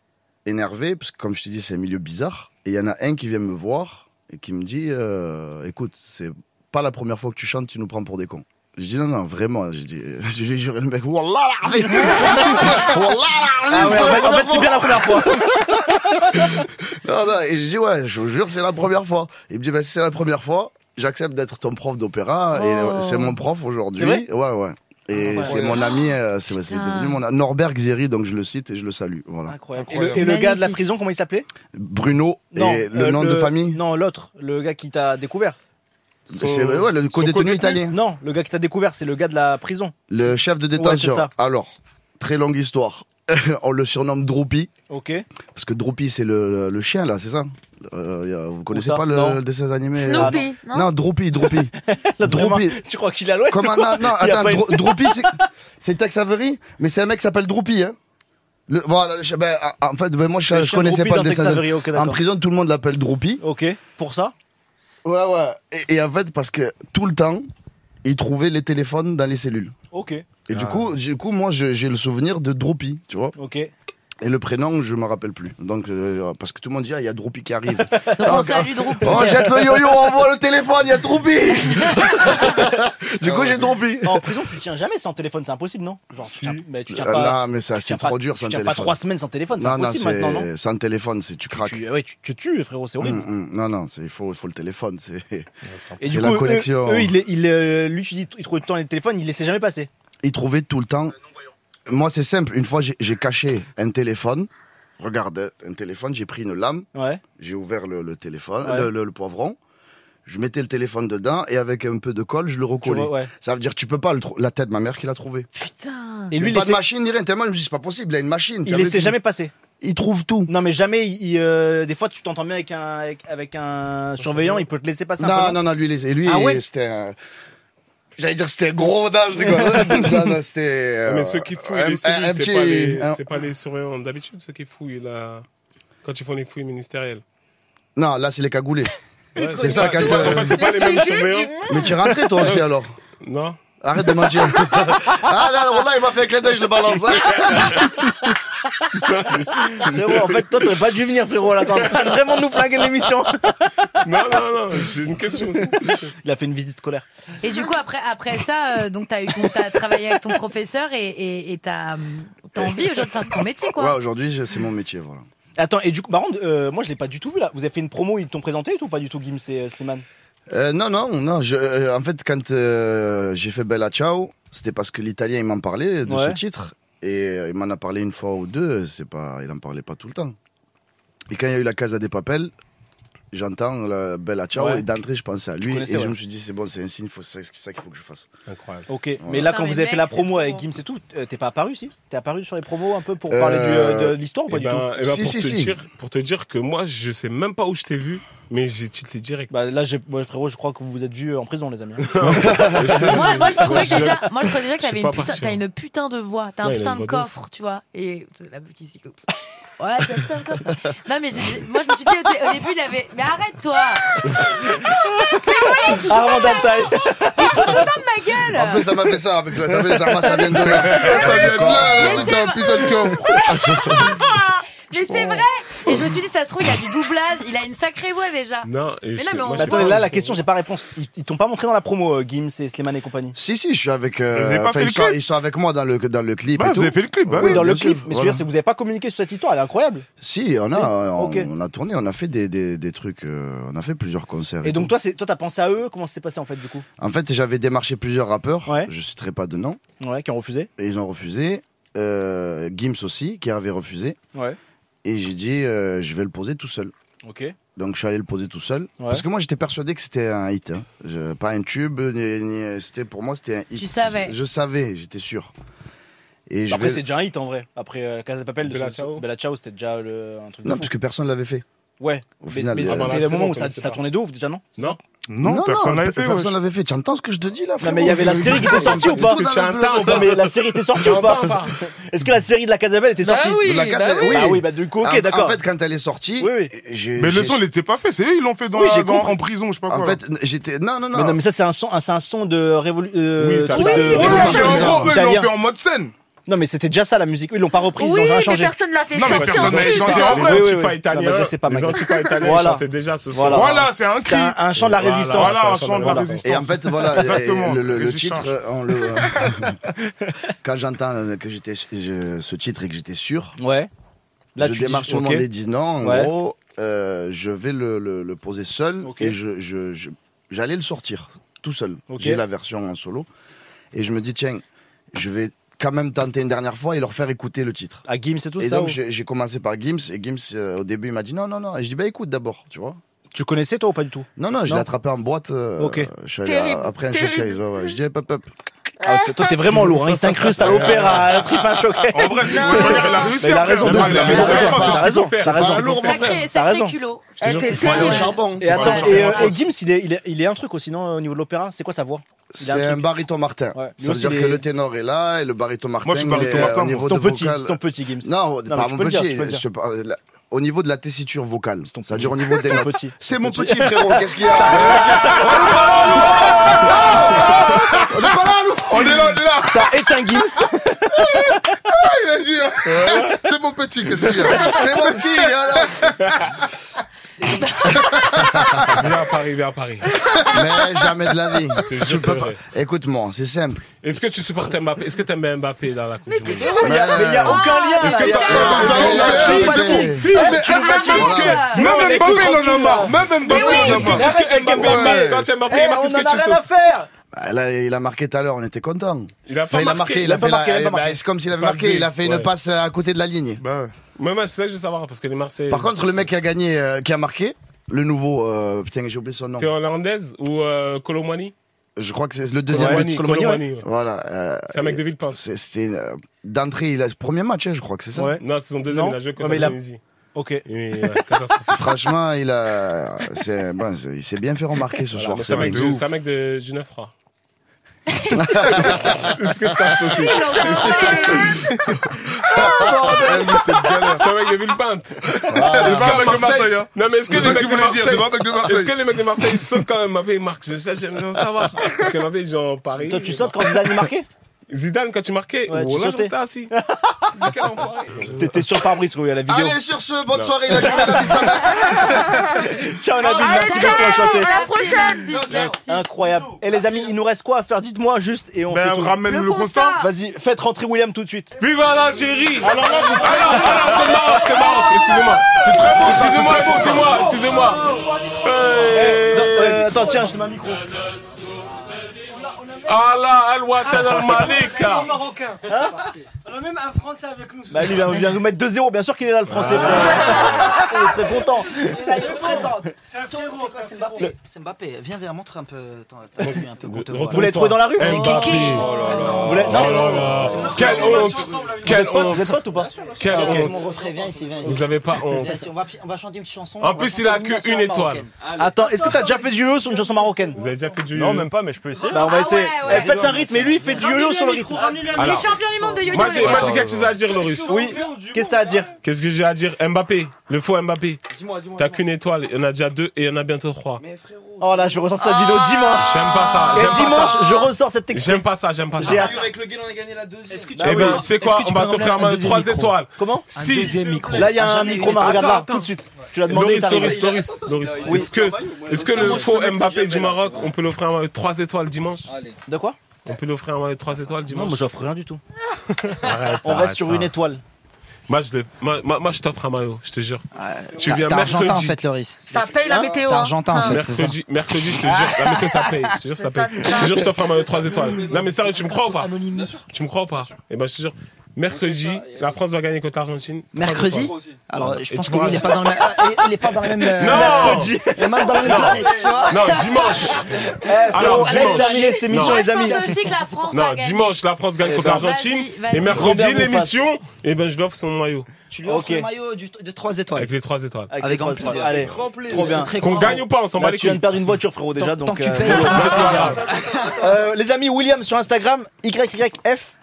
Speaker 10: énervés, parce que comme je te dis, c'est un milieu bizarre. Et il y en a un qui vient me voir et qui me dit, euh, écoute, c'est pas la première fois que tu chantes, tu nous prends pour des cons. J'ai dit non, non, vraiment. J'ai (laughs) dit, j'ai juré le mec, (laughs) Wallah l'arif Wallah l'arif
Speaker 1: Ah ouais, en fait, en fait, c'est bien la
Speaker 10: (laughs)
Speaker 1: première fois.
Speaker 10: Non, non, et j'ai Ah bah, dit, ouais, je vous jure, c'est la première fois. Il me dit, bah, si c'est la première fois, j'accepte d'être ton prof d'opéra.
Speaker 5: Oh.
Speaker 10: Et euh, c'est mon prof aujourd'hui.
Speaker 1: C'est
Speaker 10: Ouais, ouais. Et
Speaker 1: Ah ouais.
Speaker 10: c'est mon ami, euh, c'est c'est
Speaker 5: Putain.
Speaker 10: devenu mon ami. Norbert Xeri, donc je le cite et je le salue. Voilà.
Speaker 1: Incroyable. Et, le,
Speaker 4: Incroyable.
Speaker 1: et le gars de la
Speaker 5: Magnifique.
Speaker 1: prison, comment il s'appelait
Speaker 10: Bruno, et le
Speaker 1: euh,
Speaker 10: nom de famille
Speaker 1: Non, l'autre, le gars qui t'a découvert.
Speaker 10: C'est ouais, le co-détenu italien.
Speaker 1: Non, le gars qui t'a découvert, c'est le gars de la prison. (laughs)
Speaker 10: Le chef de détention.
Speaker 1: Ouais, c'est ça.
Speaker 10: Alors, très longue histoire. (laughs) On le surnomme Droopy.
Speaker 1: Ok.
Speaker 10: Parce que Droopy, c'est le, le- le chien, là, c'est ça Euh, y a- Vous connaissez
Speaker 1: ça
Speaker 10: pas le,
Speaker 1: Non.
Speaker 10: le dessin animé euh,
Speaker 3: Snoopy, non,
Speaker 10: Non, Droopy,
Speaker 1: (laughs)
Speaker 10: Droopy.
Speaker 1: Là,
Speaker 10: Droopy.
Speaker 1: vraiment, Tu crois qu'il a l'ouest
Speaker 10: Comment
Speaker 1: ou quoi
Speaker 10: non, non,
Speaker 1: Il y a
Speaker 10: attends,
Speaker 1: pas une- (laughs)
Speaker 10: Dro- Droopy, c'est- c'est Tex Avery, mais c'est un mec qui s'appelle Droopy, hein. Le, voilà, le chien- ben, en fait, ben, moi, je,
Speaker 1: Le
Speaker 10: je
Speaker 1: chien
Speaker 10: connaissais
Speaker 1: Droopy
Speaker 10: pas
Speaker 1: dans
Speaker 10: le dessin
Speaker 1: Tex
Speaker 10: animé.
Speaker 1: Avery, ok,
Speaker 10: En
Speaker 1: d'accord.
Speaker 10: prison, tout le monde l'appelle Droopy.
Speaker 1: Ok, pour ça
Speaker 10: Ouais, ouais. Et, et en fait, parce que tout le temps, il trouvait les téléphones dans les cellules.
Speaker 1: Ok, Ah.
Speaker 10: Et du coup, du coup, moi, je- j'ai le souvenir de Droopy, tu vois.
Speaker 1: ok.
Speaker 10: Et le prénom, je me rappelle plus. Donc, euh, parce que tout le monde dit, ah, il y a Droopy qui
Speaker 1: (laughs)
Speaker 10: arrive.
Speaker 5: Donc
Speaker 10: Ah,
Speaker 5: on
Speaker 10: ok.
Speaker 5: salue Droop.
Speaker 10: Oh, jette le yo-yo, envoie le téléphone, il y a
Speaker 1: (laughs)
Speaker 10: Droopy Du coup, j'ai Droopy.
Speaker 1: En prison, tu tiens jamais sans téléphone, c'est impossible, non Genre, tu
Speaker 2: Si.
Speaker 1: tiens, mais tu tiens
Speaker 10: Euh,
Speaker 1: pas.
Speaker 10: non, mais ça,
Speaker 1: tu tiens
Speaker 10: c'est
Speaker 1: pas-
Speaker 10: trop dur
Speaker 1: tu
Speaker 10: sans
Speaker 1: tiens
Speaker 10: téléphone.
Speaker 1: pas trois semaines sans téléphone, c'est
Speaker 10: non, non,
Speaker 1: impossible maintenant, non
Speaker 10: c'est- sans téléphone, c'est tu craques.
Speaker 1: tu, ouais, tu te tues, frérot, c'est horrible.
Speaker 10: Hum, hum. Non, non, c'est- il faut, il faut le téléphone. c'est-
Speaker 1: Et
Speaker 10: (laughs) C'est
Speaker 1: du
Speaker 10: la
Speaker 1: coup, eux-
Speaker 10: connexion. hein.
Speaker 1: Eux, ils les- ils, euh, lui, tu dis, il trouve tout le temps les téléphones, il laissait jamais passer.
Speaker 10: Il trouvait tout le temps. Moi, c'est simple. Une fois, j'ai- j'ai caché un téléphone. Regarde, un téléphone, j'ai pris une lame.
Speaker 1: Ouais.
Speaker 10: J'ai ouvert le, le téléphone,
Speaker 1: Ouais.
Speaker 10: le, le- le poivron. Je mettais le téléphone dedans et avec un peu de colle, je le
Speaker 1: Tu
Speaker 10: recollais.
Speaker 1: vois, ouais.
Speaker 10: Ça veut dire tu peux pas le trou- la tête ma mère qui l'a trouvé.
Speaker 5: Putain.
Speaker 1: Et lui,
Speaker 10: Mais
Speaker 1: il
Speaker 10: pas de
Speaker 1: laissait,
Speaker 10: machine ni rien. Tellement je me suis dit, c'est pas possible. Il a une machine.
Speaker 1: il
Speaker 10: T'as vu
Speaker 1: laissait
Speaker 10: qu'il-
Speaker 1: jamais passer.
Speaker 10: Il trouve tout.
Speaker 1: Non, mais jamais. il- il, euh, des fois, tu t'entends bien avec un, avec, avec un surveillant, il peut te laisser passer un peu,
Speaker 10: Non, non, non, lui, il laissait- lui,
Speaker 1: Ah ouais
Speaker 10: c'était un. J'allais dire c'était un gros dame, je
Speaker 2: (laughs)
Speaker 10: (laughs) rigole. non, non, c'était. euh,
Speaker 2: Ah, Mais ceux qui fouillent
Speaker 10: un-
Speaker 2: les cellules,
Speaker 10: un
Speaker 2: c'est
Speaker 10: petit-
Speaker 2: pas les-
Speaker 10: un-
Speaker 2: c'est pas, les surveillants. D'habitude, ceux qui fouillent là, quand ils font les fouilles ministérielles.
Speaker 10: Non, là, c'est les cagoulés.
Speaker 2: Ouais,
Speaker 10: C'est ça,
Speaker 2: pas-
Speaker 10: quand,
Speaker 2: c'est pas-
Speaker 10: euh,
Speaker 2: en fait, c'est pas les
Speaker 3: Les
Speaker 2: mêmes
Speaker 3: sujets du
Speaker 2: surveillants.
Speaker 3: monde.
Speaker 10: Mais tu es rentré, toi aussi,
Speaker 2: (laughs)
Speaker 10: alors
Speaker 2: Non
Speaker 10: Arrête de mentir. (laughs)
Speaker 2: (laughs)
Speaker 10: ah, non, non, là, il m'a fait un clin d'œil, je le balance. hein.
Speaker 2: (laughs)
Speaker 1: Frérot, en fait, toi, t'aurais pas dû venir, frérot, là. T'es en train de vraiment nous flinguer l'émission.
Speaker 2: Non, non, non, j'ai une question. c'est une question.
Speaker 1: Il a fait une visite scolaire.
Speaker 5: Et du coup, après, après ça, euh, donc t'as eu ton- t'as travaillé avec ton professeur et- et et t'as hum, t'as envie aujourd'hui de faire ton métier,
Speaker 10: Ouais,
Speaker 5: quoi.
Speaker 10: aujourd'hui, je- c'est mon métier, voilà.
Speaker 1: Attends, et du coup, par contre, euh, moi, je l'ai pas du tout vu, là. Vous avez fait une promo, ils t'ont présenté et tout, pas du tout, Gims et euh, Slimane
Speaker 10: Euh, non, non, non. Je, euh, en fait, quand euh, j'ai fait Bella Ciao, c'était parce que l'Italien, il m'en parlait de
Speaker 1: Ouais.
Speaker 10: ce titre. Et euh, il m'en a parlé une fois ou deux. C'est pas, il en parlait pas tout le temps. Et quand il y a eu la Casa des Papels, j'entends la Bella Ciao.
Speaker 1: Ouais.
Speaker 10: Et d'entrée, je pensais à lui. Et
Speaker 1: connaissais, ouais.
Speaker 10: je me suis dit, c'est bon, c'est un signe, faut- c'est ça qu'il faut que je fasse.
Speaker 2: Incroyable.
Speaker 1: Ok, mais là, quand
Speaker 5: Putain,
Speaker 1: vous
Speaker 5: mais
Speaker 1: avez fait la
Speaker 5: mec, c'est
Speaker 1: promo
Speaker 5: trop
Speaker 1: avec
Speaker 5: bon.
Speaker 1: Gims et tout, euh, t'es pas apparu, si T'es apparu sur les promos un peu pour
Speaker 10: Euh,
Speaker 1: parler du, euh, de l'histoire ou pas
Speaker 2: Eh
Speaker 1: du
Speaker 2: ben-
Speaker 1: tout
Speaker 2: eh ben,
Speaker 10: Si,
Speaker 2: pour,
Speaker 10: si,
Speaker 2: te
Speaker 10: si.
Speaker 2: Dire, pour te dire que moi, je sais même pas où je t'ai vu, mais j'ai titlé direct.
Speaker 1: bah là, j'ai- ouais, frérot, je crois que vous vous êtes vus euh, en prison,
Speaker 2: (laughs)
Speaker 1: les amis.
Speaker 5: Moi, moi, je trouvais que
Speaker 2: Je-
Speaker 5: déjà, moi, je trouvais déjà que
Speaker 2: Je
Speaker 5: t'avais
Speaker 2: suis
Speaker 5: une
Speaker 2: pas
Speaker 5: putain,
Speaker 2: parti,
Speaker 5: t'as
Speaker 2: hein.
Speaker 5: une putain de voix, t'as un
Speaker 2: Ouais, il a
Speaker 5: putain de
Speaker 2: une voix de
Speaker 5: coffre, tu vois. Et la meuf qui s'y coupe. Ouais, t'as un putain de coffre. Non, mais j'ai- moi, je me suis dit au, dé- au début, il avait. Mais arrête, toi Ah
Speaker 10: Ah,
Speaker 1: Armand Dantaille
Speaker 5: Ma
Speaker 1: Ah,
Speaker 5: gueule
Speaker 10: En plus, ça m'a fait ça avec le- t'as vu, les armes, ça vient de
Speaker 4: (laughs)
Speaker 10: là. Ça vient de là,
Speaker 4: Ah,
Speaker 10: là,
Speaker 4: c'est un putain de coffre.
Speaker 5: Ah, Mais c'est vrai Et je me suis dit, ça se trouve, il y a du doublage, il a une sacrée voix déjà.
Speaker 2: Non, et
Speaker 5: Mais
Speaker 2: je-
Speaker 5: non, mais on-
Speaker 2: moi,
Speaker 1: Mais
Speaker 2: je sais
Speaker 1: Attendez,
Speaker 2: pas
Speaker 1: là,
Speaker 2: où
Speaker 1: la
Speaker 2: je-
Speaker 1: question, j'ai pas réponse. Ils, ils t'ont pas montré dans la promo, euh, Gims et Slimane et compagnie
Speaker 10: Si, si, je suis avec. euh,
Speaker 2: Vous avez pas
Speaker 10: enfin,
Speaker 2: fait
Speaker 10: ils,
Speaker 2: le
Speaker 10: sont,
Speaker 2: clip
Speaker 10: ils sont avec moi dans le, dans le clip. et
Speaker 2: Bah, vous
Speaker 10: tout.
Speaker 2: avez fait le clip, bah
Speaker 1: Oui, dans le
Speaker 10: bien sûr,
Speaker 1: clip. Mais je veux
Speaker 10: voilà.
Speaker 1: dire, c'est- vous avez pas communiqué sur cette histoire, elle est incroyable.
Speaker 10: Si, on
Speaker 1: Si,
Speaker 10: a, on,
Speaker 1: ok.
Speaker 10: on a tourné, on a fait des, des, des trucs, euh, on a fait plusieurs concerts.
Speaker 1: Et donc,
Speaker 10: tout.
Speaker 1: toi, c'est- toi, t'as pensé à eux Comment ça s'est passé, en fait, du coup
Speaker 10: En fait, j'avais démarché plusieurs rappeurs,
Speaker 1: Ouais.
Speaker 10: je citerai pas de nom,
Speaker 1: Ouais, qui ont refusé.
Speaker 10: et ils ont refusé. Euh, Gims aussi, qui avait refusé.
Speaker 1: Ouais.
Speaker 10: Et j'ai dit, euh, je vais le poser tout seul.
Speaker 1: Ok.
Speaker 10: Donc je suis allé le poser tout seul.
Speaker 1: Ouais.
Speaker 10: Parce que moi, j'étais persuadé que c'était un hit. hein. Je- pas un tube, ni, ni- c'était pour moi, c'était un hit.
Speaker 5: Tu savais.
Speaker 10: Je, je savais, j'étais sûr. Et je
Speaker 1: Bah Après,
Speaker 10: vais-
Speaker 1: c'est déjà un hit en vrai. Après, euh, la Casa de Papel de
Speaker 2: Bella
Speaker 1: ce-
Speaker 2: Ciao.
Speaker 1: Bella Ciao, c'était déjà le- un truc de
Speaker 10: Non,
Speaker 1: fou.
Speaker 10: parce que personne l'avait fait.
Speaker 1: Ouais.
Speaker 10: Au
Speaker 1: Mais-
Speaker 10: final,
Speaker 1: mais
Speaker 10: euh,
Speaker 1: c'est
Speaker 2: Ah bah là,
Speaker 1: le
Speaker 2: c'est
Speaker 1: moment
Speaker 2: bon,
Speaker 1: où ça,
Speaker 2: connaissait
Speaker 1: ça
Speaker 2: pas.
Speaker 1: tournait de ouf déjà, non
Speaker 2: Non,
Speaker 10: Non, non,
Speaker 2: personne l'avait fait.
Speaker 10: Personne
Speaker 2: ouais.
Speaker 10: l'avait fait. Tu entends ce que je te dis là
Speaker 1: Non,
Speaker 10: frérot
Speaker 1: mais il y avait la série qui était sortie ou pas
Speaker 2: Est-ce que c'est un tas ou
Speaker 1: Non,
Speaker 2: pas
Speaker 1: mais la série était sortie ou pas Est-ce que la série de la Casa de Papel était
Speaker 3: Bah
Speaker 1: sortie
Speaker 3: oui,
Speaker 10: La casse,
Speaker 3: bah
Speaker 10: elle-
Speaker 3: oui.
Speaker 10: oui.
Speaker 1: Ah oui, bah du coup,
Speaker 10: En-
Speaker 1: ok,
Speaker 10: En
Speaker 1: d'accord.
Speaker 10: fait, quand elle est sortie,
Speaker 1: Oui, oui.
Speaker 10: j'ai-
Speaker 4: Mais (laughs)
Speaker 10: j'ai-
Speaker 4: le son, il n'était pas fait. C'est eux, ils l'ont fait dans,
Speaker 1: Oui, j'ai
Speaker 4: dans-
Speaker 1: compris.
Speaker 4: en prison, je sais pas
Speaker 10: En
Speaker 4: quoi.
Speaker 10: fait, j'étais. Non, non, non.
Speaker 1: Mais non, mais ça, c'est un son, un- c'est un son de révolution.
Speaker 2: Oui, ça-
Speaker 4: Ouais, mais
Speaker 2: Oui,
Speaker 4: en gros, eux, ils l'ont
Speaker 1: italien.
Speaker 4: fait en mode scène.
Speaker 1: Non, mais c'était déjà ça la musique. Eux, Ils l'ont pas reprise,
Speaker 3: Oui,
Speaker 1: ils ont
Speaker 3: mais
Speaker 1: rien changé.
Speaker 3: personne l'a fait
Speaker 4: Non, mais
Speaker 3: sortir
Speaker 4: personne n'a
Speaker 3: ensuite.
Speaker 4: chanté en
Speaker 2: Les
Speaker 4: vrai.
Speaker 1: Oui, oui,
Speaker 2: Antifa
Speaker 1: oui.
Speaker 2: italiens,
Speaker 1: Non, mais là, c'est pas
Speaker 2: les
Speaker 1: mal.
Speaker 2: Antifa italiens
Speaker 1: Voilà.
Speaker 2: chantaient déjà ce soir.
Speaker 1: Voilà.
Speaker 4: Voilà, c'est un
Speaker 1: C'était
Speaker 4: cri.
Speaker 1: un, un chant de la
Speaker 2: Voilà,
Speaker 1: résistance.
Speaker 2: voilà,
Speaker 1: ça,
Speaker 2: un
Speaker 1: ça,
Speaker 2: chant de la
Speaker 1: voilà.
Speaker 2: résistance.
Speaker 10: Et en fait,
Speaker 4: (laughs)
Speaker 10: voilà,
Speaker 4: Exactement,
Speaker 10: et le, le- le
Speaker 4: résistance.
Speaker 10: titre, euh, on le, (laughs) quand j'entends euh, que j'étais je- ce titre et que j'étais sûr,
Speaker 1: Ouais. Là,
Speaker 10: je
Speaker 1: tu
Speaker 10: démarche
Speaker 1: dis,
Speaker 10: au nom
Speaker 1: ok.
Speaker 10: des 10 ans. En
Speaker 1: Ouais.
Speaker 10: gros, euh, je vais le, le- le poser seul
Speaker 1: Ok.
Speaker 10: et je, je- je- j'allais le sortir tout seul.
Speaker 1: Ok.
Speaker 10: J'ai la version en solo et je me dis tiens, je vais quand même tenter une dernière fois et leur faire écouter le titre.
Speaker 1: À Gims et Ah, tout
Speaker 10: et
Speaker 1: ça.
Speaker 10: donc
Speaker 1: ou-
Speaker 10: j'ai j'ai commencé par Gims et Gims euh, au début il m'a dit non non non et je dis bah écoute d'abord tu vois
Speaker 1: Tu connaissais toi ou pas du tout
Speaker 10: non non je
Speaker 1: Non.
Speaker 10: l'ai attrapé en boîte euh,
Speaker 1: Ok.
Speaker 10: je suis allé à-
Speaker 3: Terrible,
Speaker 10: après un
Speaker 3: terrible.
Speaker 10: showcase ouais, ouais. je dis hop hop hop
Speaker 1: Ah, t- Toi, t'es vraiment lourd. hein. Il s'incruste à l'opéra, à la tripe à choquer.
Speaker 4: En vrai, c'est-
Speaker 3: Non.
Speaker 4: moi, je veux dire, il a
Speaker 1: Mais
Speaker 4: réussi.
Speaker 1: il a
Speaker 4: après.
Speaker 1: raison,
Speaker 4: Non,
Speaker 1: Bruce,
Speaker 4: mais
Speaker 1: il a
Speaker 4: réussi, après,
Speaker 1: raison, ça,
Speaker 4: c'est ce
Speaker 1: ça raison,
Speaker 4: qu'il faut
Speaker 1: ça
Speaker 4: faire.
Speaker 1: raison.
Speaker 4: C'est un lourd, mon frère.
Speaker 5: Sacré,
Speaker 1: T'as raison.
Speaker 5: sacré culot.
Speaker 10: je te
Speaker 3: Eh,
Speaker 10: jure
Speaker 3: t'es
Speaker 10: c'est pas
Speaker 3: sérieux
Speaker 10: au charbon
Speaker 1: Et attends,
Speaker 3: Ouais.
Speaker 1: et, euh, et Gims, il est, il, est, il est un truc aussi, non Au niveau de l'opéra, c'est quoi sa voix Il a un
Speaker 10: C'est un
Speaker 1: truc.
Speaker 10: baryton Martin.
Speaker 1: Ouais. Lui
Speaker 10: Ça veut
Speaker 1: aussi,
Speaker 10: dire
Speaker 1: il
Speaker 10: que
Speaker 1: est-
Speaker 10: le ténor est là et le baryton Martin.
Speaker 4: Moi, je suis baryton
Speaker 10: est,
Speaker 4: Martin,
Speaker 10: euh, au
Speaker 4: moi.
Speaker 10: niveau
Speaker 1: C'est ton
Speaker 10: de
Speaker 1: petit,
Speaker 10: vocal-
Speaker 1: c'est ton petit Gims.
Speaker 10: Non,
Speaker 1: mais
Speaker 10: pas
Speaker 1: tu
Speaker 10: mon
Speaker 1: peux le dire, tu
Speaker 10: petit.
Speaker 1: peux le
Speaker 10: je
Speaker 1: dire.
Speaker 10: te parle- la- Au niveau de la tessiture vocale,
Speaker 1: ton
Speaker 10: ça veut
Speaker 1: petit.
Speaker 10: dire au niveau des
Speaker 1: Ton
Speaker 10: notes.
Speaker 1: petit.
Speaker 10: C'est mon petit frérot,
Speaker 1: (laughs)
Speaker 10: qu'est-ce qu'il y a On est pas là, nous
Speaker 4: On est là, on est là.
Speaker 1: T'as éteint Gims
Speaker 11: Ah,
Speaker 4: Il a
Speaker 11: hein.
Speaker 4: dit. C'est mon petit, qu'est-ce qu'il y a
Speaker 10: C'est mon petit voilà.
Speaker 3: hein.
Speaker 10: (laughs)
Speaker 2: Viens à Paris, viens à Paris.
Speaker 10: (laughs) Mais jamais de la vie.
Speaker 2: Je te jure, c'est vrai.
Speaker 10: Écoute-moi, c'est simple.
Speaker 2: Est-ce que tu supportes Mbappé Est-ce que t'aimes Mbappé dans la Coupe du
Speaker 10: Ah,
Speaker 2: Monde
Speaker 1: Mais il y a- mais il y a aucun lien là. Il y a-
Speaker 4: Mais
Speaker 1: Pas de
Speaker 4: c'est
Speaker 1: Gims.
Speaker 2: Si,
Speaker 4: Ah, mais Mbappé,
Speaker 5: Ah,
Speaker 4: parce
Speaker 5: ouais.
Speaker 4: que- Même Mbappé,
Speaker 2: Laisse-le
Speaker 4: il en a
Speaker 2: tranquille,
Speaker 4: marre. Même Mbappé, il en a
Speaker 2: Est-ce que-
Speaker 4: marre.
Speaker 2: est-ce que Mbappé,
Speaker 4: Ouais.
Speaker 2: quand Mbappé
Speaker 1: Eh,
Speaker 2: il marque,
Speaker 1: on
Speaker 2: est-ce
Speaker 1: en
Speaker 2: que
Speaker 1: a
Speaker 2: tu
Speaker 1: rien à
Speaker 2: sautes
Speaker 1: faire
Speaker 10: Bah, Là, il a marqué tout à l'heure, on était contents.
Speaker 2: Il a
Speaker 10: Enfin,
Speaker 2: pas
Speaker 10: il a
Speaker 2: marqué.
Speaker 10: marqué, il a
Speaker 1: pas
Speaker 10: fait
Speaker 1: marqué, il a
Speaker 10: la.
Speaker 1: pas marqué.
Speaker 10: bah, C'est comme s'il avait
Speaker 2: Passe
Speaker 10: marqué,
Speaker 2: D,
Speaker 10: il a fait une
Speaker 2: ouais.
Speaker 10: passe à côté de la ligne.
Speaker 4: Bah ouais.
Speaker 2: Mais moi, c'est ça que je veux savoir, parce que les Marseillais.
Speaker 10: Par contre, le mec qui a gagné, euh, qui a marqué, le nouveau, euh, putain, j'ai oublié son nom.
Speaker 2: T'es hollandaise ou euh, Colomwani
Speaker 10: Je crois que c'est le deuxième but.
Speaker 2: Colomwani,
Speaker 1: Colomwani,
Speaker 2: Colomwani, ouais.
Speaker 10: Voilà. euh,
Speaker 2: C'est un mec de Villepinte.
Speaker 10: c'est- C'était euh, d'entrée, il a- premier match, hein, je crois que c'est ça.
Speaker 1: Ouais.
Speaker 2: Non, c'est son deuxième,
Speaker 1: Non.
Speaker 2: il a joué
Speaker 1: Non,
Speaker 2: contre
Speaker 1: mais il
Speaker 2: la
Speaker 1: a-
Speaker 2: Tunisie.
Speaker 1: Ok.
Speaker 2: Mais, euh, catastrophe.
Speaker 10: (laughs) Franchement, il a, c'est, bon, c'est- il s'est bien fait remarquer ce
Speaker 2: Voilà,
Speaker 10: soir.
Speaker 2: mais c'est un mec
Speaker 10: vrai.
Speaker 2: du- c'est un mec de- du 9-3. Est-ce que t'as sauté C'est un mec de Villepinte.
Speaker 11: Ah,
Speaker 4: Ah, C'est pas un mec de
Speaker 2: Marseille-
Speaker 4: Marseille, hein.
Speaker 2: Non, mais est-ce que
Speaker 4: C'est
Speaker 2: les
Speaker 4: ça que
Speaker 2: mecs
Speaker 4: tu
Speaker 2: de
Speaker 4: voulais dire, c'est
Speaker 2: Marseille.
Speaker 4: pas un mec de
Speaker 2: Est-ce
Speaker 4: Marseille.
Speaker 2: que les mecs de Marseille sautent quand Mbappé il marque C'est ça, j'aime bien savoir. Parce que Mbappé, genre, Paris.
Speaker 1: Toi, tu sautes quand Zidane est marqué
Speaker 2: Zidane, quand tu marquais,
Speaker 1: Ouais, tu
Speaker 2: oh là,
Speaker 1: sautais. (laughs)
Speaker 2: j'étais assis. C'est (laughs) quel enfoiré.
Speaker 1: T'étais sur pare-brise, oui, à la vidéo.
Speaker 10: Allez, sur ce, bonne soirée,
Speaker 11: (laughs)
Speaker 10: la journée. la vie de sa mère.
Speaker 1: Ciao, Nabil,
Speaker 3: Allez,
Speaker 1: merci
Speaker 3: ciao,
Speaker 1: beaucoup, enchanté.
Speaker 3: À la prochaine.
Speaker 5: Merci, merci.
Speaker 1: Incroyable. Et les amis, il nous reste quoi à faire Dites-moi juste et on
Speaker 4: Ben,
Speaker 1: fait tout.
Speaker 4: ramène
Speaker 5: Le
Speaker 4: le constat.
Speaker 5: constat.
Speaker 1: Vas-y, faites rentrer William tout de suite.
Speaker 2: Vive l'Algérie Alors là, vous... Ah Alors, alors, c'est le Maroc, c'est le Maroc. Excusez-moi.
Speaker 4: C'est très beau, ça, c'est
Speaker 2: Excusez-moi,
Speaker 4: très beau, ça.
Speaker 2: excusez-moi, excusez-moi.
Speaker 1: Non, euh, attends, tiens, je te mets un micro.
Speaker 4: Ah
Speaker 2: Allah
Speaker 1: Ah,
Speaker 2: al-Watan al-Malik.
Speaker 1: Hein
Speaker 11: On a même un Français avec nous.
Speaker 1: Bah, lui, il vient- il vient nous mettre 2-0, bien sûr qu'il est là, le
Speaker 5: (laughs)
Speaker 1: français. (laughs) frère. on est très content.
Speaker 11: C'est un frérot. C'est Mbappé. C'est Mbappé. Viens, viens, montre un peu. Attends, T'as vu un peu qu'on te voit.
Speaker 1: Vous l'avez trouvé dans la rue
Speaker 2: C'est Kiki. Oh là là.
Speaker 1: Vous l'avez- non,
Speaker 2: Oh là là. Quelle honte Quelle
Speaker 1: Pote,
Speaker 2: honte
Speaker 1: Vous êtes pote ou pas
Speaker 2: Quelle
Speaker 11: C'est mon
Speaker 2: honte
Speaker 11: refrain. Viens ici, viens ici.
Speaker 2: Vous avez pas honte.
Speaker 11: Viens ici, On va, on va chanter une petite chanson.
Speaker 2: En plus, il a que une étoile.
Speaker 1: Attends, est-ce que t'as déjà fait du yo sur une chanson marocaine
Speaker 2: Vous avez déjà fait du...
Speaker 12: Non, même pas, mais je peux essayer.
Speaker 1: Bah, on va
Speaker 5: Ah
Speaker 1: essayer.
Speaker 5: ouais, ouais.
Speaker 1: Eh, faites un rythme et lui, il fait du yo sur le rythme.
Speaker 5: Les
Speaker 2: Alors,
Speaker 5: champions du monde de yo-yo.
Speaker 2: moi j'ai
Speaker 5: les
Speaker 2: moi,
Speaker 5: gars.
Speaker 2: j'ai quelque chose à dire, Loris.
Speaker 1: Oui, qu'est-ce que t'as à dire
Speaker 2: Qu'est-ce que j'ai à dire Mbappé, le faux Mbappé.
Speaker 11: Dis-moi, dis-moi.
Speaker 2: T'as qu'une étoile, il y en a déjà deux et il y en a bientôt trois. J'aime
Speaker 11: Mais frérot.
Speaker 1: Oh là, je ressors cette vidéo dimanche.
Speaker 2: pas ça,
Speaker 1: Et
Speaker 2: j'aime pas
Speaker 1: dimanche,
Speaker 2: ça.
Speaker 1: je ressors cette extrait.
Speaker 2: J'aime pas ça, j'aime pas ça.
Speaker 1: J'ai hâte.
Speaker 11: Avec lequel on a gagné la deuxième. Est-ce que tu
Speaker 1: Bah oui.
Speaker 2: Eh ben, tu sais quoi,
Speaker 12: Est-ce que tu
Speaker 2: on va
Speaker 12: peux
Speaker 2: te
Speaker 12: me
Speaker 2: faire
Speaker 12: ramener un
Speaker 2: un
Speaker 12: deuxième
Speaker 2: trois
Speaker 12: micro
Speaker 2: étoiles.
Speaker 1: Comment
Speaker 12: Un
Speaker 2: Si.
Speaker 12: deuxième micro.
Speaker 1: Là, il y a un
Speaker 11: Attends,
Speaker 1: micro, Marc, regarde là,
Speaker 2: Ah, attends.
Speaker 1: tout de suite. Tu l'as demandé,
Speaker 2: Loris,
Speaker 1: t'as
Speaker 2: Loris, Loris, Loris.
Speaker 1: Oui.
Speaker 2: Est-ce que, est-ce que le faux Mbappé du Maroc, on peut l'offrir un 3 étoiles dimanche
Speaker 1: De quoi
Speaker 2: On peut l'offrir un 3 étoiles dimanche
Speaker 1: j'offre rien du tout.
Speaker 2: Arrête,
Speaker 1: On
Speaker 2: arrête
Speaker 1: reste sur
Speaker 2: ça.
Speaker 1: une étoile.
Speaker 2: Moi, je le- moi- moi- moi, je t'offre un maillot, je te jure. Tu
Speaker 11: Ah, T'es
Speaker 2: viens
Speaker 11: argentin en
Speaker 2: mercredi.
Speaker 11: fait, Loris.
Speaker 3: Ça paye la météo.
Speaker 11: T'es
Speaker 3: hein.
Speaker 11: argentin en fait, c'est ça.
Speaker 2: Mercredi, mercredi, je te jure, la météo ça paye. Je te jure, ça paye. Je te jure, je t'offre un maillot 3 étoiles. Non, mais sérieux, tu me crois ou pas Tu me crois ou pas Eh ben, je te jure, mercredi, la France va gagner contre l'Argentine.
Speaker 11: Mercredi Alors, je
Speaker 2: Et
Speaker 11: pense
Speaker 2: tu
Speaker 11: que lui, il n'est
Speaker 2: pourras-
Speaker 11: pas dans
Speaker 2: (laughs)
Speaker 11: le même. Ah, il- Il est pas dans la même. euh, (laughs)
Speaker 2: Non
Speaker 1: Mercredi.
Speaker 11: Il est pas dans la même planète, tu vois.
Speaker 2: Non, dimanche
Speaker 1: Alors,
Speaker 2: Alors,
Speaker 1: laisse
Speaker 2: dimanche.
Speaker 1: terminer cette émission,
Speaker 5: Moi,
Speaker 1: les
Speaker 5: je
Speaker 1: amis.
Speaker 5: pense aussi que la France
Speaker 2: Non,
Speaker 5: a gagné.
Speaker 2: dimanche, la France gagne contre
Speaker 10: ben,
Speaker 2: l'Argentine.
Speaker 5: vas-y, vas-y.
Speaker 2: Et mercredi,
Speaker 1: Robert
Speaker 2: l'émission, et ben, je lui offre son maillot.
Speaker 11: Tu lui offres
Speaker 1: Ok.
Speaker 11: le maillot du- de 3 étoiles.
Speaker 2: Avec les 3 étoiles.
Speaker 1: Avec
Speaker 11: (laughs) Avec
Speaker 1: les
Speaker 11: grand
Speaker 1: trois
Speaker 11: plaisir.
Speaker 1: étoiles. Allez, trop bien.
Speaker 11: Très
Speaker 2: Qu'on
Speaker 11: content.
Speaker 2: gagne ou pas, on s'en bat
Speaker 1: Là,
Speaker 2: les
Speaker 1: tu viens de
Speaker 2: couilles.
Speaker 1: perdre une voiture, frérot,
Speaker 11: Tant-
Speaker 1: déjà.
Speaker 11: tant
Speaker 1: donc,
Speaker 11: que tu
Speaker 1: euh, (laughs)
Speaker 11: payes, ça me fait plaisir.
Speaker 1: euh, les amis, William sur Instagram,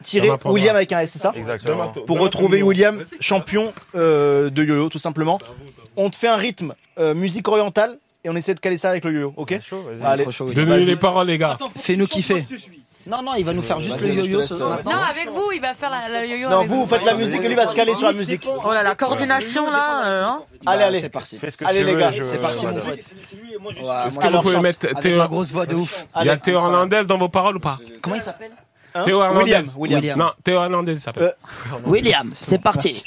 Speaker 1: YYF-William avec un S, c'est ça
Speaker 12: Exactement.
Speaker 1: Pour retrouver William, champion euh, de yo-yo, tout simplement. On te fait un rythme euh, musique orientale et on essaie de caler ça avec le yo-yo, ok
Speaker 12: Chaud, vas-y.
Speaker 1: Allez.
Speaker 11: Trop chaud, William.
Speaker 2: Donnez-lui les paroles, les gars.
Speaker 11: Fais-nous kiffer.
Speaker 1: Non, non, il va nous
Speaker 3: Euh,
Speaker 1: faire juste le yo-yo. ce- maintenant.
Speaker 5: Non, avec vous, il va faire la, la yo-yo.
Speaker 1: Non,
Speaker 5: avec
Speaker 1: vous, vous faites la musique, lui va se caler sur la musique.
Speaker 3: Oh là là, coordination là. euh, hein.
Speaker 1: Allez, allez, c'est parti.
Speaker 3: Fais ce que
Speaker 1: Allez,
Speaker 3: tu
Speaker 1: les
Speaker 3: veux,
Speaker 1: gars,
Speaker 3: je-
Speaker 1: c'est parti,
Speaker 3: je-
Speaker 1: mon
Speaker 3: je-
Speaker 1: pote.
Speaker 2: Est-ce que vous pouvez mettre Théo- Il y a Théo Hernandez dans vos paroles ou pas
Speaker 1: Comment il s'appelle
Speaker 2: Hein Théo Hernandez.
Speaker 1: William. William.
Speaker 2: Non, Théo Hernandez il s'appelle.
Speaker 1: William, c'est parti.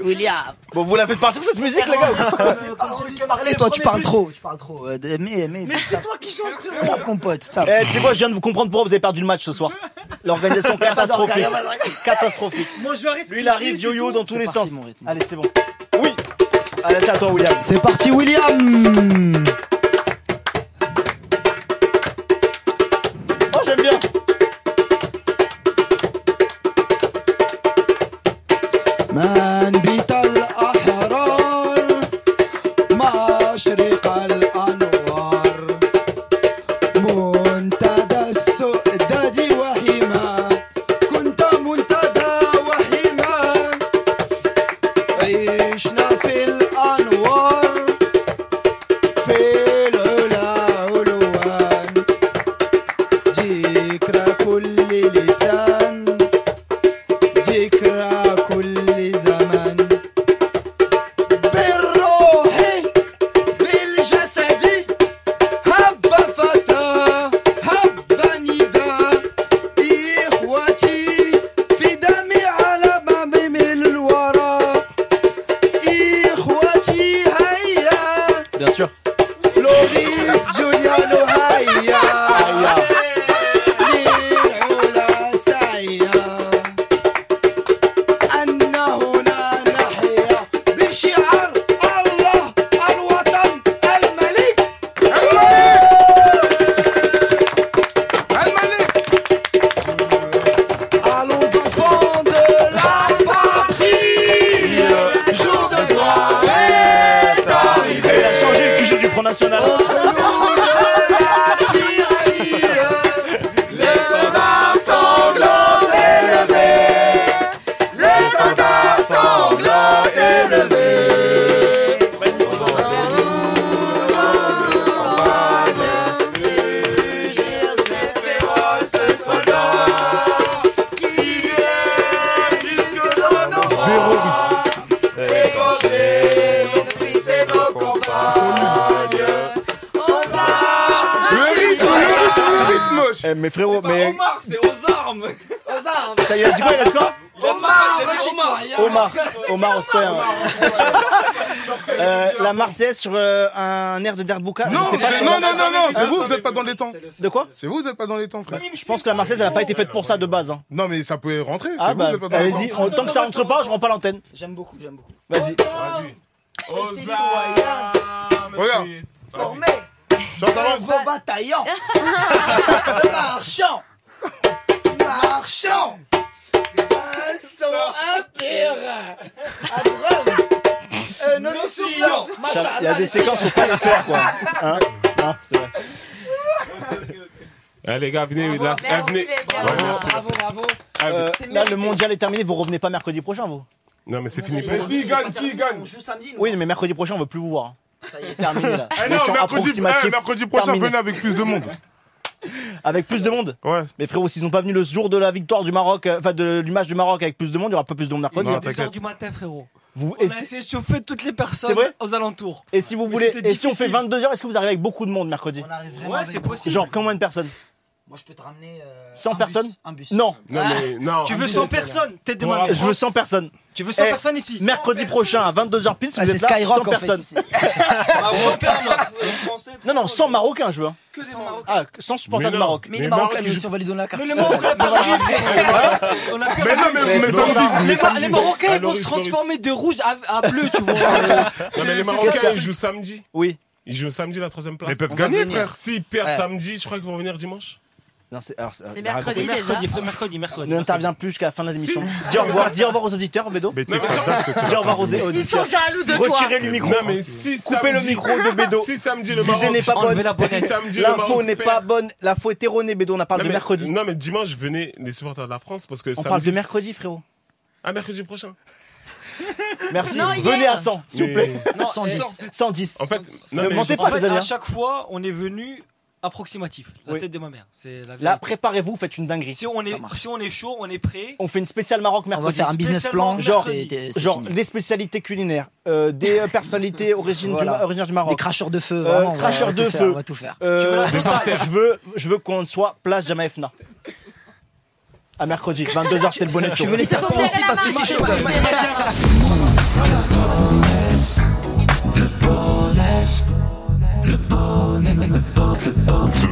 Speaker 11: William.
Speaker 1: Bon, vous la faites partir cette musique, les gars (laughs)
Speaker 11: Euh, continue de parler, toi, tu parles trop. Tu parles trop. Euh, de- Mais, mais, mais c'est toi qui chante, frérot. Tape, mon pote. tape.
Speaker 1: Eh, tu sais quoi, je viens de vous comprendre pourquoi vous avez perdu le match (laughs) ce soir. L'organisation catastrophique. catastrophique.
Speaker 11: Moi, je vais arrêter.
Speaker 1: Lui, il arrive yo-yo dans tous les sens. Allez, c'est bon. Oui Allez, c'est à toi, William.
Speaker 11: C'est parti, William.
Speaker 1: Oh, j'aime bien
Speaker 11: من بيت الأحرار مشرق الأنوار منتدى السؤدد وحما كنت منتدى وحما عشنا في الأنوار في العلا علوان ذكرى كل لسان ذكرى كل زمان بالروح بالجسد هب فتى هب نداء إخوتي في دمي على مم من الورى إخوتي هيا
Speaker 1: Bien sûr.
Speaker 11: لوريس جوليا لهيا للعلا سعيا أن هنا نحيا بشعار الله الوطن الملك Allons enfants de la patrie, jour de gloire est arrivé.
Speaker 1: Il a changé le QG du Front National.
Speaker 11: Zéro
Speaker 4: Le rythme, le rythme, le rythme
Speaker 1: Eh, mais frérot, mais.
Speaker 11: c'est aux armes Aux armes
Speaker 1: Ça, il a dit quoi, il a dit quoi
Speaker 11: Omar, vas-y
Speaker 1: Omar, Omar, on se tait, hein. Euh, la Marseillaise sur euh, un air de Derbuka.
Speaker 4: Non,
Speaker 1: je sais pas
Speaker 4: c'est-
Speaker 1: si on
Speaker 4: non,
Speaker 1: a-
Speaker 4: non, non, non, c'est
Speaker 1: Hein
Speaker 4: vous, vous êtes pas dans les temps.
Speaker 1: De quoi
Speaker 4: C'est vous, vous êtes pas dans les temps, frère.
Speaker 1: Je pense que la Marseillaise, elle a pas été faite pour ça de base. hein.
Speaker 4: Non, mais ça pouvait rentrer. c'est
Speaker 1: Ah
Speaker 4: vous,
Speaker 1: bah,
Speaker 4: vous êtes pas dans les
Speaker 1: allez-y,
Speaker 4: temps.
Speaker 1: on- tant que ça rentre pas, je rends pas l'antenne.
Speaker 11: J'aime beaucoup, j'aime beaucoup.
Speaker 1: Vas-y.
Speaker 11: Citoyens
Speaker 4: Regarde,
Speaker 11: formés
Speaker 4: Chante avant.
Speaker 11: dans vos bataillons Marchons Marchons Un son impair Abreuve Un oscillant
Speaker 1: Ça- Il y a des séquences, faut pas les faire,
Speaker 11: (laughs)
Speaker 1: quoi. Hein Hein, c'est vrai.
Speaker 2: Eh, les gars, venez. là, eh, venez. Ouais, merci.
Speaker 11: Bravo, bravo
Speaker 2: Ah,
Speaker 1: Euh,
Speaker 11: C'est
Speaker 1: là,
Speaker 11: mérité.
Speaker 1: le mondial est terminé, vous revenez pas mercredi prochain, vous
Speaker 2: Non, mais c'est fini.
Speaker 4: Mais si, gagne, si, gagne.
Speaker 11: On joue samedi, nous.
Speaker 1: Oui, mais mercredi prochain, on veut plus vous voir. hein.
Speaker 11: Ça y est, c'est
Speaker 1: Terminé, là.
Speaker 4: Eh non,
Speaker 1: L'échange
Speaker 4: mercredi,
Speaker 1: approximatif,
Speaker 4: eh, mercredi prochain,
Speaker 1: terminé.
Speaker 4: venez avec plus de monde.
Speaker 1: Avec plus de monde
Speaker 4: Ouais.
Speaker 1: Mais frérot, s'ils n'ont pas venu le jour de la victoire du Maroc, euh, enfin de- du match du Maroc avec plus de monde, il y aura pas plus de monde mercredi.
Speaker 2: Non,
Speaker 1: hein.
Speaker 2: t'inquiète.
Speaker 11: du matin, frérot.
Speaker 1: Vous,
Speaker 11: On
Speaker 1: et,
Speaker 11: a
Speaker 1: si,
Speaker 11: essayé de chauffer toutes les
Speaker 1: C'est
Speaker 11: personnes
Speaker 1: vrai
Speaker 11: aux alentours.
Speaker 1: et si vous
Speaker 11: Mais
Speaker 1: voulez,
Speaker 11: c'était
Speaker 1: et si on fait
Speaker 11: difficile.
Speaker 1: 22 heures, est-ce que vous arrivez avec beaucoup de monde mercredi
Speaker 11: On arrive vraiment
Speaker 1: Ouais,
Speaker 11: avec beaucoup.
Speaker 2: (laughs)
Speaker 1: Genre combien de personnes
Speaker 11: Moi, je peux te ramener. euh,
Speaker 1: 100
Speaker 11: un bus,
Speaker 1: personnes
Speaker 11: Un bus. Ah.
Speaker 1: Non,
Speaker 2: Non, mais non.
Speaker 11: veux 100 personnes Tête
Speaker 2: de ma mère.
Speaker 1: je veux 100 personnes.
Speaker 11: Tu veux
Speaker 1: 100
Speaker 11: personnes ici
Speaker 1: Mercredi prochain à 22h pile, si
Speaker 11: Ah,
Speaker 1: vous
Speaker 11: c'est
Speaker 1: êtes là, 100
Speaker 11: Skyrock en fait.
Speaker 1: personnes.
Speaker 11: ici. (laughs)
Speaker 1: (laughs) Non, non, 100 Marocains, je veux. hein.
Speaker 11: Que des Marocains.
Speaker 1: Ah, 100 supporters
Speaker 2: Mais
Speaker 1: du
Speaker 2: non.
Speaker 1: Maroc.
Speaker 11: Mais
Speaker 2: Les
Speaker 11: les Marocains,
Speaker 2: Marocains,
Speaker 11: nous aussi, on va lui donner la carte.
Speaker 1: les Marocains,
Speaker 11: On va (laughs) vivre.
Speaker 4: Mais non, mais, mais
Speaker 1: bon, ça-
Speaker 4: samedi, mais samedi.
Speaker 2: Marocains, ils vont se transformer
Speaker 11: de rouge à, bleu, tu vois.
Speaker 2: Non, mais les
Speaker 1: c'est-
Speaker 2: Marocains, ils jouent samedi.
Speaker 1: Oui.
Speaker 2: Ils jouent samedi la troisième place.
Speaker 4: Ils peuvent
Speaker 11: va
Speaker 4: gagner,
Speaker 11: venir.
Speaker 4: frère.
Speaker 2: S'ils perdent
Speaker 11: Ouais.
Speaker 2: samedi, je crois qu'ils vont venir dimanche.
Speaker 1: Non, c'est alors,
Speaker 2: Euh,
Speaker 1: c'est-
Speaker 5: C'est
Speaker 1: la raconte-
Speaker 5: mercredi déjà.
Speaker 11: mercredi, mercredi.
Speaker 1: N'interviens plus jusqu'à la fin de la émission. Dis au revoir, dis au revoir aux auditeurs, Bédo.
Speaker 4: Mais tu sais
Speaker 2: Non,
Speaker 4: que ça date que c'est
Speaker 1: Dis au revoir aux aux
Speaker 3: Ils sont
Speaker 1: auditeurs.
Speaker 3: jaloux de toi.
Speaker 1: Retirez le micro.
Speaker 2: Non, mais si
Speaker 1: Coupez le
Speaker 2: samedi-
Speaker 1: micro de Bédo.
Speaker 2: Si samedi le
Speaker 1: L'idée
Speaker 2: Maroc.
Speaker 1: n'est pas bonne.
Speaker 2: Si samedi le
Speaker 1: L'info
Speaker 2: Maroc
Speaker 1: n'est
Speaker 2: perd-
Speaker 1: pas bonne. L'info est erronée, Bédo. On a parlé de
Speaker 2: Non, mais-
Speaker 1: mercredi.
Speaker 2: Non, mais dimanche, venez les supporters de la France parce que
Speaker 1: On
Speaker 2: samedi.
Speaker 1: parle de mercredi, frérot.
Speaker 2: Ah, mercredi prochain.
Speaker 1: Merci.
Speaker 5: Non, hier.
Speaker 1: Venez à 100, s'il vous
Speaker 2: Mais-
Speaker 1: plaît.
Speaker 11: Non,
Speaker 1: 110. 110.
Speaker 2: En fait, non,
Speaker 1: Ne
Speaker 2: mais
Speaker 1: mentez
Speaker 2: je-
Speaker 1: pas, les amis. hein.
Speaker 11: chaque fois, on est venu
Speaker 4: approxitif. La
Speaker 1: Oui.
Speaker 4: tête de ma mère. C'est la
Speaker 1: hein. Là,
Speaker 4: vérité.
Speaker 1: préparez-vous, faites une dinguerie.
Speaker 4: Si on, est, si on est chaud, on est prêt.
Speaker 1: On fait une spéciale Maroc mercredi.
Speaker 4: faire un business Spécialement plan.
Speaker 1: Genre,
Speaker 4: mercredi. T'es- t'es- c'est
Speaker 1: genre
Speaker 4: fini.
Speaker 1: des spécialités culinaires, euh, des euh,
Speaker 8: (laughs)
Speaker 1: personnalités origines du,
Speaker 8: Voilà.
Speaker 1: originaires du Maroc.
Speaker 8: Des cracheurs de feu,
Speaker 1: Euh,
Speaker 8: vraiment, on va-
Speaker 1: cracheurs
Speaker 8: on va
Speaker 1: de
Speaker 8: tout
Speaker 1: feu.
Speaker 8: faire, on va tout faire.
Speaker 1: Euh,
Speaker 8: Tu veux la
Speaker 1: des
Speaker 8: préparer
Speaker 1: sincères. je veux, je veux qu'on soit place Jama Fna. À mercredi, 22h, c'était le bonnet
Speaker 8: Tu veux laisser
Speaker 1: penser
Speaker 8: penser parce que c'est chaud. quand même.
Speaker 11: Le bonnet, le bonnet, le bonnet, le bonnet.